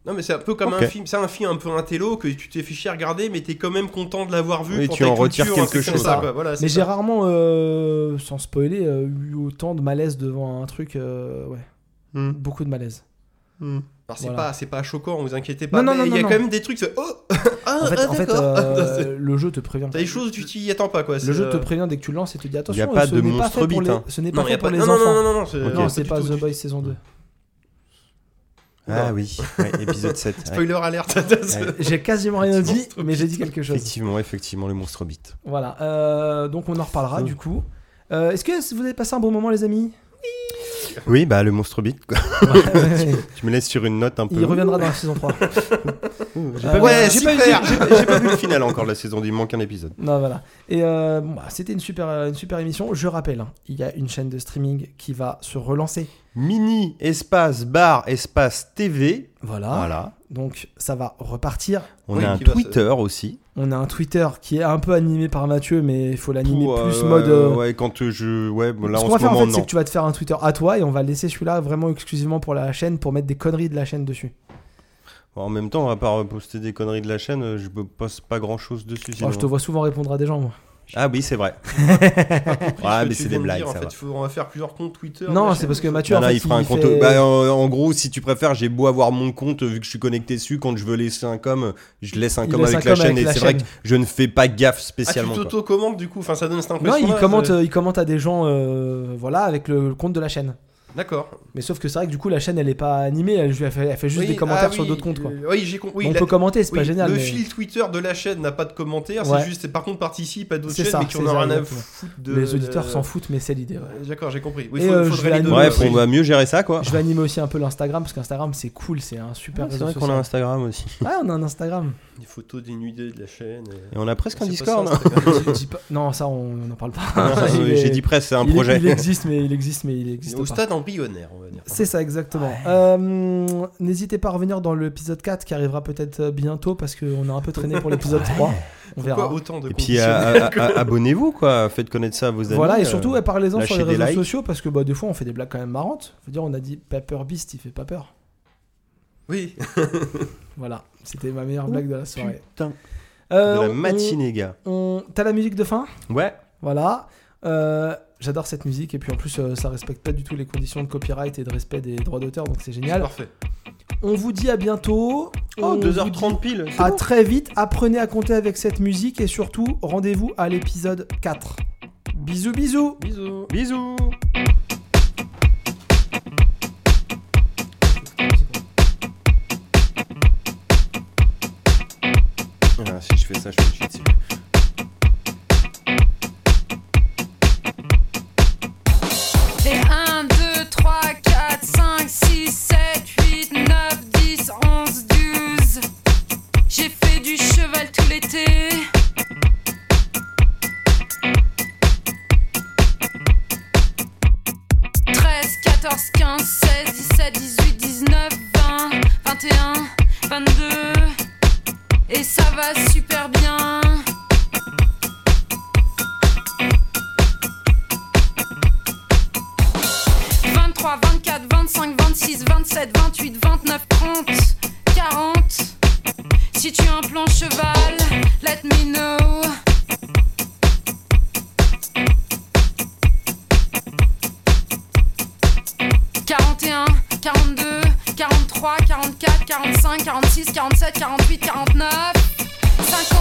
Speaker 2: Non mais c'est un peu comme
Speaker 3: Ok.
Speaker 2: un film, c'est un film un peu intello que tu t'es fait chier à regarder, mais t'es quand même content de l'avoir vu.
Speaker 3: Oui,
Speaker 2: pour
Speaker 3: tu
Speaker 2: ta
Speaker 3: en retires
Speaker 2: culture, un
Speaker 3: quelque
Speaker 2: truc comme
Speaker 1: chose.
Speaker 2: ça, quoi, voilà, c'est
Speaker 1: Mais
Speaker 2: ça.
Speaker 1: j'ai rarement, euh, sans spoiler, euh, eu autant de malaise devant un truc. euh, ouais,
Speaker 3: Hmm.
Speaker 1: beaucoup de malaise.
Speaker 2: Alors, c'est
Speaker 1: voilà.
Speaker 2: pas, c'est pas choquant, vous inquiétez pas.
Speaker 1: Non, non,
Speaker 2: mais
Speaker 1: non,
Speaker 2: il y a
Speaker 1: non,
Speaker 2: quand
Speaker 1: non.
Speaker 2: même des trucs. c'est- Oh, ah,
Speaker 1: En fait,
Speaker 2: ah,
Speaker 1: en fait,
Speaker 2: d'accord. *laughs*
Speaker 1: euh, le jeu te prévient.
Speaker 2: T'as des choses, tu t'y attends pas quoi. c'est,
Speaker 1: Le jeu te
Speaker 2: euh,
Speaker 1: prévient dès que tu le lances et te dit attention.
Speaker 3: Y a pas
Speaker 1: ce
Speaker 3: de
Speaker 1: n'est pas
Speaker 3: monstre
Speaker 1: fait pour
Speaker 3: bite,
Speaker 1: les-
Speaker 3: hein.
Speaker 1: Ce n'est pas
Speaker 2: Non, y
Speaker 1: fait
Speaker 2: a
Speaker 1: pour
Speaker 2: pas.
Speaker 1: les
Speaker 2: Non, non,
Speaker 1: enfants.
Speaker 2: non, non, non, c'est-
Speaker 3: Ok.
Speaker 1: Non,
Speaker 2: du
Speaker 1: c'est
Speaker 2: tout,
Speaker 1: pas
Speaker 2: du
Speaker 1: The
Speaker 2: tout.
Speaker 1: Boys saison 2.
Speaker 3: Ah oui, ouais,
Speaker 1: *laughs*
Speaker 3: épisode 7. ouais.
Speaker 2: Spoiler alerte.
Speaker 3: Ouais.
Speaker 1: J'ai quasiment
Speaker 3: *laughs*
Speaker 1: rien
Speaker 2: Petit
Speaker 1: dit,
Speaker 2: monstre
Speaker 1: mais j'ai dit quelque chose.
Speaker 3: Effectivement, effectivement, le monstre bite.
Speaker 1: Voilà. euh, donc on en reparlera
Speaker 3: Fou.
Speaker 1: du coup. Euh, Est-ce que vous avez passé un bon moment, les
Speaker 3: *laughs*
Speaker 1: amis
Speaker 3: Oui, bah le monstre bite. quoi.
Speaker 1: Ouais.
Speaker 3: Tu me laisses sur une note un peu.
Speaker 1: Il reviendra dans la saison 3.
Speaker 3: J'ai
Speaker 1: Euh,
Speaker 3: pas, vu-
Speaker 1: ouais,
Speaker 3: *laughs* j'ai
Speaker 2: c'est
Speaker 3: pas eu-
Speaker 2: clair.
Speaker 3: j'ai pas- j'ai pas vu le final encore de la saison. Il manque un épisode.
Speaker 1: Non, voilà. Et euh, bon, bah, c'était une super, euh, une super émission. Je rappelle, hein, il y a une chaîne de streaming qui va se relancer.
Speaker 3: Mini espace bar espace TV.
Speaker 1: Voilà.
Speaker 3: Voilà.
Speaker 1: Donc ça va repartir.
Speaker 3: On
Speaker 2: Oui,
Speaker 3: a un
Speaker 2: qui va se-
Speaker 3: Twitter aussi.
Speaker 1: On a un Twitter qui est un peu animé par Mathieu, mais il faut l'animer
Speaker 3: Pour,
Speaker 1: plus
Speaker 3: euh,
Speaker 1: mode. euh,
Speaker 3: Ouais, quand euh, je. Ouais, bon, là
Speaker 1: ce
Speaker 3: en
Speaker 1: qu'on va
Speaker 3: ce
Speaker 1: faire
Speaker 3: moment,
Speaker 1: en fait, c'est
Speaker 3: non.
Speaker 1: que tu vas te faire un Twitter à toi et on va laisser celui-là vraiment exclusivement pour la chaîne pour mettre des conneries de la chaîne dessus. Oh,
Speaker 3: En même temps, à part poster des conneries de la chaîne, euh, je poste pas grand chose dessus.
Speaker 1: Oh,
Speaker 3: sinon.
Speaker 1: je te vois souvent répondre à des gens, moi.
Speaker 3: Ah oui, c'est vrai.
Speaker 2: Ce
Speaker 3: ouais,
Speaker 2: que
Speaker 3: mais
Speaker 2: tu
Speaker 3: c'est des
Speaker 2: viens de
Speaker 3: blagues,
Speaker 2: dire,
Speaker 3: ça
Speaker 2: En
Speaker 3: va.
Speaker 2: fait, faut- on va faire plusieurs comptes Twitter.
Speaker 1: Non,
Speaker 2: machin,
Speaker 1: c'est parce que
Speaker 2: tout ça.
Speaker 1: Mathieu,
Speaker 3: Non,
Speaker 1: en
Speaker 3: non,
Speaker 1: fait,
Speaker 3: il fera un compte.
Speaker 1: fait-
Speaker 3: Bah, en, en gros, si tu préfères, j'ai beau avoir mon compte, vu que je suis connecté dessus, quand je veux laisser un com, je laisse un
Speaker 1: Il
Speaker 3: com
Speaker 1: laisse
Speaker 3: avec
Speaker 1: un
Speaker 3: la
Speaker 1: com
Speaker 3: chaîne,
Speaker 1: avec la
Speaker 3: et c'est vrai
Speaker 1: chaîne.
Speaker 3: que je ne fais pas gaffe
Speaker 2: Ah, tu
Speaker 3: spécialement. quoi.
Speaker 2: t'auto-commandes du coup, enfin ça donne cette
Speaker 1: Non,
Speaker 2: impression.
Speaker 1: il commente, euh, il commente à des gens, euh, voilà, avec le compte de la chaîne.
Speaker 2: D'accord.
Speaker 1: Mais sauf que c'est vrai que du coup, la chaîne, elle est pas animée, elle, elle fait, elle fait juste
Speaker 2: Oui,
Speaker 1: des commentaires
Speaker 2: ah
Speaker 1: sur
Speaker 2: oui,
Speaker 1: d'autres comptes, quoi.
Speaker 2: euh, oui, j'ai compris.
Speaker 1: on peut commenter, c'est
Speaker 2: Oui,
Speaker 1: pas génial.
Speaker 2: Le
Speaker 1: mais-
Speaker 2: fil Twitter de la chaîne n'a pas de commentaires,
Speaker 1: Ouais.
Speaker 2: c'est juste, par contre, participe à d'autres
Speaker 1: C'est
Speaker 2: chaînes,
Speaker 1: ça,
Speaker 2: mais qui en
Speaker 1: c'est
Speaker 2: ont
Speaker 1: ça,
Speaker 2: rien à
Speaker 1: exactement.
Speaker 2: foutre de.
Speaker 1: les auditeurs
Speaker 2: de-
Speaker 1: s'en foutent, mais c'est l'idée. ouais.
Speaker 2: D'accord, j'ai compris. Oui,
Speaker 1: Et,
Speaker 2: faut-
Speaker 1: euh,
Speaker 2: faudrait
Speaker 1: je vais
Speaker 2: les deux.
Speaker 1: animer-
Speaker 3: Bref, on va mieux gérer ça, quoi.
Speaker 1: Je vais animer aussi un peu l'Instagram parce qu'Instagram c'est cool, c'est un super
Speaker 3: Ah, C'est
Speaker 1: réseau
Speaker 3: vrai qu'on a
Speaker 1: social.
Speaker 3: Instagram aussi.
Speaker 1: Ouais, on a un Instagram.
Speaker 2: Les photos dénudées de la chaîne. euh,
Speaker 3: Et on a presque un
Speaker 2: c'est pas
Speaker 3: Discord.
Speaker 2: ça,
Speaker 3: hein.
Speaker 2: Instagram.
Speaker 1: Bah, Je dis pas- Non, ça on n'en parle pas.
Speaker 3: *laughs* Ah,
Speaker 1: *laughs* Il
Speaker 3: oui,
Speaker 1: est-
Speaker 3: J'ai dit presque, c'est un
Speaker 1: il est-
Speaker 3: projet.
Speaker 1: Il existe, mais il existe, mais il existe.
Speaker 2: Au
Speaker 1: pas.
Speaker 2: stade embryonnaire, on va dire.
Speaker 1: C'est ça, exactement. Euh, N'hésitez pas à revenir dans l'épisode 4 qui arrivera peut-être euh, bientôt parce qu'on a un peu traîné pour l'épisode 3. On
Speaker 2: Pourquoi
Speaker 1: verra.
Speaker 2: autant de
Speaker 3: Et puis euh, à-
Speaker 2: conditionnels
Speaker 3: à- à- abonnez-vous, quoi. Faites connaître ça à vos amis.
Speaker 1: Voilà, et
Speaker 3: euh,
Speaker 1: surtout, ouais, parlez-en sur les
Speaker 3: lâchez des
Speaker 1: réseaux
Speaker 3: likes.
Speaker 1: sociaux parce que bah, des fois on fait des blagues quand même marrantes. Faut dire, on a dit Paper Beast, il fait pas peur.
Speaker 2: Oui,
Speaker 1: Voilà, c'était ma meilleure blague de la soirée.
Speaker 3: putain.
Speaker 1: Euh,
Speaker 3: de la
Speaker 1: on-
Speaker 3: matinée, gars.
Speaker 1: on- T'as la musique de fin
Speaker 3: Ouais.
Speaker 1: Voilà. Euh, J'adore cette musique et puis en plus euh, ça respecte pas du tout les conditions de copyright et de respect des droits d'auteur donc c'est génial.
Speaker 2: parfait.
Speaker 1: On vous dit à bientôt.
Speaker 3: Oh,
Speaker 1: On vous dit-
Speaker 3: 2h30 pile. c'est
Speaker 1: À
Speaker 3: bon.
Speaker 1: très vite, apprenez à compter avec cette musique et surtout, rendez-vous à l'épisode 4. Bisous bisous
Speaker 2: Bisous.
Speaker 3: Bisous. Ah, si je fais ça, je me chie dessus.
Speaker 5: Les 1, 2, 3, 4, 5, 6, 7, 8, 9, 10, 11, 12. J'ai fait du cheval tout l'été. « 13, 14, 15, 16, 17, 18, 19, 20, 21, 22 Et ça va super bien « 23, 24, 25, 26, 27, 28, 29, 30, 40, 40 Si tu as un plan cheval, let me know « 41, 42, 43, 44, 45, 46, 47, 48, 49, 50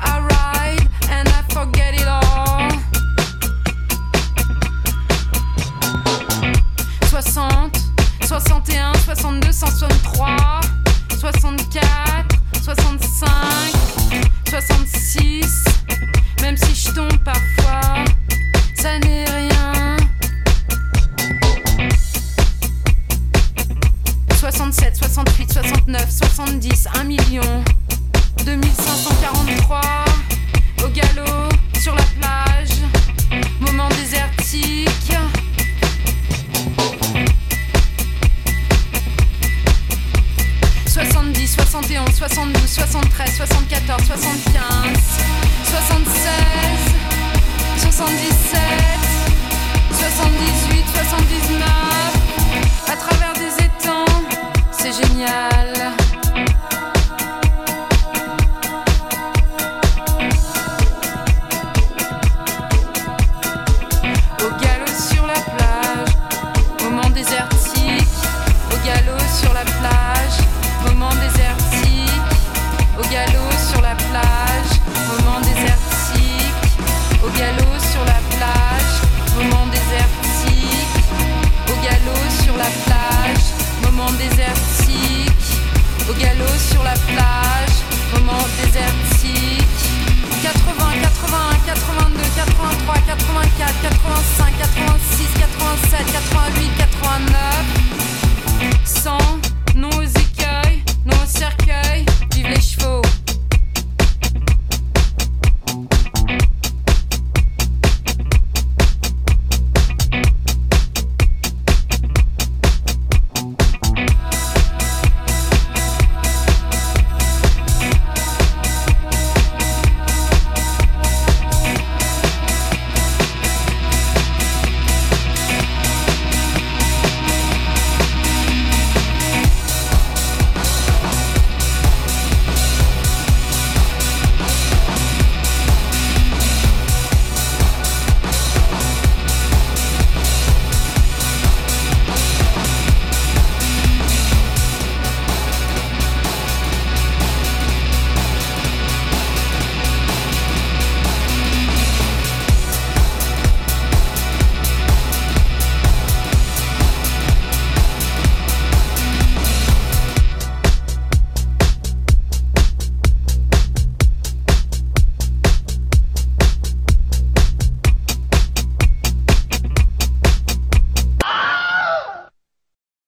Speaker 5: I ride and I forget it all » 60, 61, 62, 163, 64, 65, 66. Même si je tombe parfois, ça n'est rien. 67, 68, 69, 70, 1 million. 2543, au galop, sur la plage, moment désertique. 70, 71, 72, 73, 74, 75, 76, 77, 78, 79, à travers des étangs, c'est génial.